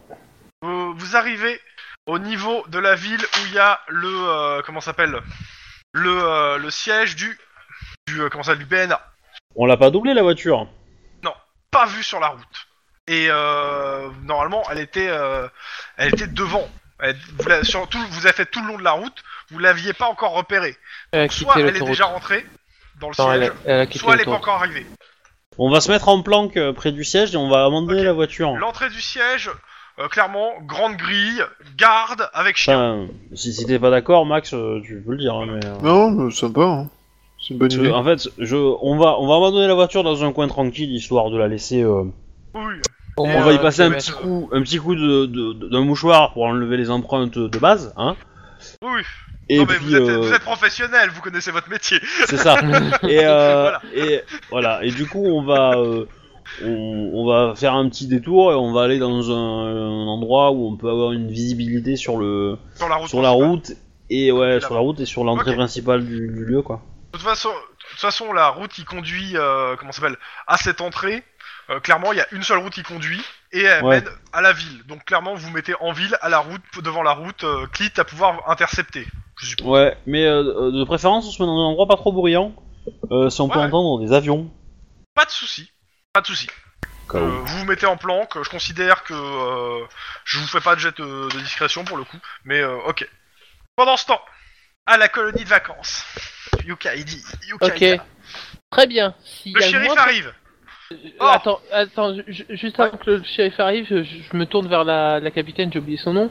[SPEAKER 3] Vous, vous arrivez au niveau de la ville où il y a le euh, comment ça s'appelle le, euh, le siège du du euh, comment ça du BNA.
[SPEAKER 2] On l'a pas doublé la voiture.
[SPEAKER 3] pas vue sur la route. Et euh, normalement, elle était, euh, elle était devant. Elle- vous, l'avez- sur tout, vous avez fait tout le long de la route, vous l'aviez pas encore repérée.
[SPEAKER 4] Elle a
[SPEAKER 3] Soit
[SPEAKER 4] quitté
[SPEAKER 3] elle est
[SPEAKER 4] l'autoroute.
[SPEAKER 3] déjà rentrée dans le
[SPEAKER 4] Non, elle
[SPEAKER 3] siège,
[SPEAKER 4] a, elle euh, a quitté
[SPEAKER 3] soit elle est pas
[SPEAKER 4] l'autoroute.
[SPEAKER 3] encore arrivée.
[SPEAKER 2] On va se mettre en planque euh, près du siège et on va abandonner
[SPEAKER 3] Ok.
[SPEAKER 2] la voiture.
[SPEAKER 3] L'entrée du siège, euh, clairement, grande grille, garde avec chien.
[SPEAKER 2] Enfin, si si t'es pas d'accord, Max, euh, tu peux le dire. hein, mais, euh,
[SPEAKER 5] Non, mais ça me va. hein. C'est une bonne
[SPEAKER 2] parce
[SPEAKER 5] idée.
[SPEAKER 2] que, en fait, je, on va, on va abandonner la voiture dans un coin tranquille histoire de la laisser. euh,
[SPEAKER 3] Oui.
[SPEAKER 4] Au
[SPEAKER 3] Et,
[SPEAKER 2] on
[SPEAKER 4] moins,
[SPEAKER 2] va y
[SPEAKER 4] euh,
[SPEAKER 2] passer un
[SPEAKER 4] kilomètre.
[SPEAKER 2] petit coup, un petit coup de, de- de- d'un mouchoir pour enlever les empreintes de base, hein.
[SPEAKER 3] Oui.
[SPEAKER 2] Et
[SPEAKER 3] non, mais
[SPEAKER 2] puis,
[SPEAKER 3] vous êtes,
[SPEAKER 2] euh,
[SPEAKER 3] vous êtes professionnel, vous connaissez votre métier.
[SPEAKER 2] c'est ça. et, euh,
[SPEAKER 3] Voilà.
[SPEAKER 2] et voilà. Et du coup, on va, euh, on, on va faire un petit détour et on va aller dans un, un endroit où on peut avoir une visibilité sur le,
[SPEAKER 3] Sur la route.
[SPEAKER 2] sur la
[SPEAKER 3] principale.
[SPEAKER 2] route et ouais,
[SPEAKER 3] Là.
[SPEAKER 2] sur la route et sur l'entrée
[SPEAKER 3] Ok.
[SPEAKER 2] principale du, du lieu, quoi.
[SPEAKER 3] De toute façon, de toute façon, la route qui conduit, euh, comment ça s'appelle, à cette entrée, euh, clairement, il y a une seule route qui conduit et elle
[SPEAKER 2] Ouais.
[SPEAKER 3] mène à la ville. Donc clairement, vous mettez en ville, à la route, devant la route, euh, clit à pouvoir intercepter. Je suppose.
[SPEAKER 2] Ouais, mais euh, de préférence, on se met dans un endroit pas trop bruyant, euh, si on peut
[SPEAKER 3] Ouais.
[SPEAKER 2] entendre des avions.
[SPEAKER 3] Pas de souci, pas de souci. Euh, vous vous mettez en planque. Je considère que euh, je vous fais pas de jet de, de discrétion pour le coup, mais euh, ok. Pendant ce temps, à la colonie de vacances, Yuka, il dit, Yuka,
[SPEAKER 4] Ok.
[SPEAKER 3] il dit,
[SPEAKER 4] Très bien. S'il
[SPEAKER 3] le
[SPEAKER 4] y a le
[SPEAKER 3] shérif
[SPEAKER 4] moindre-
[SPEAKER 3] arrive.
[SPEAKER 1] Oh
[SPEAKER 4] Euh, Attends, attends, ju- ju- juste avant que le shérif arrive, je, je me tourne vers la, la capitaine, j'ai oublié son nom.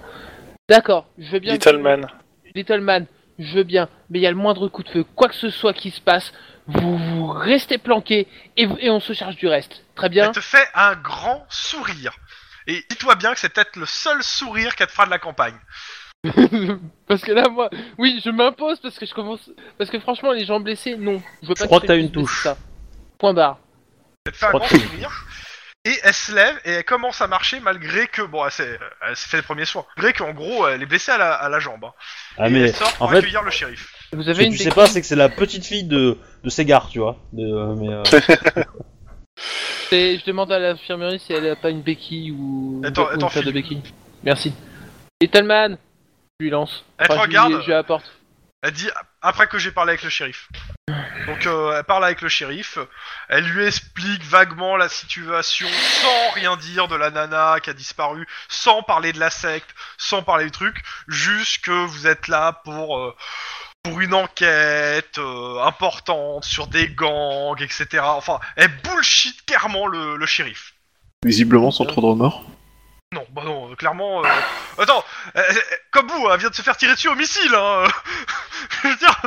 [SPEAKER 4] D'accord, je veux bien.
[SPEAKER 1] Little Man.
[SPEAKER 4] Little Man, je veux bien, mais il y a le moindre coup de feu, quoi que ce soit qui se passe, vous, vous restez planqué et, vous- et on se charge du reste. Très bien
[SPEAKER 3] Elle te fait un grand sourire. Et dis-toi bien que c'est peut-être le seul sourire qu'elle te fera de la campagne.
[SPEAKER 4] Parce que là, moi, oui, je m'impose parce que je commence. Parce que franchement, les gens blessés, non. Je, veux pas
[SPEAKER 2] crois que
[SPEAKER 4] tu
[SPEAKER 2] t'as
[SPEAKER 4] fais
[SPEAKER 2] une
[SPEAKER 4] plus de
[SPEAKER 2] touche.
[SPEAKER 4] Ça. Point barre.
[SPEAKER 3] Elle te fait un
[SPEAKER 2] Oh,
[SPEAKER 3] grand
[SPEAKER 2] tu-
[SPEAKER 3] sourire. Et elle se lève et elle commence à marcher malgré que. Bon, elle s'est elle s'est fait les premiers soins. Malgré qu'en gros, elle est blessée à la, à la jambe. hein.
[SPEAKER 2] Ah,
[SPEAKER 3] et
[SPEAKER 2] mais
[SPEAKER 3] elle sort pour
[SPEAKER 2] en fait,
[SPEAKER 3] accueillir le shérif.
[SPEAKER 4] Vous
[SPEAKER 2] ce que
[SPEAKER 4] avez une
[SPEAKER 2] tu sais
[SPEAKER 4] décrue
[SPEAKER 2] pas, c'est que c'est la petite fille de, de Ségard, tu vois. De, euh, mais, euh,
[SPEAKER 4] Et je demande à l'infirmerie si elle a pas une béquille ou,
[SPEAKER 3] Attends,
[SPEAKER 4] ou une
[SPEAKER 3] attends,
[SPEAKER 4] paire de
[SPEAKER 3] Philippe.
[SPEAKER 4] béquilles. Merci. Etalman Je lui lance.
[SPEAKER 3] Elle te
[SPEAKER 4] je lui-
[SPEAKER 3] Eh, regarde.
[SPEAKER 4] Je lui apporte.
[SPEAKER 3] Elle dit après que j'ai parlé avec le shérif. Donc euh, elle parle avec le shérif, elle lui explique vaguement la situation sans rien dire de la nana qui a disparu, sans parler de la secte, sans parler du truc, juste que vous êtes là pour euh, pour une enquête euh, importante sur des gangs, etc. Enfin, elle bullshit clairement le, le shérif.
[SPEAKER 5] Visiblement sans trop de remords.
[SPEAKER 3] Non, bah non, euh, clairement. euh, Attends, euh, euh, comme vous, elle vient de se faire tirer dessus au missile, hein Je veux dire.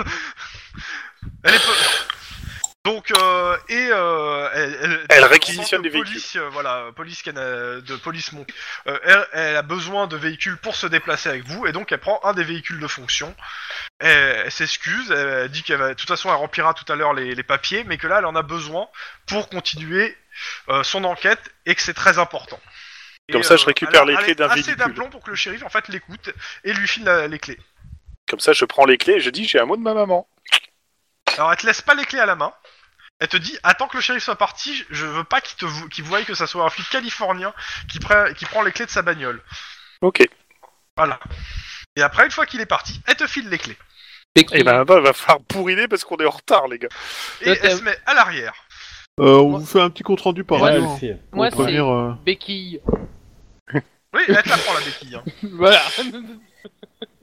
[SPEAKER 3] Elle est peu- Donc, euh, et. euh, elle,
[SPEAKER 1] Elle réquisitionne
[SPEAKER 3] en tant que
[SPEAKER 1] des véhicules.
[SPEAKER 3] police, euh, voilà, police cana- de police Mont- euh, elle, elle a besoin de véhicules pour se déplacer avec vous, et donc elle prend un des véhicules de fonction. Elle, elle s'excuse, elle, elle dit qu'elle va. De toute façon, elle remplira tout à l'heure les, les papiers, mais que là, elle en a besoin pour continuer euh, son enquête et que c'est très important.
[SPEAKER 1] Comme ça, je récupère
[SPEAKER 3] alors,
[SPEAKER 1] les clés
[SPEAKER 3] avec
[SPEAKER 1] d'un
[SPEAKER 3] Assez
[SPEAKER 1] véhicule.
[SPEAKER 3] d'aplomb pour que le shérif en fait l'écoute et lui file la- les clés.
[SPEAKER 1] Comme ça, je prends les clés et je dis j'ai un mot de ma maman.
[SPEAKER 3] Alors elle te laisse pas les clés à la main. Elle te dit attends que le shérif soit parti, je- je veux pas qu'il te vo- qu'il voie que ça soit un flic californien qui, pre- qui prend les clés de sa bagnole.
[SPEAKER 1] Ok.
[SPEAKER 3] Voilà. Et après une fois qu'il est parti, elle te file les clés
[SPEAKER 4] C'est qui
[SPEAKER 1] Et ben, bah, va falloir bourriner parce qu'on est en retard, les gars.
[SPEAKER 3] et
[SPEAKER 4] Ok.
[SPEAKER 3] elle se met à l'arrière.
[SPEAKER 5] Euh, on
[SPEAKER 4] Moi-
[SPEAKER 5] vous fait un petit compte rendu par
[SPEAKER 2] Là,
[SPEAKER 5] radio.
[SPEAKER 2] elle
[SPEAKER 5] hein,
[SPEAKER 2] fait.
[SPEAKER 5] pour
[SPEAKER 4] Moi, c'est
[SPEAKER 5] prévenir, euh,
[SPEAKER 4] béquille.
[SPEAKER 3] Oui, elle te la prend la béquille. hein.
[SPEAKER 4] voilà.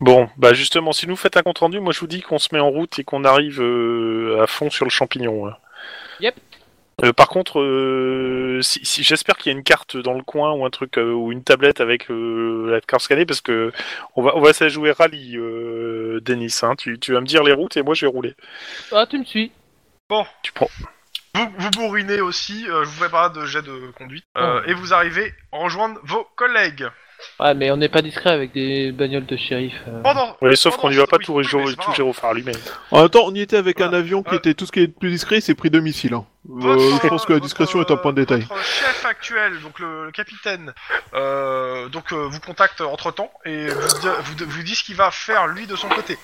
[SPEAKER 1] Bon, bah justement, si nous faites un compte rendu, moi je vous dis qu'on se met en route et qu'on arrive euh, à fond sur le champignon. hein.
[SPEAKER 4] Yep.
[SPEAKER 1] Euh, par contre, euh, si, si- j'espère qu'il y a une carte dans le coin ou un truc euh, ou une tablette avec euh, la carte scannée parce que on va on va se la jouer rallye, euh, Denis. hein. Tu, tu vas me dire les routes et moi je vais rouler.
[SPEAKER 4] Ah, tu me suis.
[SPEAKER 1] Tu prends.
[SPEAKER 3] Vous, vous bourrinez aussi, euh, je vous fais pas de jet de conduite. Euh, Et vous arrivez à rejoindre vos collègues.
[SPEAKER 4] Ouais, mais on n'est pas discret avec des bagnoles de shérif. euh.
[SPEAKER 3] Pendant,
[SPEAKER 1] Ouais, sauf
[SPEAKER 3] pendant
[SPEAKER 1] qu'on n'y
[SPEAKER 3] ce-
[SPEAKER 1] va pas
[SPEAKER 3] oui,
[SPEAKER 1] tout,
[SPEAKER 3] oui,
[SPEAKER 1] réjo-
[SPEAKER 3] mais c'est pas
[SPEAKER 1] tout
[SPEAKER 3] grave.
[SPEAKER 1] gyrophare allumé.
[SPEAKER 5] En même temps, on y était avec
[SPEAKER 3] Voilà.
[SPEAKER 5] un avion qui
[SPEAKER 3] Euh,
[SPEAKER 5] était tout ce qui est plus discret, c'est pris de missiles. hein. Euh,
[SPEAKER 3] Votre-
[SPEAKER 5] je pense que la
[SPEAKER 3] votre-
[SPEAKER 5] discrétion est un point de détail.
[SPEAKER 3] Votre chef actuel, donc le, le capitaine, euh, donc euh, vous contacte entre temps et vous, di- vous, vous dit ce qu'il va faire lui de son côté.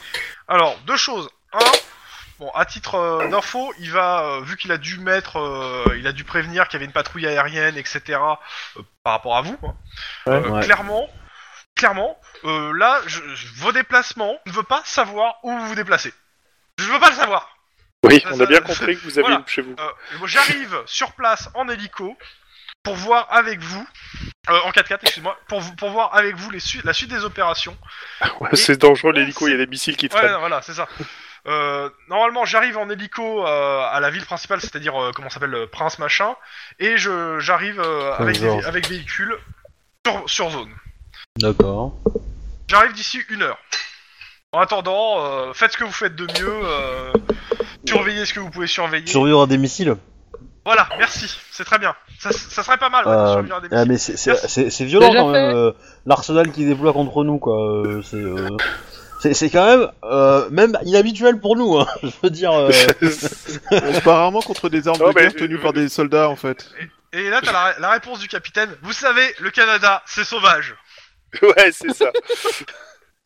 [SPEAKER 3] Alors deux choses. Un, bon à titre euh, d'info, il va euh, vu qu'il a dû mettre, euh, il a dû prévenir qu'il y avait une patrouille aérienne, etc. euh, par rapport à vous. hein. Euh,
[SPEAKER 2] Ouais.
[SPEAKER 3] Clairement, clairement, euh, là je, je- vos déplacements, je ne veux pas savoir où vous vous déplacez. Je veux pas le savoir.
[SPEAKER 1] Oui,
[SPEAKER 3] Ça,
[SPEAKER 1] on
[SPEAKER 3] ça-
[SPEAKER 1] a bien compris que vous avez
[SPEAKER 3] Voilà.
[SPEAKER 1] une chez vous.
[SPEAKER 3] Euh, moi, J'arrive sur place en hélico pour voir avec vous, euh, en 4x4, excuse-moi, pour, vous- pour voir avec vous les su- la suite des opérations.
[SPEAKER 1] Ouais, c'est dangereux
[SPEAKER 3] on
[SPEAKER 1] l'hélico, il y a
[SPEAKER 3] sait-
[SPEAKER 1] des missiles qui
[SPEAKER 3] Ouais,
[SPEAKER 1] traînent.
[SPEAKER 3] non, voilà, c'est ça. Euh, normalement, j'arrive en hélico euh, à la ville principale, c'est-à-dire euh, comment ça s'appelle euh, Prince machin, et je j'arrive euh, avec, des-
[SPEAKER 2] Georges.
[SPEAKER 3] avec véhicule sur, sur zone.
[SPEAKER 2] D'accord.
[SPEAKER 3] J'arrive d'ici une heure. En attendant, euh, faites ce que vous faites de mieux, euh, surveillez ce que vous pouvez surveiller.
[SPEAKER 2] Survivre à des missiles
[SPEAKER 3] Voilà, merci, c'est très bien. Ça, ça serait pas mal. ouais, de
[SPEAKER 2] Euh,
[SPEAKER 3] survivre à des
[SPEAKER 2] ah, mais c'est- c'est c'est- c'est violent
[SPEAKER 4] Déjà
[SPEAKER 2] quand même,
[SPEAKER 4] fait.
[SPEAKER 2] euh, l'arsenal qui déploie contre nous, quoi. euh, c'est, euh, c'est c'est quand même, euh, même inhabituel pour nous, hein, je veux dire. euh,
[SPEAKER 5] On se bat rarement contre des armes
[SPEAKER 1] Oh,
[SPEAKER 5] de guerre
[SPEAKER 1] mais-
[SPEAKER 5] tenues par des soldats, en fait.
[SPEAKER 3] Et là, t'as la, la réponse du capitaine. Vous savez, le Canada, c'est sauvage.
[SPEAKER 1] ouais, c'est ça.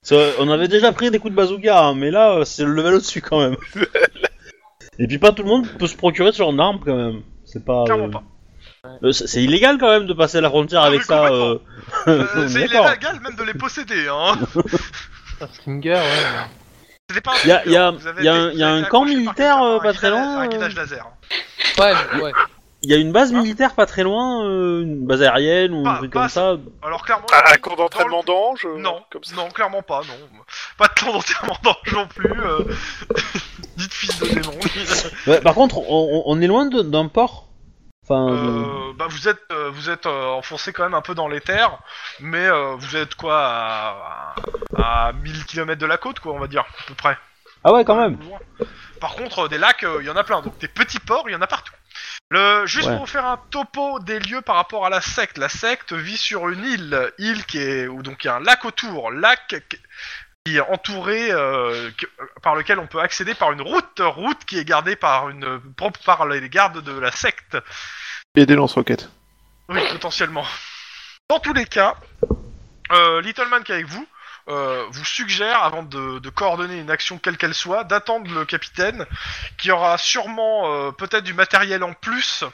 [SPEAKER 2] c'est- on avait déjà pris des coups de bazooka, hein, mais là, euh, c'est le level au-dessus quand même. Et puis pas tout le monde peut se procurer ce genre d'arme quand même. C'est pas.
[SPEAKER 3] Clairement
[SPEAKER 2] euh,
[SPEAKER 3] pas.
[SPEAKER 2] euh, c'est c'est illégal quand même de passer la frontière
[SPEAKER 3] Ah,
[SPEAKER 2] avec
[SPEAKER 3] mais
[SPEAKER 2] ça.
[SPEAKER 3] complètement.
[SPEAKER 2] euh, on
[SPEAKER 3] Euh,
[SPEAKER 2] est
[SPEAKER 3] c'est
[SPEAKER 2] d'accord.
[SPEAKER 3] illégal même de les posséder. Hein.
[SPEAKER 4] Un Stinger, ouais.
[SPEAKER 3] C'était pas un
[SPEAKER 2] Y a-
[SPEAKER 3] truc,
[SPEAKER 2] y a-
[SPEAKER 3] hein. Vous avez
[SPEAKER 2] y a
[SPEAKER 3] été-
[SPEAKER 2] un-
[SPEAKER 3] vous
[SPEAKER 2] y a
[SPEAKER 3] avez
[SPEAKER 2] un
[SPEAKER 3] été
[SPEAKER 2] camp
[SPEAKER 3] accroché par
[SPEAKER 2] militaire,
[SPEAKER 3] quelqu'un,
[SPEAKER 2] euh,
[SPEAKER 3] un
[SPEAKER 2] pas très
[SPEAKER 3] guidage-
[SPEAKER 2] loin,
[SPEAKER 3] Un
[SPEAKER 2] euh.
[SPEAKER 3] guidage laser. hein.
[SPEAKER 4] Ouais, ouais.
[SPEAKER 2] Il y a une base
[SPEAKER 3] Hein
[SPEAKER 2] militaire pas très loin, euh, une base aérienne ou un
[SPEAKER 3] Pas-
[SPEAKER 2] truc
[SPEAKER 3] pas
[SPEAKER 2] comme ça.
[SPEAKER 3] Alors clairement.
[SPEAKER 1] Un un
[SPEAKER 3] il-
[SPEAKER 1] camp d'entraînement
[SPEAKER 3] dans
[SPEAKER 1] d'ange
[SPEAKER 3] le-
[SPEAKER 1] euh,
[SPEAKER 3] Non,
[SPEAKER 1] comme ça.
[SPEAKER 3] non, clairement pas, non. Pas de temps d'enterrement d'ange non plus. Euh... ni de fils de démon. ni de-
[SPEAKER 2] Ouais, par contre, on, on- on est loin de- d'un port. Enfin. de-
[SPEAKER 3] Euh, bah vous êtes, euh, vous êtes euh, enfoncé quand même un peu dans les terres, mais euh, vous êtes quoi à, à, à 1000 km de la côte, quoi, on va dire, à peu près.
[SPEAKER 2] Ah ouais, quand même.
[SPEAKER 3] Par contre, euh, des lacs, il y en a plein. Donc des petits ports, il y en a partout. Le, juste
[SPEAKER 2] Ouais.
[SPEAKER 3] pour faire un topo des lieux par rapport à la secte. La secte vit sur une île, île qui est où donc il y a un lac autour, lac qui- qui est entouré euh, que- par lequel on peut accéder par une route, route qui est gardée par une propre par les gardes de la secte.
[SPEAKER 5] Et des lance-roquettes.
[SPEAKER 3] Oui, potentiellement. Dans tous les cas, euh, Little Man qui est avec vous euh, vous suggère, avant de, de coordonner une action quelle qu'elle soit, d'attendre le capitaine qui aura sûrement euh, peut-être du matériel en plus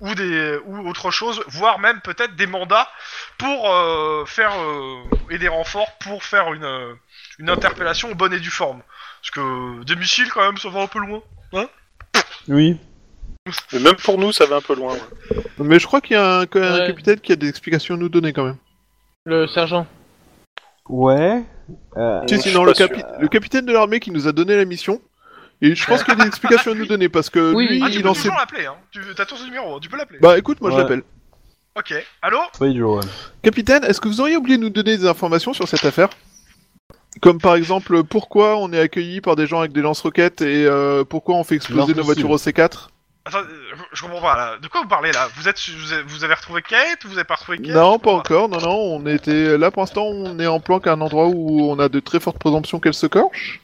[SPEAKER 3] ou des ou autre chose, voire même peut-être des mandats pour euh, faire euh, et des renforts pour faire une euh, une interpellation bonne et due forme. Parce que des missiles quand même, ça va un peu loin.
[SPEAKER 2] Oui.
[SPEAKER 1] Mais même pour nous, ça va un peu loin. ouais.
[SPEAKER 5] Mais je crois qu'il y a un, quand même un
[SPEAKER 4] Ouais.
[SPEAKER 5] capitaine qui a des explications à nous donner quand même.
[SPEAKER 4] Le sergent.
[SPEAKER 2] Ouais. Euh,
[SPEAKER 5] Si,
[SPEAKER 1] je
[SPEAKER 5] si,
[SPEAKER 1] suis
[SPEAKER 5] non,
[SPEAKER 1] pas
[SPEAKER 5] le, capi- le capitaine de l'armée qui nous a donné la mission. Et je pense qu'il a des explications à nous donner parce que
[SPEAKER 4] Oui.
[SPEAKER 5] lui,
[SPEAKER 4] Ah,
[SPEAKER 3] Ah, tu
[SPEAKER 5] il
[SPEAKER 3] peux
[SPEAKER 5] en sait.
[SPEAKER 3] toujours l'appeler, hein. Tu as ton numéro, hein, tu peux l'appeler.
[SPEAKER 5] Bah écoute, moi je
[SPEAKER 2] Ouais.
[SPEAKER 5] l'appelle.
[SPEAKER 3] Ok. Allô
[SPEAKER 2] pas idiot, ouais.
[SPEAKER 5] Capitaine, est-ce que vous auriez oublié de nous donner des informations sur cette affaire Comme par exemple, pourquoi on est accueilli par des gens avec des lance-roquettes et euh, pourquoi on fait exploser
[SPEAKER 2] Leurs
[SPEAKER 5] nos
[SPEAKER 2] missiles.
[SPEAKER 5] voitures au C4
[SPEAKER 3] Attends, euh, je- je comprends pas là. De quoi vous parlez là Vous êtes vous avez- vous avez retrouvé Kate Vous avez pas retrouvé Kate
[SPEAKER 5] Non,
[SPEAKER 3] Je
[SPEAKER 5] pas
[SPEAKER 3] comprends
[SPEAKER 5] encore, non, non, on était là pour l'instant, on est en planque à un endroit où on a de très fortes présomptions qu'elle se corche.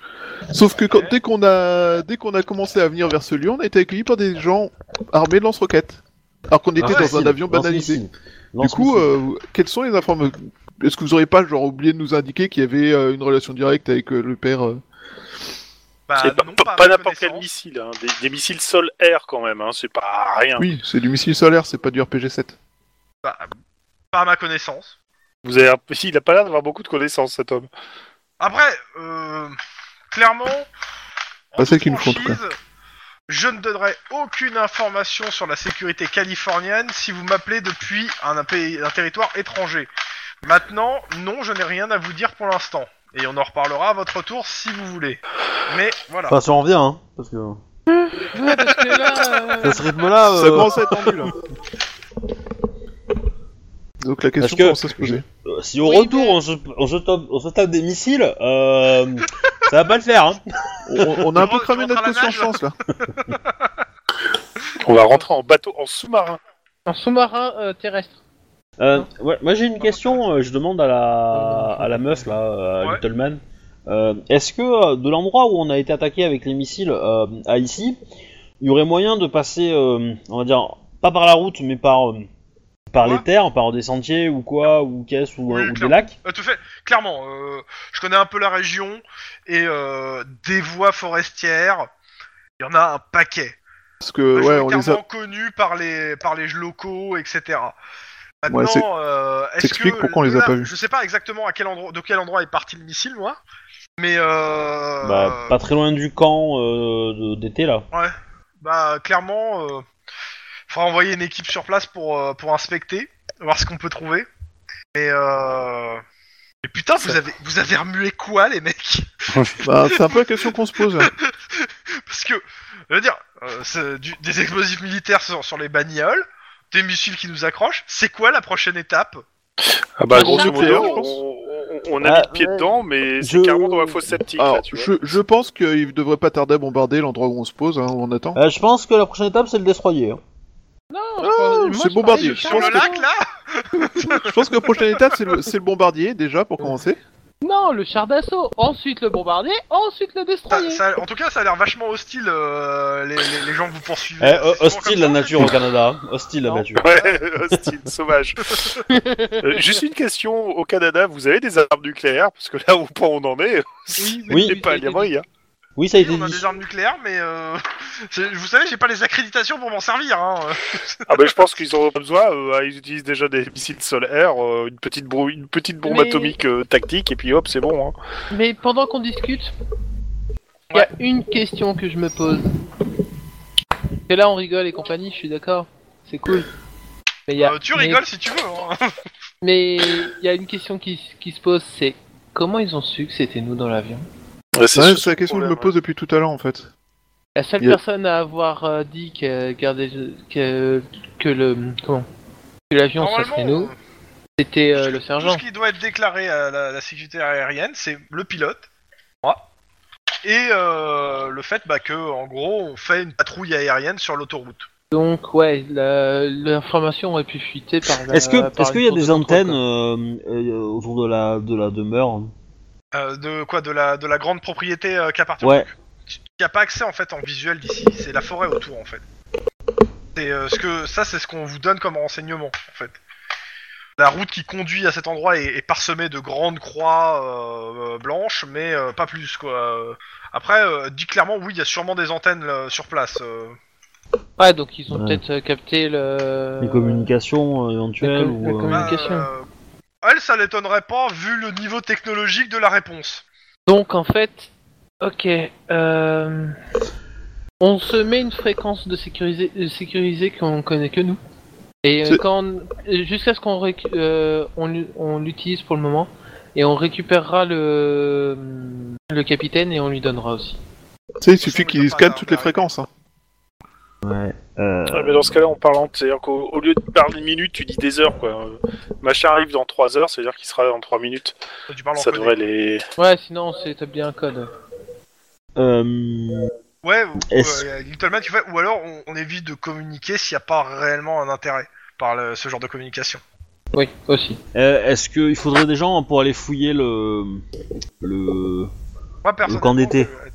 [SPEAKER 5] Sauf que quand- dès qu'on a dès qu'on a commencé à venir vers ce lieu, on a été accueilli par des gens armés de lance-roquettes. Alors qu'on était
[SPEAKER 3] Ah ouais,
[SPEAKER 5] dans un avion banalisé. Du coup, euh, quelles sont les informations Est-ce que vous auriez pas genre oublié de nous indiquer qu'il y avait euh, une relation directe avec euh, le père euh,
[SPEAKER 3] Bah,
[SPEAKER 1] C'est pas,
[SPEAKER 3] non,
[SPEAKER 1] pas-
[SPEAKER 3] à
[SPEAKER 1] pas
[SPEAKER 3] ma
[SPEAKER 1] n'importe quel
[SPEAKER 3] connaissance.
[SPEAKER 1] missile, hein. des, des missiles sol-air quand même, hein. c'est pas rien.
[SPEAKER 5] Oui, c'est du missile solaire, c'est pas du RPG-7.
[SPEAKER 3] Bah, pas à ma connaissance.
[SPEAKER 1] Vous avez... si, Il a pas l'air d'avoir beaucoup de connaissances cet homme.
[SPEAKER 3] Après, euh, clairement, en
[SPEAKER 5] Pas celle
[SPEAKER 3] toute
[SPEAKER 5] qui Bah, me font, en tout cas.
[SPEAKER 3] franchise, je ne donnerai aucune information sur la sécurité californienne si vous m'appelez depuis un, un pays- un territoire étranger. Maintenant, non, je n'ai rien à vous dire pour l'instant. Et on en reparlera à votre tour si vous voulez. Mais voilà.
[SPEAKER 2] Enfin, si on revient, hein, parce que...
[SPEAKER 4] Ouais, parce que là.
[SPEAKER 2] À ce rythme-là...
[SPEAKER 5] Ça
[SPEAKER 2] euh,
[SPEAKER 5] commence à être tendu là. Donc la
[SPEAKER 2] Parce
[SPEAKER 5] question
[SPEAKER 2] que-
[SPEAKER 5] commence à se poser.
[SPEAKER 2] euh, Si au
[SPEAKER 4] Oui,
[SPEAKER 2] retour,
[SPEAKER 4] mais-
[SPEAKER 2] on, se, on, se tape, on se tape des missiles, euh... ça va pas le faire, hein.
[SPEAKER 5] On, on a un
[SPEAKER 3] Tu
[SPEAKER 5] peu
[SPEAKER 3] rentres-
[SPEAKER 5] cramé
[SPEAKER 3] tu
[SPEAKER 5] notre
[SPEAKER 3] rentres à la
[SPEAKER 5] question
[SPEAKER 3] nage,
[SPEAKER 5] chance là.
[SPEAKER 1] On va rentrer en bateau, en sous-marin.
[SPEAKER 4] En sous-marin euh, terrestre.
[SPEAKER 2] Euh, ouais, moi j'ai une question, euh, je demande à la, à la meuf là, à
[SPEAKER 3] Ouais.
[SPEAKER 2] Little Man. Euh, Est-ce que euh, de l'endroit où on a été attaqué avec les missiles euh, à ici, il y aurait moyen de passer, euh, on va dire, pas par la route, mais par, euh, par
[SPEAKER 3] Ouais.
[SPEAKER 2] les terres, par des sentiers ou quoi, ou caisses ou,
[SPEAKER 3] Oui,
[SPEAKER 2] ou des
[SPEAKER 3] clairement.
[SPEAKER 2] lacs
[SPEAKER 3] Euh, tout fait. Clairement, euh, je connais un peu la région et euh, des voies forestières. Il y en a un paquet.
[SPEAKER 5] Parce que Euh, ouais, on les a.
[SPEAKER 3] majoritairement connus par les par les locaux, etc. Maintenant,
[SPEAKER 5] Ouais, c'est-
[SPEAKER 3] euh, est-ce
[SPEAKER 5] t'expliques
[SPEAKER 3] que
[SPEAKER 5] pourquoi on les a
[SPEAKER 3] là,
[SPEAKER 5] pas vus.
[SPEAKER 3] Je sais pas exactement à quel endroit, de quel endroit est parti le missile, moi. Mais euh,
[SPEAKER 2] bah, Pas très loin du camp euh, de- d'été là.
[SPEAKER 3] bah, clairement, euh, faudra envoyer une équipe sur place pour euh, pour inspecter, voir ce qu'on peut trouver. Et euh... et putain, vous
[SPEAKER 5] Ça-
[SPEAKER 3] avez vous avez remué quoi, les mecs
[SPEAKER 5] Bah, c'est un peu la question qu'on se pose. hein. là.
[SPEAKER 3] Parce que, je veux dire, euh, c'est du- des explosifs militaires sur, sur les bagnoles, des missiles qui nous accrochent. C'est quoi la prochaine étape
[SPEAKER 1] Ah bah,
[SPEAKER 4] Un
[SPEAKER 1] grosso
[SPEAKER 4] char
[SPEAKER 1] modo,
[SPEAKER 5] nucléaire, je pense.
[SPEAKER 1] on, on- on a
[SPEAKER 2] Ah,
[SPEAKER 1] mis le pied
[SPEAKER 2] ouais.
[SPEAKER 1] dedans, mais c'est
[SPEAKER 2] Je-
[SPEAKER 1] carrément dans la fosse septique.
[SPEAKER 5] Alors,
[SPEAKER 1] là, tu vois.
[SPEAKER 5] je, je pense qu'il devrait pas tarder à bombarder l'endroit où on se pose, hein, où on attend.
[SPEAKER 2] Euh, je pense que la prochaine étape c'est le destroyer. hein.
[SPEAKER 4] Non, je
[SPEAKER 5] Ah,
[SPEAKER 4] pense- moi,
[SPEAKER 5] c'est
[SPEAKER 4] je
[SPEAKER 5] bombardier.
[SPEAKER 4] parlais du
[SPEAKER 5] Je
[SPEAKER 3] Sur
[SPEAKER 5] pense
[SPEAKER 3] le
[SPEAKER 5] que-
[SPEAKER 3] lac, là
[SPEAKER 5] Je pense que la prochaine étape, c'est le, c'est le bombardier, déjà, pour commencer.
[SPEAKER 4] Non, le char d'assaut, ensuite le bombardier, ensuite le
[SPEAKER 3] Ça-
[SPEAKER 4] destroyer.
[SPEAKER 3] ça- en tout cas, ça a l'air vachement hostile, euh, les, les- les gens que vous poursuivez.
[SPEAKER 2] Eh,
[SPEAKER 3] C'est
[SPEAKER 2] euh,
[SPEAKER 3] souvent
[SPEAKER 2] hostile
[SPEAKER 3] comme
[SPEAKER 2] la
[SPEAKER 3] ça.
[SPEAKER 2] nature au Canada, hein. hostile la
[SPEAKER 4] Non.
[SPEAKER 2] nature.
[SPEAKER 1] Ouais, hostile, sauvage. Euh, juste une question, au Canada, vous avez des armes nucléaires Parce que là, au point où on en est,
[SPEAKER 4] Oui,
[SPEAKER 2] Oui.
[SPEAKER 1] c'est pas libre, il y a.
[SPEAKER 2] Oui, ça a été
[SPEAKER 3] Oui, on a
[SPEAKER 2] dit.
[SPEAKER 3] des armes nucléaires, mais euh, c'est- vous savez, j'ai pas les accréditations pour m'en servir. Hein.
[SPEAKER 1] Ah bah, je pense qu'ils en ont pas besoin, euh, ils utilisent déjà des missiles sol-air, euh, une, petite brou- une petite bombe
[SPEAKER 4] Mais-
[SPEAKER 1] atomique euh, tactique, et puis hop, c'est bon. hein.
[SPEAKER 4] Mais pendant qu'on discute, il y a une question que je me pose. Et là, on rigole et compagnie, je suis d'accord. C'est cool. Mais il y a-
[SPEAKER 3] Euh, tu
[SPEAKER 4] mais-
[SPEAKER 3] rigoles si tu veux. hein.
[SPEAKER 4] Mais il y a une question qui, s- qui se pose, c'est comment ils ont su que c'était nous dans l'avion
[SPEAKER 1] Ouais, c'est
[SPEAKER 5] Ouais,
[SPEAKER 1] sûr,
[SPEAKER 5] c'est la question que je me
[SPEAKER 1] problème,
[SPEAKER 5] pose depuis tout à l'heure, en fait.
[SPEAKER 4] La seule
[SPEAKER 5] Il y a-
[SPEAKER 4] personne à avoir euh, dit que, gardez- que, que le comment que l'avion ça serait nous,
[SPEAKER 3] euh,
[SPEAKER 4] c'était euh,
[SPEAKER 3] tout-
[SPEAKER 4] le
[SPEAKER 3] Tout
[SPEAKER 4] sergent.
[SPEAKER 3] ce qui doit être déclaré à la, la sécurité aérienne, c'est le pilote, moi, et euh, le fait bah, que, en gros, on fait une patrouille aérienne sur l'autoroute.
[SPEAKER 4] Donc ouais, la- l'information aurait pu fuiter par. la-
[SPEAKER 2] Est-ce que
[SPEAKER 4] par
[SPEAKER 2] est-ce
[SPEAKER 4] une
[SPEAKER 2] qu'il y a
[SPEAKER 4] tour de
[SPEAKER 2] des
[SPEAKER 4] contrôle,
[SPEAKER 2] antennes
[SPEAKER 4] quoi.
[SPEAKER 2] euh, euh, autour de la de la demeure
[SPEAKER 3] Euh, de quoi De la, de la grande propriété euh, qui appartient
[SPEAKER 2] Ouais.
[SPEAKER 3] qui a pas accès en fait en visuel d'ici. C'est la forêt autour en fait. C'est euh, ce que ça c'est ce qu'on vous donne comme renseignement en fait. La route qui conduit à cet endroit est, est parsemée de grandes croix euh, euh, blanches, mais euh, pas plus quoi. Euh, Après, euh, dit clairement, oui, il y a sûrement des antennes là, sur place. euh.
[SPEAKER 4] Ouais, donc ils ont
[SPEAKER 2] Ouais.
[SPEAKER 4] peut-être euh, capté le...
[SPEAKER 2] Les communications euh, éventuelles
[SPEAKER 4] la com-
[SPEAKER 2] ou,
[SPEAKER 4] la
[SPEAKER 2] euh,
[SPEAKER 4] communication.
[SPEAKER 3] euh, elle, ça l'étonnerait pas vu le niveau technologique de la réponse.
[SPEAKER 4] Donc en fait, ok, euh, on se met une fréquence de sécurisée de sécurisée qu'on connaît que nous. Et euh,
[SPEAKER 5] C'est-
[SPEAKER 4] quand euh, jusqu'à ce qu'on récu- euh, on, l'u- on l'utilise pour le moment et on récupérera le le capitaine et on lui donnera aussi.
[SPEAKER 5] Tu sais, il suffit
[SPEAKER 3] Je
[SPEAKER 5] qu'ils
[SPEAKER 3] sais pas,
[SPEAKER 5] scannent toutes les
[SPEAKER 3] ça,
[SPEAKER 5] fréquences. hein.
[SPEAKER 2] ouais, euh,
[SPEAKER 1] Ouais, mais dans ce cas-là, on parle en... C'est-à-dire qu'au au lieu de parler minutes, tu dis des heures, quoi. Euh, Machin arrive dans 3 heures, c'est-à-dire qu'il sera là dans 3 minutes.
[SPEAKER 3] Tu parles en
[SPEAKER 1] Ça
[SPEAKER 3] codé.
[SPEAKER 1] devrait les...
[SPEAKER 4] Ouais, sinon on s'établit un code.
[SPEAKER 2] euh,
[SPEAKER 3] Ouais, ou,
[SPEAKER 2] Est-ce-
[SPEAKER 3] euh, Little Man, tu fais, ou alors on, on évite de communiquer s'il n'y a pas réellement un intérêt par le- ce genre de communication.
[SPEAKER 4] Oui, aussi.
[SPEAKER 2] euh, Est-ce qu'il faudrait des gens pour aller fouiller le. le...
[SPEAKER 3] Moi, personnellement,
[SPEAKER 2] camp d'été.
[SPEAKER 3] euh,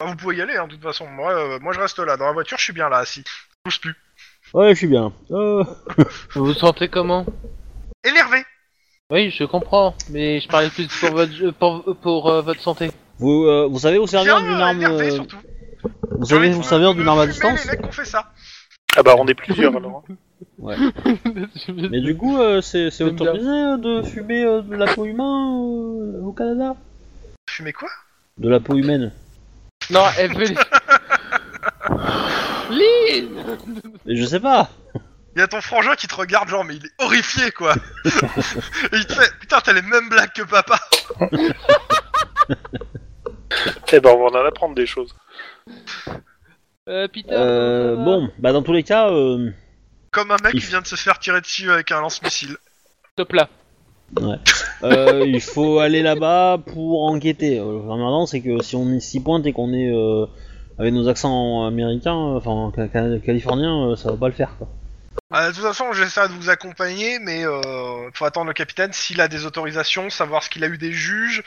[SPEAKER 3] bah, vous pouvez y aller, hein, de toute façon. Moi, euh, moi, je reste là. Dans la voiture, je suis bien là, assis. Je bouge plus.
[SPEAKER 2] Ouais, je suis bien. Euh,
[SPEAKER 4] Vous vous sentez comment
[SPEAKER 3] Énervé
[SPEAKER 4] Oui, je comprends, mais je parlais plus pour votre pour, pour, euh, votre santé.
[SPEAKER 2] vous, euh, vous savez vous servir
[SPEAKER 3] Bien,
[SPEAKER 2] d'une arme.
[SPEAKER 3] énervé,
[SPEAKER 2] euh,
[SPEAKER 3] surtout.
[SPEAKER 2] Vous savez vous servir d'une arme à
[SPEAKER 3] Mais
[SPEAKER 2] distance
[SPEAKER 3] les mecs ont fait ça.
[SPEAKER 1] Ah bah, on est plusieurs, alors. hein.
[SPEAKER 2] Mais du coup, euh, c'est c'est
[SPEAKER 4] J'aime bien.
[SPEAKER 2] autorisé euh, de fumer euh, de la peau humaine euh, au Canada
[SPEAKER 3] Fumer quoi
[SPEAKER 2] De la peau humaine.
[SPEAKER 4] non, elle veut les... Lynn
[SPEAKER 2] Mais je sais pas
[SPEAKER 3] Il y a ton frangin qui te regarde, genre, mais il est horrifié, quoi. Et il te fait, putain, t'as les mêmes blagues que papa.
[SPEAKER 1] Eh ben, on va en apprendre des choses.
[SPEAKER 4] Euh, Peter,
[SPEAKER 2] Euh,
[SPEAKER 4] comment ça va
[SPEAKER 2] bon, bah dans tous les cas, euh,
[SPEAKER 3] Comme un mec
[SPEAKER 2] Il-
[SPEAKER 3] qui vient de se faire tirer dessus avec un lance-missile.
[SPEAKER 4] Top là.
[SPEAKER 2] euh, il faut aller là-bas pour enquêter. Euh, Le merdant, c'est que si on est s'y pointe et qu'on est euh, avec nos accents américains, euh, enfin ca- ca- californiens, euh, ça va pas le faire quoi.
[SPEAKER 3] Ah, de toute façon, j'essaie de vous accompagner, mais euh, faut attendre le capitaine s'il a des autorisations, savoir ce qu'il a eu des juges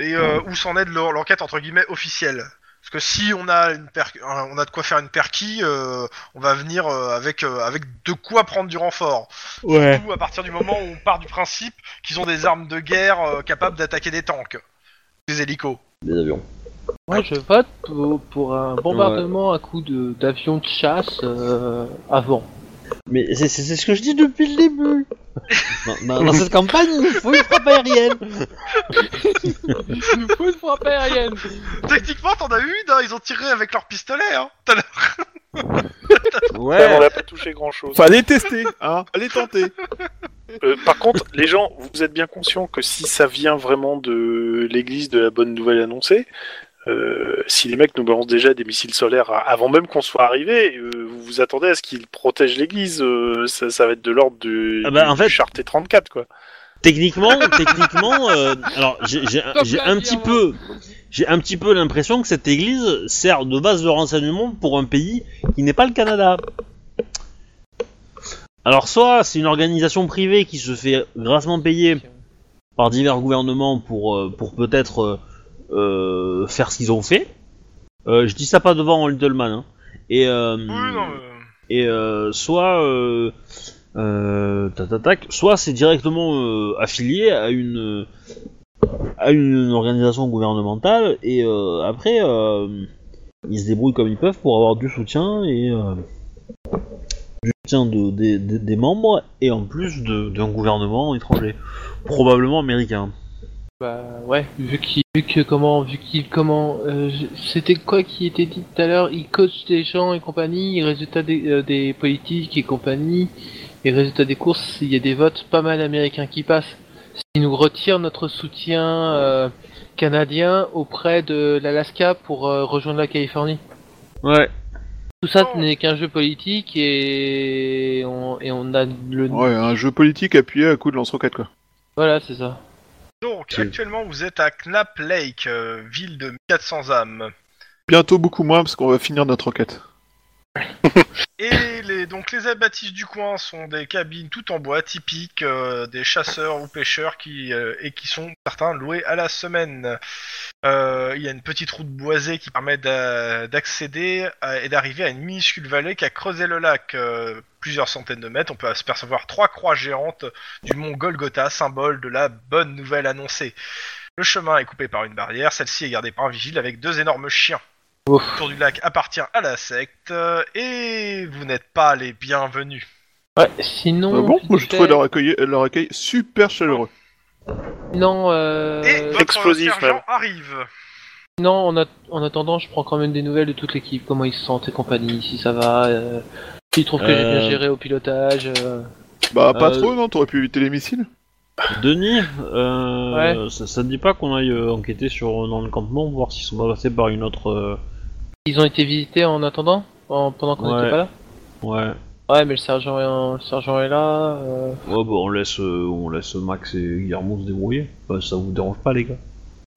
[SPEAKER 3] et euh, où s'en est de l'en- l'enquête entre guillemets officielle. Parce que si on a une per- un- on a de quoi faire une perquis, euh, on va venir euh, avec euh, avec de quoi prendre du renfort.
[SPEAKER 2] Ouais.
[SPEAKER 3] Ou à partir du moment où on part du principe qu'ils ont des armes de guerre euh, capables d'attaquer des tanks, des hélicos.
[SPEAKER 2] Des avions.
[SPEAKER 4] Moi je vote pour, pour un bombardement à coup de- d'avions de, chasse euh, avant.
[SPEAKER 2] Mais c'est c'est- c'est ce que je dis depuis le début. dans, dans- dans cette campagne, il faut une frappe aérienne.
[SPEAKER 4] Je fous de frappe aérienne
[SPEAKER 3] Techniquement, t'en as eu une, hein, ils ont tiré avec leur pistolet. Hein. T'as la-
[SPEAKER 1] Là,
[SPEAKER 2] Ouais.
[SPEAKER 1] on n'a pas touché grand-chose.
[SPEAKER 5] Fallait tester, hein Allez tenter
[SPEAKER 1] Euh, par contre, les gens, vous êtes bien conscients que si ça vient vraiment de l'église de la bonne nouvelle annoncée, euh, si les mecs nous balancent déjà des missiles solaires à- avant même qu'on soit arrivé, euh, vous vous attendez à ce qu'ils protègent l'église. euh, ça, ça va être de l'ordre du,
[SPEAKER 2] Ah bah, en
[SPEAKER 1] du
[SPEAKER 2] fait-
[SPEAKER 1] charte 34, quoi.
[SPEAKER 2] Techniquement, techniquement, euh, alors j'ai j'ai-
[SPEAKER 4] Stop
[SPEAKER 2] j'ai
[SPEAKER 4] là,
[SPEAKER 2] un petit
[SPEAKER 4] Guillermo.
[SPEAKER 2] peu, j'ai un petit peu l'impression que cette église sert de base de renseignement pour un pays qui n'est pas le Canada. Alors soit c'est une organisation privée qui se fait grassement payer par divers gouvernements pour euh, pour peut-être euh, euh, faire ce qu'ils ont fait. Euh, je dis ça pas devant Littleman. Hein. Et euh,
[SPEAKER 3] Oui, non, mais-
[SPEAKER 2] et euh, soit euh, euh, tac, tac, tac, soit c'est directement euh, affilié à une à une organisation gouvernementale et euh, après euh, ils se débrouillent comme ils peuvent pour avoir du soutien et euh, du soutien de, des- des- des membres et en plus de- d'un gouvernement étranger probablement américain
[SPEAKER 4] Bah ouais, vu qu'il vu que comment vu qu'il comment euh, je- c'était quoi qui était dit tout à l'heure, il coach des gens et compagnie, résultat des, euh, des politiques et compagnie, et résultat des courses, il y a des votes pas mal américains qui passent. S'ils nous retirent notre soutien euh, canadien auprès de l'Alaska pour euh, rejoindre la Californie.
[SPEAKER 2] ouais
[SPEAKER 4] Tout ça
[SPEAKER 5] Oh.
[SPEAKER 3] Non.
[SPEAKER 4] n'est qu'un jeu politique et on, et on a le...
[SPEAKER 5] Ouais, un jeu politique appuyé à coup de lance-roquette, quoi.
[SPEAKER 4] Voilà, c'est ça.
[SPEAKER 3] Donc,
[SPEAKER 2] Qui-
[SPEAKER 3] actuellement, vous êtes à Knapp Lake, euh, ville de 400 âmes.
[SPEAKER 5] Bientôt beaucoup moins, parce qu'on va finir notre enquête.
[SPEAKER 3] Et les, donc, les abattis du coin sont des cabines tout en bois typiques euh, des chasseurs ou pêcheurs qui, euh, et qui sont certains loués à la semaine. Euh, Il y a une petite route boisée qui permet d'a- d'accéder à- et d'arriver à une minuscule vallée qui a creusé le lac. euh, plusieurs centaines de mètres, on peut apercevoir trois croix géantes du mont Golgotha, symbole de la bonne nouvelle annoncée. Le chemin est coupé par une barrière, celle-ci est gardée par un vigile avec deux énormes chiens.
[SPEAKER 4] Ouf.
[SPEAKER 3] Tour du lac appartient à la secte euh, et vous n'êtes pas les bienvenus.
[SPEAKER 4] Ouais, sinon.
[SPEAKER 5] Ah bon
[SPEAKER 4] tu
[SPEAKER 5] Moi, j'ai
[SPEAKER 4] fais-
[SPEAKER 5] trouvé leur accueil, leur accueil super chaleureux.
[SPEAKER 4] Non, euh,
[SPEAKER 3] Et votre
[SPEAKER 1] explosif,
[SPEAKER 3] sergent
[SPEAKER 1] même.
[SPEAKER 3] arrive.
[SPEAKER 4] non en, at- en attendant, je prends quand même des nouvelles de toute l'équipe, comment ils se sentent et compagnie, si ça va, euh, s'ils trouvent que j'ai bien
[SPEAKER 2] Euh.
[SPEAKER 4] géré au pilotage. euh.
[SPEAKER 5] Bah, pas
[SPEAKER 2] Euh,
[SPEAKER 5] trop, non T'aurais pu éviter les missiles
[SPEAKER 2] Denis, euh, ça, ça te dit pas qu'on aille euh, enquêter sur, dans le campement, voir s'ils sont pas passés par une autre. euh,
[SPEAKER 4] Ils ont été visités en attendant en- Pendant qu'on
[SPEAKER 2] Ouais.
[SPEAKER 4] n'était pas là
[SPEAKER 2] Ouais.
[SPEAKER 4] Ouais, mais le sergent est, en- le sergent est là. euh,
[SPEAKER 2] Ouais, bah on laisse, euh, on laisse Max et Guillermo se débrouiller. Bah, ça vous dérange pas, les gars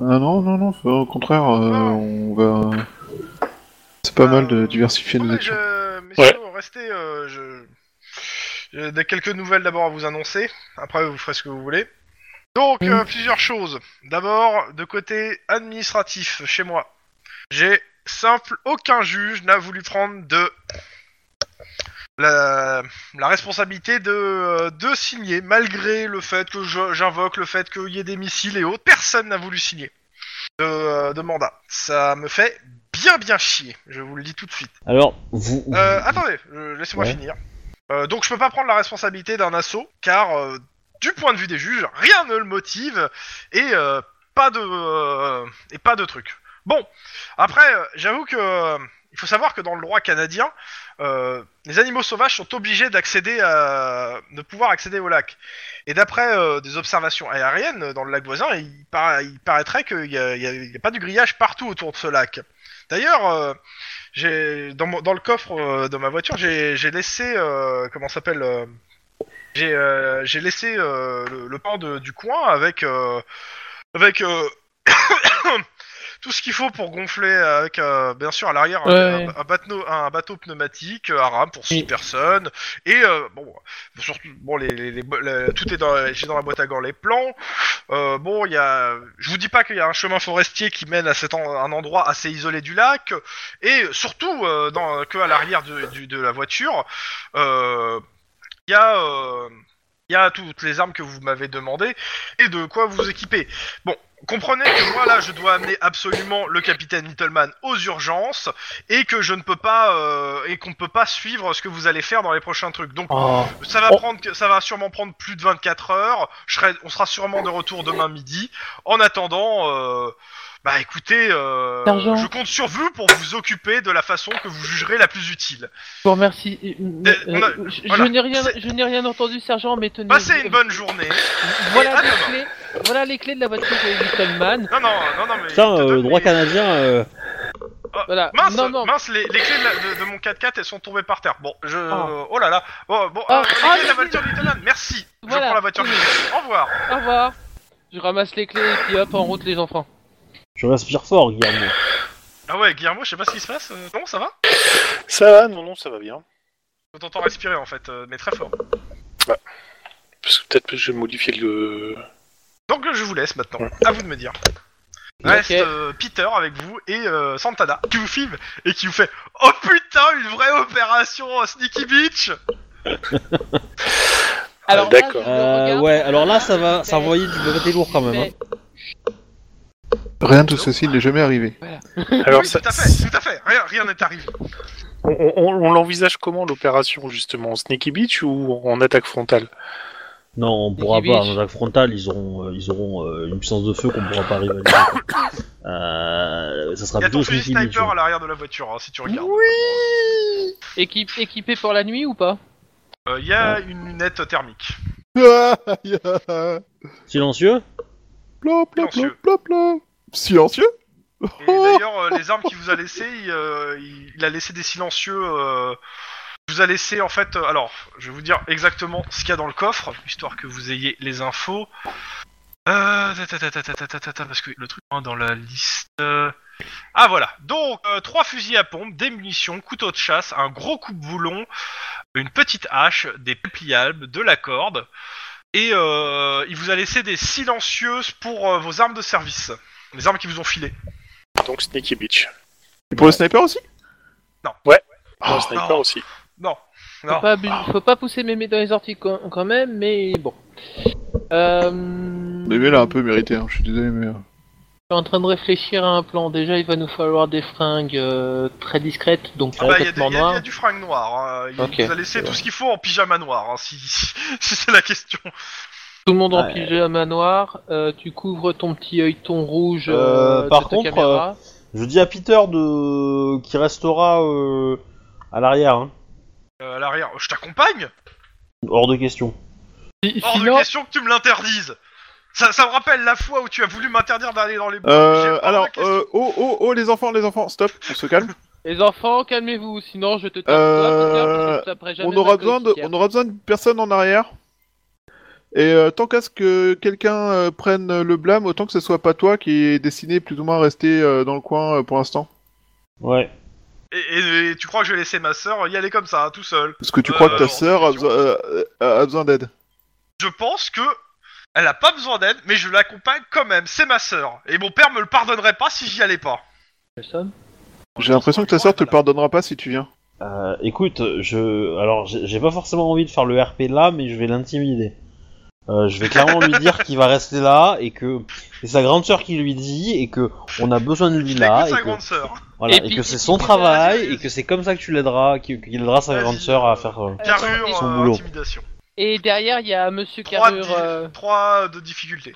[SPEAKER 5] Ah non, non, non, au contraire, euh, on va. C'est pas mal de diversifier nos
[SPEAKER 3] Ouais,
[SPEAKER 5] actions.
[SPEAKER 3] je... Messieurs, restez. euh, je... J'ai des- quelques nouvelles d'abord à vous annoncer. Après, vous ferez ce que vous voulez. Donc, euh, plusieurs choses. D'abord, de côté administratif, chez moi, j'ai simple. Aucun juge n'a voulu prendre de. La, la responsabilité de, euh, de signer, malgré le fait que je- j'invoque le fait qu'il y ait des missiles et autres, personne n'a voulu signer de, de mandat. Ça me fait bien bien chier, je vous le dis tout de suite.
[SPEAKER 2] Alors, vous.
[SPEAKER 3] Euh, attendez, euh, laissez-moi
[SPEAKER 2] Ouais.
[SPEAKER 3] finir. Euh, donc je peux pas prendre la responsabilité d'un assaut, car euh, du point de vue des juges, rien ne le motive et euh, pas de euh, et pas de truc. Bon, après, euh, j'avoue que euh, il faut savoir que dans le droit canadien, euh, les animaux sauvages sont obligés d'accéder à de pouvoir accéder au lac. Et d'après euh, des observations aériennes euh, dans le lac voisin, il, para- il paraîtrait qu'il n'y a, il y a- il y a pas du grillage partout autour de ce lac. D'ailleurs, euh, j'ai dans, mon- dans le coffre euh, de ma voiture, j'ai j'ai laissé euh, comment ça s'appelle euh, j'ai euh, j'ai laissé euh, le, le pain de- du coin avec euh, avec euh, tout ce qu'il faut pour gonfler avec euh, bien sûr à l'arrière un,
[SPEAKER 4] Ouais.
[SPEAKER 3] un bateau un bateau pneumatique un rame pour six
[SPEAKER 4] Oui.
[SPEAKER 3] personnes et euh, bon surtout bon les, les- les bo- la- tout est dans j'ai dans la boîte à gants les plans euh, bon, il y a. Je vous dis pas qu'il y a un chemin forestier qui mène à cet en- un endroit assez isolé du lac, et surtout euh, dans, que à l'arrière de, du- de la voiture, euh, il y a. euh, il y a toutes les armes que vous m'avez demandé et de quoi vous équiper. Bon, comprenez que moi là, je dois amener absolument le capitaine Littleman aux urgences et que je ne peux pas euh, et qu'on ne peut pas suivre ce que vous allez faire dans les prochains trucs. Donc,
[SPEAKER 4] Oh.
[SPEAKER 3] ça va
[SPEAKER 4] Oh.
[SPEAKER 3] prendre, que- ça va sûrement prendre plus de 24 heures. Je serai, on sera sûrement de retour demain midi. En attendant, euh, bah écoutez, euh,
[SPEAKER 4] Sergent.
[SPEAKER 3] je compte sur vous pour vous occuper de la façon que vous jugerez la plus utile.
[SPEAKER 4] Bon, merci. Euh,
[SPEAKER 3] on a-
[SPEAKER 4] je- je
[SPEAKER 3] voilà.
[SPEAKER 4] n'ai rien,
[SPEAKER 3] C'est-
[SPEAKER 4] je n'ai rien entendu, sergent, mais tenez.
[SPEAKER 3] Passez une bonne journée.
[SPEAKER 4] Voilà
[SPEAKER 3] à
[SPEAKER 4] les
[SPEAKER 3] demain.
[SPEAKER 4] clés. Voilà les clés de la voiture de Littleman.
[SPEAKER 3] Non, non, non, non, mais.
[SPEAKER 2] Putain,
[SPEAKER 3] je
[SPEAKER 2] euh,
[SPEAKER 3] te donne
[SPEAKER 2] droit
[SPEAKER 3] les-
[SPEAKER 2] canadien. euh,
[SPEAKER 4] Voilà.
[SPEAKER 3] Mince,
[SPEAKER 4] non, non.
[SPEAKER 3] mince, les, les clés de, la- de- de mon 4x4 elles sont tombées par terre. Bon, je.
[SPEAKER 4] Oh.
[SPEAKER 3] Oh, là là. Bon, bon,
[SPEAKER 4] Oh.
[SPEAKER 3] euh, les
[SPEAKER 4] Oh,
[SPEAKER 3] clés de la
[SPEAKER 4] les-
[SPEAKER 3] voiture de Littleman, merci. Je
[SPEAKER 4] Voilà.
[SPEAKER 3] prends la voiture de Littleman. Au revoir.
[SPEAKER 4] Au revoir. Je ramasse les clés et puis hop, en route les enfants.
[SPEAKER 2] Je respire fort, Guillermo.
[SPEAKER 3] Ah ouais, Guillermo, je sais pas ce qui se passe. euh, Non, ça va
[SPEAKER 1] Ça va, non, non, ça va bien.
[SPEAKER 3] Je t'entends respirer en fait, euh, mais très fort.
[SPEAKER 1] Parce que peut-être que je vais modifier le.
[SPEAKER 3] Donc je vous laisse maintenant, à vous de me dire. Reste euh, Peter avec vous et euh, Santana qui vous filme et qui vous fait Oh putain, une vraie opération euh, Sneaky Beach
[SPEAKER 4] Alors là,
[SPEAKER 1] d'accord.
[SPEAKER 4] je le
[SPEAKER 2] Euh,
[SPEAKER 4] regarde,
[SPEAKER 2] ouais, alors là, ça va, ça
[SPEAKER 4] Mais-
[SPEAKER 2] envoyer du côté lourd quand même. hein.
[SPEAKER 4] mais-
[SPEAKER 5] Rien de ceci n'est jamais arrivé.
[SPEAKER 1] Alors,
[SPEAKER 3] Mm. Oui,
[SPEAKER 1] ça-
[SPEAKER 3] Tout à fait, tout à fait, rien rien n'est arrivé.
[SPEAKER 1] on, on- on l'envisage comment l'opération justement En Sneaky Beach ou en attaque frontale
[SPEAKER 2] Non, on pourra
[SPEAKER 4] Nikivich.
[SPEAKER 2] pas. Dans l'attaque frontale, ils auront, euh, ils auront euh, une puissance de feu qu'on pourra pas rivaliser. euh, ça sera
[SPEAKER 3] Il y a
[SPEAKER 2] plutôt
[SPEAKER 3] ton fusil
[SPEAKER 2] Sneaky Beach,
[SPEAKER 3] sniper
[SPEAKER 2] ouais.
[SPEAKER 3] à l'arrière de la voiture hein, si tu regardes.
[SPEAKER 4] équipe, équipé pour la nuit ou pas
[SPEAKER 3] Euh, Il y a une lunette thermique.
[SPEAKER 5] Ah, ya. Plop,
[SPEAKER 2] Silencieux
[SPEAKER 5] plop,
[SPEAKER 3] Silencieux.
[SPEAKER 5] plop, plop, plop. Silencieux
[SPEAKER 3] Et
[SPEAKER 5] Oh.
[SPEAKER 3] d'ailleurs, euh, les armes qu'il vous a laissées, il, euh, il- il a laissé des silencieux. euh, il vous a laissé en fait. euh, alors, je vais vous dire exactement ce qu'il y a dans le coffre, histoire que vous ayez les infos. Euh, ta, ta, ta, ta, ta, ta, ta, ta, ta, parce que le truc hein, dans la liste. euh, Ah voilà. Donc euh, trois fusils à pompe, des munitions, couteau de chasse, un gros coupe-boulon, une petite hache, des pliables, de la corde. Et euh, il vous a laissé des silencieuses pour euh, vos armes de service, les armes qui vous ont filées.
[SPEAKER 1] Donc Sneaky Beach.
[SPEAKER 5] Et pour le sniper aussi
[SPEAKER 2] Oh,
[SPEAKER 1] Non, sniper
[SPEAKER 3] non.
[SPEAKER 1] aussi.
[SPEAKER 3] Non.
[SPEAKER 4] faut
[SPEAKER 3] Non.
[SPEAKER 4] pas, abus- faut pas pousser mémé dans les orties quand quand même, mais bon. Euh...
[SPEAKER 5] Mais là, un peu mérité, hein, je suis désolé, mais. euh,
[SPEAKER 4] suis en train de réfléchir à un plan. Déjà, il va nous falloir des fringues euh, très discrètes, donc
[SPEAKER 3] Ah
[SPEAKER 4] très
[SPEAKER 3] bah, il y, a des-
[SPEAKER 4] vêtements
[SPEAKER 3] il y a- il
[SPEAKER 4] noirs.
[SPEAKER 3] y a du fringue noir. hein. Il
[SPEAKER 4] Ok,
[SPEAKER 3] nous a laissé
[SPEAKER 4] c'est
[SPEAKER 3] tout
[SPEAKER 4] vrai.
[SPEAKER 3] ce qu'il faut en pyjama noir, hein, si, si c'est la question.
[SPEAKER 4] Tout le monde en
[SPEAKER 5] Ah,
[SPEAKER 2] Ouais.
[SPEAKER 4] pyjama noir. euh, tu couvres ton petit œil ton rouge.
[SPEAKER 2] Euh,
[SPEAKER 4] de
[SPEAKER 2] par
[SPEAKER 4] ta
[SPEAKER 2] contre,
[SPEAKER 4] caméra.
[SPEAKER 2] Je dis à Peter de qui restera euh, à l'arrière, hein.
[SPEAKER 3] Euh, à l'arrière, je t'accompagne
[SPEAKER 2] hors de question.
[SPEAKER 4] Si-
[SPEAKER 3] Hors
[SPEAKER 4] sinon-
[SPEAKER 3] de question que tu me l'interdises ça, ça me rappelle la fois où tu as voulu m'interdire d'aller dans les bois.
[SPEAKER 5] Euh,
[SPEAKER 3] J'ai- hors
[SPEAKER 5] alors,
[SPEAKER 3] de question.
[SPEAKER 5] euh, oh, oh, oh, les enfants, les enfants, stop, on se calme.
[SPEAKER 4] Les enfants, calmez-vous, sinon je te tape
[SPEAKER 5] Euh,
[SPEAKER 4] toi, Peter, je te taperai jamais
[SPEAKER 5] on aura
[SPEAKER 4] ma
[SPEAKER 5] besoin de,
[SPEAKER 4] coéquipière.
[SPEAKER 5] on aura besoin d'une personne en arrière. Et euh, tant qu'à ce que quelqu'un euh, prenne le blâme, autant que ce soit pas toi qui est destiné plus ou moins à rester euh, dans le coin euh, pour l'instant.
[SPEAKER 2] Ouais.
[SPEAKER 3] Et, et- et tu crois que je vais laisser ma sœur y aller comme ça, hein, tout seul
[SPEAKER 5] Parce que tu
[SPEAKER 3] Euh,
[SPEAKER 5] crois que ta
[SPEAKER 3] en
[SPEAKER 5] sœur a,
[SPEAKER 3] question.
[SPEAKER 5] besoin- euh, euh, a besoin d'aide.
[SPEAKER 3] Je pense que elle a pas besoin d'aide, mais je l'accompagne quand même. C'est ma sœur. Et mon père me le pardonnerait pas si j'y allais pas.
[SPEAKER 4] Personne.
[SPEAKER 5] J'ai l'impression que ta sœur te le pardonnera pas si tu viens.
[SPEAKER 2] Euh, écoute, je alors j'ai j'ai pas forcément envie de faire le RP là, mais je vais l'intimider. Euh, je vais clairement lui dire qu'il va rester là et que c'est sa grande sœur qui lui dit et que on a besoin de lui
[SPEAKER 3] Je
[SPEAKER 2] là
[SPEAKER 3] l'écoute,
[SPEAKER 2] et
[SPEAKER 3] sa
[SPEAKER 2] que,
[SPEAKER 3] grande sœur.
[SPEAKER 2] voilà,
[SPEAKER 4] Et
[SPEAKER 2] et
[SPEAKER 4] puis-
[SPEAKER 2] que c'est son
[SPEAKER 4] puis-
[SPEAKER 2] travail
[SPEAKER 3] vas-y,
[SPEAKER 2] et que c'est comme ça que tu l'aideras, qu'il qu'il aidera sa
[SPEAKER 3] Vas-y,
[SPEAKER 2] grande sœur à
[SPEAKER 3] euh,
[SPEAKER 2] faire. euh,
[SPEAKER 3] Carrure,
[SPEAKER 2] Son
[SPEAKER 3] euh,
[SPEAKER 2] boulot.
[SPEAKER 3] intimidation.
[SPEAKER 4] Et derrière, il y a Monsieur
[SPEAKER 3] 3 de,
[SPEAKER 4] Carrure. euh,
[SPEAKER 3] trois de difficulté.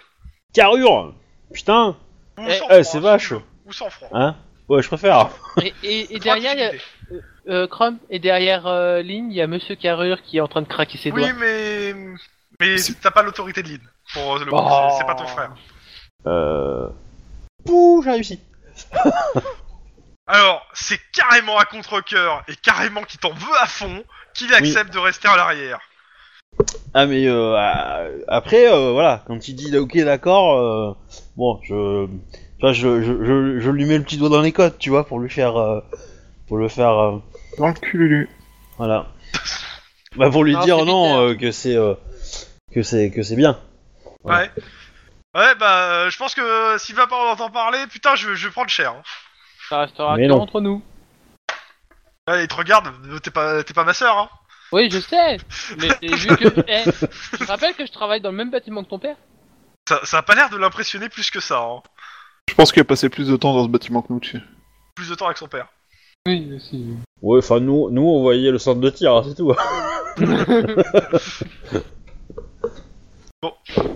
[SPEAKER 2] Carrure, putain,
[SPEAKER 3] Ou
[SPEAKER 4] Eh,
[SPEAKER 3] sans
[SPEAKER 2] eh,
[SPEAKER 3] froid,
[SPEAKER 2] c'est
[SPEAKER 3] si
[SPEAKER 2] vache.
[SPEAKER 3] tu veux. Ou sans froid.
[SPEAKER 2] hein Ouais, je préfère.
[SPEAKER 4] et, et- et
[SPEAKER 3] Trois
[SPEAKER 4] derrière, il y a
[SPEAKER 3] difficultés.
[SPEAKER 4] euh, Crump, et derrière euh, Lynn, il y a Monsieur Carrure qui est en train de craquer ses
[SPEAKER 3] Oui,
[SPEAKER 4] doigts.
[SPEAKER 3] mais. Mais t'as pas l'autorité de Lynn. Pour le coup,
[SPEAKER 4] Oh.
[SPEAKER 3] c'est- c'est pas ton frère.
[SPEAKER 2] Euh... Pouh, j'ai réussi.
[SPEAKER 3] Alors, c'est carrément à contre-coeur et carrément qu'il t'en veut à fond qu'il accepte de rester à l'arrière.
[SPEAKER 2] Ah mais euh, ah, après euh, voilà quand il dit ok d'accord euh, bon je tu vois, je, je, je, je lui mets le petit doigt dans les côtes tu vois pour lui faire euh, pour le faire euh,
[SPEAKER 5] Dans le cul,
[SPEAKER 2] voilà bah pour lui
[SPEAKER 4] Non,
[SPEAKER 2] dire
[SPEAKER 4] c'est
[SPEAKER 2] non
[SPEAKER 4] Peter.
[SPEAKER 2] euh, que c'est euh, que c'est que c'est bien
[SPEAKER 3] Ouais. Ouais, bah, euh, je pense que s'il va pas en entendre parler, putain, je, je vais prendre cher. hein.
[SPEAKER 4] Ça restera
[SPEAKER 2] Mais
[SPEAKER 4] que
[SPEAKER 2] non.
[SPEAKER 4] entre nous.
[SPEAKER 3] Ouais, il te regarde, euh, t'es pas, t'es pas ma sœur, hein.
[SPEAKER 4] Oui, je sais. Mais j'ai vu que. Eh, je te rappelle que je travaille dans le même bâtiment que ton père.
[SPEAKER 3] Ça, ça a pas l'air de l'impressionner plus que ça, hein.
[SPEAKER 5] Je pense qu'il a passé plus de temps dans ce bâtiment que nous. Tu...
[SPEAKER 3] Plus de temps avec son père.
[SPEAKER 4] Oui, aussi.
[SPEAKER 2] ouais enfin nous nous on voyait le centre de tir hein, c'est tout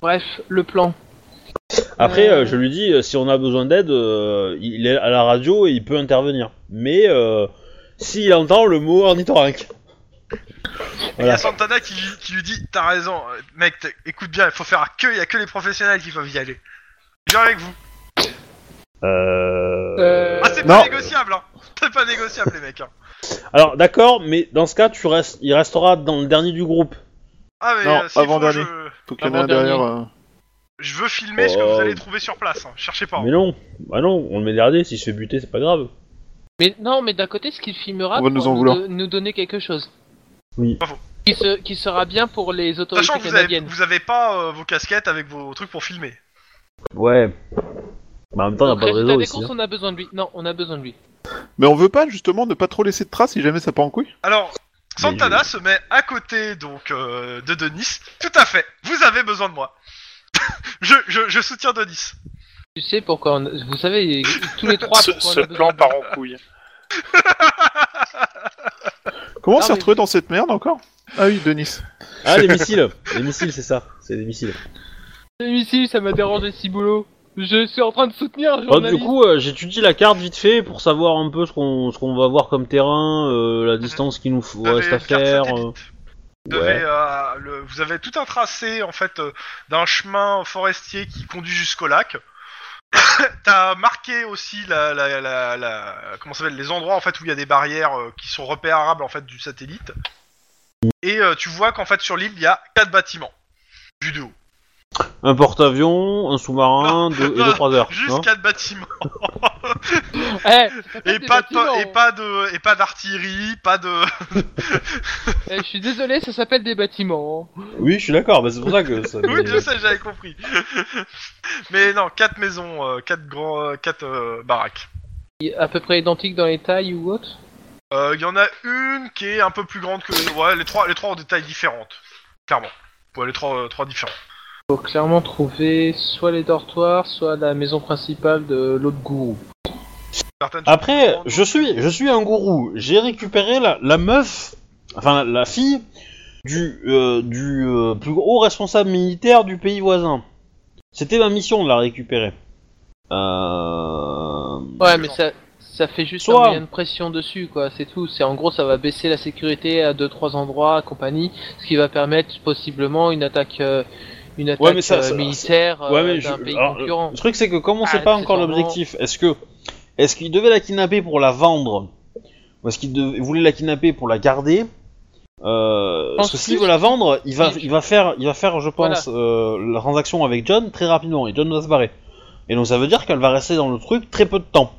[SPEAKER 4] Bref, le plan.
[SPEAKER 2] après
[SPEAKER 4] Euh.
[SPEAKER 2] euh, je lui dis euh, si on a besoin d'aide euh, il est à la radio et il peut intervenir mais euh, s'il entend le mot ornithorynque
[SPEAKER 3] Et il y
[SPEAKER 2] Voilà.
[SPEAKER 3] a Santana qui, lui- qui lui dit T'as raison, euh, mec, t'es- écoute bien, il faut faire que, il y a que les professionnels qui peuvent y aller. Viens avec vous.
[SPEAKER 2] euh...
[SPEAKER 4] Euh.
[SPEAKER 3] Ah, c'est
[SPEAKER 5] Non.
[SPEAKER 3] pas négociable, hein. C'est pas négociable, les mecs, hein.
[SPEAKER 2] Alors d'accord, mais dans ce cas, tu restes, il restera dans le dernier du groupe.
[SPEAKER 3] Ah, mais
[SPEAKER 5] Non,
[SPEAKER 3] euh, s'il faut,
[SPEAKER 5] avant-dernier.
[SPEAKER 3] je,
[SPEAKER 5] Faut qu'il y en ait un
[SPEAKER 4] Avant-dernier.
[SPEAKER 5] derrière. euh.
[SPEAKER 3] je veux filmer ce que vous
[SPEAKER 2] Oh.
[SPEAKER 3] allez trouver sur place, hein. Cherchez pas. hein.
[SPEAKER 2] Mais non, bah non, on le met dernier. Si je fais buter, c'est pas grave.
[SPEAKER 4] Mais non, mais d'un côté, ce qu'il filmera
[SPEAKER 5] On va
[SPEAKER 4] pour
[SPEAKER 5] nous en vouloir.
[SPEAKER 4] do- nous donner quelque chose.
[SPEAKER 2] Oui.
[SPEAKER 3] Bravo.
[SPEAKER 4] Qui, se- qui sera bien pour les autorités
[SPEAKER 3] Sachant que vous avez,
[SPEAKER 4] canadiennes.
[SPEAKER 3] vous avez pas euh, vos casquettes avec vos trucs pour filmer.
[SPEAKER 2] Ouais. Bah en même temps, y a
[SPEAKER 4] Donc,
[SPEAKER 2] pas de
[SPEAKER 4] résultat
[SPEAKER 2] réseau hein.
[SPEAKER 4] des
[SPEAKER 2] ici.
[SPEAKER 4] courses, on a besoin de lui. Non, on a besoin de lui.
[SPEAKER 5] Mais on veut pas justement ne pas trop laisser de traces si jamais ça part en couille.
[SPEAKER 3] Alors, Santana
[SPEAKER 2] Mais
[SPEAKER 3] se met à côté donc euh, de Denis. Tout à fait. Vous avez besoin de moi. je, je, je soutiens Denis.
[SPEAKER 4] Tu sais pourquoi on... Vous savez, tous les trois,
[SPEAKER 1] ce
[SPEAKER 4] pourquoi
[SPEAKER 1] ce
[SPEAKER 4] on a besoin
[SPEAKER 1] plan
[SPEAKER 4] de
[SPEAKER 1] part en couille.
[SPEAKER 5] Comment
[SPEAKER 4] Non,
[SPEAKER 5] on s'est
[SPEAKER 4] mais-
[SPEAKER 5] retrouvé dans cette merde encore Ah oui, Denis.
[SPEAKER 2] Ah les missiles, les missiles, c'est ça, c'est des missiles.
[SPEAKER 4] lui. Ici, ça m'a dérangé si boulot. Je suis en train de soutenir un
[SPEAKER 2] Bon, du
[SPEAKER 4] journaliste.
[SPEAKER 2] coup, euh, j'étudie la carte vite fait pour savoir un peu ce qu'on ce qu'on va voir comme terrain, euh, la distance qu'il nous f-
[SPEAKER 3] avez
[SPEAKER 2] reste à
[SPEAKER 3] Mhm. une carte
[SPEAKER 2] faire.
[SPEAKER 3] satellite.
[SPEAKER 2] euh,
[SPEAKER 3] Vous
[SPEAKER 2] Ouais.
[SPEAKER 3] avez, euh, le- vous avez tout un tracé en fait euh, d'un chemin forestier qui conduit jusqu'au lac. T'as marqué aussi la, la, la, la- comment ça s'appelle les endroits en fait où il y a des barrières euh, qui sont repérables en fait du satellite. Et euh, tu vois qu'en fait sur l'île il y a quatre bâtiments vus de haut.
[SPEAKER 2] Un porte-avions, un sous-marin, deux, et
[SPEAKER 3] non,
[SPEAKER 2] deux croiseurs.
[SPEAKER 3] Juste
[SPEAKER 2] non
[SPEAKER 3] quatre bâtiments.
[SPEAKER 4] Eh,
[SPEAKER 3] Et
[SPEAKER 4] des
[SPEAKER 3] pas, de,
[SPEAKER 4] bâtiments.
[SPEAKER 3] et pas de et pas d'artillerie, pas de
[SPEAKER 4] Eh, je suis désolé, ça s'appelle des bâtiments. hein.
[SPEAKER 2] oui, je suis d'accord. Bah, c'est pour ça que ça.
[SPEAKER 3] Oui, je sais, j'avais compris. Mais non, quatre maisons, euh, quatre grands euh, quatre euh, baraques.
[SPEAKER 4] Il est À peu près identique dans les tailles ou autre.
[SPEAKER 3] Euh, Il y en a une qui est un peu plus grande que ouais, les trois les trois ont des tailles différentes. Clairement. Ouais, les trois euh, trois différents.
[SPEAKER 4] faut clairement trouver soit les dortoirs, soit la maison principale de l'autre gourou.
[SPEAKER 3] Certaines
[SPEAKER 2] Après,
[SPEAKER 3] choses-
[SPEAKER 2] je suis, je suis un gourou. J'ai récupéré la, la meuf, enfin la fille du, euh, du euh, plus haut responsable militaire du pays voisin. C'était ma mission de la récupérer. Euh...
[SPEAKER 4] Ouais, mais ça, ça fait juste
[SPEAKER 2] Soit-
[SPEAKER 4] un moyen de pression dessus, quoi. C'est tout. C'est en gros, ça va baisser la sécurité à deux trois endroits, compagnie, ce qui va permettre possiblement une attaque, euh, une attaque
[SPEAKER 2] mais ça-
[SPEAKER 4] euh,
[SPEAKER 2] ça-
[SPEAKER 4] militaire
[SPEAKER 2] Ouais,
[SPEAKER 4] euh,
[SPEAKER 2] mais
[SPEAKER 4] d'un
[SPEAKER 2] je-
[SPEAKER 4] pays
[SPEAKER 2] alors, euh,
[SPEAKER 4] concurrent.
[SPEAKER 2] Le truc c'est que comme on sait
[SPEAKER 4] Ah,
[SPEAKER 2] pas encore
[SPEAKER 4] c'est
[SPEAKER 2] l'objectif, est-ce que est-ce qu'il devait la kidnapper pour la vendre ou est-ce qu'il dev- il voulait la kidnapper pour la garder euh, parce
[SPEAKER 4] pense
[SPEAKER 2] que s'il
[SPEAKER 4] plus
[SPEAKER 2] veut la vendre, il va,
[SPEAKER 4] qu'il-
[SPEAKER 2] il va faire, il va faire, je
[SPEAKER 4] Voilà.
[SPEAKER 2] pense, euh, la transaction avec John très rapidement et John va se barrer. Et donc ça veut dire qu'elle va rester dans le truc très peu de temps.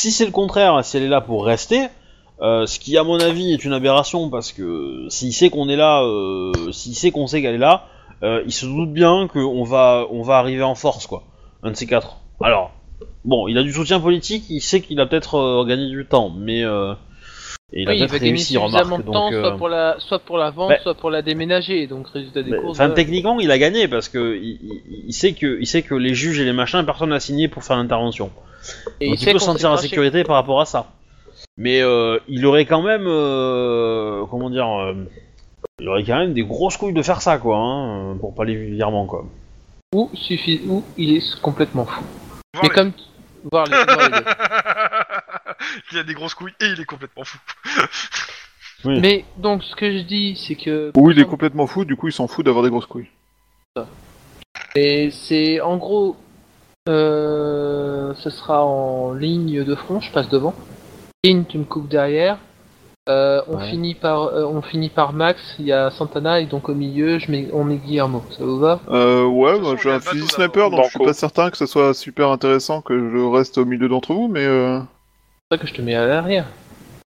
[SPEAKER 2] Si c'est le contraire, si elle est là pour rester, euh, ce qui à mon avis est une aberration parce que s'il sait qu'on est là, euh, s'il sait qu'on sait qu'elle est là, euh, il se doute bien qu'on va, on va arriver en force quoi. Un de ces quatre. Alors, bon, il a du soutien politique, il sait qu'il a peut-être euh, gagné du temps, mais euh, et il a
[SPEAKER 4] Oui, il
[SPEAKER 2] peut-être
[SPEAKER 4] va gagner
[SPEAKER 2] réussi,
[SPEAKER 4] suffisamment
[SPEAKER 2] remarque.
[SPEAKER 4] de temps,
[SPEAKER 2] Donc,
[SPEAKER 4] soit
[SPEAKER 2] euh,
[SPEAKER 4] pour la, soit pour la vendre,
[SPEAKER 2] bah-
[SPEAKER 4] soit pour la déménager. Donc résultat des
[SPEAKER 2] mais,
[SPEAKER 4] courses. euh,
[SPEAKER 2] enfin,
[SPEAKER 4] voilà.
[SPEAKER 2] techniquement, il a gagné parce que il, il- il sait que, il sait que les juges et les machins, personne n'a signé pour faire l'intervention.
[SPEAKER 4] Et
[SPEAKER 2] Donc il peut
[SPEAKER 4] qu'on s'est
[SPEAKER 2] sentir la
[SPEAKER 4] craché.
[SPEAKER 2] sécurité par rapport à ça. Mais euh, il aurait quand même, euh, comment dire, euh, il aurait quand même des grosses couilles de faire ça, quoi, hein, euh, pour pas les vulgairement, quoi.
[SPEAKER 4] Ou suffit, ou il est complètement fou.
[SPEAKER 3] Voir
[SPEAKER 4] Mais
[SPEAKER 3] les-
[SPEAKER 4] comme voir les, voir les deux.
[SPEAKER 3] il a des grosses couilles et il est complètement fou.
[SPEAKER 2] Oui.
[SPEAKER 4] Mais donc ce que je dis, c'est que
[SPEAKER 5] Ou il est complètement fou, du coup il s'en fout d'avoir des grosses couilles.
[SPEAKER 4] Et c'est en gros, euh, ce sera en ligne de front, je passe devant. Ligne, tu me coupes derrière. Euh, on,
[SPEAKER 2] Ouais.
[SPEAKER 4] finit par, euh, on finit par Max, il y a Santana et donc au milieu, je mets, on met Guillermo. Ça vous va
[SPEAKER 5] Euh, ouais,
[SPEAKER 3] toute
[SPEAKER 5] moi
[SPEAKER 3] façon,
[SPEAKER 5] j'ai
[SPEAKER 3] il y a
[SPEAKER 5] un
[SPEAKER 3] le bateau
[SPEAKER 5] fusil
[SPEAKER 3] d'abord.
[SPEAKER 5] sniper, donc je suis
[SPEAKER 1] Banco.
[SPEAKER 5] pas certain que ce soit super intéressant que je reste au milieu d'entre vous, mais euh...
[SPEAKER 4] C'est pour ça que je te mets à l'arrière.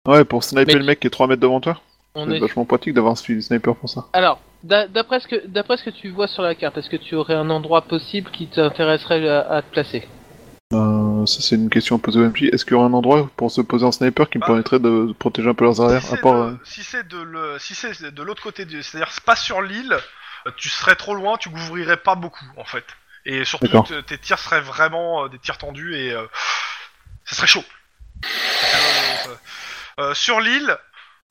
[SPEAKER 5] ouais, pour sniper
[SPEAKER 4] Mais-
[SPEAKER 5] le mec qui est 3 mètres devant toi,
[SPEAKER 4] On
[SPEAKER 5] c'est
[SPEAKER 4] est...
[SPEAKER 5] vachement pratique d'avoir un fusil sniper pour ça.
[SPEAKER 4] Alors, d'a- d'après ce, que- d'après ce que tu vois sur la carte, est-ce que tu aurais un endroit possible qui t'intéresserait à, à te placer
[SPEAKER 5] Euh, ça c'est une question à poser au MJ. Est-ce qu'il y aurait un endroit pour se poser en sniper qui me
[SPEAKER 3] Bah,
[SPEAKER 5] permettrait de protéger un peu leurs arrières
[SPEAKER 3] si
[SPEAKER 5] à
[SPEAKER 3] c'est
[SPEAKER 5] part,
[SPEAKER 3] de-
[SPEAKER 5] euh,
[SPEAKER 3] si c'est de, le- si c'est de l'autre côté, du- c'est-à-dire c'est pas sur l'île, euh, tu serais trop loin, tu couvrirais pas beaucoup en fait. Et surtout,
[SPEAKER 5] D'accord.
[SPEAKER 3] te- tes tirs seraient vraiment euh, des tirs tendus et euh, ça serait chaud. Euh, euh, sur l'île,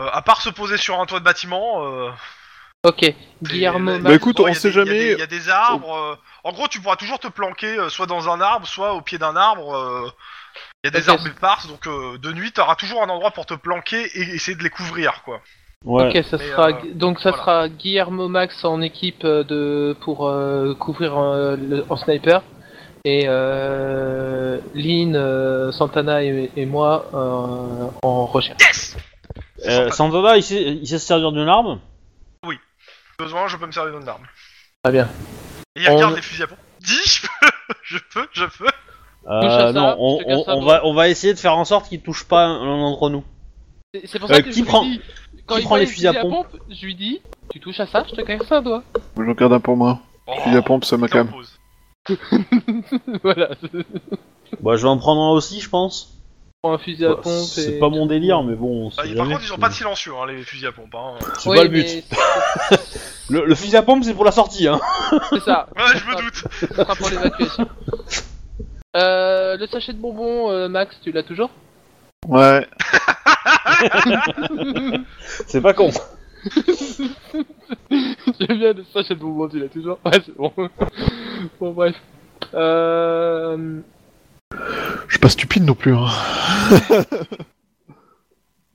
[SPEAKER 3] euh, à part se poser sur un toit de bâtiment, euh,
[SPEAKER 4] Ok,
[SPEAKER 3] c'est-
[SPEAKER 4] Guillermo,
[SPEAKER 3] la-
[SPEAKER 4] Max.
[SPEAKER 5] Bah, écoute,
[SPEAKER 3] bon,
[SPEAKER 5] on
[SPEAKER 3] il y a
[SPEAKER 5] sait
[SPEAKER 3] des- il y a
[SPEAKER 5] jamais.
[SPEAKER 3] des- Il y, a des arbres. euh, en gros, tu pourras toujours te planquer euh, soit dans un arbre, soit au pied d'un arbre. euh, Il y a des
[SPEAKER 4] Ok.
[SPEAKER 3] arbres éparses, donc euh, de nuit, t'auras toujours un endroit pour te planquer et essayer de les couvrir, quoi.
[SPEAKER 2] Ouais.
[SPEAKER 4] Ok, ça
[SPEAKER 3] Mais,
[SPEAKER 4] sera
[SPEAKER 3] euh,
[SPEAKER 4] donc ça
[SPEAKER 3] voilà.
[SPEAKER 4] sera Guillermo Max en équipe euh, de pour euh, couvrir euh, le- en sniper et euh, Lynn, euh, Santana et, et moi euh, en recherche.
[SPEAKER 3] Yes
[SPEAKER 2] Euh, Santana, il sait, il sait se servir d'une arme.
[SPEAKER 3] besoin, je peux me servir d'une arme.
[SPEAKER 4] Très bien.
[SPEAKER 3] Et il
[SPEAKER 4] On-
[SPEAKER 3] regarde les fusils à pompe. Dis, je peux, je peux, je peux.
[SPEAKER 2] Euh,
[SPEAKER 4] Touche à ça,
[SPEAKER 2] non, on,
[SPEAKER 4] je te casse
[SPEAKER 2] on-
[SPEAKER 4] ça,
[SPEAKER 2] on
[SPEAKER 4] moi.
[SPEAKER 2] va, on va essayer de faire en sorte qu'il touche pas l'un d'entre nous.
[SPEAKER 4] C'est- C'est pour
[SPEAKER 2] Euh,
[SPEAKER 4] ça que
[SPEAKER 2] qui
[SPEAKER 4] je lui
[SPEAKER 2] prend-
[SPEAKER 4] dis quand
[SPEAKER 2] qui
[SPEAKER 4] il
[SPEAKER 2] prend
[SPEAKER 4] voit
[SPEAKER 2] les fusils à pompe
[SPEAKER 4] je lui dis tu touches à ça, je te casse un doigt.
[SPEAKER 5] Je regarde un pour moi.
[SPEAKER 3] Oh,
[SPEAKER 5] Fusil à pompe, ça
[SPEAKER 3] il est en
[SPEAKER 5] m'acclame.
[SPEAKER 3] pause.
[SPEAKER 4] voilà, je
[SPEAKER 2] Bah, je vais en prendre un aussi, je pense.
[SPEAKER 4] prends un fusil à
[SPEAKER 2] Bah,
[SPEAKER 4] pompe.
[SPEAKER 2] c'est
[SPEAKER 4] et-
[SPEAKER 2] pas mon délire, mais bon. on sait
[SPEAKER 3] Ah, par
[SPEAKER 2] jamais.
[SPEAKER 3] contre, ils ont pas de silencieux, hein, les fusils à pompe. Hein.
[SPEAKER 2] C'est
[SPEAKER 4] Oui,
[SPEAKER 2] pas le
[SPEAKER 4] mais
[SPEAKER 2] but.
[SPEAKER 4] c'est-
[SPEAKER 2] Le, le fusil à pompe, c'est pour la sortie, hein.
[SPEAKER 4] C'est ça.
[SPEAKER 3] Ouais, je me doute.
[SPEAKER 4] Ce sera pour l'évacuation. Euh, le sachet de bonbons, euh, Max, tu l'as toujours
[SPEAKER 5] Ouais.
[SPEAKER 2] C'est pas con.
[SPEAKER 4] J'aime bien le sachet de bonbons, tu l'as toujours Ouais, c'est bon. bon, bref. Euh...
[SPEAKER 5] Je suis pas stupide non plus. Hein.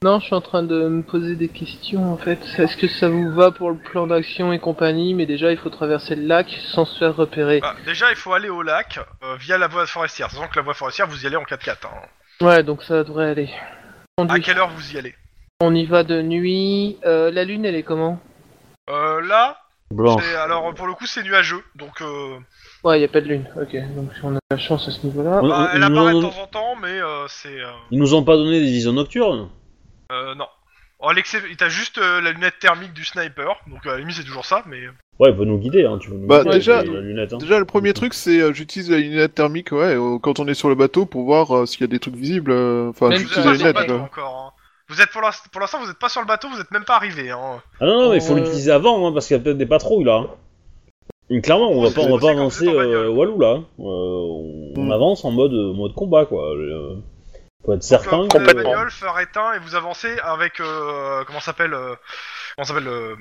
[SPEAKER 4] Non, je suis en train de me poser des questions en fait. Est-ce que ça vous va pour le plan d'action et compagnie Mais déjà, il faut traverser le lac sans se faire repérer.
[SPEAKER 3] Bah, déjà, il faut aller au lac euh, via la voie forestière. Sachant que la voie forestière, vous y allez en 4x4. hein.
[SPEAKER 4] Ouais, donc ça devrait aller. On,
[SPEAKER 3] À
[SPEAKER 4] dit-
[SPEAKER 3] quelle heure vous y allez
[SPEAKER 4] on y va de nuit. Euh, la lune, elle est comment
[SPEAKER 3] euh, Là,
[SPEAKER 2] Blanc.
[SPEAKER 3] c'est- alors pour le coup, c'est nuageux. Donc, euh,
[SPEAKER 4] Ouais, il a pas de lune. Ok, donc on a de la chance à ce niveau-là.
[SPEAKER 2] On-
[SPEAKER 3] bah,
[SPEAKER 2] on-
[SPEAKER 3] elle
[SPEAKER 2] ils, nous
[SPEAKER 3] apparaît de
[SPEAKER 2] ont,
[SPEAKER 3] temps en temps, mais euh, c'est. euh,
[SPEAKER 2] ils nous ont pas donné des visions nocturnes.
[SPEAKER 3] euh, non. Oh, l'excep- T'as juste euh, la lunette thermique du sniper. Donc, euh, à la limite, c'est toujours ça, mais. euh,
[SPEAKER 2] Ouais, il peut nous guider, hein. Tu peux nous
[SPEAKER 5] Bah,
[SPEAKER 2] guider
[SPEAKER 5] déjà-
[SPEAKER 2] avec la lunette, hein.
[SPEAKER 5] Déjà, le premier truc, c'est euh, j'utilise la lunette thermique ouais, euh, quand on est sur le bateau pour voir euh, s'il y a des trucs visibles. euh, Enfin,
[SPEAKER 4] Même
[SPEAKER 5] j'utilise
[SPEAKER 4] si
[SPEAKER 5] la
[SPEAKER 4] on est sur le
[SPEAKER 5] lunette.
[SPEAKER 4] bateau.
[SPEAKER 5] euh.
[SPEAKER 3] encore. hein. Vous êtes pour l'inst- pour l'instant, vous n'êtes pas sur le bateau, vous n'êtes même pas arrivé. Hein.
[SPEAKER 2] Ah non, non, mais il faut
[SPEAKER 4] Euh,
[SPEAKER 2] l'utiliser avant, hein, parce qu'il y a peut-être des patrouilles là. hein. Mais Clairement, on va
[SPEAKER 3] Vous
[SPEAKER 2] pas, on va
[SPEAKER 3] êtes-
[SPEAKER 2] pas
[SPEAKER 3] vous êtes
[SPEAKER 2] avancer
[SPEAKER 3] en bagnole.
[SPEAKER 2] euh, Walou là. hein. Euh, on, on
[SPEAKER 5] Mm.
[SPEAKER 2] avance en mode, euh, mode combat quoi. Euh, faut être
[SPEAKER 3] euh, Vous
[SPEAKER 2] certain.
[SPEAKER 3] prenez la
[SPEAKER 1] complètement.
[SPEAKER 3] bagnole, feu éteint et vous avancez avec euh, comment ça s'appelle euh, Comment ça s'appelle euh,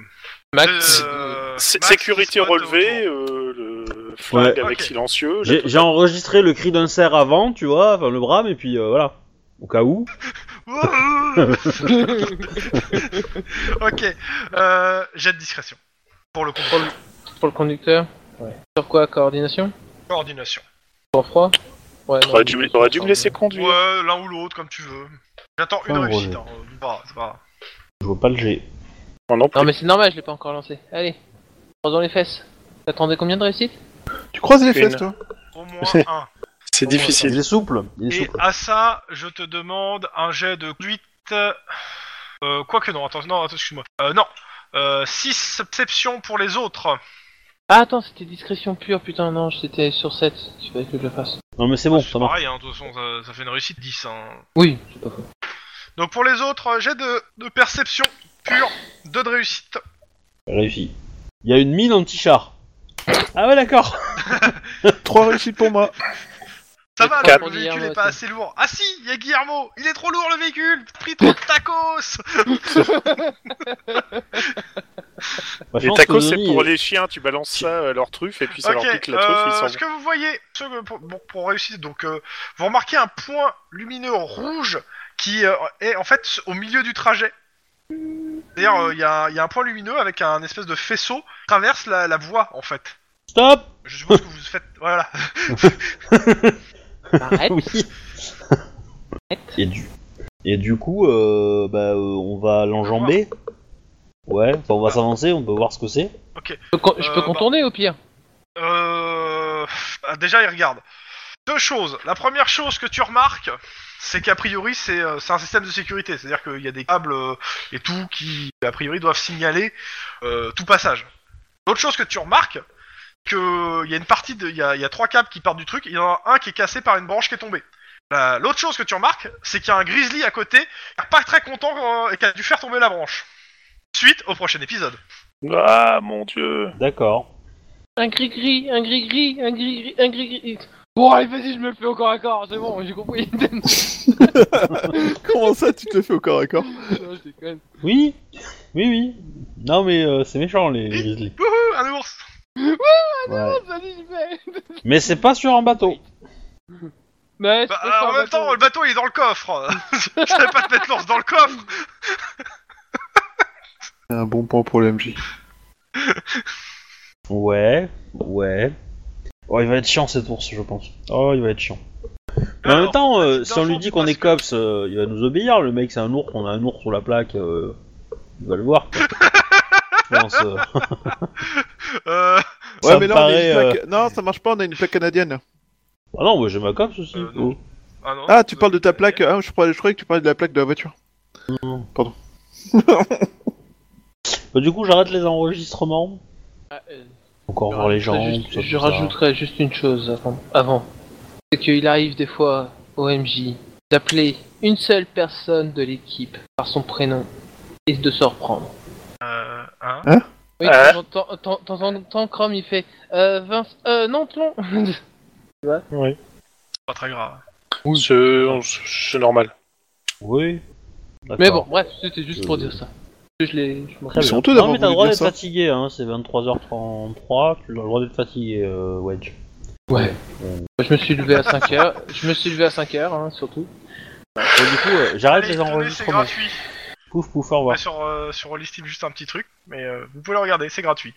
[SPEAKER 6] Max,
[SPEAKER 3] euh,
[SPEAKER 1] Sé-
[SPEAKER 3] Max qui
[SPEAKER 1] sécurité
[SPEAKER 3] se pointe
[SPEAKER 1] relevée, euh, le flag
[SPEAKER 2] Ouais.
[SPEAKER 1] avec
[SPEAKER 3] Ok.
[SPEAKER 1] silencieux.
[SPEAKER 2] J'ai j'ai enregistré le cri d'un cerf avant, tu vois, enfin le brame et puis euh, voilà, au cas où.
[SPEAKER 3] autour. ok, euh, jet de discrétion pour le contrôle
[SPEAKER 4] Euh, Pour le conducteur Sur quoi Coordination
[SPEAKER 3] coordination.
[SPEAKER 4] Sans froid Ouais, non,
[SPEAKER 1] T'aurais dû, t'aurais dû me laisser conduire.
[SPEAKER 3] Ouais, l'un ou l'autre comme tu veux. J'attends une
[SPEAKER 2] Oh,
[SPEAKER 3] réussite.
[SPEAKER 2] Roger.
[SPEAKER 3] Hein. euh, bah, c'est pas
[SPEAKER 2] Je vois pas le G.
[SPEAKER 1] Oh Non, non,
[SPEAKER 4] Non mais c'est normal, je l'ai pas encore lancé. Allez, prends dans les fesses. T'attendais combien de réussite
[SPEAKER 5] Tu croises les
[SPEAKER 1] Une.
[SPEAKER 5] fesses, toi
[SPEAKER 3] au moins un.
[SPEAKER 1] c'est
[SPEAKER 2] Il
[SPEAKER 1] difficile.
[SPEAKER 2] est souple, il est
[SPEAKER 3] Et
[SPEAKER 2] souple.
[SPEAKER 3] à ça, je te demande un jet de 8. Euh, Quoique, non, attends, non, attends, excuse-moi. Euh, non, euh, 6 exceptions pour les autres.
[SPEAKER 4] Ah attends, c'était discrétion pure, putain non, c'était sur 7. Tu fallait que je le fasse.
[SPEAKER 2] Non mais c'est
[SPEAKER 1] Ah,
[SPEAKER 2] bon,
[SPEAKER 3] c'est
[SPEAKER 2] ça marche.
[SPEAKER 3] pareil, hein, de toute façon, ça, ça fait une réussite 10. hein.
[SPEAKER 4] Oui, c'est pas faux.
[SPEAKER 3] Donc pour les autres, euh, jet de, de perception pure, 2 de réussite.
[SPEAKER 2] Réussi. Il y a une mine anti-char. Ah ouais d'accord.
[SPEAKER 5] Trois réussites pour moi.
[SPEAKER 3] Ça va,
[SPEAKER 1] Quatre.
[SPEAKER 3] le
[SPEAKER 4] Pour
[SPEAKER 3] véhicule
[SPEAKER 4] Guillermo,
[SPEAKER 3] est pas
[SPEAKER 4] attends.
[SPEAKER 3] assez lourd. Ah si, il y a Guillermo, il est trop lourd le véhicule, pris trop de tacos.
[SPEAKER 2] Bah, je
[SPEAKER 1] Les
[SPEAKER 2] pense
[SPEAKER 1] tacos,
[SPEAKER 2] que
[SPEAKER 1] c'est
[SPEAKER 2] Denis
[SPEAKER 1] pour
[SPEAKER 2] est-
[SPEAKER 1] les chiens, tu balances ça à leur truffe et puis ça
[SPEAKER 3] ok,
[SPEAKER 1] leur pique la
[SPEAKER 3] euh,
[SPEAKER 1] truffe, ils
[SPEAKER 3] ce
[SPEAKER 1] s'en
[SPEAKER 3] que vous voyez, ce que- pour, bon, pour réussir, donc euh, vous remarquez un point lumineux rouge qui euh, est en fait au milieu du trajet. C'est-à-dire, euh, il y, a- il y a un point lumineux avec un espèce de faisceau qui traverse la, la voie en fait.
[SPEAKER 2] Stop.
[SPEAKER 3] Je suppose que vous faites. Voilà.
[SPEAKER 4] Arrête,
[SPEAKER 2] oui. Et du, et du coup, euh, bah, euh, on va l'enjamber. Ouais, enfin, on va s'avancer, on peut voir ce que c'est.
[SPEAKER 4] je peux, con- je
[SPEAKER 3] Euh,
[SPEAKER 4] peux
[SPEAKER 3] bah.
[SPEAKER 4] contourner au pire.
[SPEAKER 3] Euh... ah, Déjà, il regarde. Deux choses. La première chose que tu remarques, c'est qu'a priori, c'est euh, c'est un système de sécurité. C'est-à-dire qu'il y a des câbles euh, et tout qui, a priori, doivent signaler euh, tout passage. L'autre chose que tu remarques, que il y a une partie de, il y a, il y a trois câbles qui partent du truc, il y en a un qui est cassé par une branche qui est tombée. La- L'autre chose que tu remarques, c'est qu'il y a un grizzly à côté, qui est pas très content euh, et qui a dû faire tomber la branche. Suite au prochain épisode.
[SPEAKER 1] vont. Ah mon dieu
[SPEAKER 2] D'accord.
[SPEAKER 4] Un gris-gris, un gris-gris, un gris-gris, un gris-gris. Bon allez vas-y, je me le fais au corps à corps, c'est bon, j'ai compris. non,
[SPEAKER 5] Comment ça, tu te le fais au corps à corps
[SPEAKER 4] je déconne.
[SPEAKER 2] Oui, oui, oui. Non, mais euh, c'est méchant, les grizzlies.
[SPEAKER 3] Wouhou, un ours.
[SPEAKER 2] Ouais.
[SPEAKER 4] Vas-y, j'y vais.
[SPEAKER 2] Mais c'est pas sur un bateau.
[SPEAKER 4] Mais
[SPEAKER 3] Bah,
[SPEAKER 4] c'est pas
[SPEAKER 3] euh, en
[SPEAKER 4] un
[SPEAKER 3] même
[SPEAKER 4] bateau.
[SPEAKER 3] temps, le bateau il est dans le coffre. Je savais pas te mettre l'ours dans le coffre.
[SPEAKER 5] Un bon point pour le MJ.
[SPEAKER 2] Ouais, ouais. Oh, il va être chiant cet ours, je pense. Oh, il va être chiant. Mais en
[SPEAKER 3] Alors,
[SPEAKER 2] même temps, euh,
[SPEAKER 3] petite
[SPEAKER 2] si on lui
[SPEAKER 3] info
[SPEAKER 2] dit
[SPEAKER 3] qui
[SPEAKER 2] qu'on est
[SPEAKER 3] passe-
[SPEAKER 2] cops, euh, il va nous obéir. Le mec, c'est un ours, on a un ours sur la plaque. euh, il va le voir. quoi. Je pense, euh,
[SPEAKER 3] Euh,
[SPEAKER 2] Ça
[SPEAKER 5] ouais,
[SPEAKER 2] me
[SPEAKER 5] mais là,
[SPEAKER 2] paraît, euh,
[SPEAKER 5] on a une plaque. Non, ça marche pas, on a une plaque canadienne.
[SPEAKER 2] Ah non, moi j'ai ma cops aussi.
[SPEAKER 3] euh, non. Ah, non,
[SPEAKER 5] Ah, tu
[SPEAKER 3] euh,
[SPEAKER 5] parles de ta plaque. Ah, je croyais, je croyais que tu parlais de la plaque de la voiture. Pardon.
[SPEAKER 2] Bah, du coup, j'arrête les enregistrements.
[SPEAKER 4] Ah, euh,
[SPEAKER 2] Encore
[SPEAKER 4] Je
[SPEAKER 2] voir les gens.
[SPEAKER 4] rajouterai juste-
[SPEAKER 2] tout ça,
[SPEAKER 4] je
[SPEAKER 2] tout ça.
[SPEAKER 4] rajouterai juste une chose avant. avant. C'est qu'il arrive des fois au MJ d'appeler une seule personne de l'équipe par son prénom et de se reprendre.
[SPEAKER 3] Euh, hein
[SPEAKER 4] Oui, de
[SPEAKER 1] Ah.
[SPEAKER 4] temps en temps- de temps en temps, Chrome il fait euh, Vince, euh, non, Tlon
[SPEAKER 3] Pas très grave.
[SPEAKER 1] C'est c'est normal.
[SPEAKER 2] Oui. D'accord.
[SPEAKER 4] Mais bon, bref, c'était juste pour
[SPEAKER 2] Euh.
[SPEAKER 4] dire ça. Je l'ai. je m'en
[SPEAKER 2] Très
[SPEAKER 5] Ils
[SPEAKER 2] bien.
[SPEAKER 5] sont honteux
[SPEAKER 2] Non,
[SPEAKER 5] d'avoir
[SPEAKER 2] mais t'as le
[SPEAKER 5] voulu
[SPEAKER 2] droit
[SPEAKER 5] dire
[SPEAKER 2] d'être
[SPEAKER 5] ça.
[SPEAKER 2] fatigué, hein. c'est 23h33, tu as le droit d'être fatigué, euh, Wedge.
[SPEAKER 4] Ouais. Je me suis levé à 5h, je me suis levé à 5h, hein, surtout.
[SPEAKER 2] Et du coup, euh, j'arrête
[SPEAKER 3] Allez,
[SPEAKER 2] les
[SPEAKER 3] tenez, c'est
[SPEAKER 2] enregistrements.
[SPEAKER 3] gratuit.
[SPEAKER 2] Pouf, pouf, au revoir.
[SPEAKER 3] Ouais, sur euh, sur Rollistim, juste un petit truc, mais euh, vous pouvez le regarder, c'est gratuit.